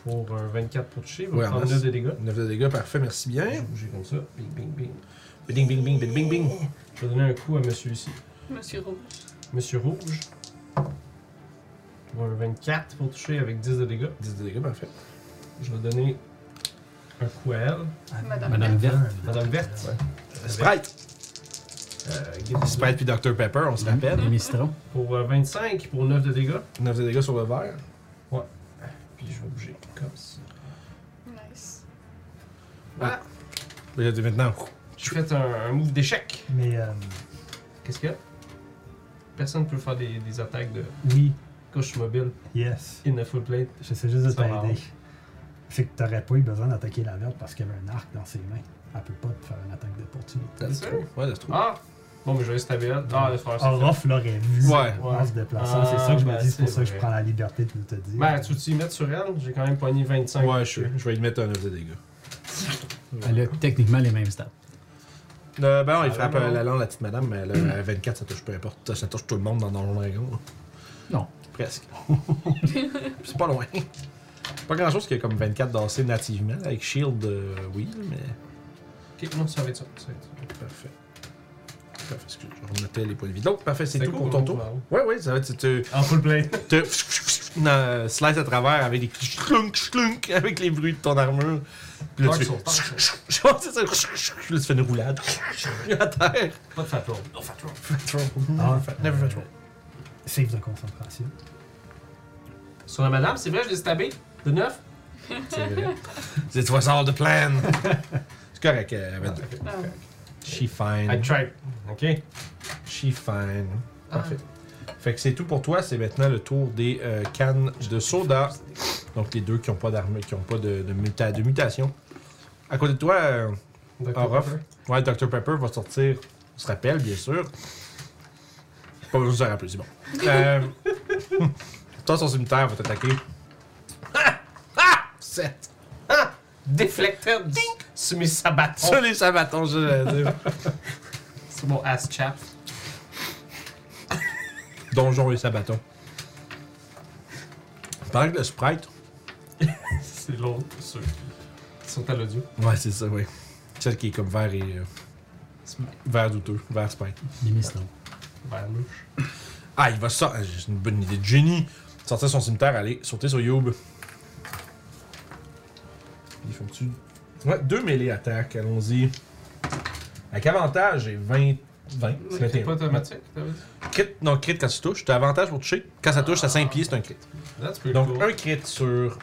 [SPEAKER 3] pour un 24 pour toucher. Il va
[SPEAKER 1] Ouais, en
[SPEAKER 3] prendre
[SPEAKER 1] masse.
[SPEAKER 3] 9 de dégâts.
[SPEAKER 1] 9 de dégâts, parfait, merci
[SPEAKER 3] Je vais
[SPEAKER 1] bien.
[SPEAKER 3] bouger comme ça. Bing, bing, bing.
[SPEAKER 1] Bing, bing, bing, bing, bing, bing.
[SPEAKER 3] Je vais donner un coup à monsieur ici.
[SPEAKER 7] Monsieur Rouge.
[SPEAKER 3] Monsieur rouge. Pour un 24 pour toucher avec 10 de dégâts.
[SPEAKER 1] 10 de dégâts, parfait.
[SPEAKER 3] Je vais donner un coup à elle.
[SPEAKER 7] Madame.
[SPEAKER 4] Madame Verte.
[SPEAKER 3] Madame Verte.
[SPEAKER 1] Sprite!
[SPEAKER 3] Euh, Guinness.
[SPEAKER 1] Sprite puis Dr Pepper, on se rappelle.
[SPEAKER 4] Les mistrons.
[SPEAKER 3] Pour euh, 25, pour 9 de dégâts.
[SPEAKER 1] 9 de dégâts sur le vert.
[SPEAKER 3] Puis je vais bouger comme ça.
[SPEAKER 7] Nice.
[SPEAKER 1] Mais là, t'es maintenant.
[SPEAKER 3] Je fais un, un move d'échec.
[SPEAKER 5] Mais euh,
[SPEAKER 3] Qu'est-ce qu'il y a? Personne peut faire des, des attaques de
[SPEAKER 5] oui,
[SPEAKER 3] couche mobile
[SPEAKER 5] yes.
[SPEAKER 3] in a full plate.
[SPEAKER 5] J'essaie juste de
[SPEAKER 3] Ça va.
[SPEAKER 5] t'aider. C'est que t'aurais pas eu besoin d'attaquer la verte parce qu'elle avait un arc dans ses mains. Elle peut pas te faire une attaque d'opportunité.
[SPEAKER 1] That's true. Ouais, that's true.
[SPEAKER 3] Ah! Bon, mais je vais stabber elle. Ah, le frère, c'est
[SPEAKER 5] Orof l'aurait vu
[SPEAKER 1] Ouais.
[SPEAKER 5] en se déplaçant.
[SPEAKER 3] Ouais.
[SPEAKER 5] c'est ça que je
[SPEAKER 3] Ah,
[SPEAKER 5] me dis, c'est
[SPEAKER 3] ben,
[SPEAKER 5] pour ça que
[SPEAKER 3] c'est
[SPEAKER 5] je prends la liberté de te dire.
[SPEAKER 3] Ben, tu veux t'y mettre sur elle? J'ai quand même pogné 25.
[SPEAKER 1] Ouais, je suis. Je vais y mettre un 9 de dégâts.
[SPEAKER 4] Elle a techniquement les mêmes stats.
[SPEAKER 1] Euh, ben non, il
[SPEAKER 3] Ah,
[SPEAKER 1] frappe
[SPEAKER 3] non,
[SPEAKER 1] euh,
[SPEAKER 3] non.
[SPEAKER 1] la langue, la petite madame, mais elle a- à 24, ça touche peu importe. Ça, ça touche tout le monde dans Donjon Dragon. là.
[SPEAKER 4] Non.
[SPEAKER 1] Presque. <laughs> c'est pas loin. Pas grand chose qui a comme 24 d'assez nativement. là, Avec Shield, euh, oui, mais.
[SPEAKER 3] Ok, non, ça va être ça. ça va être ça.
[SPEAKER 1] Parfait. Parfait, excuse, je remettais les points de vie. Donc, parfait, c'est
[SPEAKER 3] C'était
[SPEAKER 1] tout
[SPEAKER 3] cool
[SPEAKER 1] pour
[SPEAKER 3] comme
[SPEAKER 1] ton tour.
[SPEAKER 3] mouvement.
[SPEAKER 1] Ouais, ouais, ça va être. Tu,
[SPEAKER 3] En full
[SPEAKER 1] <laughs>
[SPEAKER 3] plate.
[SPEAKER 1] te euh, slice à travers avec des chlunk, chlunk, avec les bruits de ton armure. Puis là,
[SPEAKER 3] Dark
[SPEAKER 1] tu
[SPEAKER 3] Souls, Dark
[SPEAKER 1] fais. <laughs> Je pense que c'est ça. Puis là, tu fais une roulade. À terre.
[SPEAKER 3] Pas de fat roll.
[SPEAKER 5] Ah,
[SPEAKER 1] Never
[SPEAKER 5] euh,
[SPEAKER 1] fat roll.
[SPEAKER 5] Save de concentration.
[SPEAKER 3] Sur la madame, c'est vrai, je l'ai stabé. De 9?
[SPEAKER 1] C'est vrai. It was all the plan.
[SPEAKER 3] <laughs>
[SPEAKER 1] C'est correct, euh, Abed.
[SPEAKER 7] Ah,
[SPEAKER 1] She
[SPEAKER 3] I
[SPEAKER 1] fine.
[SPEAKER 3] tried. Ok.
[SPEAKER 1] She fine.
[SPEAKER 3] Ah.
[SPEAKER 1] Parfait. Fait que c'est tout pour toi. C'est maintenant le tour des euh, cannes de soda. Donc les deux qui n'ont pas d'arme, qui n'ont pas de, de, muta- de mutation. À côté de toi, euh,
[SPEAKER 3] D'accord.
[SPEAKER 1] Orof, ouais, Dr Pepper va sortir. On se rappelle, bien sûr. Pas besoin de se rappeler, c'est bon. Euh, <laughs> toi, son cimetière va t'attaquer. Ah! Ah! 7.
[SPEAKER 3] Ah!
[SPEAKER 1] Oh.
[SPEAKER 3] Deflected! Sur mes
[SPEAKER 1] <laughs>
[SPEAKER 3] sabatons.
[SPEAKER 1] Sur les sabatons, je veux dire.
[SPEAKER 3] C'est mon ass chap.
[SPEAKER 1] Donjon et Sabaton. Pendant que le sprite.
[SPEAKER 3] C'est l'autre, ceux qui sont à l'audio.
[SPEAKER 1] Ouais, c'est ça, oui. Celle qui est comme vert et. euh, vert douteux, vert sprite.
[SPEAKER 4] Les mistons.
[SPEAKER 3] Ben, louche.
[SPEAKER 1] Ah, il va sortir. J'ai une bonne idée de génie. Sortir son cimetière, aller sauter sur Youb. Ils font-tu. Ouais, deux mêlées attaques, allons-y. Avec avantage, j'ai 20. 20. c'est
[SPEAKER 3] C'était
[SPEAKER 1] 21.
[SPEAKER 3] pas automatique, t'avais dit?
[SPEAKER 1] Crit, non, crit quand tu touches. T'as avantage pour toucher. Quand ça touche, ça
[SPEAKER 3] Ah.
[SPEAKER 1] 5 pieds, c'est un crit.
[SPEAKER 3] That's pretty
[SPEAKER 1] Donc,
[SPEAKER 3] cool.
[SPEAKER 1] un crit sur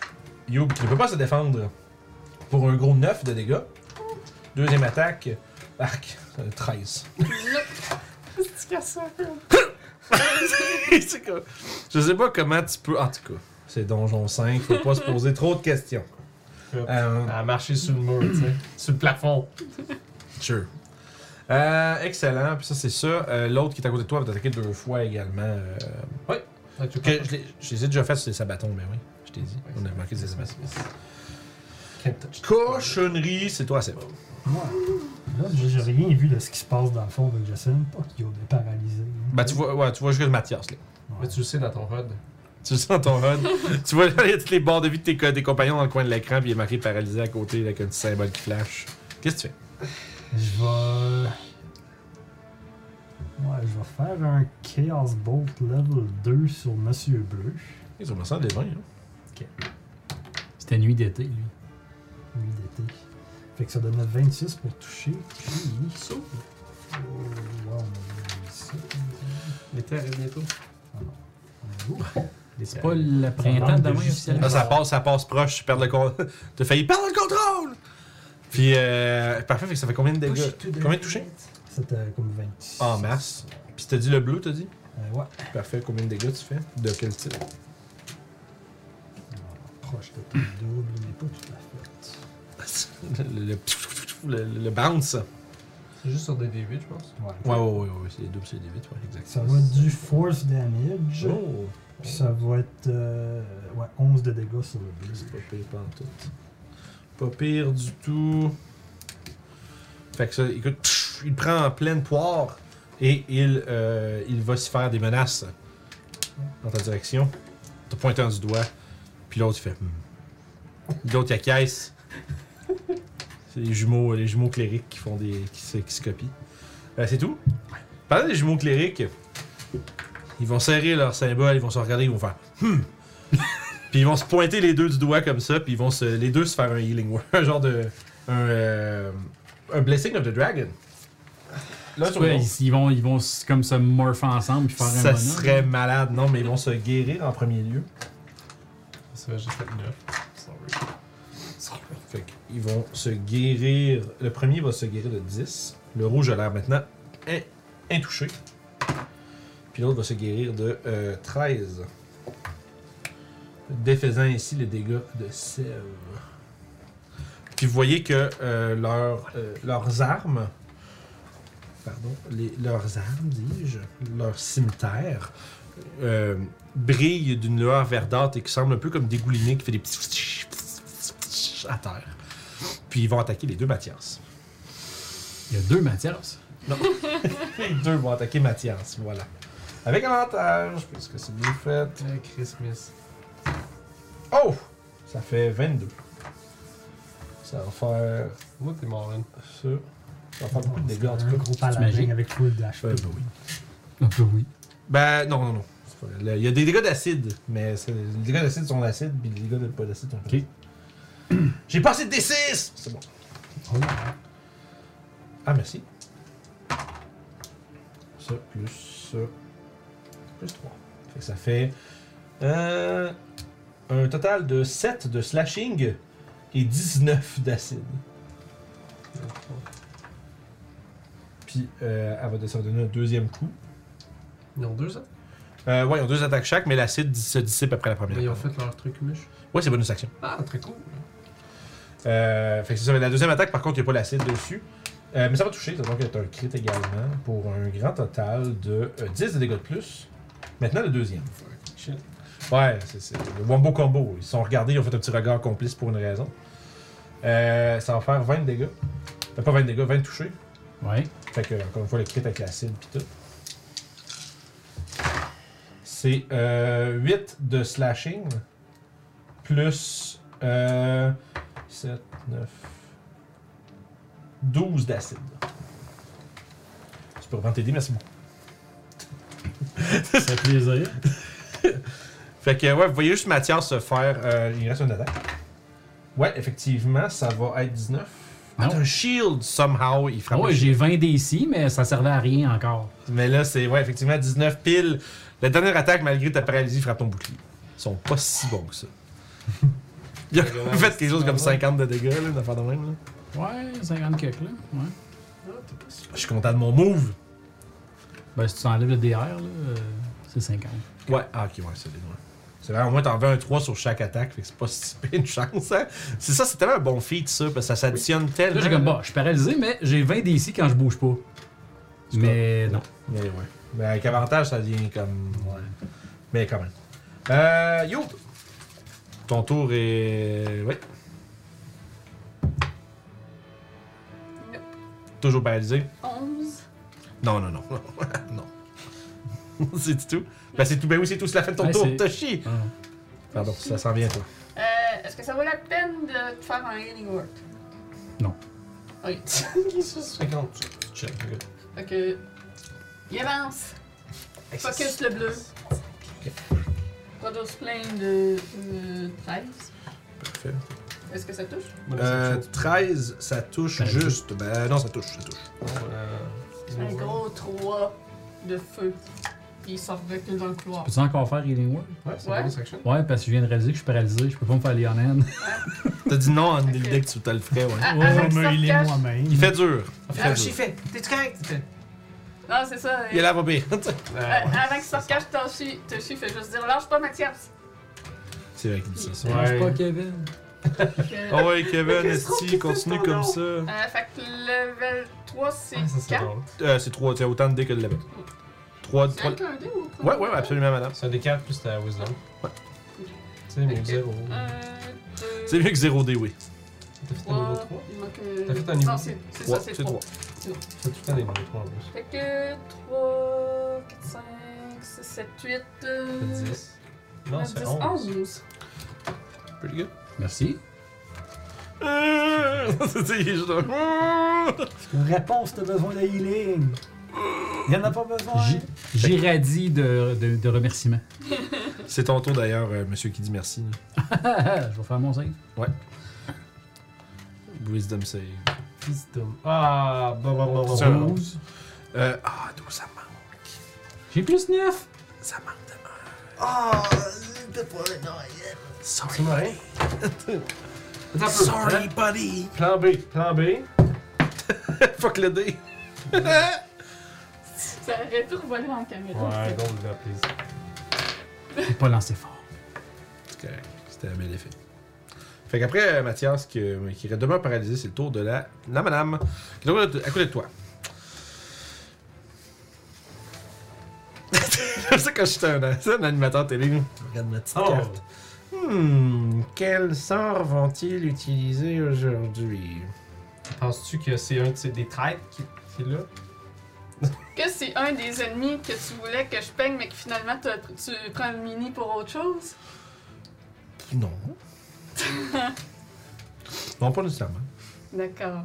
[SPEAKER 1] Youb qui ne peut pas se défendre pour un gros 9 de dégâts. Deuxième attaque, arc, euh, 13.
[SPEAKER 2] Qu'est-ce qu'il y a ça?
[SPEAKER 1] C'est comme- Je sais pas comment tu peux. En tout cas, c'est Donjon 5, faut pas se poser trop de questions.
[SPEAKER 3] Yep.
[SPEAKER 1] Euh,
[SPEAKER 3] À marcher sur le mur, tu sais. Sur le plafond.
[SPEAKER 1] sure. Euh, excellent, puis ça c'est ça. Euh, L'autre qui est à côté de toi va t'attaquer deux fois également. euh,
[SPEAKER 3] Ah, tu
[SPEAKER 1] que je l'ai- je les ai déjà fait sur les sabatons, mais oui, je t'ai dit. On a manqué des sabatons.
[SPEAKER 3] Can't touch.
[SPEAKER 1] Cochonnerie, c'est toi, c'est bon.
[SPEAKER 5] Là, j'ai j'ai rien vu de ce qui se passe dans le fond, donc je sais même pas qu'il y a des paralysés. hein.
[SPEAKER 1] Bah, tu vois, ouais, tu vois juste Mathias, là.
[SPEAKER 3] Mais tu le sais dans ton HUD.
[SPEAKER 1] Tu le sens ton <laughs> run. tu vois, il y a toutes les barres de vie de tes, co- des compagnons dans le coin de l'écran, puis il est marqué paralysé à côté, là, avec un petit symbole qui flash. Qu'est-ce que tu fais?
[SPEAKER 5] Je vais. Ouais, je vais faire un Chaos Bolt level 2 sur Monsieur Bleu.
[SPEAKER 1] Ils ont sens des vins, hein. là.
[SPEAKER 4] C'était nuit d'été, lui.
[SPEAKER 5] Nuit d'été. Fait que ça donne 26 pour toucher. Puis.
[SPEAKER 3] Sauf
[SPEAKER 5] Oh, wow, on a eu ça.
[SPEAKER 1] <laughs>
[SPEAKER 3] l'été arrive bientôt.
[SPEAKER 5] On a eu. Euh,
[SPEAKER 4] C'est pas le printemps
[SPEAKER 5] manque
[SPEAKER 4] demain
[SPEAKER 5] de justesse.
[SPEAKER 4] officiellement.
[SPEAKER 1] Là, ça passe, ça passe proche, tu perds le contrôle. <laughs> T'as failli perdre le contrôle! Puis, euh, parfait, fait que ça fait combien de dégâts? Combien de touchés?
[SPEAKER 5] C'était comme 26.
[SPEAKER 1] En masse. Puis t'as dit le bleu, t'as dit?
[SPEAKER 5] Euh, ouais,
[SPEAKER 1] Parfait, combien de dégâts tu fais? De quel type? <laughs>
[SPEAKER 5] proche de ton double, mais pas tout à fait.
[SPEAKER 1] Le, le, le- le bounce.
[SPEAKER 3] C'est juste sur des D8, je pense.
[SPEAKER 5] Ouais,
[SPEAKER 1] Ouais, ouais, ouais, ouais, c'est les doubles, c'est les vite, ouais, exact.
[SPEAKER 5] Ça va être du force damage.
[SPEAKER 1] Oh!
[SPEAKER 5] Puis ça va être euh, ouais, 11 de dégâts sur le bleu.
[SPEAKER 1] C'est pas pire pas en tout. Pas pire du tout. Fait que ça, écoute, pff, il prend en pleine poire et il, euh, il va s'y faire des menaces dans ta direction. T'as pointé un du doigt, puis l'autre il fait. Hmm. L'autre il acquiesce. C'est les jumeaux, les jumeaux clériques qui font des. qui se, qui se copient. Euh, c'est tout? Parlant des jumeaux clériques, ils vont serrer leur symbole, ils vont se regarder, ils vont faire. Puis ils vont se pointer les deux du doigt comme ça, puis ils vont se, les deux se faire un healing word, <laughs> un genre de. Un, euh, un blessing of the dragon. Là,
[SPEAKER 4] Ouais, ils, ils vont, ils vont s- comme se morpher ensemble puis faire un
[SPEAKER 1] ça
[SPEAKER 4] bonhomme.
[SPEAKER 1] serait malade, non, mais ils vont se guérir en premier lieu.
[SPEAKER 3] Ça va juste fait 9. Sorry.
[SPEAKER 1] Fait qu'ils vont se guérir. Le premier va se guérir de 10. Le rouge a l'air maintenant in- intouché. Puis l'autre va se guérir de euh, 13. Défaisant ainsi les dégâts de sève. Puis vous voyez que euh, leur, euh, leurs armes. Pardon, les- leurs armes, dis-je, leur cimetière euh, brille d'une lueur verdâtre et qui semble un peu comme dégoulinée, qui fait des petits à terre. Puis ils vont attaquer les deux Mathias.
[SPEAKER 4] Il y a deux Mathias.
[SPEAKER 1] Les deux vont attaquer Mathias, voilà. Avec avantage, puisque c'est bien fait.
[SPEAKER 3] Merry Christmas.
[SPEAKER 1] Oh! Ça fait 22. Ça va faire
[SPEAKER 3] Moi, t'es mort, man.
[SPEAKER 1] ça. Ça va faire beaucoup de dégâts, en tout
[SPEAKER 5] Un
[SPEAKER 1] cas.
[SPEAKER 5] gros paladin
[SPEAKER 4] T'imagines?
[SPEAKER 5] avec full dash.
[SPEAKER 1] Euh, ben oui.
[SPEAKER 4] Un peu Ah, bah oui.
[SPEAKER 1] Ben non, non, non. C'est pas vrai. Le- Il y a des dégâts d'acide, mais c'est- les dégâts d'acide sont d'acide, puis les dégâts de pas d'acide sont
[SPEAKER 4] Ok.
[SPEAKER 1] J'ai passé de D6! C'est bon. Ah, merci. Ça, plus ça, plus 3. Fait que ça fait euh, un total de 7 de slashing et 19 d'acide. Puis, euh, elle va de- ça va donner un deuxième coup.
[SPEAKER 3] Ils ont deux ans.
[SPEAKER 1] Euh, ouais, ils ont deux attaques chaque, mais l'acide dis- se dissipe après la première.
[SPEAKER 3] Mais ils ont fait leur truc mûche.
[SPEAKER 1] Ouais, c'est bonus action.
[SPEAKER 3] Ah, très cool.
[SPEAKER 1] Euh, fait que c'est ça. mais La deuxième attaque, par contre, il n'y a pas l'acide dessus. Euh, mais ça va toucher, ça va donc être un crit également pour un grand total de euh, 10 de dégâts de plus. Maintenant, le deuxième.
[SPEAKER 3] Shit.
[SPEAKER 1] Ouais, c'est c'est le Wombo Combo. Ils se sont regardés, ils ont fait un petit regard complice pour une raison. Euh, ça va faire 20 de dégâts. Euh, Pas 20 dégâts, 20 touchés.
[SPEAKER 4] Ouais.
[SPEAKER 1] Fait que, encore une fois, le crit avec l'acide puis tout. C'est euh, 8 de slashing, plus euh, 7, 9, 12 d'acide. Tu peux revendre tes dés, merci beaucoup.
[SPEAKER 5] Ça fait plaisir.
[SPEAKER 1] <laughs> Fait que, ouais, vous voyez juste Mathias se faire. euh, il reste une attaque. Ouais, effectivement, ça va être 19. Ah,
[SPEAKER 4] Non. Ah
[SPEAKER 1] t'as un shield, somehow, il frappe.
[SPEAKER 4] Ouais,
[SPEAKER 1] le
[SPEAKER 4] j'ai 20 d'ici, mais ça servait à rien encore.
[SPEAKER 1] Mais là, c'est ouais, effectivement 19 pile. La dernière attaque, malgré ta paralysie, frappe ton bouclier. Ils sont pas si bons que <laughs> ça. Il a fait quelque chose comme 50 de dégâts, là, d'affaire de même. Là.
[SPEAKER 4] Ouais, 50 quelques, là. Ouais.
[SPEAKER 1] Je suis content de mon move.
[SPEAKER 4] Ben, si tu enlèves le DR, là, euh, c'est 50.
[SPEAKER 1] Ouais, ah, ok, ouais, c'est des ouais. C'est vrai, au moins t'en veux un 3 sur chaque attaque, fait que c'est pas si <laughs> pire une chance, hein. C'est ça, c'est tellement un bon feat, ça, parce que ça s'additionne tellement.
[SPEAKER 4] Là, j'ai comme,
[SPEAKER 1] là.
[SPEAKER 4] bah, je suis paralysé, mais j'ai 20 d'ici quand je bouge pas. Mais non.
[SPEAKER 1] Mais ouais. Mais avec avantage, ça devient comme. Ouais. Mais quand même. Euh. Yo! Ton tour est. Ouais.
[SPEAKER 2] Nope.
[SPEAKER 1] Toujours paralysé?
[SPEAKER 2] 11.
[SPEAKER 1] Non, non, <laughs> non. non. c'est du tout. Ben, c'est tout. Ben oui, c'est tout. C'est la fin de ton
[SPEAKER 4] Ouais,
[SPEAKER 1] tour.
[SPEAKER 4] c'est-
[SPEAKER 1] T'as chié.
[SPEAKER 4] Ah.
[SPEAKER 1] Pardon, ça s'en vient, toi.
[SPEAKER 2] Euh, Est-ce que ça vaut la peine de te faire un healing word?
[SPEAKER 4] Non.
[SPEAKER 2] Oui. <laughs>
[SPEAKER 3] 50. Check. good.
[SPEAKER 2] Fait que. Il avance. Focus le bleu. Rodos Plane de euh, 13.
[SPEAKER 1] Parfait.
[SPEAKER 2] Est-ce que ça touche?
[SPEAKER 3] Bonne
[SPEAKER 1] Euh,
[SPEAKER 3] section.
[SPEAKER 1] 13, ça touche
[SPEAKER 4] Ben,
[SPEAKER 1] juste. Ben non, ça touche, ça touche.
[SPEAKER 3] Bon, euh,
[SPEAKER 2] Un
[SPEAKER 3] ouais.
[SPEAKER 2] gros 3 de feu. Puis il sort recule dans le couloir.
[SPEAKER 4] Peux-tu encore faire Healing Word?
[SPEAKER 3] Ouais, c'est
[SPEAKER 2] Ouais.
[SPEAKER 3] une bonne section.
[SPEAKER 4] Ouais, parce que je viens de réaliser que je suis paralysé, je peux pas me faire Leonen.
[SPEAKER 1] T'as dit <laughs> non en
[SPEAKER 2] Ok.
[SPEAKER 1] idée que tu te le ferais, ouais.
[SPEAKER 2] Ah,
[SPEAKER 5] Oh,
[SPEAKER 2] avec
[SPEAKER 5] mais il est
[SPEAKER 2] Sarkash-
[SPEAKER 5] moi-même.
[SPEAKER 1] Il fait dur. Il fait
[SPEAKER 6] Ah, j'ai
[SPEAKER 1] dur.
[SPEAKER 6] fait. T'es correct? T'es-
[SPEAKER 2] Non, c'est ça.
[SPEAKER 1] Il est là, Bobby.
[SPEAKER 2] Euh,
[SPEAKER 3] Ah, Euh, ouais.
[SPEAKER 2] Avant que Sarkash Toshi, Toshi fait juste dire Lâche pas Mathias.
[SPEAKER 1] C'est vrai qu'il dit ça. ça.
[SPEAKER 3] Ouais.
[SPEAKER 4] <laughs> Je pas Kevin.
[SPEAKER 2] Fait que-
[SPEAKER 1] Ah ouais, Kevin,
[SPEAKER 6] Mais qu'est-ce qu'on
[SPEAKER 1] Esti,
[SPEAKER 6] fait,
[SPEAKER 1] continue
[SPEAKER 6] ton
[SPEAKER 1] comme
[SPEAKER 6] nom?
[SPEAKER 1] ça.
[SPEAKER 2] Euh, fait que level 3, c'est
[SPEAKER 3] Ah, ça, c'est
[SPEAKER 2] 4.
[SPEAKER 3] drôle.
[SPEAKER 1] Euh, c'est 3, tu as autant de dés que de level. 3,
[SPEAKER 2] C'est
[SPEAKER 1] 3.
[SPEAKER 2] avec un dé ou pas?
[SPEAKER 1] Ouais, ouais, ouais, absolument, madame.
[SPEAKER 3] C'est un des 4 plus ta wisdom.
[SPEAKER 1] Ouais.
[SPEAKER 3] Tu sais,
[SPEAKER 2] Ok.
[SPEAKER 3] mon 0.
[SPEAKER 2] Un, Euh, deux,
[SPEAKER 1] C'est mieux que 0 dés, oui.
[SPEAKER 3] T'as fait un niveau
[SPEAKER 2] trois.
[SPEAKER 3] 3
[SPEAKER 2] Il manque. euh,
[SPEAKER 3] T'as fait un niveau-
[SPEAKER 2] Non, c'est c'est ça,
[SPEAKER 1] Trois,
[SPEAKER 2] c'est
[SPEAKER 1] c'est 3.
[SPEAKER 2] 3.
[SPEAKER 3] T'as tout le temps des niveaux 3 en plus.
[SPEAKER 2] Fait que 3, 4, 5, 6, 7, 8. euh,
[SPEAKER 3] T'as 10.
[SPEAKER 2] Ah,
[SPEAKER 3] Non, c'est 11.
[SPEAKER 2] 11.
[SPEAKER 1] Pretty good.
[SPEAKER 4] Merci.
[SPEAKER 1] Euh, <laughs> c'est il est juste un-
[SPEAKER 5] Réponse, t'as besoin de healing. Il y en a pas besoin.
[SPEAKER 4] J- J'irradie de, de, de remerciements. <laughs>
[SPEAKER 1] C'est ton tour d'ailleurs, euh, monsieur qui dit merci. là.
[SPEAKER 4] je vais faire mon save.
[SPEAKER 1] Wisdom save.
[SPEAKER 3] Wisdom. Ah, bon, bon, bon,
[SPEAKER 1] C'est un
[SPEAKER 3] bon, bon.
[SPEAKER 1] onze. Euh, ah, 12, ça manque.
[SPEAKER 4] J'ai plus 9.
[SPEAKER 1] Ça manque de mal.
[SPEAKER 6] Ah, t'as pas. Non, yeah.
[SPEAKER 1] Sorry.
[SPEAKER 3] C'est marrant. Attends un peu.
[SPEAKER 1] Sorry, buddy. <laughs>
[SPEAKER 3] Plan B. Plan B.
[SPEAKER 1] Fuck le dé.
[SPEAKER 2] Ça aurait pu revoler en caméra.
[SPEAKER 3] Ouais,
[SPEAKER 2] c'est-
[SPEAKER 3] gold là, please.
[SPEAKER 4] J'ai pas lancé fort.
[SPEAKER 1] C'est correct. C'était un bel effet. Fait qu'après, euh, Mathias, qui, euh, qui est demain paralysé, c'est le tour de la, la madame. Qui est à côté de- à côté de toi. <laughs> Je sais que je suis un, un animateur télé. nous. Tu regardes ma petite
[SPEAKER 3] Oh.
[SPEAKER 1] carte. Hmm, quel sort vont-ils utiliser aujourd'hui?
[SPEAKER 3] Penses-tu que c'est un de ces- des traîtres qui, qui est là?
[SPEAKER 2] Que c'est un des ennemis que tu voulais que je peigne, mais que finalement t'as- tu prends le mini pour autre chose?
[SPEAKER 1] Non. <laughs> non, pas nécessairement.
[SPEAKER 2] D'accord.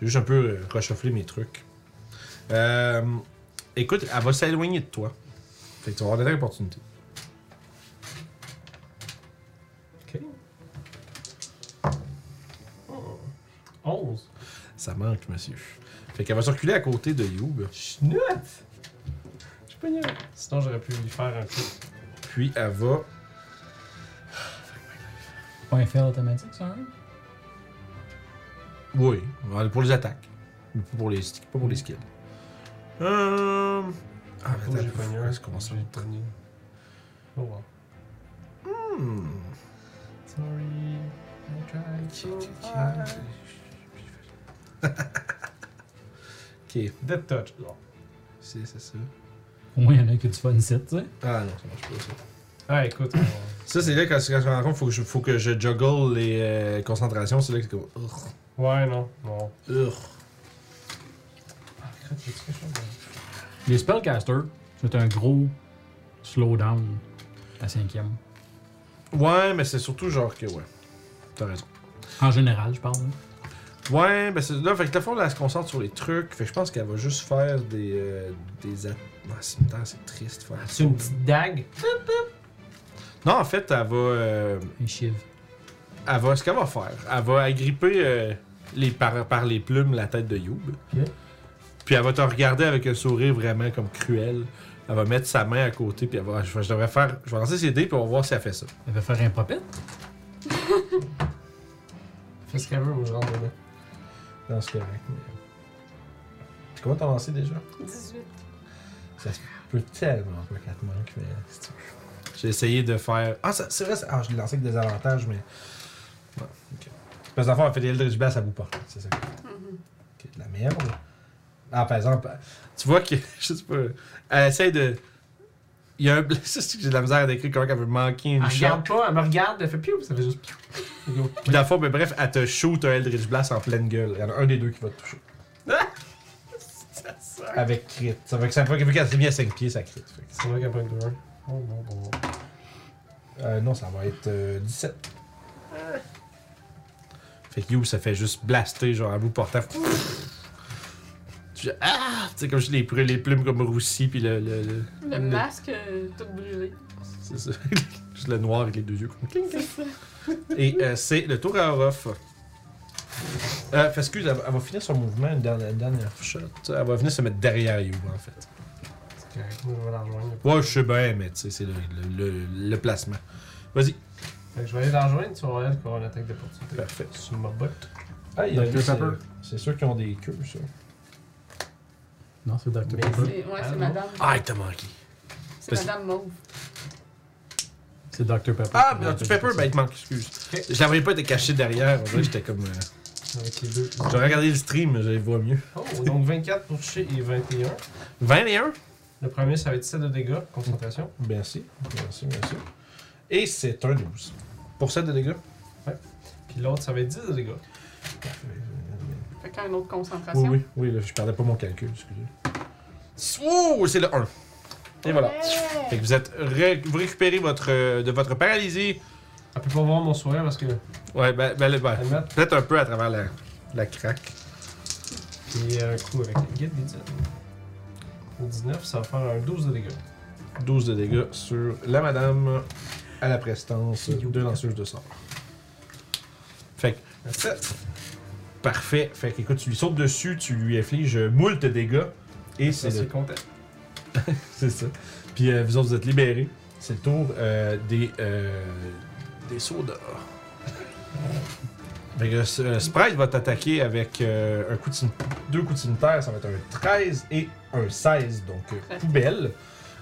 [SPEAKER 1] J'ai juste un peu euh, réchauffé mes trucs. Euh, écoute, elle va s'éloigner de toi. Fait que tu vas avoir des opportunités.
[SPEAKER 3] Ok. Oh. 11.
[SPEAKER 1] Ça manque, monsieur. Fait qu'elle va circuler à côté de Youb.
[SPEAKER 3] Schnout! J'ai pas eu. Sinon, j'aurais pu lui faire un coup.
[SPEAKER 1] Puis elle va.
[SPEAKER 4] Point fail automatique, ça, hein?
[SPEAKER 1] Oui, elle- pour les attaques. Mais pas pour les, pas pour les skills. Euh... Ah, mais
[SPEAKER 3] Oh,
[SPEAKER 1] attends,
[SPEAKER 3] j'ai pas eu un.
[SPEAKER 1] est-ce qu'on se
[SPEAKER 3] J'ai pas eu un. Oh, wow.
[SPEAKER 1] Hmm.
[SPEAKER 3] Sorry. I tried so hard.
[SPEAKER 1] <laughs> Ok,
[SPEAKER 3] Dead touch. Non.
[SPEAKER 1] c'est c'est ça.
[SPEAKER 4] Au moins, il y en a que tu fais une 7, tu sais.
[SPEAKER 1] Ah non, ça marche pas ça.
[SPEAKER 3] Ah, écoute. on-
[SPEAKER 1] Ça, c'est là quand, quand je me rends compte, faut que je, faut que je juggle les euh, concentrations. C'est là que c'est comme. Urgh,
[SPEAKER 3] Ouais, non. Non.
[SPEAKER 1] urgh.
[SPEAKER 3] fait, j'ai quelque chose. de-
[SPEAKER 4] Les spellcasters, c'est un gros slowdown à cinquième.
[SPEAKER 1] Ouais, mais c'est surtout genre que, ouais. T'as raison.
[SPEAKER 4] En général, je parle. hein. là.
[SPEAKER 1] Ouais, ben c'est là, fait que la fois, là, elle se concentre sur les trucs. Fait que je pense qu'elle va juste faire des. euh, des. at- Ah, c'est- putain, c'est triste faire
[SPEAKER 3] Ah, C'est une petite dague.
[SPEAKER 1] Non, en fait, elle va. euh,
[SPEAKER 4] Un chiv.
[SPEAKER 1] elle va. Ce qu'elle va faire, elle va agripper euh, les, par, par les plumes la tête de Youb.
[SPEAKER 3] Ok.
[SPEAKER 1] Puis elle va te regarder avec un sourire vraiment comme cruel. Elle va mettre sa main à côté, puis elle va. Je, je devrais faire. Je vais lancer ses dés, puis on va voir si elle fait ça.
[SPEAKER 4] Elle va faire un poppet.
[SPEAKER 3] Fais ce qu'elle veut, moi je rentre dedans.
[SPEAKER 1] Non, c'est correct. Mais... Comment t'as lancé déjà
[SPEAKER 7] 18.
[SPEAKER 1] Ça se peut tellement pas qu'elle te manque, mais. J'ai essayé de faire. Ah, ça- c'est vrai, ça- ah, je l'ai lancé avec des avantages, mais. Ouais, ok. Parce que la fois, elle fait des Eldritch Blast à bout portant, c'est ça. Ok, de la merde. Ah, par exemple, tu vois que. <laughs> Je sais pas. Elle essaye de. Il y a un. <laughs> Ça, c'est que j'ai de la misère à décrire comment elle veut manquer
[SPEAKER 3] Elle
[SPEAKER 1] une shot.
[SPEAKER 3] Ah, regarde pas, elle me regarde, elle fait piou, ça fait juste piou. Go.
[SPEAKER 1] Puis la fois, ben, bref, elle te shoot un Eldritch Blast en pleine gueule. Il y en a un des deux qui va te toucher. <laughs> Avec crit. Ça fait que ça fait que vu qu'elle s'est mise à 5 pieds, ça crit. Fait que-
[SPEAKER 3] C'est vrai qu'elle prend que deux. Oh bon, bon, bon.
[SPEAKER 1] Euh, non, ça va être euh, 17. Euh. Fait que You, ça fait juste blaster, genre à bout portant. Tu fais Ah! Tu sais, comme juste les, pr- les plumes comme roussies, puis le. le- le-
[SPEAKER 7] Le
[SPEAKER 1] le-
[SPEAKER 7] masque euh, tout brûlé.
[SPEAKER 1] C'est ça. <laughs> juste le noir avec les deux yeux. comme cling, cling. Et euh, c'est le tour à Orof. Euh, fait excuse, elle, va- elle va finir son mouvement, une dernière, une dernière shot. Elle va venir se mettre derrière You, en fait.
[SPEAKER 3] C'est correct, moi je vais la rejoindre.
[SPEAKER 1] Ouais, je sais bien, mais tu sais, c'est le, le- le- le placement. Vas-y.
[SPEAKER 3] Fait que je vais aller la rejoindre, tu vas voir qu'on a une attaque d'opportunité.
[SPEAKER 1] Parfait.
[SPEAKER 3] Sur ma botte.
[SPEAKER 1] Ah, il y a
[SPEAKER 4] Dr.
[SPEAKER 1] des-
[SPEAKER 4] Pepper.
[SPEAKER 1] C'est sûr qu'ils ont des queues, ça.
[SPEAKER 4] Non, c'est Dr.
[SPEAKER 3] Pepper.
[SPEAKER 7] C'est- Ouais,
[SPEAKER 3] Ah,
[SPEAKER 7] c'est
[SPEAKER 3] non.
[SPEAKER 7] madame.
[SPEAKER 1] Ah, il t'a manqué.
[SPEAKER 7] C'est
[SPEAKER 1] parce-
[SPEAKER 7] madame Mauve.
[SPEAKER 4] C'est Dr. Pepper.
[SPEAKER 1] Ah, mais Dr. Pepper, ben il te manque, excuse.
[SPEAKER 3] Ok.
[SPEAKER 1] J'avais pas été caché derrière, en vrai, j'étais comme. euh,
[SPEAKER 3] Avec les deux.
[SPEAKER 1] J'aurais regardé le stream, j'allais voir mieux.
[SPEAKER 3] Oh, donc 24 pour toucher et 21.
[SPEAKER 1] 21
[SPEAKER 3] Le premier, ça va être 7 de dégâts, concentration.
[SPEAKER 1] Merci, merci, merci. Et c'est un 12. Pour 7 de dégâts
[SPEAKER 3] Puis l'autre, ça va être 10 de dégâts.
[SPEAKER 7] Fait qu'un autre
[SPEAKER 1] Oui,
[SPEAKER 7] concentration.
[SPEAKER 1] oui, oui, là, je perdais pas mon calcul, excusez. Ouh, c'est le 1. Et voilà. Fait que vous êtes ré- vous récupérez votre euh, de votre paralysie.
[SPEAKER 3] Elle peut pas voir mon sourire parce que.
[SPEAKER 1] Ouais, ben, ben, ben,
[SPEAKER 3] Elle met.
[SPEAKER 1] peut-être un peu à travers la, la craque.
[SPEAKER 3] Puis un coup avec le guide des 10. Au 19, ça va faire un 12 de dégâts.
[SPEAKER 1] 12 de dégâts sur la madame à la prestance de lanceuse de sort. Fait que. Parfait. Fait que, écoute, tu lui sautes dessus, tu lui infliges moult dégâts. Et c'est
[SPEAKER 3] Ça,
[SPEAKER 1] le-
[SPEAKER 3] c'est content.
[SPEAKER 1] c'est ça. Puis euh, vous autres, vous êtes libérés. C'est le tour euh, des. euh, des sodas. <laughs> Fait que, euh, Sprite va t'attaquer avec euh, un coup de cim- deux coups de cimetière. Ça va être un 13 et un 16, donc euh,
[SPEAKER 7] Parfait.
[SPEAKER 1] poubelle.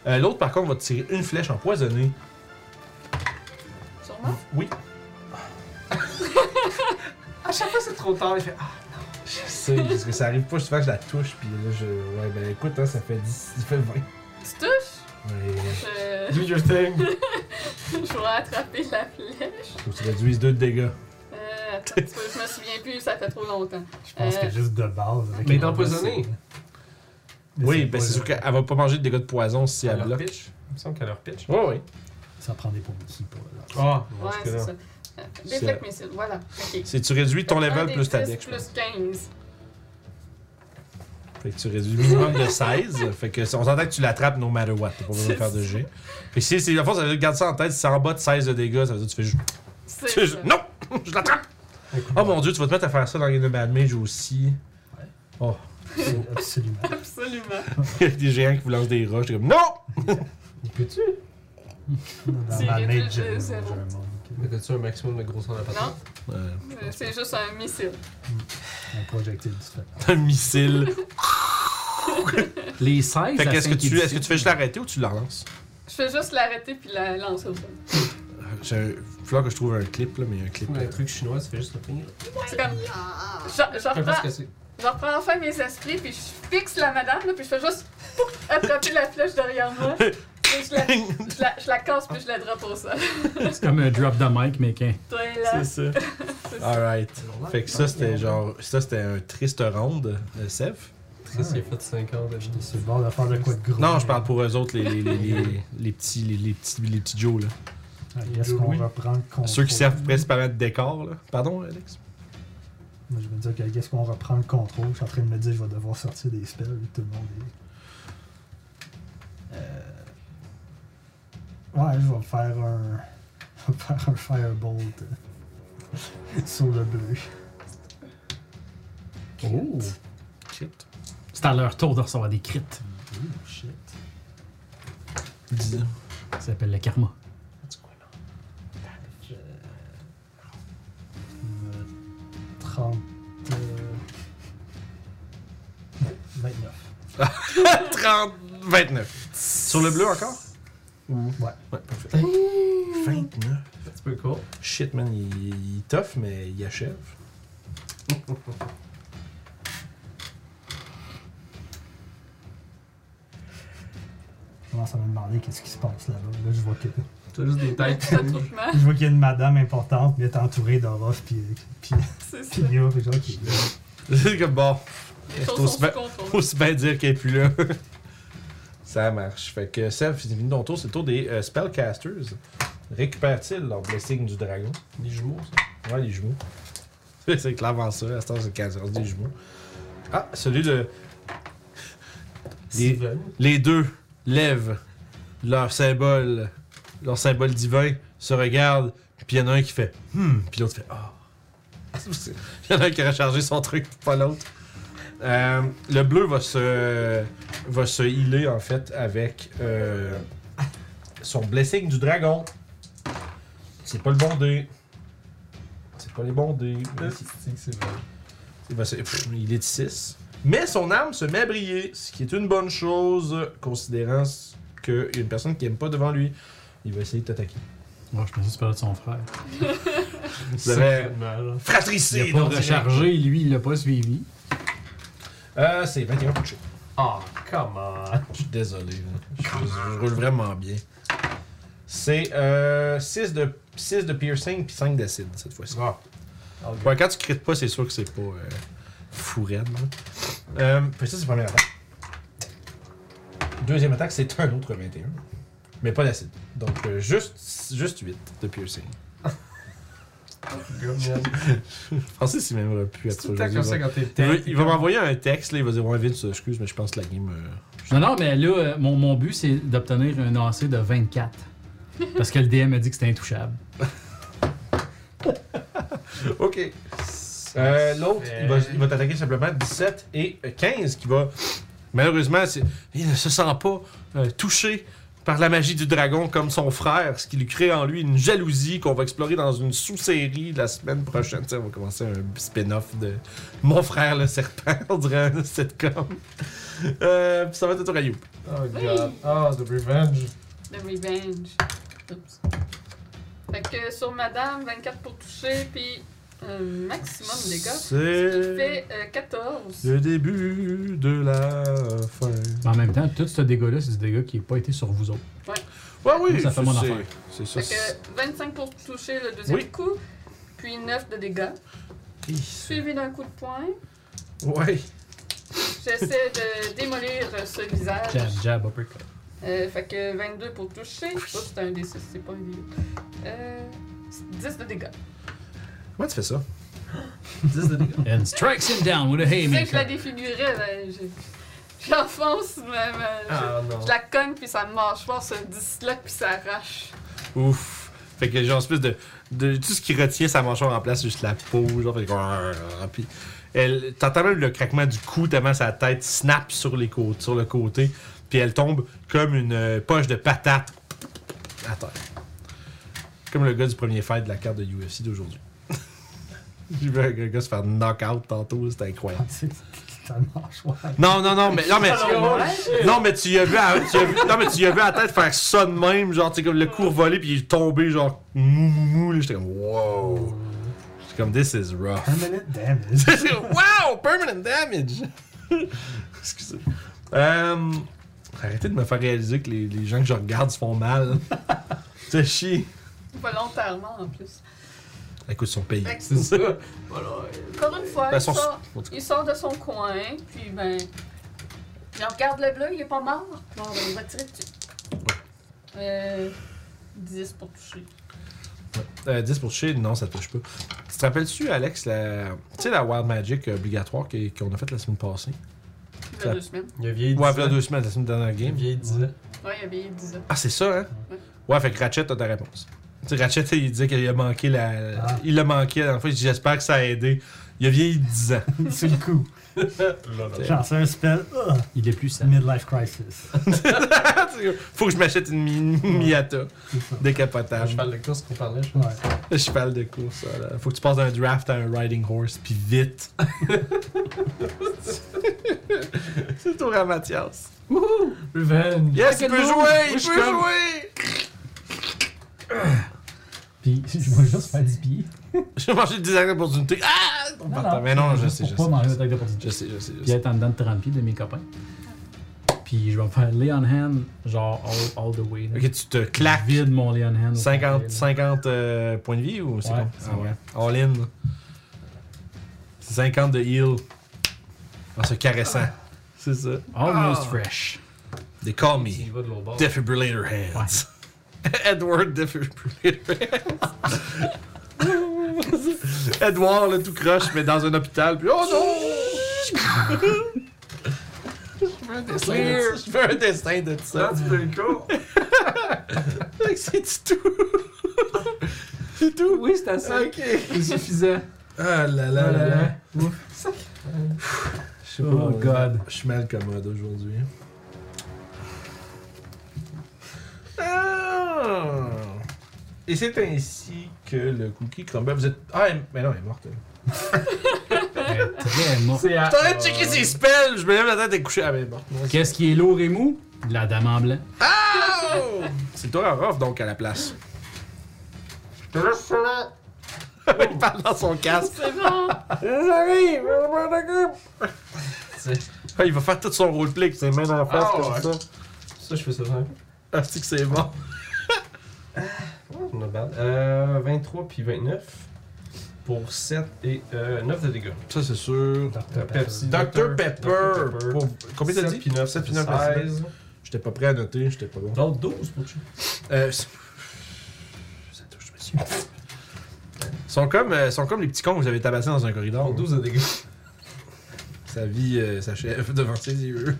[SPEAKER 1] Euh, L'autre, par contre, va te tirer une flèche empoisonnée.
[SPEAKER 7] Sûrement.
[SPEAKER 1] Oui,
[SPEAKER 3] À chaque fois, c'est trop tard. Il fait Ah,
[SPEAKER 1] je sais, parce que ça arrive pas souvent que je la touche. Puis là, je. Ouais, ben écoute, hein, ça fait 10, ça fait 20.
[SPEAKER 7] Tu touches?
[SPEAKER 1] Ouais,
[SPEAKER 7] Euh,
[SPEAKER 3] do your thing.
[SPEAKER 7] je vais attraper la flèche.
[SPEAKER 1] faut que tu réduises 2 de dégâts.
[SPEAKER 7] Euh, attends, un petit peu, je me souviens plus, ça fait trop longtemps.
[SPEAKER 5] Je pense
[SPEAKER 7] Euh,
[SPEAKER 5] que juste de base. avec
[SPEAKER 3] mais
[SPEAKER 5] les
[SPEAKER 3] d'empoisonner.
[SPEAKER 5] robots, c'est-
[SPEAKER 1] Oui, ben c'est sûr qu'elle va pas manger de dégâts de poison si
[SPEAKER 3] à
[SPEAKER 1] elle
[SPEAKER 3] leur
[SPEAKER 1] bloque.
[SPEAKER 3] pitch. Il me semble qu'à leur pitch.
[SPEAKER 1] Oui, oui.
[SPEAKER 5] Ça prend des points de ki pour là.
[SPEAKER 3] Ah,
[SPEAKER 7] Ouais, c'est ça. Euh, Déflect
[SPEAKER 1] C'est-
[SPEAKER 7] missile, voilà. Ok.
[SPEAKER 1] C'est tu réduis ton
[SPEAKER 7] Un
[SPEAKER 1] level
[SPEAKER 7] des
[SPEAKER 1] plus ta
[SPEAKER 7] 10
[SPEAKER 1] deck, je pense.
[SPEAKER 7] Plus 15.
[SPEAKER 1] Fait que tu réduis le minimum de <laughs> 16. fait que on s'entend que tu l'attrapes no matter what. T'as pas besoin de faire de jet. Fait que si c'est la fois, ça veut dire garde ça en tête. Si c'est en bas de 16 de dégâts, ça veut dire que tu fais juste.
[SPEAKER 7] C'est
[SPEAKER 1] tu
[SPEAKER 7] ça.
[SPEAKER 1] fais juste- <laughs> Non! Je l'attrape! Oh mon dieu, tu vas te mettre à faire ça dans Game of Bad Mage aussi. <laughs>
[SPEAKER 5] Ouais.
[SPEAKER 1] Oh,
[SPEAKER 5] <laughs> Absolument.
[SPEAKER 7] Absolument.
[SPEAKER 1] il y a des géants qui vous lancent des roches. T'es comme Non!
[SPEAKER 3] Il peut-tu
[SPEAKER 5] Dans
[SPEAKER 7] C'est
[SPEAKER 5] ma
[SPEAKER 7] réduit
[SPEAKER 5] main,
[SPEAKER 7] de
[SPEAKER 5] j'ai j'ai un
[SPEAKER 7] zéro.
[SPEAKER 5] manque.
[SPEAKER 3] Mais t'as-tu un maximum de grosseur de la patate
[SPEAKER 1] Euh,
[SPEAKER 7] Euh, C'est juste un missile.
[SPEAKER 5] Un projectile différent.
[SPEAKER 1] un missile.
[SPEAKER 4] Les 16.
[SPEAKER 1] fait
[SPEAKER 4] à
[SPEAKER 1] que est-ce que,
[SPEAKER 4] cinq
[SPEAKER 1] tu, est-ce que
[SPEAKER 4] éditions.
[SPEAKER 1] tu fais juste l'arrêter ou tu la relances?
[SPEAKER 7] Je fais juste l'arrêter puis la lancer au sol.
[SPEAKER 1] J'ai un- Il va falloir que je trouve un clip, là, mais un clip.
[SPEAKER 3] Ou
[SPEAKER 1] euh,
[SPEAKER 3] un truc chinois, tu fais juste le ping.
[SPEAKER 7] C'est comme. Je,
[SPEAKER 2] Ah,
[SPEAKER 7] je
[SPEAKER 3] Je
[SPEAKER 2] bah.
[SPEAKER 3] pense
[SPEAKER 7] reprends,
[SPEAKER 3] que c'est.
[SPEAKER 7] je reprends enfin mes esprits puis je fixe la madame là, puis je fais juste pouf, attraper la flèche derrière
[SPEAKER 1] <laughs>
[SPEAKER 7] moi. Et je la, je la, je la casse puis je la drop au sol.
[SPEAKER 4] C'est comme un drop the mic, mais qu'un.
[SPEAKER 7] Toi là.
[SPEAKER 1] C'est ça. Alright. Fait que ça, c'était genre. Ça, c'était un triste round, euh, Sèvres.
[SPEAKER 3] Ça, c'est fait 50 de
[SPEAKER 5] J'étais sur le bord de faire de quoi de gros.
[SPEAKER 1] Non, je parle pour eux autres, les, les, les, les, les petits, les, les petits, les petits Joe, là.
[SPEAKER 5] Ah, Qu'est-ce qu'on
[SPEAKER 3] Louis.
[SPEAKER 5] va prendre contrôle
[SPEAKER 1] Ceux qui servent principalement de décor, là. Pardon, Alex?
[SPEAKER 5] Moi, je vais me dire que qu'est-ce qu'on reprend le contrôle. Je suis en train de me dire que je vais devoir sortir des spells. vu que Tout le monde est. Euh, Ouais, je vais faire un. <laughs> Je vais faire un firebolt euh, <laughs> sur le bleu.
[SPEAKER 4] Oh! C'est à leur tour de recevoir des crits.
[SPEAKER 5] Oh shit.
[SPEAKER 4] Ça s'appelle le karma.
[SPEAKER 5] Euh, 30. euh, 29.
[SPEAKER 1] 30, 29. Sur le bleu encore?
[SPEAKER 5] Ouais.
[SPEAKER 1] Ouais, parfait. 29.
[SPEAKER 3] Un petit peu court.
[SPEAKER 1] Shit, man, il, il est tough, mais il achève.
[SPEAKER 5] Je commence à me demander qu'est-ce qui se passe là-bas. Là, je vois que.
[SPEAKER 3] T'as juste des têtes.
[SPEAKER 7] Attroupement,
[SPEAKER 5] Je vois qu'il y a une madame importante, mais elle est entourée d'Orof puis euh, puis
[SPEAKER 7] c'est ça.
[SPEAKER 5] puis Yo, puis genre qui.
[SPEAKER 1] C'est comme bon,
[SPEAKER 7] Les
[SPEAKER 1] Faut
[SPEAKER 7] choses
[SPEAKER 1] se
[SPEAKER 7] sont sous
[SPEAKER 1] mettre-
[SPEAKER 7] contrôle.
[SPEAKER 1] aussi bien dire qu'il est plus là. <laughs> Ça marche. Fait que Seb, c'est fini ton tour, c'est le tour des euh, spellcasters. Récupèrent-ils leur blessing du dragon?
[SPEAKER 3] Les jumeaux, ça.
[SPEAKER 1] Ouais, les jumeaux. <laughs> c'est clairement ça, à ce temps, c'est le 14 des jumeaux. Ah, celui de. Les,
[SPEAKER 3] Steven.
[SPEAKER 1] les deux lèvent leur symbole, leur symbole divin, se regardent, puis il y en a un qui fait Hmm, puis l'autre fait Ah. <laughs> Il y en a un qui a rechargé son truc, pas l'autre. Euh, le bleu va se va se healer en fait avec euh, son blessing du dragon. C'est pas le bon dé. C'est pas les bons dés.
[SPEAKER 3] C'est <laughs> c'est vrai.
[SPEAKER 1] Il, va se- pff, Eh ben, il est de 6. Mais son arme se met à briller, ce qui est une bonne chose, considérant ce- qu'il y a une personne qui aime pas devant lui. Il va essayer de t'attaquer.
[SPEAKER 4] Moi, je pensais que tu parlais de son frère.
[SPEAKER 1] Vous avez
[SPEAKER 3] Mal.
[SPEAKER 1] fratricé
[SPEAKER 4] Il a pas
[SPEAKER 1] dans le
[SPEAKER 4] rechargé, lui, il l'a pas suivi.
[SPEAKER 1] direct. Euh, c'est 21 coups de chute.
[SPEAKER 3] Oh, come
[SPEAKER 1] <laughs>
[SPEAKER 3] on.
[SPEAKER 1] Je suis désolé. là. Je, suis- je roule vraiment bien. C'est euh, 6 de, six de piercing puis 5 d'acide cette fois-ci.
[SPEAKER 3] Oh,
[SPEAKER 1] Ouais, quand tu crites pas, c'est sûr que c'est pas euh, fou raide. là. Euh, puis ça, c'est première attaque. Deuxième attaque, c'est un autre 21. Mais pas d'acide. Donc, euh, juste, juste 8 de piercing.
[SPEAKER 3] God, man.
[SPEAKER 1] Je pensais s'il m'aimerait plus
[SPEAKER 3] C'est
[SPEAKER 1] être
[SPEAKER 3] tout le temps comme ça quand t'es
[SPEAKER 1] Il va,
[SPEAKER 3] tête.
[SPEAKER 1] il va m'envoyer un texte, là, il va dire Ouais, Vince, excuse, mais je pense que la game. euh,
[SPEAKER 4] Non, non, mais là, euh, mon, mon but, c'est d'obtenir un AC de 24. Parce que le DM a dit que c'était intouchable.
[SPEAKER 1] Ok. Euh, L'autre, il va, il va t'attaquer simplement 17 et euh, 15, qui va. Malheureusement, c'est- il ne se sent pas euh, touché par la magie du dragon comme son frère, ce qui lui crée en lui une jalousie qu'on va explorer dans une sous-série la semaine prochaine. Tu sais, on va commencer un spin-off de Mon frère le serpent, <laughs> on dirait un sitcom. Euh, puis ça va être au rayon.
[SPEAKER 3] Oh, God. Oh, the revenge.
[SPEAKER 7] The Revenge. Oups. Fait que sur Madame, 24 pour toucher, puis un maximum de dégâts. Ce qui
[SPEAKER 1] C'est
[SPEAKER 7] fait euh, 14.
[SPEAKER 1] le début de la fin.
[SPEAKER 4] Mais en même temps, tout ce dégât-là, c'est du dégât qui n'a pas été sur vous autres.
[SPEAKER 1] Ouais, oui,
[SPEAKER 4] Ça fait mon
[SPEAKER 1] c'est-
[SPEAKER 4] affaire.
[SPEAKER 1] C'est ça.
[SPEAKER 7] Fait que 25 pour toucher le deuxième
[SPEAKER 1] Oui.
[SPEAKER 7] coup, puis 9 de dégâts.
[SPEAKER 1] c'est-
[SPEAKER 7] Suivi d'un coup de poing,
[SPEAKER 1] Ouais. <laughs>
[SPEAKER 7] j'essaie de démolir ce visage.
[SPEAKER 4] Jab, jab, uppercut.
[SPEAKER 7] Euh, fait que 22 pour toucher. Oups, c'est un D6, c'est pas un D8. Euh, 10 de dégâts.
[SPEAKER 1] Comment tu fais ça?
[SPEAKER 3] 10 de dégâts.
[SPEAKER 4] And strikes him down with
[SPEAKER 7] Tu
[SPEAKER 4] a
[SPEAKER 7] sais que je la
[SPEAKER 4] haymaker.
[SPEAKER 7] défigurais, ben, je- j'enfonce, mais, mais je-
[SPEAKER 3] Ah, non.
[SPEAKER 7] je la cogne, puis ça me mâchoire se disloque, puis ça arrache.
[SPEAKER 1] Ouf. Fait que genre, espèce de, de. Tout ce qui retient sa mâchoire en place, c'est juste la peau, genre, fait que- ah, Puis. Elle, t'entends même le craquement du cou, tellement sa tête snap sur, les côtes, sur le côté, puis elle tombe comme une euh, poche de patate à terre. Comme le gars du premier fight de la carte de UFC d'aujourd'hui. <laughs> J'ai vu un gars se faire knock-out tantôt, c'était incroyable.
[SPEAKER 5] C'est ta mâchoire.
[SPEAKER 1] Non, non, non, mais. Non, mais. Non, mais tu y as vu, à- tu y as vu- non, mais tu y as vu à la tête faire ça de même, genre, tu sais, comme le cours volé, puis il est tombé, genre, mou, mou, mou, là, j'étais comme, wow. J'étais comme, this is rough. <laughs>
[SPEAKER 5] Permanent damage.
[SPEAKER 1] C'est- wow, permanent damage. <laughs> Excusez. Euh, arrêtez de me faire réaliser que les, les gens que <laughs> je regarde se font mal. C'est chier.
[SPEAKER 7] Volontairement, en plus.
[SPEAKER 1] à cause de son pays.
[SPEAKER 2] Fait que-
[SPEAKER 1] C'est ça.
[SPEAKER 3] Voilà.
[SPEAKER 2] Encore une fois,
[SPEAKER 1] Ben,
[SPEAKER 2] il,
[SPEAKER 1] son-
[SPEAKER 2] sort,
[SPEAKER 4] en tout cas.
[SPEAKER 2] il sort de son coin, puis ben. Il regarde le bleu, il est pas mort. Bon, ben, il va tirer dessus. Euh. 10 pour toucher.
[SPEAKER 1] Euh, 10 pour toucher, non, ça touche pas. Tu te rappelles-tu, Alex, la... tu sais, la Wild Magic euh, obligatoire qui- qu'on a faite la semaine passée?
[SPEAKER 2] Il
[SPEAKER 1] Ça-
[SPEAKER 2] a deux semaines.
[SPEAKER 3] Il a vieilli 10
[SPEAKER 1] Ouais, il y a
[SPEAKER 3] ans.
[SPEAKER 1] deux semaines, la semaine dernière
[SPEAKER 3] Il a
[SPEAKER 1] game.
[SPEAKER 3] vieilli 10 ans.
[SPEAKER 2] Ouais, il a bien 10 ans.
[SPEAKER 1] Ah, c'est ça, hein?
[SPEAKER 2] Ouais.
[SPEAKER 1] Ouais, fait que Ratchet, t'as ta réponse. Tu sais, Ratchet, il disait qu'il a manqué la.
[SPEAKER 5] Ah.
[SPEAKER 1] Il l'a manqué la dernière fois, il dit j'espère que ça a aidé. Il a vieilli 10 ans. <laughs>
[SPEAKER 5] Sur le coup. Genre, c'est un spell. ah,
[SPEAKER 4] Il est plus ça.
[SPEAKER 5] midlife crisis.
[SPEAKER 1] Faut que je m'achète une Mi- Miata.
[SPEAKER 5] C'est ça.
[SPEAKER 3] Le
[SPEAKER 1] Décapotage.
[SPEAKER 3] cheval de course qu'on parlait, je
[SPEAKER 5] Ouais.
[SPEAKER 3] pense.
[SPEAKER 1] Le cheval de course. ça, là. Faut que tu passes d'un draft à un riding horse, puis vite. <laughs> c'est ton à Mathias.
[SPEAKER 3] Revenge.
[SPEAKER 1] Yes, il
[SPEAKER 4] Look at
[SPEAKER 1] peut
[SPEAKER 4] nous.
[SPEAKER 1] jouer!
[SPEAKER 4] Moi,
[SPEAKER 1] Il
[SPEAKER 4] je
[SPEAKER 1] peut
[SPEAKER 4] suis comme-
[SPEAKER 1] jouer!
[SPEAKER 5] Puis, je vois juste faire 10 pieds.
[SPEAKER 1] J'ai mangé le design d'opportunité. Ah! Ton partenaire. Mais non, je sais, je
[SPEAKER 5] Pour pas
[SPEAKER 1] sais.
[SPEAKER 5] manger d'attaque d'opportunité.
[SPEAKER 1] Je sais, je sais, je
[SPEAKER 4] Puis
[SPEAKER 1] sais.
[SPEAKER 4] être en dedans de 30 pieds de mes copains. Puis je vais me faire lay on hand, genre all, all the way. là.
[SPEAKER 1] Ok, tu te claques.
[SPEAKER 4] Vide mon lay on hand. au
[SPEAKER 1] 50,
[SPEAKER 4] complet, là.
[SPEAKER 1] 50 euh, points de vie ou c'est
[SPEAKER 4] Ouais,
[SPEAKER 1] quoi?
[SPEAKER 4] c'est
[SPEAKER 1] Ah ouais. All in. là. C'est 50 de heal. En se caressant. C'est ça.
[SPEAKER 4] Almost
[SPEAKER 1] Ah.
[SPEAKER 4] fresh.
[SPEAKER 1] They call
[SPEAKER 3] Il
[SPEAKER 1] me
[SPEAKER 3] va de l'autre bord.
[SPEAKER 1] Defibrillator Hands. <laughs> Edward Defibrillator Hands. Edward, là, tout croche, mais dans un hôpital. Puis oh non! Je fais un dessin de ça. Je fais un dessin de ça.
[SPEAKER 3] tu peux le coup.
[SPEAKER 1] Fait que C'est tout. C'est tout.
[SPEAKER 4] Oui, c'est assez.
[SPEAKER 1] Ok.
[SPEAKER 4] C'est suffisant.
[SPEAKER 1] Ah là là là là. Je sais pas,
[SPEAKER 4] Oh, God.
[SPEAKER 1] Ah, Je suis mal commode aujourd'hui. Ah. Et c'est ainsi que le cookie crumble. Vous êtes. Ah, elle- mais non, elle est morte. elle.
[SPEAKER 4] Très mort.
[SPEAKER 3] C'est à.
[SPEAKER 1] Je suis en train de checker ses spells. Je me lève la tête et couché. Ah, mais elle est morte. non, c'est-
[SPEAKER 4] Qu'est-ce qui est lourd et mou? De La dame en blanc.
[SPEAKER 1] Oh! C'est toi, Rof, donc, à la place. <laughs> Il parle dans son casque.
[SPEAKER 2] C'est bon!
[SPEAKER 1] <laughs> J'arrive, Ah, il va faire tout son roleplay avec ses mains dans la face
[SPEAKER 3] Ah,
[SPEAKER 1] comme
[SPEAKER 3] ouais.
[SPEAKER 1] ça.
[SPEAKER 3] Ça, je fais ça hein. bien.
[SPEAKER 1] Ah, c'est que c'est bon.
[SPEAKER 3] Oh, Not bad. Euh, 23 puis 29 pour 7 et euh, 9 de dégâts.
[SPEAKER 1] Ça, c'est sûr.
[SPEAKER 3] Euh, Pepsi.
[SPEAKER 1] Dr. Pepper. Pour... Combien t'as
[SPEAKER 3] 7
[SPEAKER 1] dit?
[SPEAKER 3] puis 9, 7
[SPEAKER 1] Sept
[SPEAKER 3] puis
[SPEAKER 1] puis neuf,
[SPEAKER 3] 9, 16.
[SPEAKER 1] J'étais pas prêt à noter, j'étais pas bon.
[SPEAKER 3] Donc 12 pour tuer.
[SPEAKER 1] Euh, c'est- ça touche, monsieur. Ils sont comme, euh, sont comme les petits cons que vous avez tabassés dans un corridor.
[SPEAKER 3] Donc 12 de dégâts.
[SPEAKER 1] Sa vie euh, s'achève devant ses yeux.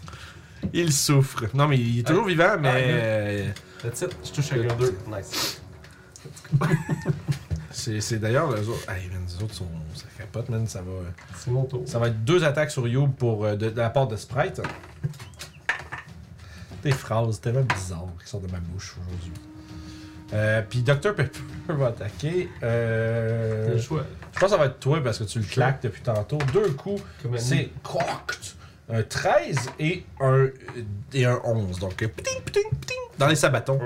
[SPEAKER 1] <laughs> il souffre. Non, mais il est toujours vivant, mais.
[SPEAKER 3] Ah,
[SPEAKER 1] euh,
[SPEAKER 3] good. That's it. Je touche avec un 2. Nice.
[SPEAKER 1] c'est c'est d'ailleurs les autres. Hey, man, les autres sont. Ça capote, man. Ça va, euh,
[SPEAKER 3] C'est mon tour.
[SPEAKER 1] ça va être deux attaques sur Youb pour, euh, de, de la part de Sprite. Des phrases tellement bizarres qui sortent de ma bouche aujourd'hui. Euh, Puis Dr. Pepper <laughs> va attaquer.
[SPEAKER 3] T'as
[SPEAKER 1] Euh,
[SPEAKER 3] le
[SPEAKER 1] je
[SPEAKER 3] choix.
[SPEAKER 1] pense que ça va être toi parce que tu le claques depuis tantôt. Deux coups.
[SPEAKER 3] Comme un
[SPEAKER 1] C'est crocked. Un 13 et un, et un 11. Donc, euh, pting, pting, pting, dans les sabatons.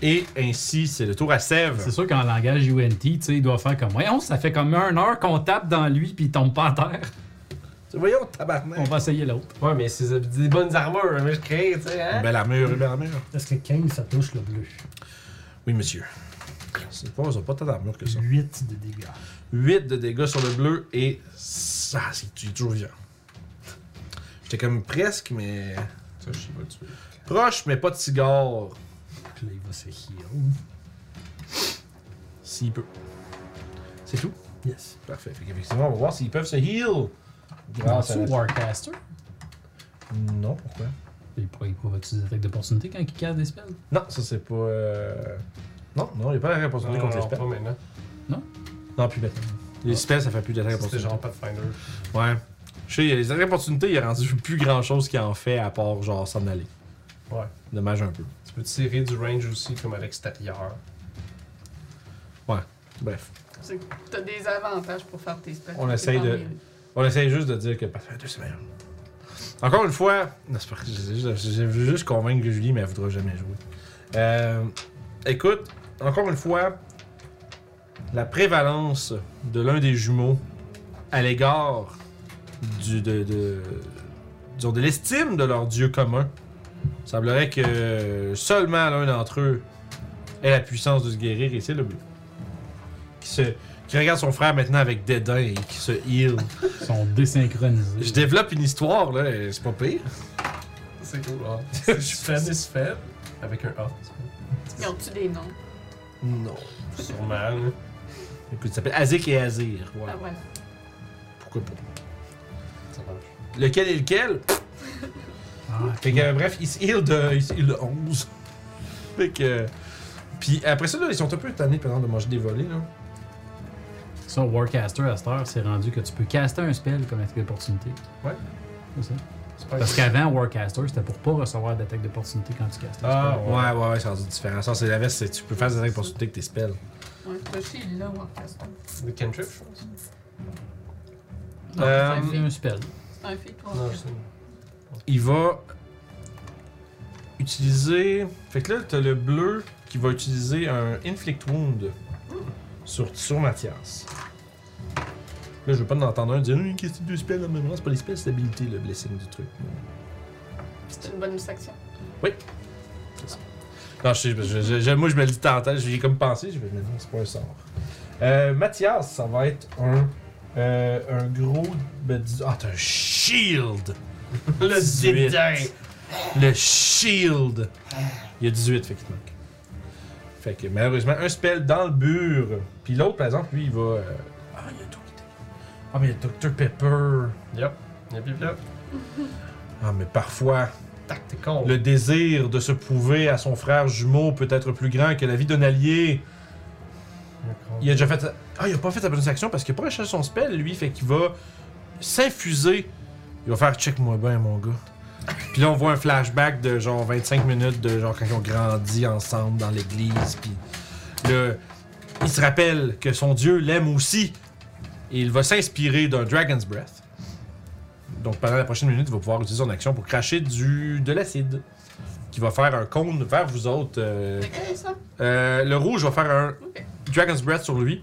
[SPEAKER 1] Et ainsi, c'est le tour à
[SPEAKER 4] C'est
[SPEAKER 1] Sèvres.
[SPEAKER 4] sûr qu'en langage UNT, tu sais, il doit faire comme Voyons, ça fait comme une heure qu'on tape dans lui puis il tombe pas à terre.
[SPEAKER 1] Voyons,
[SPEAKER 4] On
[SPEAKER 1] tabarnak.
[SPEAKER 4] va essayer l'autre.
[SPEAKER 3] Ouais, mais c'est des- des bonnes armures, mais je crée, tu sais, hein.
[SPEAKER 1] Belle armure, belle armure.
[SPEAKER 5] Est-ce que 15 ça touche le bleu
[SPEAKER 1] Oui, monsieur. C'est pas, ils ont pas tant d'armure que ça.
[SPEAKER 5] 8 de dégâts.
[SPEAKER 1] 8 de dégâts sur le bleu et ça, c'est tu es toujours vivant. J'étais comme presque, mais.
[SPEAKER 3] Ça, je sais pas le tuer.
[SPEAKER 1] Proche, mais pas de cigare.
[SPEAKER 5] Puis là, il va se heal.
[SPEAKER 1] S'il peut. C'est tout.
[SPEAKER 5] Yes.
[SPEAKER 1] Parfait. Fait qu'effectivement, on va voir s'ils peuvent se heal. Grâce à
[SPEAKER 4] C'est
[SPEAKER 1] la-
[SPEAKER 4] Warcaster.
[SPEAKER 1] Non, pourquoi
[SPEAKER 4] Il pourrait provoquer des attaques d'opportunité quand il casse des spells.
[SPEAKER 1] Non, ça c'est pas. euh, Non, non, il n'y a pas la réponse
[SPEAKER 3] Non,
[SPEAKER 1] contre les
[SPEAKER 3] non,
[SPEAKER 1] spells.
[SPEAKER 3] pas maintenant.
[SPEAKER 1] Non, plus maintenant. Les spells, ça fait plus d'attaque
[SPEAKER 3] C'était
[SPEAKER 1] opportunité.
[SPEAKER 3] genre Pathfinder.
[SPEAKER 1] Ouais. Je sais, les attaques opportunités, il a rendu plus grand chose qu'il en fait à part genre s'en aller.
[SPEAKER 3] Ouais.
[SPEAKER 1] Dommage un peu.
[SPEAKER 3] Tu peux tirer du range aussi, comme à l'extérieur.
[SPEAKER 1] Bref.
[SPEAKER 2] C'est- T'as des avantages pour faire tes spells.
[SPEAKER 1] On
[SPEAKER 2] T'es
[SPEAKER 1] essaye
[SPEAKER 2] pas
[SPEAKER 1] de-
[SPEAKER 2] mieux.
[SPEAKER 1] On essaye juste de dire que Pathfinder, c'est meilleur. Encore une fois, non, c'est pas- j'ai juste- j'ai voulu juste convaincre Julie, mais elle voudra jamais jouer. Euh, écoute, encore une fois, la prévalence de l'un des jumeaux à l'égard du, de, de, disons, de l'estime de leur dieu commun, il semblerait que seulement l'un d'entre eux ait la puissance de se guérir, et c'est le bleu. Qui qui se. qui regarde son frère maintenant avec dédain et qui se heal.
[SPEAKER 4] Ils sont désynchronisés.
[SPEAKER 1] Je développe une histoire, là, et c'est pas pire.
[SPEAKER 3] C'est cool. Ah. <laughs> C'est Spanish Fed avec un A.
[SPEAKER 7] Ils ont-tu des noms?
[SPEAKER 1] Non.
[SPEAKER 3] Sûrement. là.
[SPEAKER 1] Écoute, ça s'appelle Azik et Azir. Ouais.
[SPEAKER 7] Ah, voilà.
[SPEAKER 1] Pourquoi pas?
[SPEAKER 3] Ça marche.
[SPEAKER 1] Lequel est lequel?
[SPEAKER 4] Ah,
[SPEAKER 1] Fait que, euh, bref, ils se heal de, ils se heal de 11. Fait que. euh, Puis après ça, là, ils sont un peu tannés, par exemple, de manger des volets, là.
[SPEAKER 4] Ça, Warcaster à cette heure, c'est rendu que tu peux caster un spell comme attaque d'opportunité.
[SPEAKER 3] Ouais.
[SPEAKER 4] C'est ça.
[SPEAKER 3] C'est
[SPEAKER 4] Parce qu'avant, Warcaster, c'était pour pas recevoir d'attaque d'opportunité quand tu castais. un
[SPEAKER 3] Ah,
[SPEAKER 4] spell.
[SPEAKER 1] Ouais, ouais, ouais, c'est rendu différent. Ça, c'est la veste, c'est- tu peux faire des attaques pour sauter avec tes spells.
[SPEAKER 7] Ouais, le shield, là, Warcaster.
[SPEAKER 3] Le cantrip, je pense.
[SPEAKER 4] Non,
[SPEAKER 1] Euh,
[SPEAKER 4] c'est un spell.
[SPEAKER 7] C'est un fait, toi.
[SPEAKER 3] Non,
[SPEAKER 7] Warcaster.
[SPEAKER 3] c'est.
[SPEAKER 1] Il va utiliser. Fait que là, t'as le bleu qui va utiliser un Inflict Wound sur, sur Mathias. Là, je veux pas en entendre un dire une question de spells en même temps. C'est pas les spells, c'est l'habilité, le blessing du truc.
[SPEAKER 7] C'est une bonne section.
[SPEAKER 1] Euh. Non, je sais, je- je- je- moi je me le dis tantôt, j'y ai comme pensé, je me dis, non, c'est pas un sort. Euh, Mathias, ça va être un, euh, un gros. ben, dis- Ah, t'as un shield!
[SPEAKER 3] <laughs> Le
[SPEAKER 1] 18.
[SPEAKER 3] dédain.
[SPEAKER 1] Le shield! Il y a 18, fait qu'il te manque. Fait que malheureusement, un spell dans le bur. Puis l'autre, par exemple, lui, il va. euh, Ah, il y a tout qui était- Ah, mais il y a Dr Pepper.
[SPEAKER 3] Yep. Yep, yep, yep.
[SPEAKER 1] Ah, mais parfois,
[SPEAKER 3] Tactical.
[SPEAKER 1] Le désir de se prouver à son frère jumeau peut être plus grand que la vie d'un allié. Il a déjà fait. Ah, il a pas fait sa bonne action parce qu'il a pas recherché son spell, lui. Fait qu'il va s'infuser. Il va faire check-moi bien, mon gars. Puis là, on voit un flashback de genre 25 minutes de genre quand ils ont grandi ensemble dans l'église. Puis là, il se rappelle que son dieu l'aime aussi. Et il va s'inspirer d'un Dragon's Breath. Donc pendant la prochaine minute, il va pouvoir utiliser son action pour cracher du, de l'acide. Qui va faire un cône vers vous autres. euh,
[SPEAKER 7] C'est quoi, ça?
[SPEAKER 1] euh, le rouge va faire un
[SPEAKER 7] Ok.
[SPEAKER 1] Dragon's Breath sur lui.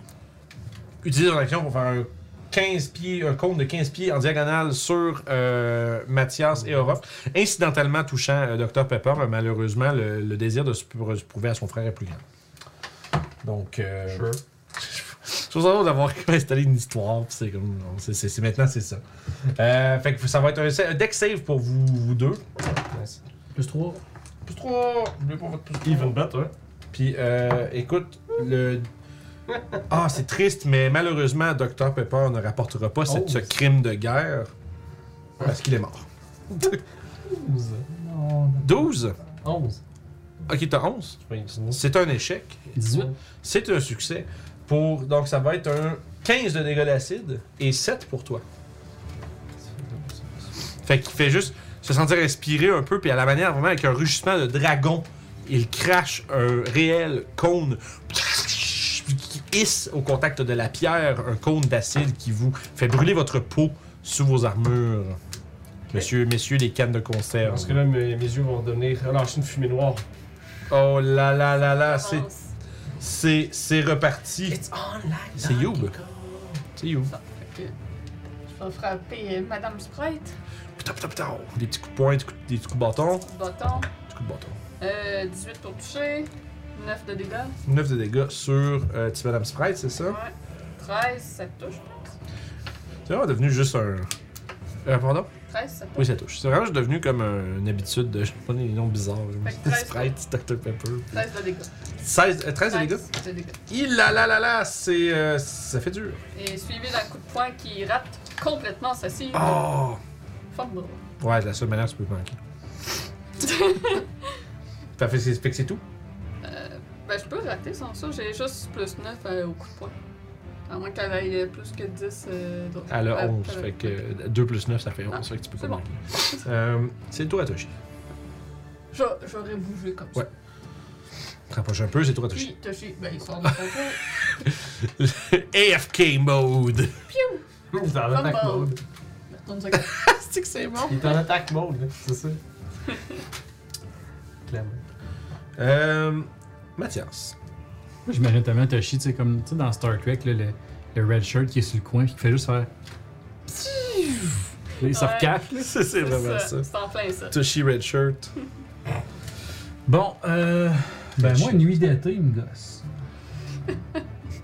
[SPEAKER 1] Utilise son action pour faire un 15 pieds, un cône de 15 pieds en diagonale sur euh, Mathias et Orof. Incidentellement touchant euh, Dr Pepper, mais malheureusement, le, le désir de se pr- se prouver à son frère est plus grand. Donc, euh,
[SPEAKER 3] Sure.
[SPEAKER 1] je trouve ça drôle d'avoir <laughs> installé une histoire, pis c'est comme. non, c'est- c'est- c'est- maintenant, c'est ça. Euh, fait que ça va être un, sa- un deck save pour vous, vous deux.
[SPEAKER 3] Nice.
[SPEAKER 4] Plus 3.
[SPEAKER 1] Plus 3, n'oubliez pas votre plus trois.
[SPEAKER 3] Even better.
[SPEAKER 1] Puis, euh, écoute, le. Ah, c'est triste, mais malheureusement, Dr Pepper ne rapportera pas cette-
[SPEAKER 3] Oh.
[SPEAKER 1] ce crime de guerre parce qu'il est mort.
[SPEAKER 3] 12.
[SPEAKER 5] Non,
[SPEAKER 1] 12
[SPEAKER 3] 11.
[SPEAKER 1] Ok, t'as 11.
[SPEAKER 3] Je vais imaginer.
[SPEAKER 1] C'est un échec.
[SPEAKER 4] 18.
[SPEAKER 1] C'est un succès. Pour... Donc, ça va être un 15 de dégâts d'acide et 7 pour toi. Fait qu'il fait juste se sentir respirer un peu, puis à la manière vraiment avec un rugissement de dragon, il crache un réel cône qui hisse au contact de la pierre, un cône d'acide qui vous fait brûler votre peau sous vos armures. Monsieur, messieurs, les cannes de conserve.
[SPEAKER 3] Parce que là, mes, mes yeux vont devenir relâcher une fumée noire.
[SPEAKER 1] Oh là là là là, c'est-
[SPEAKER 7] Avance.
[SPEAKER 1] c'est c'est reparti.
[SPEAKER 6] It's on like
[SPEAKER 1] C'est Youb.
[SPEAKER 6] Donkey Kong.
[SPEAKER 1] C'est you.
[SPEAKER 7] Fait que Je vais frapper euh, Madame Sprite.
[SPEAKER 1] Putain, putain, putain. Des petits coups de poing, des coups, des petits coups de bâton.
[SPEAKER 7] Coup de bâton.
[SPEAKER 1] Des coups de bâton.
[SPEAKER 7] Euh, 18 pour toucher. 9 de dégâts.
[SPEAKER 1] 9 de dégâts sur euh, Petit Madame Sprite, c'est ça?
[SPEAKER 7] Ouais. 13, ça touche, je pense.
[SPEAKER 1] C'est vraiment devenu juste un. Euh, pardon?
[SPEAKER 7] 13, ça touche.
[SPEAKER 1] Oui, ça touche. C'est vraiment juste devenu comme un- une habitude de. Je prends des noms bizarres. Je me
[SPEAKER 7] Fait
[SPEAKER 1] dis
[SPEAKER 7] que treize.
[SPEAKER 1] Sprite, Dr Pepper.
[SPEAKER 7] 13 de dégâts.
[SPEAKER 1] 16, euh, 13 de dégâts?
[SPEAKER 7] 13 de dégâts.
[SPEAKER 1] Il la la la la! C'est. euh, ça fait dur.
[SPEAKER 7] Et suivi d'un coup de poing qui rate complètement sa cible.
[SPEAKER 1] Oh!
[SPEAKER 7] Formidable.
[SPEAKER 1] Ouais, de la seule manière, tu peux manquer.
[SPEAKER 7] <laughs>
[SPEAKER 1] Fait que c'est fait que c'est tout?
[SPEAKER 7] Ben, je peux rater sans ça. J'ai juste plus 9 euh, au coup de poing. À moins qu'elle aille euh, plus que 10. Euh, d'autres.
[SPEAKER 1] Elle a
[SPEAKER 7] Euh,
[SPEAKER 1] 11.
[SPEAKER 7] euh,
[SPEAKER 1] Fait que 2 plus 9, ça fait 11.
[SPEAKER 7] Ah,
[SPEAKER 1] fait que tu peux
[SPEAKER 7] c'est bon.
[SPEAKER 1] pas manquer. Euh, c'est toi à toucher.
[SPEAKER 7] j'a- J'aurais bougé comme ça.
[SPEAKER 1] Ouais. Te rapproche un peu, c'est <laughs> toi à toucher.
[SPEAKER 7] Puis, touché. Ben, il
[SPEAKER 1] <laughs>
[SPEAKER 7] sort de son tour.
[SPEAKER 1] AFK mode!
[SPEAKER 3] Il est en attaque
[SPEAKER 7] Fumble.
[SPEAKER 3] mode.
[SPEAKER 7] Je retourne sur-
[SPEAKER 1] C'est que c'est bon?
[SPEAKER 3] Il est en attaque mode, là. C'est <laughs> ça. Clairement.
[SPEAKER 1] Euh, Mathias.
[SPEAKER 4] Moi, J'imagine tellement Toshi, tu sais, comme tu sais, dans Star Trek, là, le, le red shirt qui est sur le coin, puis qui fait juste faire. Là, il se
[SPEAKER 7] Ouais.
[SPEAKER 4] recache, là.
[SPEAKER 1] Ça, <laughs> c'est vraiment ça.
[SPEAKER 7] C'est en plein ça.
[SPEAKER 1] Toshi Red Shirt.
[SPEAKER 4] Bon, euh. Ben, moi, nuit d'été, il me gosse.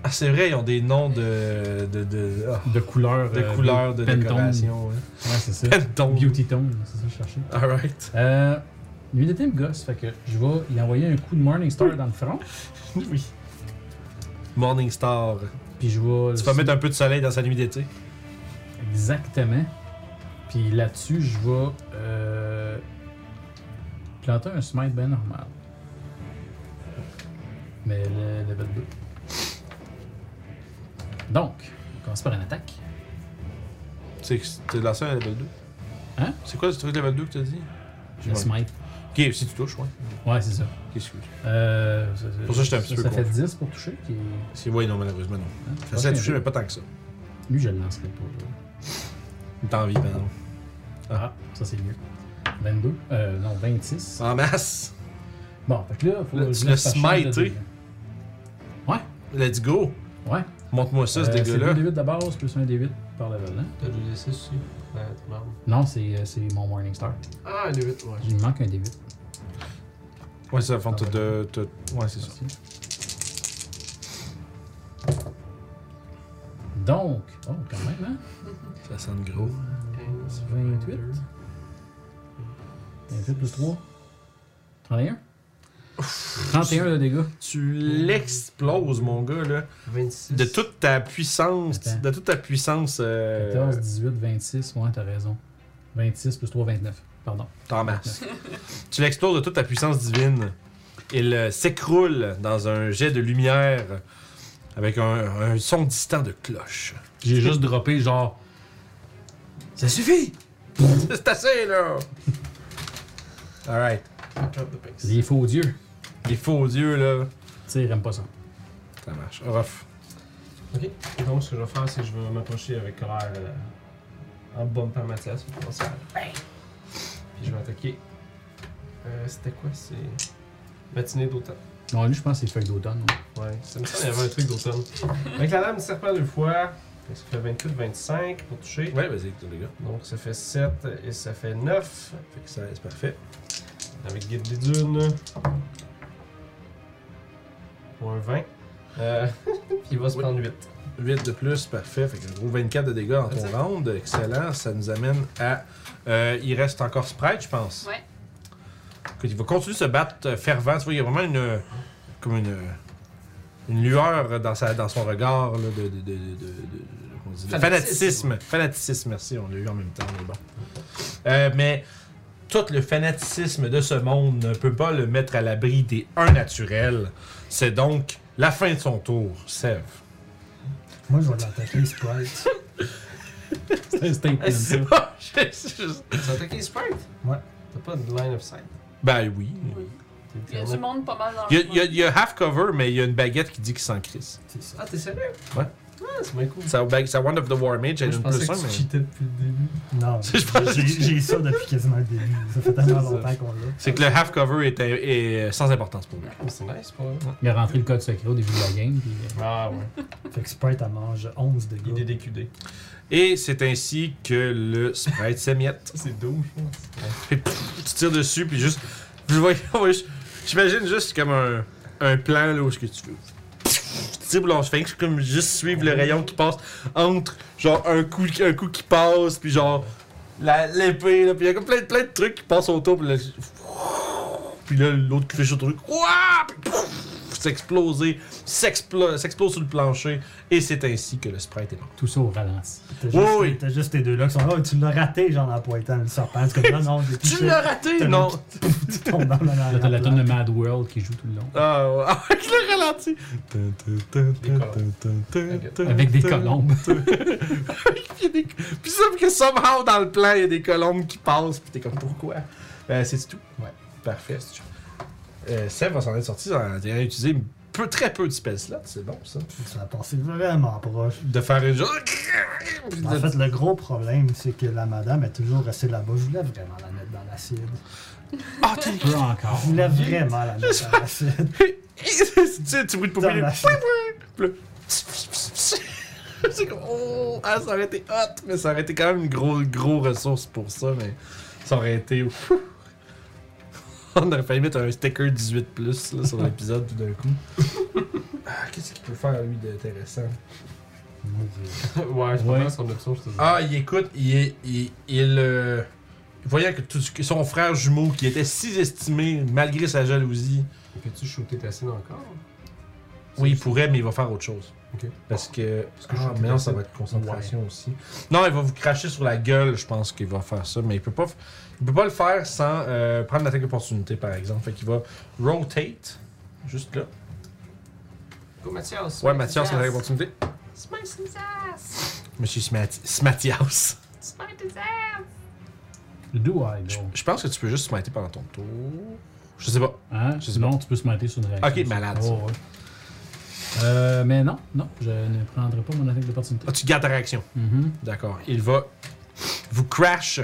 [SPEAKER 1] Ah, c'est vrai, ils ont des noms de. de, de, <laughs> ah,
[SPEAKER 4] De couleur.
[SPEAKER 1] de
[SPEAKER 4] euh,
[SPEAKER 1] couleurs, de
[SPEAKER 4] Pantone.
[SPEAKER 3] Ah
[SPEAKER 1] décoration. hein.
[SPEAKER 4] Ouais, c'est ça.
[SPEAKER 1] Pantone.
[SPEAKER 4] Beauty Tone, c'est ça que je cherchais.
[SPEAKER 1] Alright.
[SPEAKER 4] Euh, lui, il était un gosse, fait que je vais y envoyer un coup de Morning Star dans le front,
[SPEAKER 1] Oui. Morningstar.
[SPEAKER 4] puis je vais.
[SPEAKER 1] Tu vas mettre un peu de soleil dans sa nuit d'été.
[SPEAKER 4] Exactement. Puis là-dessus, je vais euh, planter un smite bien normal. Mais le level 2. Donc, on commence par une attaque.
[SPEAKER 1] C'est que t'as lancé un level 2.
[SPEAKER 4] Hein?
[SPEAKER 1] C'est quoi ce truc level 2 que t'as dit?
[SPEAKER 4] Le smite.
[SPEAKER 1] Ok, si tu touches, ouais.
[SPEAKER 4] Ouais, c'est ça.
[SPEAKER 1] Ok, excuse.
[SPEAKER 4] Euh,
[SPEAKER 1] Pour ça, j'étais un petit peu
[SPEAKER 4] Ça fait
[SPEAKER 1] confus.
[SPEAKER 4] 10 pour toucher. Qui... est-
[SPEAKER 1] Si, ouais, non, malheureusement, non.
[SPEAKER 4] hein,
[SPEAKER 1] Facile à
[SPEAKER 4] prochain
[SPEAKER 1] toucher,
[SPEAKER 4] jeu.
[SPEAKER 1] mais pas tant que ça.
[SPEAKER 4] Lui, je le lancerai pas. là.
[SPEAKER 1] T'as envie, maintenant.
[SPEAKER 4] Ah, ça c'est mieux. 22. Euh, non, 26.
[SPEAKER 1] En masse!
[SPEAKER 4] Bon, fait que là, faut
[SPEAKER 1] Là,
[SPEAKER 4] que
[SPEAKER 1] tu
[SPEAKER 4] je
[SPEAKER 1] l'as
[SPEAKER 4] laisse par chambre de
[SPEAKER 1] smité.
[SPEAKER 4] dégâts.
[SPEAKER 1] Let's go!
[SPEAKER 4] Ouais.
[SPEAKER 1] Montre-moi ça, ce
[SPEAKER 4] Euh,
[SPEAKER 1] dégât-là.
[SPEAKER 4] C'est 2 D8 de base, plus un D8 par level. Hein?
[SPEAKER 3] T'as du D6 aussi. Ouais, ton arme.
[SPEAKER 4] Non, c'est euh, c'est mon Morning Star.
[SPEAKER 3] Ah, un D8, ouais.
[SPEAKER 4] Il me manque un D8.
[SPEAKER 1] Ouais, ça, font t'as deux. t'as- Ouais, c'est ça.
[SPEAKER 4] Merci. Donc, oh, quand même, hein?
[SPEAKER 1] Ça sonne gros.
[SPEAKER 4] 28. 28 plus 3. 31. 31 de dégâts.
[SPEAKER 1] Tu l'exploses, mon gars, là.
[SPEAKER 3] 26.
[SPEAKER 1] De toute ta puissance.
[SPEAKER 4] Attends.
[SPEAKER 1] De toute ta puissance. euh,
[SPEAKER 4] 14, 18, 26. Ouais, t'as raison. 26 plus 3, 29. Pardon.
[SPEAKER 1] T'en masse. tu l'exploses de toute ta puissance divine. Il euh, s'écroule dans un jet de lumière avec un, un son distant de cloche. <laughs>
[SPEAKER 4] J'ai juste droppé genre. Ça suffit!
[SPEAKER 1] C'est assez, là! Alright.
[SPEAKER 3] Drop the pics.
[SPEAKER 4] Les faux dieux.
[SPEAKER 1] Les faux dieux, là.
[SPEAKER 4] T'sais, ils aiment pas ça.
[SPEAKER 1] Ça marche. Rough.
[SPEAKER 3] Ok. Et donc, ce que je vais faire, c'est que je vais m'approcher avec colère euh, en bumpant Mathias. Je vais commencer à. Bang! Puis je vais attaquer. Euh, C'était quoi C'est. Matinée d'automne.
[SPEAKER 4] Non, lui, je pense que c'est feuille d'automne. ouais.
[SPEAKER 3] Ouais, ça me semble qu'il y avait un truc d'automne. Avec la lame du serpent deux fois, fait que ça fait 28-25 pour toucher.
[SPEAKER 1] Ouais, vas-y, les gars.
[SPEAKER 3] Donc ça fait 7 et ça fait 9.
[SPEAKER 1] Fait que ça, c'est parfait.
[SPEAKER 3] Avec Guide des Dunes. Pour un 20. Euh, <laughs> puis il va se
[SPEAKER 1] Oui.
[SPEAKER 3] prendre 8.
[SPEAKER 1] 8 de plus, parfait. Fait que gros 24 de dégâts en ton
[SPEAKER 3] Exact.
[SPEAKER 1] round. Excellent. Ça nous amène à. euh, il reste encore Sprite, je pense.
[SPEAKER 7] Ouais.
[SPEAKER 1] Écoute, il va continuer de se battre euh, fervent. Tu vois, il y a vraiment une. euh, Comme une. euh, Une lueur dans, sa, dans son regard là, de, de, de, de, de- de- comment on dit, de
[SPEAKER 3] Fanatisme.
[SPEAKER 1] fanatisme. Fanatisme, merci, on l'a eu en même temps, mais bon. Euh, mais tout le fanatisme de ce monde ne peut pas le mettre à l'abri des 1 naturels. C'est donc la fin de son tour, Sève.
[SPEAKER 5] Moi, je vais l'attaquer, Sprite.
[SPEAKER 4] C'est C'était
[SPEAKER 1] <laughs>
[SPEAKER 4] intense, ça.
[SPEAKER 1] Ah, je- je-
[SPEAKER 3] Tu as attaqué les Sprite
[SPEAKER 5] Ouais.
[SPEAKER 3] T'as pas de line of sight.
[SPEAKER 1] Ben oui.
[SPEAKER 3] T'es
[SPEAKER 7] Il y a
[SPEAKER 3] littéralement-
[SPEAKER 7] du monde pas mal dans
[SPEAKER 1] Il
[SPEAKER 7] le
[SPEAKER 1] y, a, il y a- il y a half cover, mais il y a une baguette qui dit qu'il s'en crisse.
[SPEAKER 5] C'est ça.
[SPEAKER 3] Ah, t'es sérieux
[SPEAKER 1] Ouais.
[SPEAKER 3] Ah, c'est bien cool.
[SPEAKER 1] Ça, ben, ça One of the War Mage,
[SPEAKER 3] Moi,
[SPEAKER 1] elle
[SPEAKER 3] je
[SPEAKER 1] donne
[SPEAKER 3] pensais
[SPEAKER 1] plus 1,
[SPEAKER 3] que tu
[SPEAKER 1] mais.
[SPEAKER 3] cheatais depuis le début.
[SPEAKER 5] Non,
[SPEAKER 1] Je pense
[SPEAKER 5] j'ai
[SPEAKER 1] que-
[SPEAKER 5] j'ai ça depuis quasiment le début. Ça fait tellement
[SPEAKER 3] C'est ça.
[SPEAKER 5] longtemps qu'on l'a.
[SPEAKER 1] C'est que le half cover est, est sans importance pour lui.
[SPEAKER 3] Mais Oh, c'est nice, pas vrai?
[SPEAKER 4] Il a rentré le code secret au début de la game. Puis, euh,
[SPEAKER 3] Ah ouais.
[SPEAKER 5] Fait que Sprite, elle mange 11 de
[SPEAKER 3] <laughs> Il est
[SPEAKER 5] gars.
[SPEAKER 3] DQD.
[SPEAKER 1] Et c'est ainsi que le sprite s'émiette.
[SPEAKER 3] Ça, c'est doux, je pense.
[SPEAKER 1] Puis, pff, Tu tires dessus, puis juste. je vois- <laughs> on voit juste- J'imagine juste comme un, un plan là où ce que tu veux. Tu tires pour leur sphinx, comme juste suivre le rayon qui passe entre genre un coup, un coup qui passe, puis genre la- l'épée, là, puis il y a comme plein, plein de trucs qui passent autour, puis là, puis là, l'autre qui fait sur le truc, ouah, puis pouf, s'exploser, s'explo- s'explose sur le plancher, et c'est ainsi que le sprite est mort.
[SPEAKER 4] tout ça au ralenti.
[SPEAKER 5] T'as
[SPEAKER 1] Oui, oui.
[SPEAKER 5] juste, t'as juste tes deux-là qui sont là. Oh, tu l'as raté, genre, en pointant le serpent. C'est comme, non, non, j'ai
[SPEAKER 1] Tu
[SPEAKER 5] touché.
[SPEAKER 1] l'as raté,
[SPEAKER 5] T'as
[SPEAKER 1] non?
[SPEAKER 5] Tu tombes dans la
[SPEAKER 4] Là, t'as la tonne de Mad World qui joue tout le long.
[SPEAKER 1] Ah, ouais, <laughs> avec le ralenti.
[SPEAKER 4] Avec des colombes.
[SPEAKER 1] Il y a des- Puis ça, que somehow dans le plan, il y a des colombes qui passent, puis t'es comme pourquoi? Euh, c'est tout.
[SPEAKER 4] Ouais.
[SPEAKER 1] Parfait. Euh, Seb va s'en être sorti, il a il a utilisé peu, très peu de spell slots, c'est bon ça.
[SPEAKER 5] Ça a passé vraiment proche.
[SPEAKER 1] De faire une genre.
[SPEAKER 5] En fait, le gros problème, c'est que la madame est toujours restée là-bas. Je voulais vraiment la mettre dans l'acide.
[SPEAKER 1] Ah, t'es-
[SPEAKER 4] Peu encore.
[SPEAKER 5] Je voulais vraiment la mettre dans l'acide.
[SPEAKER 1] <laughs> tu sais, tu bruit de
[SPEAKER 5] Dans
[SPEAKER 1] poupée.
[SPEAKER 5] l'acide.
[SPEAKER 1] C'est comme, oh, ah, ça aurait été hot, mais ça aurait été quand même une grosse, grosse ressource pour ça, mais ça aurait été. ouf. <laughs> On aurait failli mettre un sticker 18 là, sur l'épisode tout d'un coup. <laughs> Ah, qu'est-ce Qu'est-ce qu'il peut faire, lui, d'intéressant?
[SPEAKER 5] Mon Dieu.
[SPEAKER 3] <laughs> Ouais, je
[SPEAKER 4] Ouais.
[SPEAKER 3] pense son option, je te dis.
[SPEAKER 1] Ah, il écoute, il est- il, il, euh, voyant que, tout ce que son frère jumeau, qui était si estimé malgré sa jalousie,
[SPEAKER 3] Peux-tu shooter ta scène encore
[SPEAKER 1] oui, il pourrait, mais il va faire autre chose.
[SPEAKER 3] Ok.
[SPEAKER 1] Parce que.
[SPEAKER 3] que
[SPEAKER 1] ah,
[SPEAKER 3] je-
[SPEAKER 1] mais non, ça va être concentration aussi. Non, il va vous cracher sur la gueule, je pense qu'il va faire ça, mais il peut pas, f- il peut pas le faire sans euh, prendre l'attaque d'opportunité, par exemple. Fait qu'il va rotate, juste là.
[SPEAKER 3] Go, Mathias
[SPEAKER 1] Ouais, Mathias,
[SPEAKER 7] Yes.
[SPEAKER 1] l'attaque d'opportunité.
[SPEAKER 7] Smash his ass!
[SPEAKER 1] Monsieur Smati- Smathias.
[SPEAKER 7] Smash his ass!
[SPEAKER 4] Do I,
[SPEAKER 1] Je,
[SPEAKER 4] go?
[SPEAKER 1] je pense que tu peux juste smiter pendant ton tour. Je sais pas.
[SPEAKER 4] Hein?
[SPEAKER 1] Je sais
[SPEAKER 4] Non, tu peux se mater sur une réaction.
[SPEAKER 1] Ok, malade,
[SPEAKER 4] Oh,
[SPEAKER 1] ça.
[SPEAKER 4] ouais. Euh, mais non, non, je ne prendrai pas mon attaque d'opportunité.
[SPEAKER 1] Ah, tu gardes ta réaction.
[SPEAKER 4] Mhm.
[SPEAKER 1] D'accord. Il va vous crash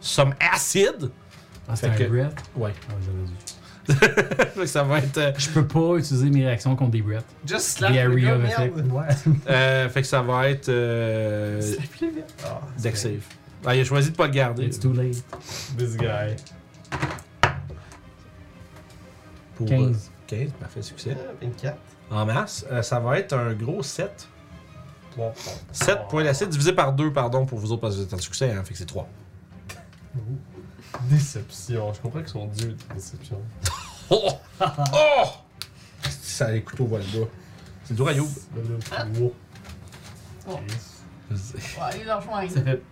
[SPEAKER 1] some acid. <laughs>
[SPEAKER 4] Ah, c'est
[SPEAKER 1] Fait
[SPEAKER 4] un
[SPEAKER 1] que-
[SPEAKER 4] breath.
[SPEAKER 1] Ouais.
[SPEAKER 4] Ah, j'avais dit.
[SPEAKER 1] ça va être. euh,
[SPEAKER 4] Je peux pas utiliser mes réactions contre des breaths.
[SPEAKER 6] Just slap
[SPEAKER 4] The
[SPEAKER 6] le
[SPEAKER 4] area
[SPEAKER 6] gars,
[SPEAKER 4] of
[SPEAKER 6] merde.
[SPEAKER 5] Ouais.
[SPEAKER 1] euh, fait que ça va être. Euh, deck save. Ah, il a choisi de pas le garder.
[SPEAKER 4] It's too late.
[SPEAKER 3] This guy.
[SPEAKER 1] Pour, euh,
[SPEAKER 4] 15.
[SPEAKER 1] 15, parfait succès.
[SPEAKER 3] 24.
[SPEAKER 1] En masse, euh, ça va être un gros 7.
[SPEAKER 3] 3
[SPEAKER 1] 7 points d'acide divisé par 2, pardon, pour vous autres, parce que vous êtes en succès, hein, fait que c'est 3.
[SPEAKER 3] Déception. Je comprends que son dieu de déception.
[SPEAKER 1] Oh! Oh! Ça, les couteaux volent bas. C'est dur à Youb.
[SPEAKER 3] Wow.
[SPEAKER 7] On va aller le rejoindre.
[SPEAKER 4] Ça fait.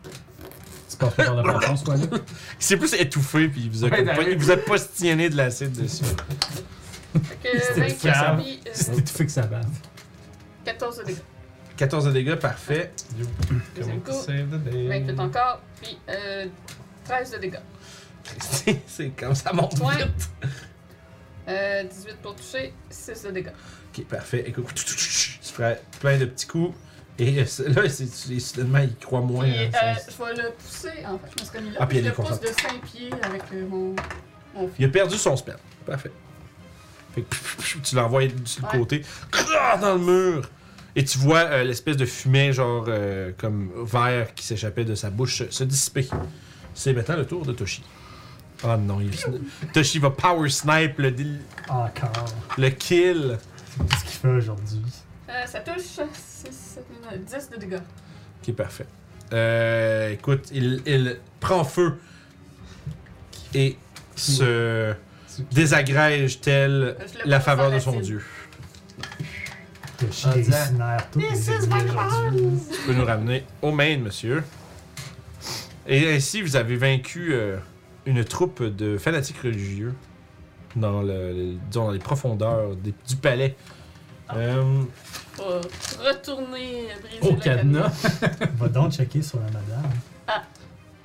[SPEAKER 4] C'est pas fait par la façon, soit là.
[SPEAKER 1] Il s'est plus étouffé, puis il vous a,
[SPEAKER 3] Ouais,
[SPEAKER 1] comme
[SPEAKER 3] t'as
[SPEAKER 1] pas- il
[SPEAKER 3] raison.
[SPEAKER 1] vous a postillonné de l'acide dessus.
[SPEAKER 7] Fait que
[SPEAKER 4] C'était
[SPEAKER 7] 24
[SPEAKER 4] calme.
[SPEAKER 7] puis euh,
[SPEAKER 4] C'était tout fait que ça batte.
[SPEAKER 7] 14 de dégâts.
[SPEAKER 1] 14 de dégâts, parfait.
[SPEAKER 3] You
[SPEAKER 7] Deuxième
[SPEAKER 3] come to
[SPEAKER 7] coup.
[SPEAKER 3] save the day.
[SPEAKER 7] 28 encore, puis euh, 13 de dégâts.
[SPEAKER 1] C'est- c'est comme ça monte
[SPEAKER 7] Ouais.
[SPEAKER 1] vite.
[SPEAKER 7] Euh, 18 pour toucher, 6 de dégâts.
[SPEAKER 1] Ok, parfait. Écoute, tu ferais plein de petits coups. Et euh, c'est- là, c'est- c'est- soudainement, il croit moins.
[SPEAKER 7] puis
[SPEAKER 1] hein,
[SPEAKER 7] euh,
[SPEAKER 1] ça-
[SPEAKER 7] je vais le pousser, en fait, parce que là,
[SPEAKER 1] Ah,
[SPEAKER 7] je
[SPEAKER 1] puis elle
[SPEAKER 7] le
[SPEAKER 1] est
[SPEAKER 7] pousse
[SPEAKER 1] concentrée.
[SPEAKER 7] de 5 pieds avec euh, mon, mon fil.
[SPEAKER 1] Il a perdu son spell. Parfait. Fait que pff, pff, pff, tu l'envoies sur le
[SPEAKER 7] Ouais.
[SPEAKER 1] côté, crrr, dans le mur. Et tu vois euh, l'espèce de fumée, genre euh, comme vert qui s'échappait de sa bouche se- se dissiper. C'est maintenant le tour de Toshi. Oh non, il... <laughs> Toshi va power snipe le, dé-
[SPEAKER 5] Encore.
[SPEAKER 1] le kill.
[SPEAKER 5] Qu'est-ce qu'il fait aujourd'hui?
[SPEAKER 7] Euh, ça touche 6, 7, 9, 10 de dégâts.
[SPEAKER 1] Qui est parfait. Euh, écoute, il, il prend feu et se désagrège tel
[SPEAKER 7] Je le
[SPEAKER 1] la
[SPEAKER 7] pousse
[SPEAKER 1] faveur
[SPEAKER 7] dans
[SPEAKER 1] de
[SPEAKER 7] la
[SPEAKER 1] son
[SPEAKER 7] cible.
[SPEAKER 1] dieu.
[SPEAKER 5] Le
[SPEAKER 3] En
[SPEAKER 5] chien
[SPEAKER 3] disant,
[SPEAKER 5] incinère tous les ennemis aujourd'hui.
[SPEAKER 1] Tu peux nous ramener au Maine, monsieur. Et ainsi, vous avez vaincu euh, une troupe de fanatiques religieux dans, le, le- disons, dans les profondeurs des- du palais. Euh,
[SPEAKER 7] Faut retourner briser
[SPEAKER 4] Au
[SPEAKER 7] le cadenas.
[SPEAKER 4] cadenas.
[SPEAKER 5] Va donc checker sur la madame.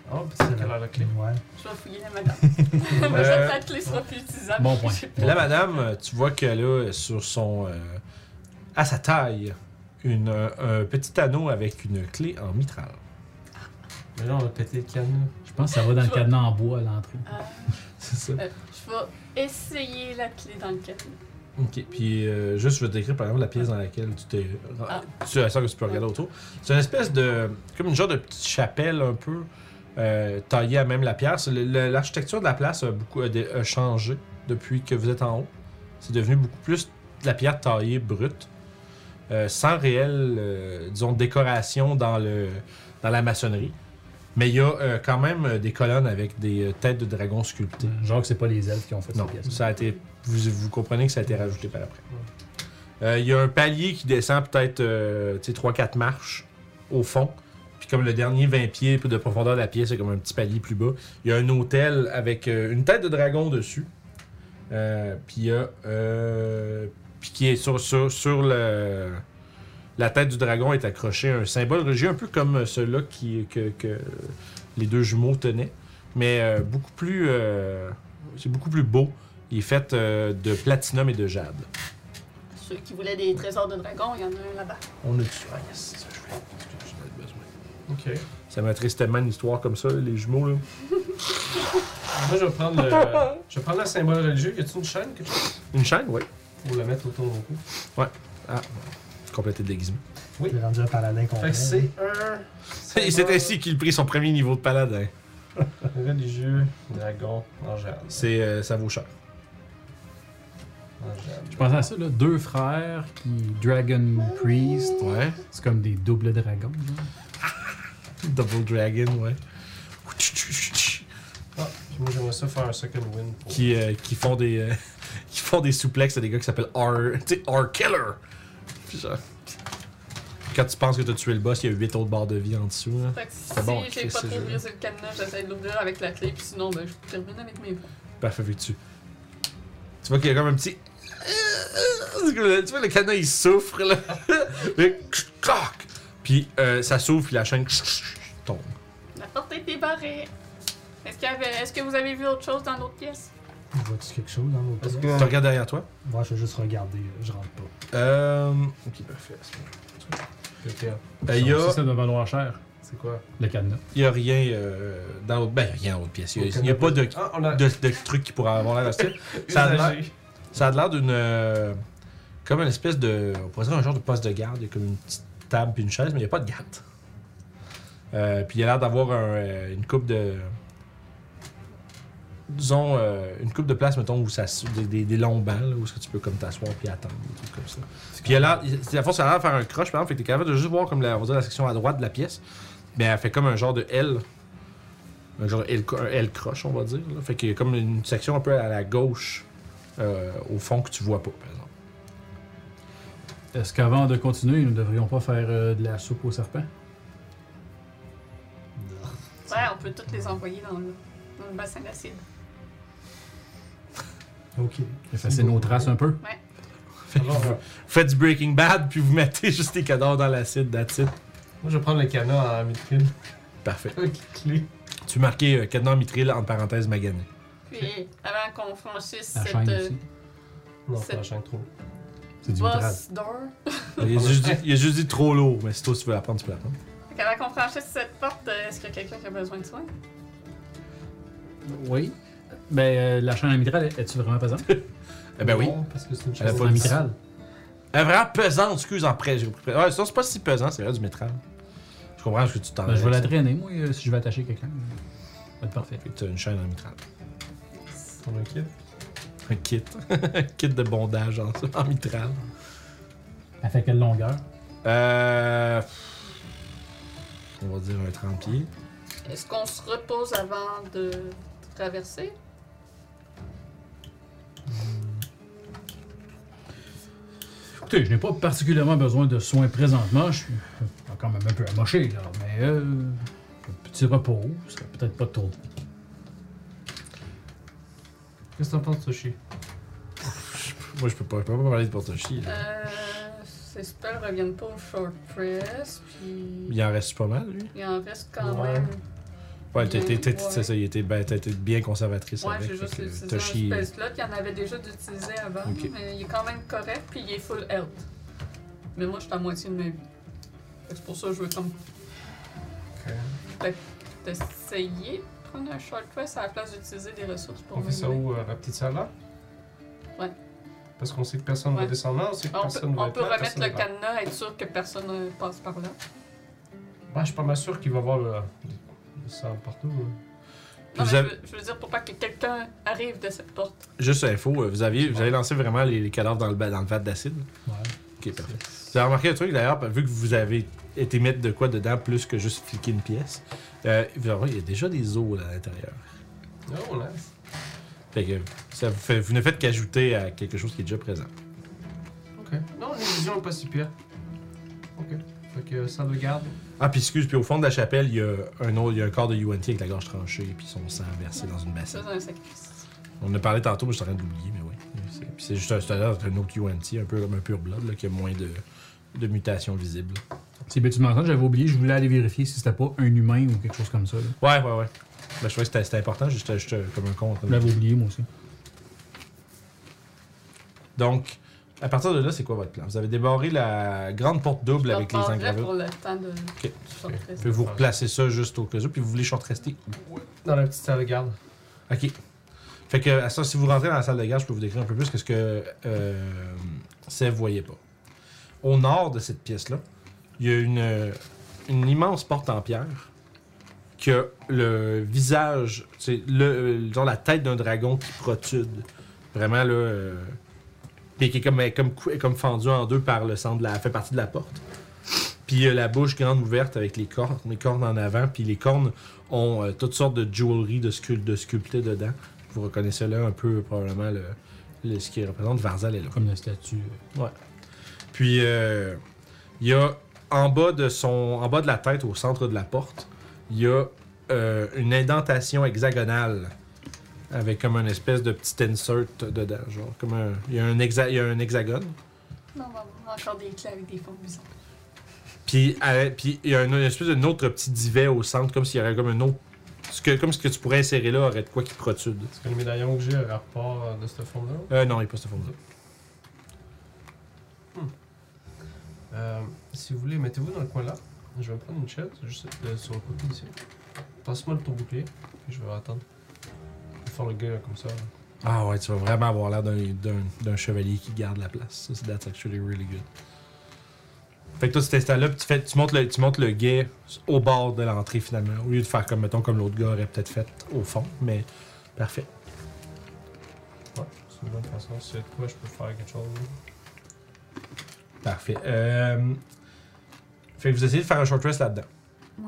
[SPEAKER 3] Oh, pis c'est quelle heure la clé?
[SPEAKER 5] Ouais.
[SPEAKER 7] Je vais fouiller la madame. <laughs> Mais ça,
[SPEAKER 1] Euh,
[SPEAKER 7] la clé sera plus utilisable.
[SPEAKER 4] Bon point.
[SPEAKER 7] J'ai-
[SPEAKER 1] La madame, euh, tu vois qu'elle a euh, sur son. euh, à sa taille, une, euh, un petit anneau avec une clé en mitral.
[SPEAKER 3] Mais là, on a pété le cadenas.
[SPEAKER 4] Je pense que ça va dans le cadenas en bois à l'entrée.
[SPEAKER 7] Euh,
[SPEAKER 1] C'est ça.
[SPEAKER 7] euh, je vais essayer la clé dans le cadenas.
[SPEAKER 1] Ok, puis euh, juste, je vais te décrire par exemple la pièce dans laquelle tu t'es.
[SPEAKER 7] Ah.
[SPEAKER 1] Tu as ça que tu peux regarder autour. C'est une espèce de. comme une genre de petite chapelle un peu euh, taillée à même la pierre. C'est le- le- L'architecture de la place a beaucoup a dé- a changé depuis que vous êtes en haut. C'est devenu beaucoup plus de la pierre taillée brute, euh, sans réelle, euh, disons, décoration dans, le, dans la maçonnerie. Mais il y a euh, quand même euh, des colonnes avec des euh, têtes de dragons sculptées.
[SPEAKER 4] Genre que c'est pas les elfes qui ont fait
[SPEAKER 1] Non,
[SPEAKER 4] cette pièce.
[SPEAKER 1] ça a été. Vous, vous comprenez que ça a été rajouté par après. Euh, Il y a un palier qui descend peut-être euh, 3-4 marches au fond. Puis comme le dernier 20 pieds de profondeur de la pièce, c'est comme un petit palier plus bas. Il y a un hôtel avec euh, une tête de dragon dessus. Euh, puis il y a. euh, puis qui est sur, sur, sur le. La tête du dragon est accrochée à un symbole religieux, un peu comme celui-là qui, que, que les deux jumeaux tenaient. Mais euh, beaucoup plus. euh, c'est beaucoup plus beau. Il est fait euh, de platinum et de jade.
[SPEAKER 7] Ceux qui voulaient des trésors de dragon, il y en a un là-bas.
[SPEAKER 1] On a du. Ah, yes, ça, je voulais. parce que j'en avais besoin.
[SPEAKER 3] Ok.
[SPEAKER 1] Ça m'attriste tellement une histoire comme ça, les jumeaux, là.
[SPEAKER 3] Moi, je vais prendre
[SPEAKER 2] <laughs>
[SPEAKER 3] le, je vais prendre le symbole religieux. Y a-t-il une chaîne quelque chose
[SPEAKER 1] Une chaîne, oui.
[SPEAKER 3] pour la mettre autour de mon cou?
[SPEAKER 1] Complété de déguisement.
[SPEAKER 5] T'es rendu un paladin
[SPEAKER 3] Fait
[SPEAKER 5] complet.
[SPEAKER 3] que c'est un.
[SPEAKER 1] Et c'est ainsi qu'il prit son premier niveau de hein. paladin.
[SPEAKER 3] Religieux, dragon, angèle.
[SPEAKER 1] C'est, euh, ça vaut cher.
[SPEAKER 4] Je pensais à ça, là, deux frères qui. Dragon Priest.
[SPEAKER 1] Ouais.
[SPEAKER 4] C'est comme des doubles dragons. là.
[SPEAKER 1] Double Dragon, ouais.
[SPEAKER 3] Ah, puis moi j'aimerais ça faire un second win pour.
[SPEAKER 1] Qui, euh, qui font des. euh, <laughs> qui font des souplexes à des gars qui s'appellent R. Tu sais, R Killer. Puis genre- Quand tu penses que t'as tué le boss, il y a 8 autres barres de vie en dessous. Là.
[SPEAKER 2] Fait que si
[SPEAKER 4] Ah
[SPEAKER 1] C'est bon,
[SPEAKER 2] j'ai
[SPEAKER 1] Chris,
[SPEAKER 2] pas
[SPEAKER 1] ce
[SPEAKER 2] trop
[SPEAKER 1] jeu-là.
[SPEAKER 2] brisé le cadenas, j'essaie de l'ouvrir avec la clé, puis sinon, ben, je termine avec mes bras.
[SPEAKER 1] Parfait, fait que tu. Tu vois qu'il y a comme un petit. Tu vois, le canon il souffre, là. <laughs> Le clac. Puis euh, ça s'ouvre, puis la chaîne tombe.
[SPEAKER 2] La porte est débarrée. Est-ce, qu'il y avait- est-ce que vous avez vu autre chose dans l'autre pièce?
[SPEAKER 5] Vois-tu quelque chose dans l'autre
[SPEAKER 3] Est-ce
[SPEAKER 5] pièce?
[SPEAKER 3] que.
[SPEAKER 1] Tu regardes derrière toi.
[SPEAKER 5] Moi, je vais juste regarder, euh, je rentre pas.
[SPEAKER 1] Euh. Ok, parfait. c'est bon.
[SPEAKER 3] Ok,
[SPEAKER 1] Euh, Il y
[SPEAKER 4] Ça,
[SPEAKER 1] a,
[SPEAKER 4] ça doit valoir cher,
[SPEAKER 3] C'est quoi
[SPEAKER 4] le cadenas.
[SPEAKER 1] il y a rien euh, dans l'autre. Ben, il y a rien dans l'autre pièce. Il y a- Il n'y a, pas de, de,
[SPEAKER 3] Ah, on a.
[SPEAKER 1] de truc qui pourrait avoir l'air hostile. Ça a l'air-
[SPEAKER 3] usagé.
[SPEAKER 1] Ça a l'air d'une. euh, comme une espèce de. On pourrait dire un genre de poste de garde. Il y a comme une petite table puis une chaise, mais il n'y a pas de garde. Euh, puis il a l'air d'avoir un, euh, une coupe de. Disons, euh, une coupe de place, mettons, où ça, s- des, des, des longs bancs, là, où est-ce que tu peux comme t'asseoir puis attendre, des trucs comme ça. Puis il a l'air. il- À force, ça a l'air de faire un croche, par exemple, fait que t'es capable de juste voir comme la, on va dire, la section à droite de la pièce. Mais elle fait comme un genre de L. Un genre L, un L croche, on va dire. là. Fait qu'il y a comme une section un peu à la gauche euh, au fond que tu vois pas, par exemple.
[SPEAKER 4] Est-ce qu'avant de continuer, nous ne devrions pas faire euh, de la soupe au serpent?
[SPEAKER 2] Ouais, on peut toutes les envoyer dans le, dans le bassin d'acide.
[SPEAKER 5] Ok.
[SPEAKER 4] Effacer nos traces un peu?
[SPEAKER 3] Alors, euh,
[SPEAKER 1] Faites du Breaking Bad, puis vous mettez juste les cadavres dans l'acide, d'acide.
[SPEAKER 3] Moi je vais prendre le cadenas en <laughs> mitril.
[SPEAKER 1] Parfait.
[SPEAKER 3] Avec clé.
[SPEAKER 1] Tu marquais euh, cadenas mitril, entre parenthèses, magané.
[SPEAKER 2] Puis, avant qu'on franchisse
[SPEAKER 4] La
[SPEAKER 2] cette
[SPEAKER 4] chaîne
[SPEAKER 2] euh,
[SPEAKER 4] aussi.
[SPEAKER 3] Non,
[SPEAKER 2] C'est-
[SPEAKER 3] ça change trop.
[SPEAKER 4] C'est du vitrage.
[SPEAKER 2] bosse d'or,
[SPEAKER 1] Il a juste dit, il a juste dit trop lourd, mais si toi tu veux la prendre, tu peux la prendre.
[SPEAKER 2] Fait qu'avant qu'on franchisse cette porte, euh, est-ce qu'il y a quelqu'un qui a besoin de soins?
[SPEAKER 4] Oui. Ben, euh, la chaîne amitrale, es-tu vraiment pesante?
[SPEAKER 1] Eh ben oui.
[SPEAKER 3] Non, parce que c'est une
[SPEAKER 1] Elle a
[SPEAKER 3] chaise.
[SPEAKER 1] pas de
[SPEAKER 4] Amitrale.
[SPEAKER 1] Elle est vraiment pesante, excuse, en prêt. j'ai- Ouais, ça, c'est pas si pesant, c'est vrai, du métal. Je comprends ce que tu t'en
[SPEAKER 4] Ben, je vais la
[SPEAKER 1] avec ça.
[SPEAKER 4] traîner, moi, euh, si je vais attacher quelqu'un. Ça va être parfait.
[SPEAKER 1] Fait que T'as une chaîne en mitral.
[SPEAKER 3] On a un kit.
[SPEAKER 1] Un kit. <laughs> Un kit de bondage en, en mitral.
[SPEAKER 4] Elle fait quelle longueur?
[SPEAKER 1] Euh. On va dire un 30 pieds.
[SPEAKER 2] Est-ce qu'on se repose avant de traverser?
[SPEAKER 4] Écoutez, je n'ai pas particulièrement besoin de soins présentement. Je suis euh, quand même un peu amoché, là. Mais euh, un petit repos, ce serait peut-être pas trop.
[SPEAKER 3] Qu'est-ce que t'en penses, Toshi
[SPEAKER 1] Moi, je peux pas, je peux pas parler de porte-chier.
[SPEAKER 2] Euh, ces spells reviennent pas au short press, puis
[SPEAKER 1] Il en reste pas mal, lui.
[SPEAKER 2] il en reste quand
[SPEAKER 3] Ouais.
[SPEAKER 2] même.
[SPEAKER 1] Ouais, t'as été, t'as été-
[SPEAKER 2] Ouais.
[SPEAKER 1] c'est ça, il était ben, t'as été bien conservatrice
[SPEAKER 2] Ouais,
[SPEAKER 1] avec.
[SPEAKER 2] j'ai juste
[SPEAKER 1] fait que
[SPEAKER 2] utilisé un
[SPEAKER 1] Toshi,
[SPEAKER 2] spell slot, il y en avait déjà d'utilisé avant,
[SPEAKER 1] Ok.
[SPEAKER 2] mais il est quand même correct, puis il est full health. Mais moi, je suis à moitié de ma vie. Fait que C'est pour ça que je veux comme essayer de prendre un short press à la place d'utiliser des ressources pour
[SPEAKER 3] On fait ça
[SPEAKER 2] m'aider.
[SPEAKER 3] où euh, La petite salle là
[SPEAKER 2] Ouais.
[SPEAKER 3] Parce qu'on sait que personne
[SPEAKER 2] Ouais.
[SPEAKER 3] va descendre là, on sait que
[SPEAKER 2] On peut,
[SPEAKER 3] personne va
[SPEAKER 2] on
[SPEAKER 3] être
[SPEAKER 2] peut
[SPEAKER 3] là,
[SPEAKER 2] remettre
[SPEAKER 3] personne
[SPEAKER 2] le
[SPEAKER 3] va-
[SPEAKER 2] cadenas, être sûr que personne ne passe par là.
[SPEAKER 3] Bah, je suis pas mal sûr qu'il va voir le, le sang partout. hein.
[SPEAKER 2] Non,
[SPEAKER 1] Vous
[SPEAKER 2] mais
[SPEAKER 1] avez-
[SPEAKER 2] je, veux, je veux dire pour pas que quelqu'un arrive de cette porte.
[SPEAKER 1] Juste info, euh, vous aviez, vous avez lancé vraiment les, les cadavres dans le, ba- dans le vat d'acide.
[SPEAKER 4] Ouais.
[SPEAKER 1] Ok, parfait. Vous avez remarqué un truc d'ailleurs, vu que vous avez été mettre de quoi dedans plus que juste fliquer une pièce, euh, vous verrez, il y a déjà des os là, à l'intérieur.
[SPEAKER 3] Oh, nice.
[SPEAKER 1] Fait que ça vous, fait, vous ne faites qu'ajouter à quelque chose qui est déjà présent.
[SPEAKER 3] Ok. Non, les visions pas si pire. Ok. Fait que euh, salle de garde.
[SPEAKER 1] Ah, puis excuse, puis au fond de la chapelle, il y a un, autre, il y a un corps de UNT avec la gorge tranchée, puis son sang versé dans une bassine.
[SPEAKER 2] Ça, c'est un sacrifice.
[SPEAKER 1] On en a parlé tantôt, mais je suis en train d'oublier, mais oui. C'est- puis C'est juste un, c'est un c'est un autre UNT, un peu comme un pur blood, là, qui a moins de, de mutations visibles.
[SPEAKER 4] C'est bien, tu m'entends, j'avais oublié, je voulais aller vérifier si c'était pas un humain ou quelque chose comme ça. là.
[SPEAKER 1] Ouais, ouais, ouais. Ben, je trouvais que c'était- c'était important, juste, juste euh, comme un compte.
[SPEAKER 4] Je l'avais oublié, moi aussi.
[SPEAKER 1] Donc, à partir de là, c'est quoi votre plan? Vous avez débarré la grande porte double
[SPEAKER 2] Je
[SPEAKER 1] avec les
[SPEAKER 2] reparlerai
[SPEAKER 1] engravures.
[SPEAKER 2] pour le temps de
[SPEAKER 1] Ok.
[SPEAKER 2] du short
[SPEAKER 1] Vous
[SPEAKER 2] rest.
[SPEAKER 1] pouvez vous replacer ça juste au cas où, puis vous voulez short rester.
[SPEAKER 3] Dans la petite salle de garde.
[SPEAKER 1] Ok. Fait que, à ça, si vous rentrez dans la salle de garde, je peux vous décrire un peu plus que ce que euh, Sèvres voyait pas. Au nord de cette pièce-là, il y a une, euh, une immense porte en pierre qui a le visage, c'est le, euh, disons, la tête d'un dragon qui protude. Vraiment, là, euh, Puis qui est comme, elle est comme, cou- elle est comme fendue en deux par le centre de la. elle fait partie de la porte. Puis euh, la bouche grande ouverte avec les cornes, les cornes en avant. Puis les cornes ont euh, toutes sortes de jewelry, de, scul de sculptés dedans. Vous reconnaissez là un peu euh, probablement le, le- ce qui représente. Varzal est là.
[SPEAKER 4] Comme la statue. euh,
[SPEAKER 1] Puis euh, il y a en bas de son, en bas de la tête, au centre de la porte, il y a euh, une indentation hexagonale avec comme une espèce de petit insert dedans, genre comme un, il y a un hexa- il y a un hexagone.
[SPEAKER 2] Non, maman, encore des clés avec des fonds bizarres.
[SPEAKER 1] Puis, à- puis il y a une, une espèce d'un autre petit divet au centre, comme s'il y avait comme un autre. Ce que, comme ce que tu pourrais insérer là aurait de quoi qui protrude.
[SPEAKER 3] Est-ce que le médaillon que j'ai a rapport euh, de cette forme-là?
[SPEAKER 1] Euh, non, il n'est pas cette forme-là.
[SPEAKER 3] Euh, si vous voulez, mettez-vous dans le coin là. Je vais prendre une chaise, juste euh, sur le côté ici. Passe-moi le ton bouclier, puis je vais attendre. Je vais faire le gars comme ça. là.
[SPEAKER 1] Ah ouais, tu vas vraiment avoir l'air d'un, d'un, d'un chevalier qui garde la place. Ça, c'est that's actually really good. Fait que toi, tu t'installes là, puis tu, fais, tu, montes le, tu montes le guet au bord de l'entrée, finalement. Au lieu de faire comme, mettons, comme l'autre gars aurait peut-être fait au fond, mais parfait.
[SPEAKER 3] Ouais, c'est une bonne façon. Si c'est de quoi, je peux faire quelque chose.
[SPEAKER 1] Parfait. Euh, Fait que vous essayez de faire un short rest là-dedans.
[SPEAKER 8] Ouais.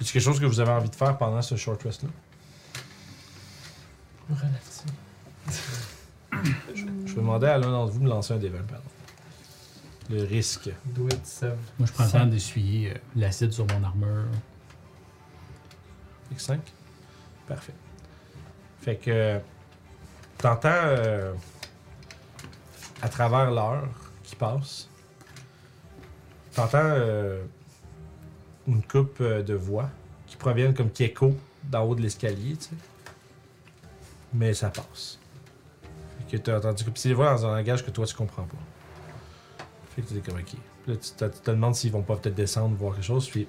[SPEAKER 1] Y a quelque chose que vous avez envie de faire pendant ce short rest-là?
[SPEAKER 3] Relativement.
[SPEAKER 1] Je vais demander à l'un d'entre vous de lancer un dévin, pardon. Le risque.
[SPEAKER 3] Do it, Sev.
[SPEAKER 4] Moi, je prends le temps d'essuyer euh, l'acide sur mon armure.
[SPEAKER 1] X5. Parfait. Fait que euh, t'entends euh, à travers l'heure qui passe, t'entends euh, une coupe euh, de voix qui proviennent comme qui écho d'en haut de l'escalier, tu sais. Mais ça passe. Fait que t'as entendu que pis c'est des voix dans un langage que toi tu comprends pas. Fait que t'es comme ok. Là tu te, tu te demandes s'ils vont pas peut-être descendre voir quelque chose, puis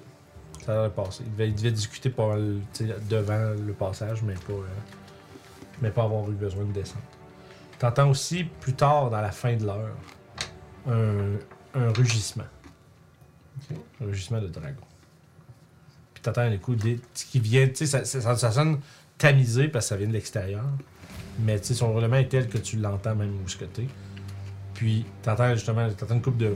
[SPEAKER 1] ça a l'air de passer. Il devait, il devait discuter pas mal, tu sais, devant le passage, mais pas, euh, mais pas avoir eu besoin de descendre. T'entends aussi, plus tard, dans la fin de l'heure, un, un rugissement.
[SPEAKER 3] Ok.
[SPEAKER 1] Un rugissement de dragon. Puis t'entends un coup des- qui vient, tu sais, ça, ça- ça- ça sonne tamisé parce que ça vient de l'extérieur. Mais tu sais, son roulement est tel que tu l'entends même où ce que t'es. Puis t'entends justement, t'entends une coupe de...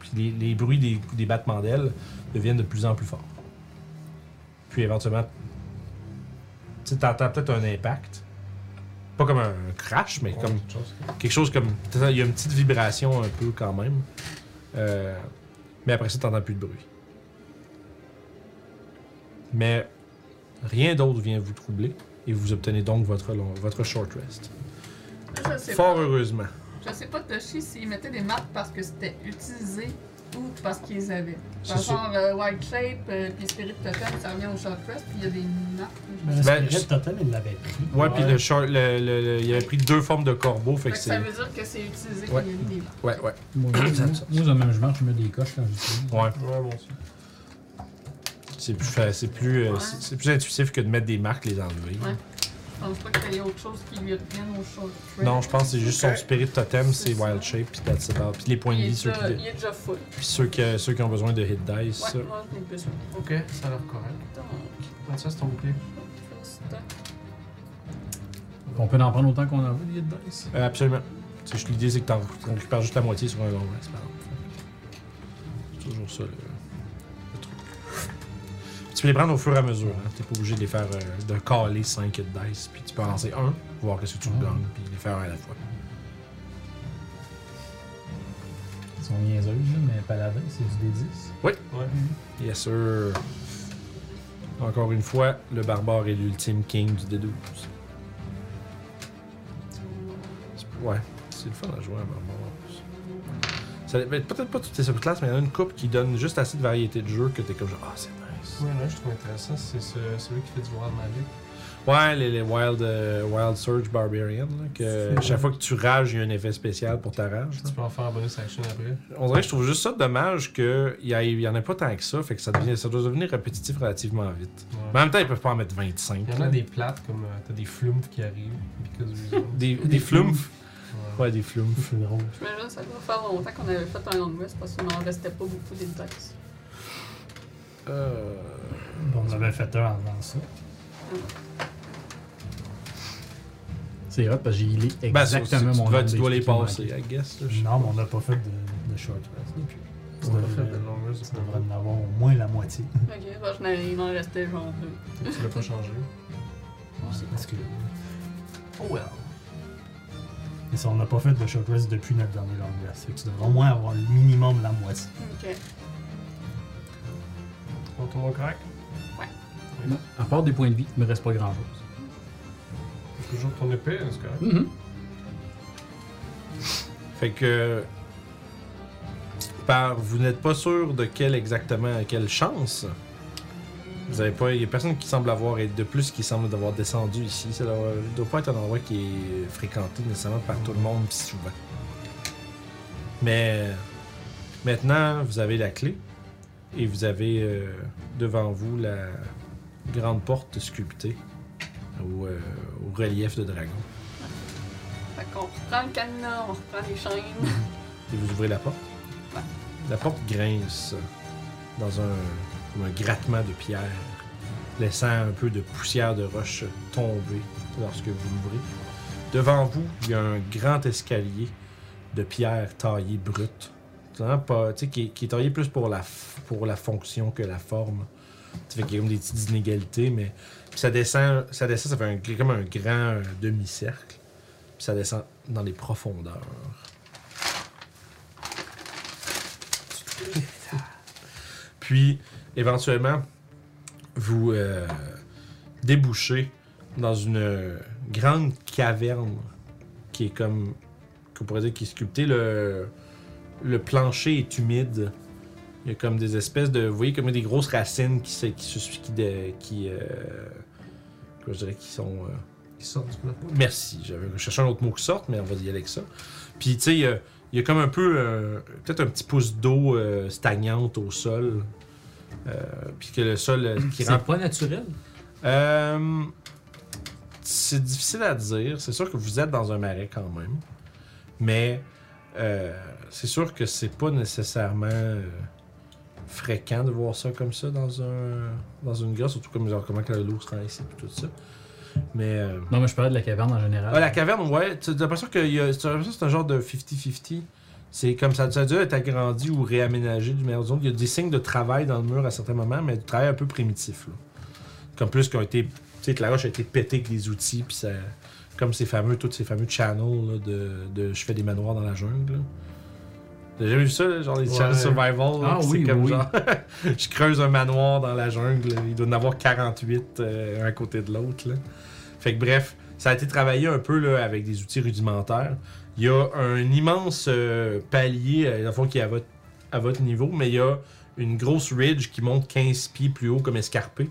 [SPEAKER 1] Puis les, les bruits des, des battements d'ailes deviennent de plus en plus forts. Puis éventuellement, tu sais, t'entends peut-être un impact. Pas comme un crash, mais comme
[SPEAKER 3] Quelque chose que-
[SPEAKER 1] quelque chose comme. Il y a une petite vibration un peu quand même. Euh, mais après ça, t'entends plus de bruit. Mais rien d'autre vient vous troubler et vous obtenez donc votre, long- votre short rest.
[SPEAKER 2] Je sais
[SPEAKER 1] Fort
[SPEAKER 2] pas.
[SPEAKER 1] heureusement.
[SPEAKER 2] Je sais pas, Toshi, s'ils mettaient des marques parce que c'était utilisé ou parce qu'ils les avaient.
[SPEAKER 1] C'est
[SPEAKER 2] Genre,
[SPEAKER 1] sûr.
[SPEAKER 2] genre euh, White Shape, euh, puis Spirit Totem, ça revient au Short Crest, puis il y a des marques.
[SPEAKER 5] Mais le
[SPEAKER 1] Ben,
[SPEAKER 5] spirit
[SPEAKER 1] je-
[SPEAKER 5] totem, il l'avait pris.
[SPEAKER 1] Ouais, puis le short- le- le- le- il avait pris deux formes de corbeau, fait
[SPEAKER 2] Fait
[SPEAKER 1] que
[SPEAKER 2] que ça
[SPEAKER 1] c'est.
[SPEAKER 2] veut dire que c'est utilisé
[SPEAKER 1] Ouais.
[SPEAKER 2] qu'il y a eu des marques.
[SPEAKER 1] Ouais, ouais.
[SPEAKER 4] Moi, moi, moi, dans le même genre, je mets des coches quand j'utilise.
[SPEAKER 1] Ouais.
[SPEAKER 3] Ouais, moi aussi.
[SPEAKER 1] C'est plus, fa- c'est plus, euh, c'est c'est plus intuitif que de mettre des marques les enlever.
[SPEAKER 2] Ouais. Je pense pas qu'il y ait autre chose qui lui revienne au Short Crest.
[SPEAKER 1] Non, je pense que c'est juste son
[SPEAKER 9] Ok.
[SPEAKER 1] spirit totem, c'est
[SPEAKER 2] C'est ça.
[SPEAKER 1] wild shape, puis that's about. Puis les points de
[SPEAKER 2] il est,
[SPEAKER 1] vie, ceux
[SPEAKER 2] déjà,
[SPEAKER 1] qui,
[SPEAKER 2] il est déjà full. Ouais,
[SPEAKER 1] puis ceux, que- ceux qui ont besoin de hit dice. ça.
[SPEAKER 2] moi je n'ai besoin.
[SPEAKER 3] Ok, ça a l'air correct. Ah,
[SPEAKER 2] Donc,
[SPEAKER 3] Prends ça, c'est ton bouclier.
[SPEAKER 2] first stop.
[SPEAKER 4] On peut en prendre autant qu'on en veut, des hit dice.
[SPEAKER 1] Euh, absolument. C'est juste L'idée, c'est que t'en t'en récupères juste la moitié sur un long rest, par exemple. C'est toujours ça, le, le truc. Puis tu peux les prendre au fur et à mesure. Hein. T'es pas obligé de les faire, euh, de caler 5 de dice, puis tu peux en lancer un, voir qu'est-ce que tu
[SPEAKER 4] Ah.
[SPEAKER 1] gagnes, puis les faire un à la fois.
[SPEAKER 4] Ils sont niaiseuses, là, mais paladin, c'est du D10.
[SPEAKER 3] Ouais.
[SPEAKER 1] Yes, sir. Encore une fois, le barbare est l'ultime king du D12. C'est- Ouais, c'est le fun à jouer un barbare. en plus. Ça- mais Peut-être pas toutes les subclasses, mais il y en a une coupe qui donne juste assez de variété de jeu que t'es comme genre, ah, c'est nice.
[SPEAKER 3] Ouais, là, je trouve intéressant, c'est ce- celui qui fait du World Magic.
[SPEAKER 1] Ouais, les, les Wild, euh, Wild Surge Barbarian, là, que chaque fois que tu rages, il y a un effet spécial pour ta rage. là.
[SPEAKER 3] Tu peux en faire un bonus action après.
[SPEAKER 1] On dirait que je trouve juste ça dommage qu'il n'y en a pas tant que ça, fait que ça, devient, ça doit devenir répétitif relativement vite. Mais en
[SPEAKER 3] Ouais.
[SPEAKER 1] même temps, ils peuvent pas en mettre 25.
[SPEAKER 3] Il y en a des plates, comme euh, t'as des flumph qui arrivent. Because reason.
[SPEAKER 1] Des, des flumph.
[SPEAKER 3] Ouais.
[SPEAKER 1] Ouais, des flumph.
[SPEAKER 5] C'est drôle.
[SPEAKER 2] J'imagine que ça doit faire longtemps qu'on avait fait un long rest parce qu'il n'en restait pas beaucoup des dice.
[SPEAKER 1] Euh,
[SPEAKER 5] Bon, on avait fait un avant ça.
[SPEAKER 4] C'est hot parce que j'ai healé
[SPEAKER 1] Ben,
[SPEAKER 4] exactement
[SPEAKER 1] tu,
[SPEAKER 4] mon
[SPEAKER 1] devais-
[SPEAKER 4] nombre
[SPEAKER 1] tu dois les
[SPEAKER 4] d'HP qui me
[SPEAKER 1] passer,
[SPEAKER 4] manquait.
[SPEAKER 1] I guess. là, je-
[SPEAKER 5] Non, mais on n'a pas fait de, de short rest depuis.
[SPEAKER 3] On va faire de long rest,
[SPEAKER 5] Ça devrait en avoir au moins la moitié.
[SPEAKER 2] Ok, bah, je n'avais- il m'en restait genre deux.
[SPEAKER 3] Tu l'as pas changé.
[SPEAKER 5] Parce que,
[SPEAKER 10] Oh well.
[SPEAKER 5] mais ça, on n'a pas fait de short rest depuis notre dernier long rest. Fait que tu devrais au moins avoir le minimum la moitié.
[SPEAKER 2] Ok.
[SPEAKER 3] On tourne au crack.
[SPEAKER 4] Non, À part des points de vie, il me reste pas grand chose.
[SPEAKER 3] Toujours ton épée, hein, c'est correct.
[SPEAKER 1] Fait que. Par, vous n'êtes pas sûr de quelle exactement, quelle chance. Vous avez pas. Il n'y a personne qui semble avoir, et de plus qui semble d'avoir descendu ici. Ça doit, doit pas être un endroit qui est fréquenté nécessairement par tout le monde pis souvent. Mais. Maintenant, vous avez la clé. Et vous avez euh, devant vous la grande porte sculptée au, euh, au relief de dragon.
[SPEAKER 2] Fait qu'on reprend le cadenas, on reprend les chaînes.
[SPEAKER 1] Et vous ouvrez la porte.
[SPEAKER 2] Ouais.
[SPEAKER 1] La porte grince dans un, comme un grattement de pierre, laissant un peu de poussière de roche tomber lorsque vous l'ouvrez. Devant vous, il y a un grand escalier de pierre taillée brute. C'est vraiment pas- tu sais, qui, est- qui est taillé plus pour la, f- pour la fonction que la forme. Ça fait qu'il y a comme des petites inégalités, mais puis ça descend, ça descend, ça fait un- comme un grand euh, demi-cercle. Puis ça descend dans les profondeurs. Puis, éventuellement, vous euh, débouchez dans une grande caverne qui est comme, qu'on pourrait dire, qui est sculptée. Le, le plancher est humide. Il y a comme des espèces de, vous voyez, comme des grosses racines qui se, qui se- qui, de- qui, euh, comment je dirais, qui sont euh,
[SPEAKER 3] Qui sort du plat.
[SPEAKER 1] Merci. J'avais cherché un autre mot qui sorte, mais on va y aller avec ça. Puis, tu sais, il y a- il y, a comme un peu, euh, peut-être un petit pouce d'eau euh, stagnante au sol. Euh, puis que le sol euh, qui
[SPEAKER 4] C'est
[SPEAKER 1] rend
[SPEAKER 4] pas naturel.
[SPEAKER 1] euh, c'est difficile à dire. C'est sûr que vous êtes dans un marais quand même. Mais euh, c'est sûr que c'est pas nécessairement euh, fréquent de voir ça comme ça dans un dans une grotte, surtout comme genre comment que l'eau se rend ici et tout ça. Mais euh,
[SPEAKER 4] Non, mais je parlais de la caverne en général.
[SPEAKER 1] ah, la caverne, ouais. Tu as l'impression que il y a- t'as l'impression que c'est un genre de 50-50. C'est comme ça, ça a dû être agrandi ou réaménagé du meilleur zone. Il y a des signes de travail dans le mur à certains moments, mais du travail un peu primitif. Là. Comme plus qui ont été. Tu sais, que la roche a été pétée avec des outils, puis ça. Comme ces fameux, tous ces fameux channels là, de, de Je fais des manoirs dans la jungle. là. T'as jamais vu ça, là, genre les
[SPEAKER 3] Ouais.
[SPEAKER 1] channels survival? là,
[SPEAKER 4] Ah
[SPEAKER 1] puis
[SPEAKER 4] oui,
[SPEAKER 1] c'est comme
[SPEAKER 4] oui.
[SPEAKER 1] genre. <laughs> je creuse un manoir dans la jungle. Il doit en avoir 48 euh, un à côté de l'autre. là. Fait que bref, ça a été travaillé un peu là, avec des outils rudimentaires. Il y a un immense euh, palier, euh, dans le fond, qui est à votre, à votre niveau, mais il y a une grosse ridge qui monte 15 pieds plus haut comme escarpé,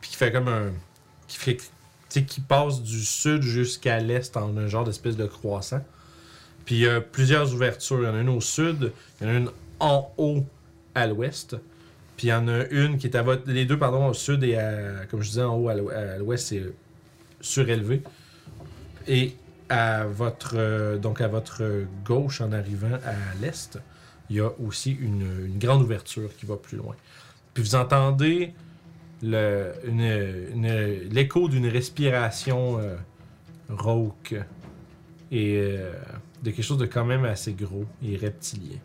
[SPEAKER 1] puis qui fait comme un... qui fait... tu sais, qui passe du sud jusqu'à l'est en un genre d'espèce de croissant. Puis il y a plusieurs ouvertures. Il y en a une au sud, il y en a une en haut à l'ouest, puis il y en a une qui est à votre... Les deux, pardon, au sud et à- Comme je disais, en haut à l'ou- à l'ouest, c'est surélevé. Et à votre, euh, donc à votre euh, gauche, en arrivant à l'est, il y a aussi une, une grande ouverture qui va plus loin. Puis vous entendez le- une- une- l'écho d'une respiration euh, rauque et euh, de quelque chose de quand même assez gros et reptilien.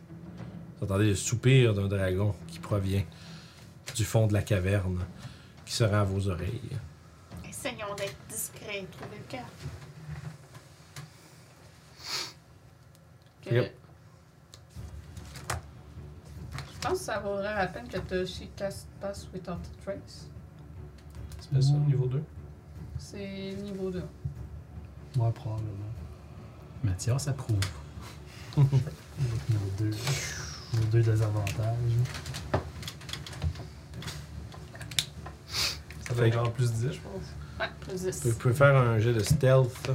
[SPEAKER 1] Vous entendez le soupir d'un dragon qui provient du fond de la caverne qui se rend à vos oreilles.
[SPEAKER 2] Essayons d'être discrets, trouver le cœur.
[SPEAKER 1] Yep.
[SPEAKER 2] Je pense que ça vaudrait la peine que tu She Cast Pass Without a Trace.
[SPEAKER 3] C'est ça, niveau 2.
[SPEAKER 2] C'est niveau 2.
[SPEAKER 5] Moi, probablement.
[SPEAKER 4] Mathias approuve.
[SPEAKER 5] Nos deux, nos deux désavantages.
[SPEAKER 3] Ça va être genre plus 10, je pense.
[SPEAKER 2] Ouais, plus
[SPEAKER 1] Vous
[SPEAKER 2] 10.
[SPEAKER 1] pouvez faire un jet de stealth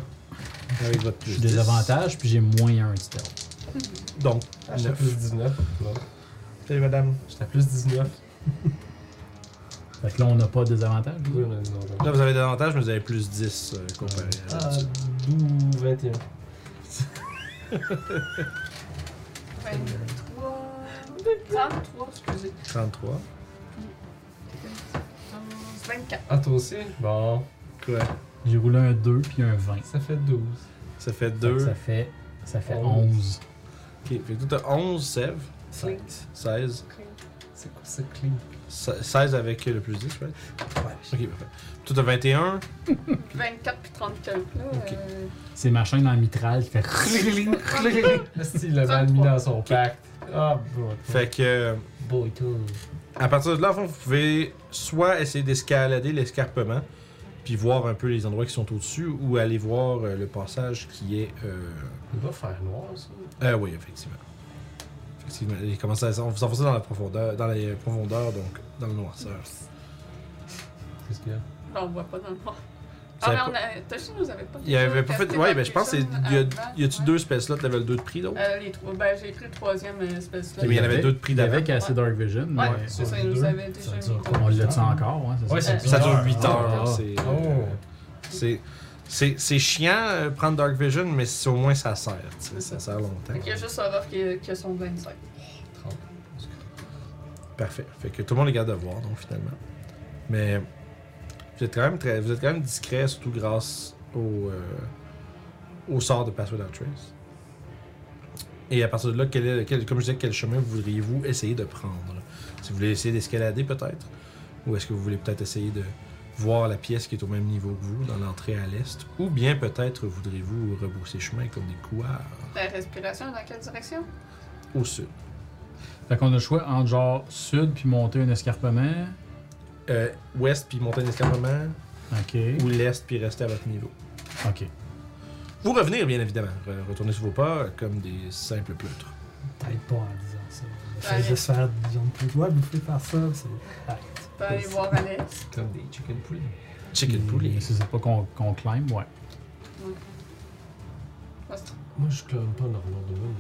[SPEAKER 1] avec votre
[SPEAKER 4] J'ai
[SPEAKER 1] plus
[SPEAKER 4] des
[SPEAKER 1] 10.
[SPEAKER 4] avantages, puis j'ai moins un de stealth.
[SPEAKER 1] Donc,
[SPEAKER 3] Ah, J'étais à
[SPEAKER 1] Neuf.
[SPEAKER 3] plus 19. Bon.
[SPEAKER 1] salut madame.
[SPEAKER 3] J'étais à plus 19.
[SPEAKER 4] Fait que là, on n'a pas de désavantages.
[SPEAKER 3] Oui, on a dit non.
[SPEAKER 1] Là, vous avez des avantages, mais vous avez plus 10 euh, comparé à
[SPEAKER 3] Ah,
[SPEAKER 1] l'habitude.
[SPEAKER 3] 12, 21.
[SPEAKER 2] 23. 33, excusez.
[SPEAKER 1] 33.
[SPEAKER 2] Hum, 24.
[SPEAKER 3] Ah, toi aussi? Bon.
[SPEAKER 1] Quoi
[SPEAKER 4] J'ai roulé un 2 puis un 20.
[SPEAKER 3] Ça fait 12.
[SPEAKER 1] Ça fait
[SPEAKER 4] Fait que
[SPEAKER 1] 2.
[SPEAKER 4] Ça fait, ça fait 11.
[SPEAKER 3] Onze.
[SPEAKER 1] Ok, fait que toi, t'as 11 sève.
[SPEAKER 3] Clink.
[SPEAKER 1] 16.
[SPEAKER 3] C'est quoi ça, clink?
[SPEAKER 1] Se- 16 avec le plus 10, right?
[SPEAKER 3] Ouais.
[SPEAKER 1] Ok, parfait. Toi, t'as 21.
[SPEAKER 2] 24 puis 30 quelques, là.
[SPEAKER 1] Ok.
[SPEAKER 2] euh,
[SPEAKER 4] C'est ma chaîne en mitral qui fait.
[SPEAKER 3] Le style l'avait mis dans <laughs> son pacte. Ah, bon.
[SPEAKER 1] Fait que. euh,
[SPEAKER 3] Boy, tout.
[SPEAKER 1] À partir de là, en fond, vous pouvez soit essayer d'escalader l'escarpement, puis voir un peu les endroits qui sont au-dessus, ou aller voir euh, le passage qui est. Euh...
[SPEAKER 3] Il va faire noir, ça.
[SPEAKER 1] euh, oui, effectivement. Effectivement, il commence à on vous enfoncez dans la profondeur, dans les profondeurs, donc dans le noirceur.
[SPEAKER 3] Qu'est-ce qu'il y a?
[SPEAKER 2] là, on voit pas dans le noir.
[SPEAKER 1] Ça
[SPEAKER 2] Ah, mais
[SPEAKER 1] a
[SPEAKER 2] on a. Toshi nous avait pas
[SPEAKER 1] Il y avait pas fait.
[SPEAKER 2] Cascade
[SPEAKER 1] Ouais, ben je pense que c'est.
[SPEAKER 2] Evacuation
[SPEAKER 1] il Y a-
[SPEAKER 2] avant,
[SPEAKER 1] y a-tu
[SPEAKER 2] ouais.
[SPEAKER 1] deux espèces là, level 2 de prix, donc
[SPEAKER 2] Euh, les trois. Ben, j'ai pris le troisième espèce là.
[SPEAKER 1] Mais il y en avait deux de prix
[SPEAKER 4] Il y avait
[SPEAKER 1] d'avant.
[SPEAKER 4] qu'à assez Dark Vision, mais
[SPEAKER 2] Ouais, c'est ça, ils nous avaient déjà
[SPEAKER 3] Ça
[SPEAKER 2] mis.
[SPEAKER 3] dure
[SPEAKER 4] on l'a tu encore, hein,
[SPEAKER 3] Ouais,
[SPEAKER 4] ça?
[SPEAKER 3] c'est
[SPEAKER 1] Ça dure 8 heures.
[SPEAKER 4] Ah.
[SPEAKER 1] c'est- euh,
[SPEAKER 3] Oh!
[SPEAKER 1] C'est. C'est c'est chiant euh, prendre Dark Vision, mais c'est- au moins ça sert. tu sais, Ça sert longtemps.
[SPEAKER 2] Fait qu'il y a juste Orof qui, a- qui a son 25.
[SPEAKER 1] Parfait. Fait que tout le monde est garde à voir, donc finalement. Mais vous êtes quand même très, vous êtes quand même discret, surtout grâce au, euh, au sort de Pass Without Trace. Et à partir de là, quel est, quel- comme je disais, quel chemin voudriez-vous essayer de prendre Si vous voulez essayer d'escalader peut-être, ou est-ce que vous voulez peut-être essayer de voir la pièce qui est au même niveau que vous dans l'entrée à l'est, ou bien peut-être voudrez-vous rebrousser chemin comme des couards
[SPEAKER 2] La respiration, dans quelle direction
[SPEAKER 1] au sud.
[SPEAKER 4] Fait qu'on a le choix entre genre sud puis monter un escarpement.
[SPEAKER 1] Euh, ouest puis monter un escarpement,
[SPEAKER 4] Ok.
[SPEAKER 1] ou l'est puis rester à votre niveau.
[SPEAKER 4] Ok.
[SPEAKER 1] Vous revenir, bien évidemment. Re- Retourner sur vos pas euh, comme des simples pleutres.
[SPEAKER 5] Peut-être pas en disant ça. Je
[SPEAKER 2] Allez.
[SPEAKER 5] vais juste faire disons, plus toi, bouffer par ça. c'est- Arrête.
[SPEAKER 2] Tu peux aller voir à l'est.
[SPEAKER 3] Comme des chicken poulet.
[SPEAKER 1] Chicken
[SPEAKER 4] Mais
[SPEAKER 1] poulet.
[SPEAKER 4] Si c'est pas qu'on qu'on climb, ouais.
[SPEAKER 3] Moi, je clame pas dans Renaud de Moon.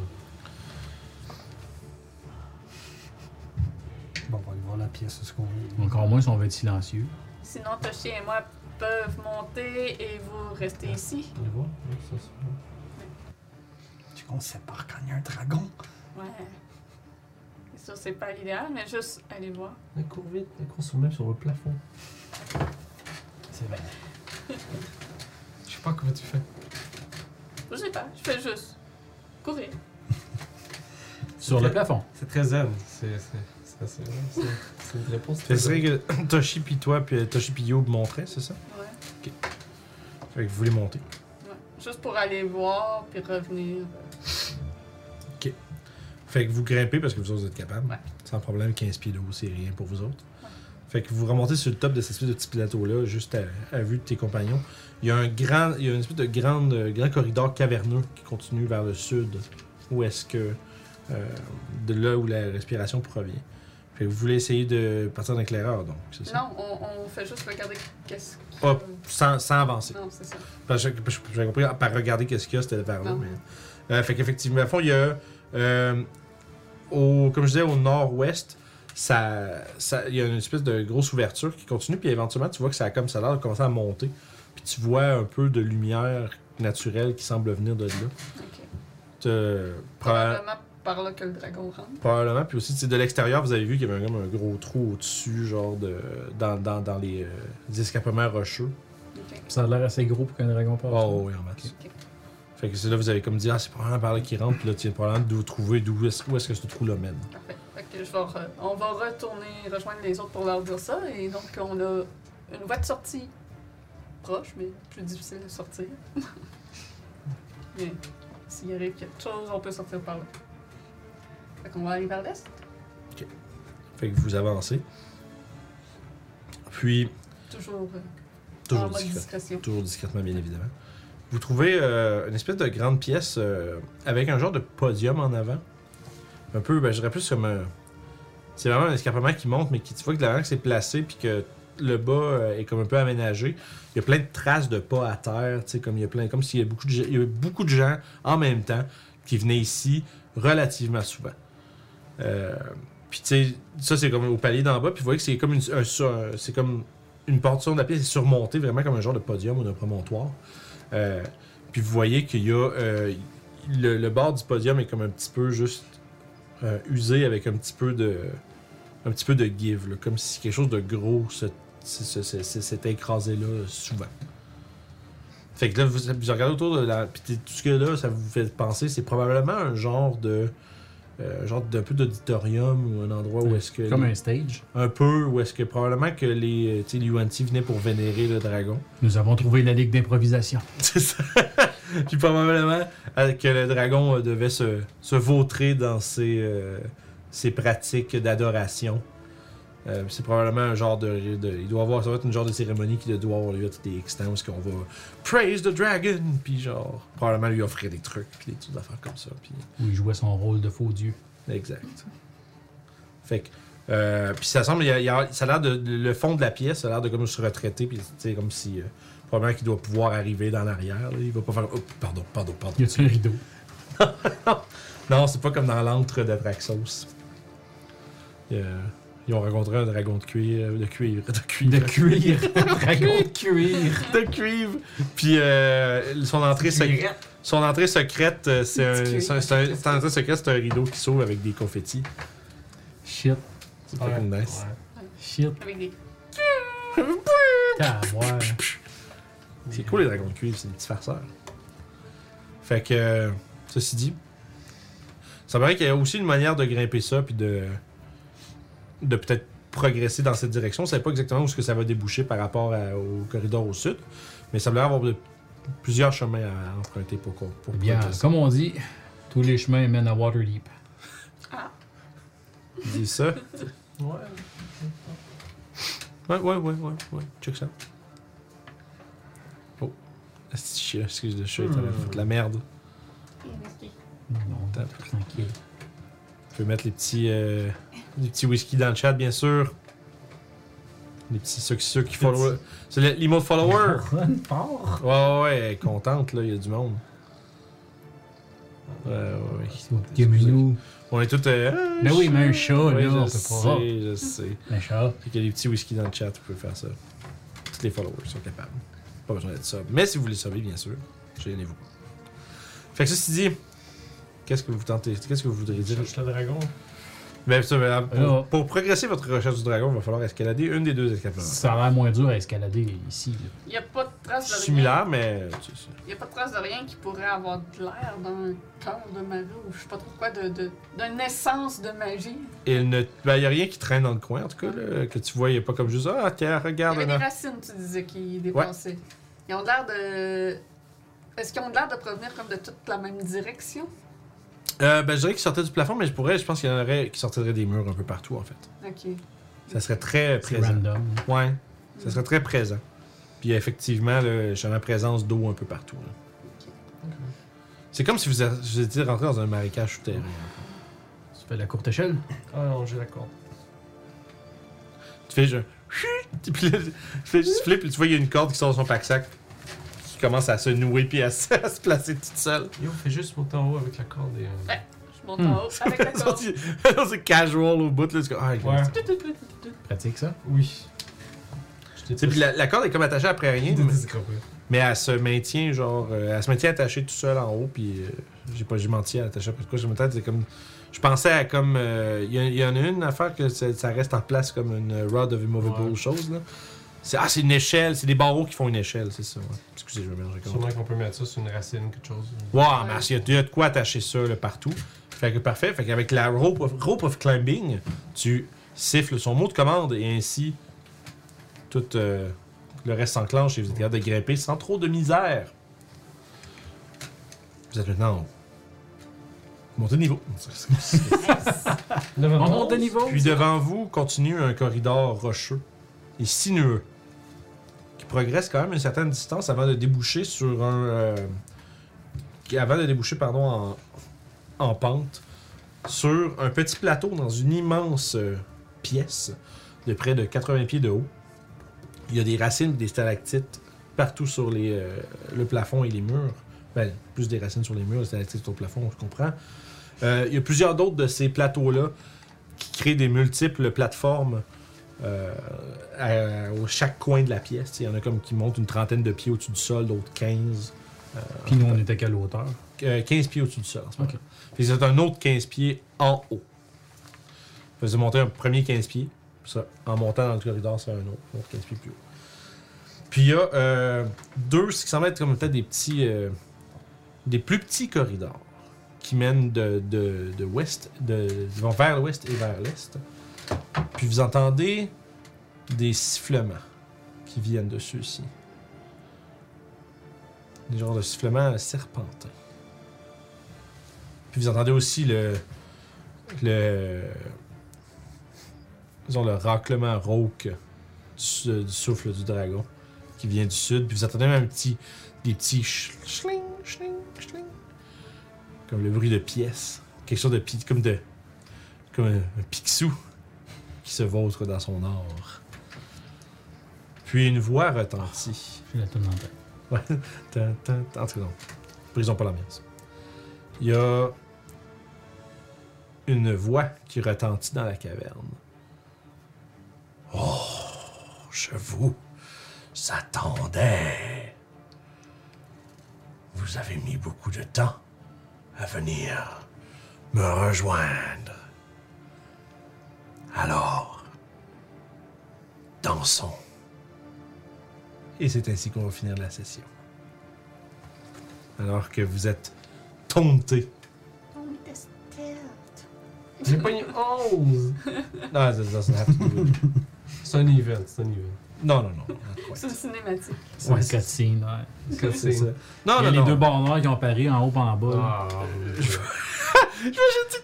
[SPEAKER 5] Bon, on va aller voir la pièce où ce qu'on veut.
[SPEAKER 4] Encore moins si on veut être silencieux.
[SPEAKER 2] Sinon, Toshi et moi peuvent monter et vous restez ici.
[SPEAKER 3] Allez voir. Ouais, ça, c'est bon.
[SPEAKER 5] Tu qu'on sait pas quand il y a un dragon.
[SPEAKER 2] Ouais. C'est sûr, c'est pas l'idéal, mais juste aller voir.
[SPEAKER 3] La cours vite, la cour sur même sur le plafond.
[SPEAKER 5] C'est vrai.
[SPEAKER 3] Je sais pas comment tu fais.
[SPEAKER 2] Je sais pas, je fais juste courir.
[SPEAKER 4] Sur le plafond.
[SPEAKER 3] C'est très zen. C'est c'est- c'est assez. c'est- C'est une réponse
[SPEAKER 1] C'est
[SPEAKER 3] très
[SPEAKER 1] vrai
[SPEAKER 3] zen.
[SPEAKER 1] que Toshi puis toi puis euh, Toshi puis Yob montraient, c'est ça?
[SPEAKER 2] Ouais.
[SPEAKER 1] Fait que vous voulez monter.
[SPEAKER 2] ouais. Juste pour aller voir puis revenir.
[SPEAKER 1] Fait que vous grimpez parce que vous autres vous êtes capables.
[SPEAKER 2] Ouais.
[SPEAKER 1] Sans problème, 15 pieds de haut, c'est rien pour vous autres. Fait que vous remontez sur le top de cette espèce de petit plateau-là, juste à, à vue de tes compagnons. Il y a un grand, il y a une espèce de grande, euh, grand corridor caverneux qui continue vers le sud, où est-ce que euh, de là où la respiration provient. Fait que vous voulez essayer de partir d'un éclaireur, donc, c'est ça?
[SPEAKER 2] Non, on, on fait juste regarder qu'est-ce que.
[SPEAKER 1] Hop. sans, sans avancer.
[SPEAKER 2] Non, c'est ça.
[SPEAKER 1] Parce que- parce que J'avais compris par regarder qu'est-ce qu'il y a, c'était vers là.
[SPEAKER 2] Non.
[SPEAKER 1] mais- Euh, fait qu'effectivement, à fond, il y a. euh, au, comme je disais, au nord-ouest, ça, ça- il y a une espèce de grosse ouverture qui continue, puis éventuellement, tu vois que ça a comme ça a l'air de commencer à monter. Puis tu vois un peu de lumière naturelle qui semble venir de là.
[SPEAKER 2] Ok.
[SPEAKER 1] Te- proba-
[SPEAKER 2] Probablement par là que le dragon rentre.
[SPEAKER 1] probablement. Puis aussi, tu sais, de l'extérieur, vous avez vu qu'il y avait comme un gros trou au-dessus, genre de, dans, dans, dans les, euh, les escapements rocheux.
[SPEAKER 2] Ok.
[SPEAKER 4] Ça a l'air assez gros pour qu'un dragon passe.
[SPEAKER 1] Oh oui, en masse.
[SPEAKER 2] Ok.
[SPEAKER 1] Fait que c'est là vous avez comme dit, ah, c'est probablement par là qu'il rentre, puis là, tu probablement d'où trouver d'où est-ce, où est-ce que ce trou-là mène.
[SPEAKER 2] Parfait. Fait que je vais re- on va retourner rejoindre les autres pour leur dire ça. Et donc, on a une voie de sortie proche, mais plus difficile de sortir. <laughs> mais s'il arrive quelque chose, on peut sortir par là. Fait qu'on va aller vers l'est.
[SPEAKER 1] Fait que vous avancez. Puis,
[SPEAKER 2] Toujours, euh, en
[SPEAKER 1] toujours
[SPEAKER 2] mode
[SPEAKER 1] discret.
[SPEAKER 2] discrétion.
[SPEAKER 1] Toujours discrètement, bien évidemment. Vous trouvez euh, une espèce de grande pièce euh, avec un genre de podium en avant. Un peu, ben, je dirais plus comme un. C'est vraiment un escarpement qui monte, mais qui, tu vois que de la manière que c'est placé, puis que le bas euh, est comme un peu aménagé. Il y a plein de traces de pas à terre, tu sais, comme il y a plein, comme s'il y a beaucoup de, ge- il y a eu beaucoup de gens en même temps qui venaient ici relativement souvent. Euh, puis tu sais, ça c'est comme au palier d'en bas, puis vous voyez que c'est comme une, un sur- un- c'est comme une portion de la pièce est surmontée vraiment comme un genre de podium ou d'un promontoire. Euh, puis vous voyez qu'il y a euh, le, le bord du podium est comme un petit peu juste euh, usé avec un petit peu de un petit peu de give, là, comme si quelque chose de gros se- se- se- se- s'était écrasé là souvent. Fait que là, vous, vous regardez autour de la. Puis tout ce que là, ça vous fait penser, c'est probablement un genre de. euh, genre d'un peu d'auditorium ou un endroit où est-ce que.
[SPEAKER 4] Comme un stage.
[SPEAKER 1] un peu, où est-ce que probablement que les. euh, Tu sais, les Yuan-Ti venaient pour vénérer le dragon.
[SPEAKER 4] Nous avons trouvé la ligue d'improvisation.
[SPEAKER 1] <laughs> C'est ça. <laughs> Puis probablement euh, que le dragon euh, devait se, se vautrer dans ses, euh, ses pratiques d'adoration. Euh, c'est probablement un genre de, de- Il doit avoir. Ça va être une genre de cérémonie qui doit avoir lieu à tous les extents où est-ce qu'on va praise the dragon. Puis genre. Probablement lui offrir des trucs. Puis des trucs d'affaires comme ça. Puis.
[SPEAKER 4] Où il jouait son rôle de faux dieu.
[SPEAKER 1] Exact. Fait que. euh, puis ça semble, il y a- il y a- ça a l'air de, de- le fond de la pièce, ça a l'air de comme se retraiter, puis c'est comme si euh, probablement qu'il doit pouvoir arriver dans l'arrière, là. il va pas faire oh, pardon, pardon, pardon.
[SPEAKER 4] Y a-tu un rideau
[SPEAKER 1] Non, c'est pas comme dans l'antre d'Atraxos. Euh, ils ont rencontré un dragon de cuir, de cuir, de cuir, <laughs>
[SPEAKER 4] De cuir Dragon de cuir
[SPEAKER 1] de cuivre. Puis euh, son entrée secrète, son entrée secrète, euh, c'est un,
[SPEAKER 2] cuir.
[SPEAKER 1] c'est un- c'est un- son entrée secrète, c'est un rideau qui s'ouvre avec des confettis.
[SPEAKER 4] Shit,
[SPEAKER 1] C'est fucking nice.
[SPEAKER 4] shit,
[SPEAKER 2] Avec des.
[SPEAKER 4] t'as à voir.
[SPEAKER 1] C'est cool les dragons de cuivre, c'est des petits farceurs. Fait que, euh, ceci dit, ça paraît qu'il y a aussi une manière de grimper ça, puis de, de peut-être progresser dans cette direction. On sait pas exactement où ce que ça va déboucher par rapport à- au corridor au sud, mais ça semblerait avoir de- plusieurs chemins à emprunter pour, qu'on- pour
[SPEAKER 4] Eh Bien,
[SPEAKER 1] progresser.
[SPEAKER 4] comme on dit, tous les chemins mènent à Waterdeep.
[SPEAKER 1] Dis ça.
[SPEAKER 3] Ouais.
[SPEAKER 1] Ouais, ouais, ouais, ouais, ouais. Check ça. Oh. Asti, je suis- Excuse, je suis en train de foutre la merde.
[SPEAKER 4] Non,
[SPEAKER 1] Attends.
[SPEAKER 4] tranquille.
[SPEAKER 1] Je peux mettre les petits, euh, les petits whisky dans le chat, bien sûr. Les petits ceux, qui- ceux qui follow. C'est le- l'emo
[SPEAKER 5] <laughs>
[SPEAKER 1] follower.
[SPEAKER 5] Run, part!
[SPEAKER 1] Ouais, ouais, ouais, elle est contente, là, il y a du monde. Ouais, ouais, ouais.
[SPEAKER 4] C'est au petit minou.
[SPEAKER 1] On est tous. Euh,
[SPEAKER 4] Ben oui, mais un chat,
[SPEAKER 1] oui,
[SPEAKER 4] là, on
[SPEAKER 1] je
[SPEAKER 4] peut
[SPEAKER 1] sais, je sais.
[SPEAKER 4] pas. Un chat.
[SPEAKER 1] Fait qu'il y a des petits whisky dans le chat, vous pouvez faire ça. Tous les followers sont capables. Pas besoin d'être sub. Mais si vous voulez sauver, bien sûr, gênez-vous. Fait que ceci dit, qu'est-ce que vous tentez Qu'est-ce que vous voudriez dire
[SPEAKER 3] Cherche le dragon.
[SPEAKER 1] Ben, ça, ben,
[SPEAKER 4] Là.
[SPEAKER 1] pour, pour progresser votre recherche du dragon, il va falloir escalader une des deux escapades.
[SPEAKER 4] Ça a l'air moins dur à escalader ici. là.
[SPEAKER 2] Y a pas de trace de rien.
[SPEAKER 1] Similaire, mais. tu sais,
[SPEAKER 2] Il n'y a pas de trace de rien qui pourrait avoir de l'air dans le cœur de Marie ou je sais pas trop quoi, de, de, d'une essence de magie.
[SPEAKER 1] Il n'y a rien qui traîne dans le coin, en tout cas, là, que tu vois, il n'y a pas comme juste Ah, tiens,
[SPEAKER 2] Il y
[SPEAKER 1] regarde.
[SPEAKER 2] avait des
[SPEAKER 1] là.
[SPEAKER 2] racines, tu disais, qui dépassaient. Ils ont l'air de. Est-ce qu'ils ont l'air de provenir comme de toute la même direction?
[SPEAKER 1] Euh, ben, je dirais qu'il sortait du plafond, mais je pourrais, je pense qu'il y en aurait qui sortiraient des murs un peu partout, en fait.
[SPEAKER 2] Ok.
[SPEAKER 1] Ça serait très
[SPEAKER 4] C'est
[SPEAKER 1] présent.
[SPEAKER 4] random. là.
[SPEAKER 1] Ouais, ça serait très présent. Puis effectivement, là, j'ai la présence d'eau un peu partout. là. C'est comme si vous, a- vous étiez rentré dans un marécage souterrain.
[SPEAKER 4] Tu fais de la courte échelle
[SPEAKER 3] Ah non, j'ai la corde.
[SPEAKER 1] Tu fais juste. un <laughs> Puis là, tu fais juste flip, puis tu vois, il y a une corde qui sort de son pack-sac. Qui commence à se nouer, puis à <laughs> se, à se placer toute seule.
[SPEAKER 3] Yo, fais juste monter en haut avec la corde et. euh,
[SPEAKER 2] Je monte en haut avec la corde.
[SPEAKER 1] Hmm. <laughs> Sorti- C'est casual au bout, là. C'est comme, ah,
[SPEAKER 3] Ouais.
[SPEAKER 1] tu
[SPEAKER 2] Tout, tout, tout, tout, tout.
[SPEAKER 4] Pratique ça.
[SPEAKER 3] Oui. Je t'ai
[SPEAKER 1] sais, puis la, la corde est comme attachée après rien, mais, mais elle se maintient, genre. euh, elle se maintient attachée tout seule en haut, puis. euh, j'ai pas, j'ai menti à attacher après quoi. Je me tente, c'est comme. Je pensais à comme. euh, Il y, en- il y en a une affaire que ça ça reste en place comme une rod of immovable
[SPEAKER 3] Ouais.
[SPEAKER 1] chose, là. C'est, ah, c'est une échelle, c'est des barreaux qui font une échelle, c'est ça, ouais. Excusez, je me mélange avec
[SPEAKER 3] Sûrement qu'on peut mettre ça sur une racine, quelque chose.
[SPEAKER 1] Wow, mais il y a- il y, a de quoi attacher ça là, partout. Fait que parfait. Fait qu'avec la rope of, rope of climbing, tu siffles son mot de commande et ainsi tout euh, le reste s'enclenche et vous êtes capable de grimper sans trop de misère. Vous êtes maintenant en- montez de niveau.
[SPEAKER 3] Devant
[SPEAKER 4] On
[SPEAKER 3] toi.
[SPEAKER 4] monte de niveau.
[SPEAKER 1] Puis devant vous continue un corridor rocheux et sinueux qui progresse quand même une certaine distance avant de déboucher sur un. euh, qui- avant de déboucher, pardon, en, en pente sur un petit plateau dans une immense euh, pièce de près de 80 pieds de haut. Il y a des racines, des stalactites partout sur les, euh, le plafond et les murs. Ben, plus des racines sur les murs, des stalactites sur le plafond, on se comprend. Euh, il y a plusieurs d'autres de ces plateaux-là qui créent des multiples plateformes euh, à- au chaque coin de la pièce. Il y en a comme qui montent une trentaine de pieds au-dessus du sol, d'autres 15.
[SPEAKER 4] Puis nous, on était qu'à l'auteur.
[SPEAKER 1] euh, 15 pieds au-dessus du sol en ce moment.
[SPEAKER 4] Ok.
[SPEAKER 1] Puis c'est un autre 15 pieds en haut. Vous monter un premier 15 pieds. puis ça, en montant dans le corridor, c'est un autre, un autre 15 pieds plus haut. Puis il y a euh, deux, ce qui semble être comme peut-être des petits. euh, des plus petits corridors qui mènent de, de, de ouest, de, ils vont vers l'ouest et vers l'est. Puis vous entendez des sifflements qui viennent de ceux-ci. Des genres de sifflements serpentins. Puis vous entendez aussi le. le. disons le raclement rauque du, du souffle du dragon qui vient du sud. Puis vous entendez même un petit, des petits ch- chling, chling, chling. Comme le bruit de pièces. Quelque chose de pi- comme de. comme un, un picsou qui se vautre dans son or. Puis une voix retentit.
[SPEAKER 4] J'ai la tourne en tête.
[SPEAKER 1] Ouais. <laughs> Tin, tin, tin. En tout cas, non. Brisons pas l'ambiance. Il y a une voix qui retentit dans la caverne. Oh, je vous attendais. Vous avez mis beaucoup de temps à venir me rejoindre. Alors, dansons. Et c'est ainsi qu'on va finir la session. Alors que vous êtes tonté.
[SPEAKER 3] J'ai pogné 11!
[SPEAKER 1] Non, that doesn't have to do with-
[SPEAKER 3] C'est un event, c'est un event.
[SPEAKER 1] Non, non, non. not quite.
[SPEAKER 7] C'est une cinématique.
[SPEAKER 4] C'est une cutscene, ouais.
[SPEAKER 1] C'est ça. Non,
[SPEAKER 3] Cutscene.
[SPEAKER 4] Il y a
[SPEAKER 1] Ah, non,
[SPEAKER 4] les
[SPEAKER 1] non.
[SPEAKER 4] deux bords noirs qui ont paré en haut et en bas.
[SPEAKER 3] Ah,
[SPEAKER 1] Tu sais,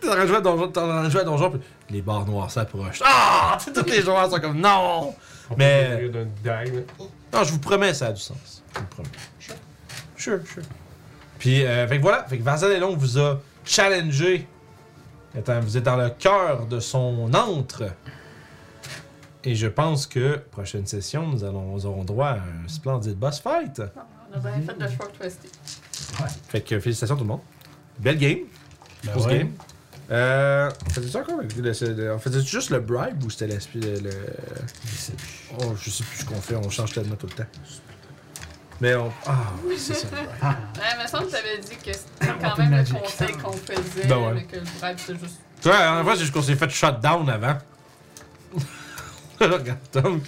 [SPEAKER 1] t'es en train de jouer à Donjon, t'es en train de jouer à Donjon, puis les barres noires s'approchent. Ah! Tu sais, tous les joueurs sont comme non!
[SPEAKER 3] on
[SPEAKER 1] Mais-
[SPEAKER 3] peut mourir d'un dag, là.
[SPEAKER 1] Non, je vous promets, ça a du sens. Je vous promets. Sure. Sure, sure. Puis, euh, fait que voilà, fait que Varzal Elon vous a challengé. Attends, vous êtes dans le cœur de son antre. Et je pense que, prochaine session, nous, allons, nous aurons droit à un splendide boss fight.
[SPEAKER 7] Ah, On a bien fait de short twisting.
[SPEAKER 1] Fait que félicitations tout le monde. Belle game. Grosse
[SPEAKER 4] Ben ouais.
[SPEAKER 1] game. Euh, on faisait-tu encore avec le- ce- le- on faisait juste le bribe ou c'était l'esprit de le. Oh, je sais plus ce qu'on fait, on change tellement tout le temps. Mais on. Ah, oui, <laughs> c'est ça. le bribe.
[SPEAKER 2] <laughs>
[SPEAKER 7] Ouais, mais ça, tu avais dit que c'était quand
[SPEAKER 5] What
[SPEAKER 7] même le
[SPEAKER 5] magic.
[SPEAKER 7] conseil qu'on faisait,
[SPEAKER 1] Ben ouais.
[SPEAKER 7] mais que le bref, c'est juste.
[SPEAKER 1] Tu vois, la dernière fois, c'est juste qu'on s'est fait shut down avant. <laughs> Regarde Tom.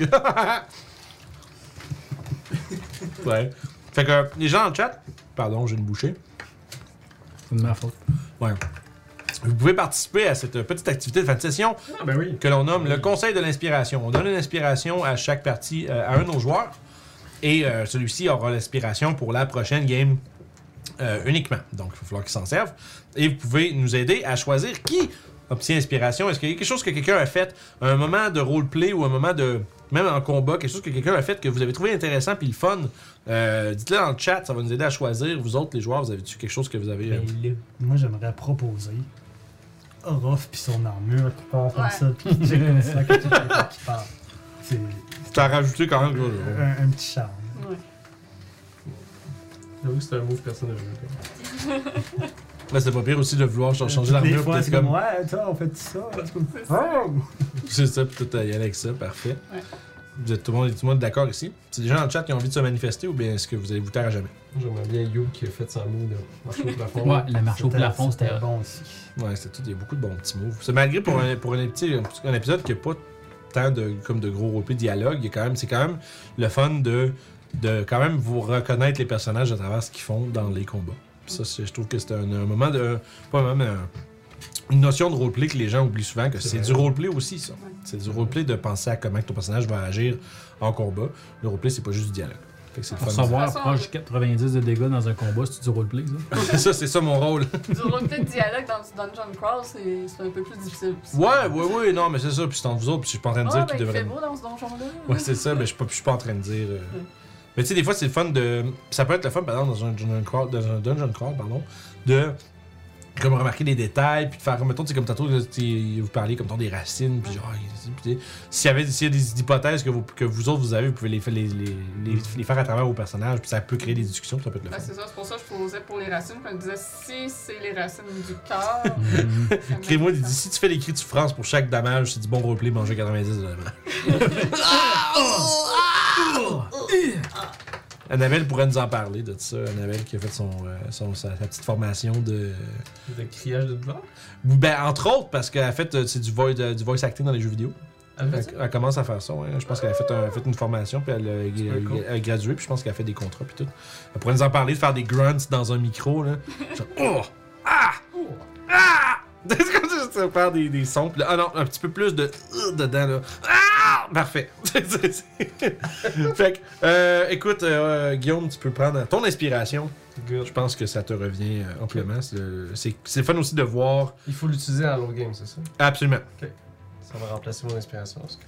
[SPEAKER 1] que- <laughs> ouais. Fait que les gens en chat, pardon, j'ai une bouchée.
[SPEAKER 4] C'est de ma faute.
[SPEAKER 1] Vous pouvez participer à cette petite activité de fin de session
[SPEAKER 3] Ah, ben oui.
[SPEAKER 1] que l'on nomme le conseil de l'inspiration. On donne une inspiration à chaque partie, euh, à un de nos joueurs, et euh, celui-ci aura l'inspiration pour la prochaine game euh, uniquement. Donc, il va falloir qu'il s'en serve. Et vous pouvez nous aider à choisir qui obtient inspiration. Est-ce qu'il y a quelque chose que quelqu'un a fait, un moment de roleplay ou un moment de. Même en combat, quelque chose que quelqu'un a fait que vous avez trouvé intéressant puis le fun, euh, dites-le dans le chat, ça va nous aider à choisir. Vous autres, les joueurs, vous avez-tu quelque chose que vous avez. euh,
[SPEAKER 5] Ben, Moi, j'aimerais proposer Orof puis son armure qui part comme
[SPEAKER 7] Ouais.
[SPEAKER 5] ça, puis qui check comme ça, qui check comme ça, qui part. C'est
[SPEAKER 1] T'as rajouté quand même. quelque chose.
[SPEAKER 5] un, un petit charme.
[SPEAKER 3] J'avoue que c'est un move que personne n'a vu. quoi.
[SPEAKER 1] Là, Ben, c'est pas pire aussi de vouloir changer
[SPEAKER 5] Toutes les
[SPEAKER 1] l'armure.
[SPEAKER 5] fois,
[SPEAKER 1] peut-être
[SPEAKER 5] c'est comme, ouais, toi, on fait tout ça. Oh!
[SPEAKER 1] C'est ça, puis tout à y aller avec ça, parfait.
[SPEAKER 7] Ouais.
[SPEAKER 1] Vous êtes tout le monde, tout le monde d'accord ici? C'est des gens dans le chat qui ont envie de se manifester ou bien est-ce que vous allez vous taire à jamais?
[SPEAKER 3] J'aimerais bien You qui a fait son move de marcher au
[SPEAKER 4] <laughs>
[SPEAKER 3] plafond.
[SPEAKER 4] Ouais, la marche au
[SPEAKER 5] C'était-
[SPEAKER 4] plafond, c'était.
[SPEAKER 5] c'était bon aussi.
[SPEAKER 1] Ouais, c'est tout, il y a beaucoup de bons petits moves. C'est malgré pour un, pour un, petit, un épisode qui n'a pas tant de, comme de gros roleplay dialogue, il y a quand même, c'est quand même le fun de, de quand même vous reconnaître les personnages à travers ce qu'ils font dans les combats. Puis Ça, c'est- je trouve que c'est un, un moment de. Pas un moment, mais un- une notion de roleplay que les gens oublient souvent, que
[SPEAKER 3] C'est
[SPEAKER 1] c'est
[SPEAKER 3] vrai.
[SPEAKER 1] du roleplay aussi, ça. C'est du roleplay de penser à comment que ton personnage va agir en combat. Le roleplay, c'est pas juste du dialogue. Fait que c'est le
[SPEAKER 4] Pour
[SPEAKER 1] fun.
[SPEAKER 4] savoir,
[SPEAKER 7] façon,
[SPEAKER 4] proche de 90 de dégâts dans un combat, c'est du roleplay, ça.
[SPEAKER 1] C'est <laughs> ça, c'est ça mon rôle.
[SPEAKER 7] Du roleplay de dialogue dans du Dungeon Crawl, c'est c'est un peu plus difficile.
[SPEAKER 1] Ouais, ouais, ouais, non, mais c'est ça. Puis c'est entre vous autres, puis je suis pas en train de dire
[SPEAKER 7] Ah,
[SPEAKER 1] qu'il
[SPEAKER 7] ben, il
[SPEAKER 1] devrait.
[SPEAKER 7] fait beau dans ce donjon-là.
[SPEAKER 1] Ouais, c'est ça, mais je suis pas, je suis pas en train de dire. euh.
[SPEAKER 7] Mm.
[SPEAKER 1] Mais tu sais, des fois, c'est le fun de. Ça peut être le fun, par exemple, dans un dungeon crawl, dans un dungeon crawl, pardon, de. Comme remarquer les détails, puis de faire, mettons, tu sais, comme tantôt, là, tu- vous parliez, comme mettons, des racines, puis genre, ah, puis tu sais, s'il y avait s'il y a des hypothèses que vous, que vous autres, vous avez, vous pouvez les, fa- les, les, les, les faire à travers vos personnages, puis ça peut créer des discussions, puis ça peut être le
[SPEAKER 2] Ah,
[SPEAKER 7] Ben,
[SPEAKER 1] fun.
[SPEAKER 7] c'est ça, c'est pour ça que je posais pour les racines. Je me disais, si c'est les racines du
[SPEAKER 1] <laughs>
[SPEAKER 7] cœur.
[SPEAKER 4] Mhm.
[SPEAKER 7] ça me-
[SPEAKER 1] Mm-hmm. Crée-moi, des- si tu fais les cris de souffrance pour chaque damage, c'est du bon replay, manger 90 de damage. Annabelle pourrait nous en parler de ça. Annabelle qui a fait son, euh, son- sa, sa petite formation de.
[SPEAKER 3] De criage de douleur.
[SPEAKER 1] Ben, entre autres, parce qu'elle a fait euh, c'est du, voice, euh, du voice acting dans les jeux vidéo.
[SPEAKER 3] Elle fait ça?
[SPEAKER 1] Elle, elle commence à faire ça, ouais. Je pense qu'elle a fait, un- fait une formation, puis elle, a-
[SPEAKER 3] C'est bien cool.
[SPEAKER 1] elle a gradué, puis je pense qu'elle a fait des contrats, puis tout. Elle pourrait nous en parler, de faire des grunts dans un micro, là. Genre, oh! Ah! Ah! <laughs> C'est comme ça, ça faire des, des sons, puis là, ah non, un petit peu plus de euh dedans, là. Ah! Parfait. <laughs> C'est- c'est- c'est- fait que, euh, écoute, euh, Guillaume, tu peux prendre ton inspiration.
[SPEAKER 3] Good.
[SPEAKER 1] Je pense que ça te revient euh, amplement. C'est le- C'est c'est fun aussi de voir.
[SPEAKER 3] Il faut l'utiliser à long game, c'est ça?
[SPEAKER 1] Absolument.
[SPEAKER 3] Ça va remplacer mon inspiration. parce que-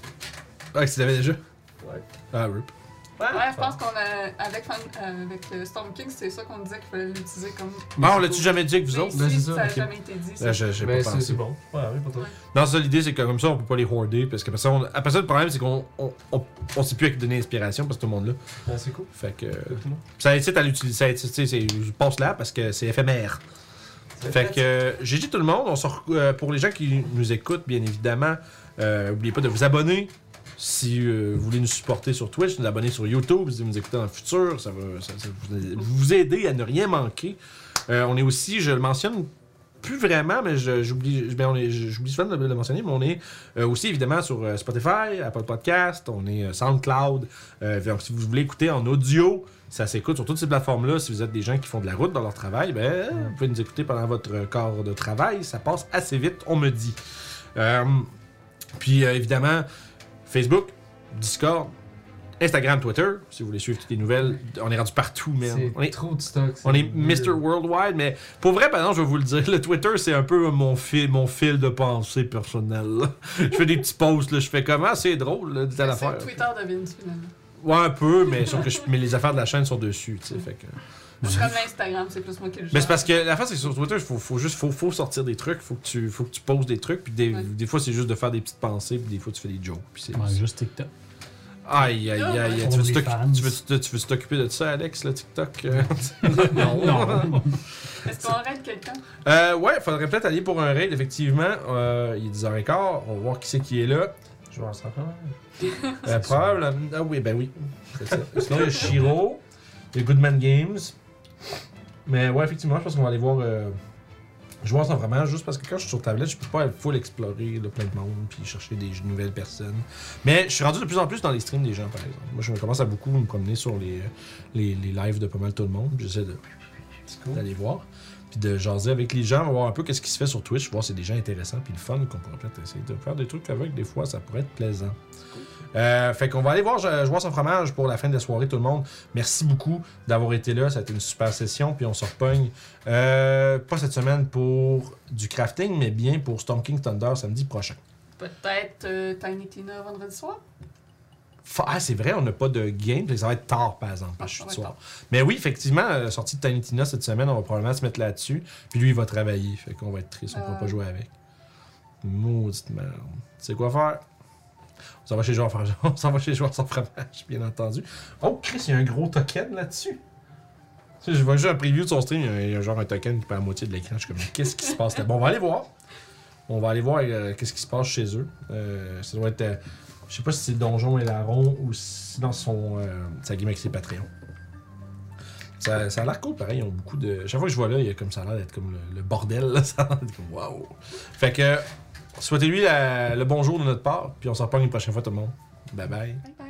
[SPEAKER 1] Ah, tu l'avais déjà?
[SPEAKER 3] Ouais.
[SPEAKER 1] Ah, rip.
[SPEAKER 2] Ouais, je pense qu'on a. Avec, Fan- avec euh, Storm King, c'est ça qu'on disait qu'il fallait l'utiliser comme.
[SPEAKER 1] Bon, on l'a-tu jamais dit que vous
[SPEAKER 2] Mais
[SPEAKER 1] autres?
[SPEAKER 2] ici,
[SPEAKER 3] Ben, c'est
[SPEAKER 2] ça
[SPEAKER 3] ça,
[SPEAKER 2] n'a
[SPEAKER 3] ok.
[SPEAKER 2] jamais été dit.
[SPEAKER 1] Là, Euh, je- j'ai
[SPEAKER 3] Ben,
[SPEAKER 1] pas
[SPEAKER 3] c'est
[SPEAKER 1] pensé.
[SPEAKER 3] c'est bon. Ouais, oui, pour toi.
[SPEAKER 1] Dans ça, l'idée, c'est que comme ça, on peut pas les hoarder. Parce que après ça, on- après ça, le problème, c'est qu'on on, on, on sait plus à qui donner inspiration parce que tout le monde là.
[SPEAKER 3] Ben, c'est cool.
[SPEAKER 1] Fait que. euh,
[SPEAKER 3] Tout le monde.
[SPEAKER 1] Ça incite à l'utiliser. Ça incite, tu sais, c'est- je passe là parce que c'est éphémère. Fait que euh, j'ai dit tout le monde, on se re- euh, pour les gens qui nous écoutent, bien évidemment, euh, oubliez pas de vous abonner. Si euh, vous voulez nous supporter sur Twitch, nous abonner sur YouTube, si vous nous écoutez dans le futur, ça va, ça- ça vous- vous aider à ne rien manquer. Euh, on est aussi, je le mentionne plus vraiment, mais je- j'oublie je- ben, on est- j'oublie souvent de le mentionner, mais on est euh, aussi évidemment sur euh, Spotify, Apple Podcast, on est euh, SoundCloud. Euh, donc, si vous voulez écouter en audio, ça s'écoute sur toutes ces plateformes-là. Si vous êtes des gens qui font de la route dans leur travail, ben, vous pouvez nous écouter pendant votre corps de travail. Ça passe assez vite, on me dit. Euh, puis euh, évidemment, Facebook, Discord, Instagram, Twitter, si vous voulez suivre toutes les nouvelles. On est rendu partout, man.
[SPEAKER 3] C'est
[SPEAKER 1] On est
[SPEAKER 3] trop de stock. c'est
[SPEAKER 1] on est
[SPEAKER 3] weird.
[SPEAKER 1] Mr. Worldwide, mais pour vrai, par exemple, je vais vous le dire, le Twitter, c'est un peu mon fil, mon fil de pensée personnelle. là. <laughs> je fais des petits posts, là, je fais comment, c'est drôle, là, des
[SPEAKER 2] C'est
[SPEAKER 1] affaires.
[SPEAKER 2] le Twitter de Vince, finalement.
[SPEAKER 1] Ouais, un peu, mais, sauf que je- mais les affaires de la chaîne sont dessus, tu sais, fait que...
[SPEAKER 2] C'est comme l'Instagram, c'est plus moi qui le
[SPEAKER 1] Mais
[SPEAKER 2] gère.
[SPEAKER 1] Ben, c'est parce que la face, c'est que sur Twitter, faut, faut juste faut, faut sortir des trucs, faut que tu, faut que tu poses des trucs, puis des,
[SPEAKER 2] Ouais.
[SPEAKER 1] des fois, c'est juste de faire des petites pensées, puis des fois, tu fais des jokes, puis c'est...
[SPEAKER 4] Il manque juste TikTok.
[SPEAKER 1] Aïe, aïe, aïe, aïe, tu veux-tu
[SPEAKER 5] Only
[SPEAKER 1] t'occu-
[SPEAKER 5] fans.
[SPEAKER 1] tu veux-tu tu veux-tu t'occuper de ça, Alex, le TikTok? euh?
[SPEAKER 4] <laughs>
[SPEAKER 1] <laughs>
[SPEAKER 4] Non. <laughs>
[SPEAKER 2] Est-ce qu'on raid quelqu'un
[SPEAKER 1] Euh, ouais, faudrait peut-être aller pour un raid, effectivement. Euh, il est 10h15, on va voir qui c'est qui est là.
[SPEAKER 3] Je vais en se rappeler.
[SPEAKER 1] Euh, probablement. Ah oui, ben oui. C'est ça. Sinon, il y a Shiro, il y a Goodman Games. Mais ouais, effectivement, je pense qu'on va aller voir. Euh, joueurs sans vraiment, juste parce que quand je suis sur tablette, je peux pas full explorer le plein de monde puis chercher des nouvelles personnes. Mais je suis rendu de plus en plus dans les streams des gens, par exemple. Moi, je commence à beaucoup me promener sur les, les, les lives de pas mal tout le monde. puis J'essaie de
[SPEAKER 3] C'est cool.
[SPEAKER 1] d'aller voir, puis de jaser avec les gens, voir un peu qu'est-ce qui se fait sur Twitch, voir si c'est des gens intéressants, puis le fun qu'on pourrait peut-être essayer de faire des trucs avec, des fois, ça pourrait être plaisant. Euh, fait qu'on va aller voir Je- Joueur sans fromage pour la fin de la soirée, tout le monde. Merci beaucoup d'avoir été là. Ça a été une super session. Puis on se repogne, euh, pas cette semaine pour du crafting, mais bien pour Storm King Thunder samedi prochain.
[SPEAKER 2] Peut-être euh, Tiny Tina vendredi soir
[SPEAKER 1] Fa- Ah, c'est vrai, on n'a pas de game. Ça va être tard, par exemple, parce que je suis
[SPEAKER 2] Ah,
[SPEAKER 1] de
[SPEAKER 2] ça va
[SPEAKER 1] soir. Mais oui, effectivement, la sortie de Tiny Tina cette semaine, on va probablement se mettre là-dessus. Puis lui, il va travailler. Fait qu'on va être triste, on pourra
[SPEAKER 2] Euh.
[SPEAKER 1] pas jouer avec. Maudite merde. Tu sais quoi faire? On s'en va chez Joueur Fromage. <laughs> On s'en va chez Joueur sans fromage, bien entendu. Oh, Chris, il y a un gros token là-dessus. Tu sais, je vois juste un preview de son stream, il y a- il y, a genre un token qui perd la moitié de l'écran. Je suis comme, qu'est-ce qui se passe là? Bon, on va aller voir. On va aller voir euh, qu'est-ce qui se passe chez eux. Euh, ça doit être. euh, je sais pas si c'est Donjon et Laron ou si dans son. euh, sa gimmick, c'est Patreon. Ça, ça a l'air cool, pareil. Ils ont beaucoup de. Chaque fois que je vois là, il y a comme ça a l'air d'être comme le, le bordel. Là, <laughs> ça a l'air d'être comme waouh. Fait que. Souhaitez-lui la- le bonjour de notre part, puis on se reprend une prochaine fois, tout le monde. Bye bye.
[SPEAKER 2] Bye bye.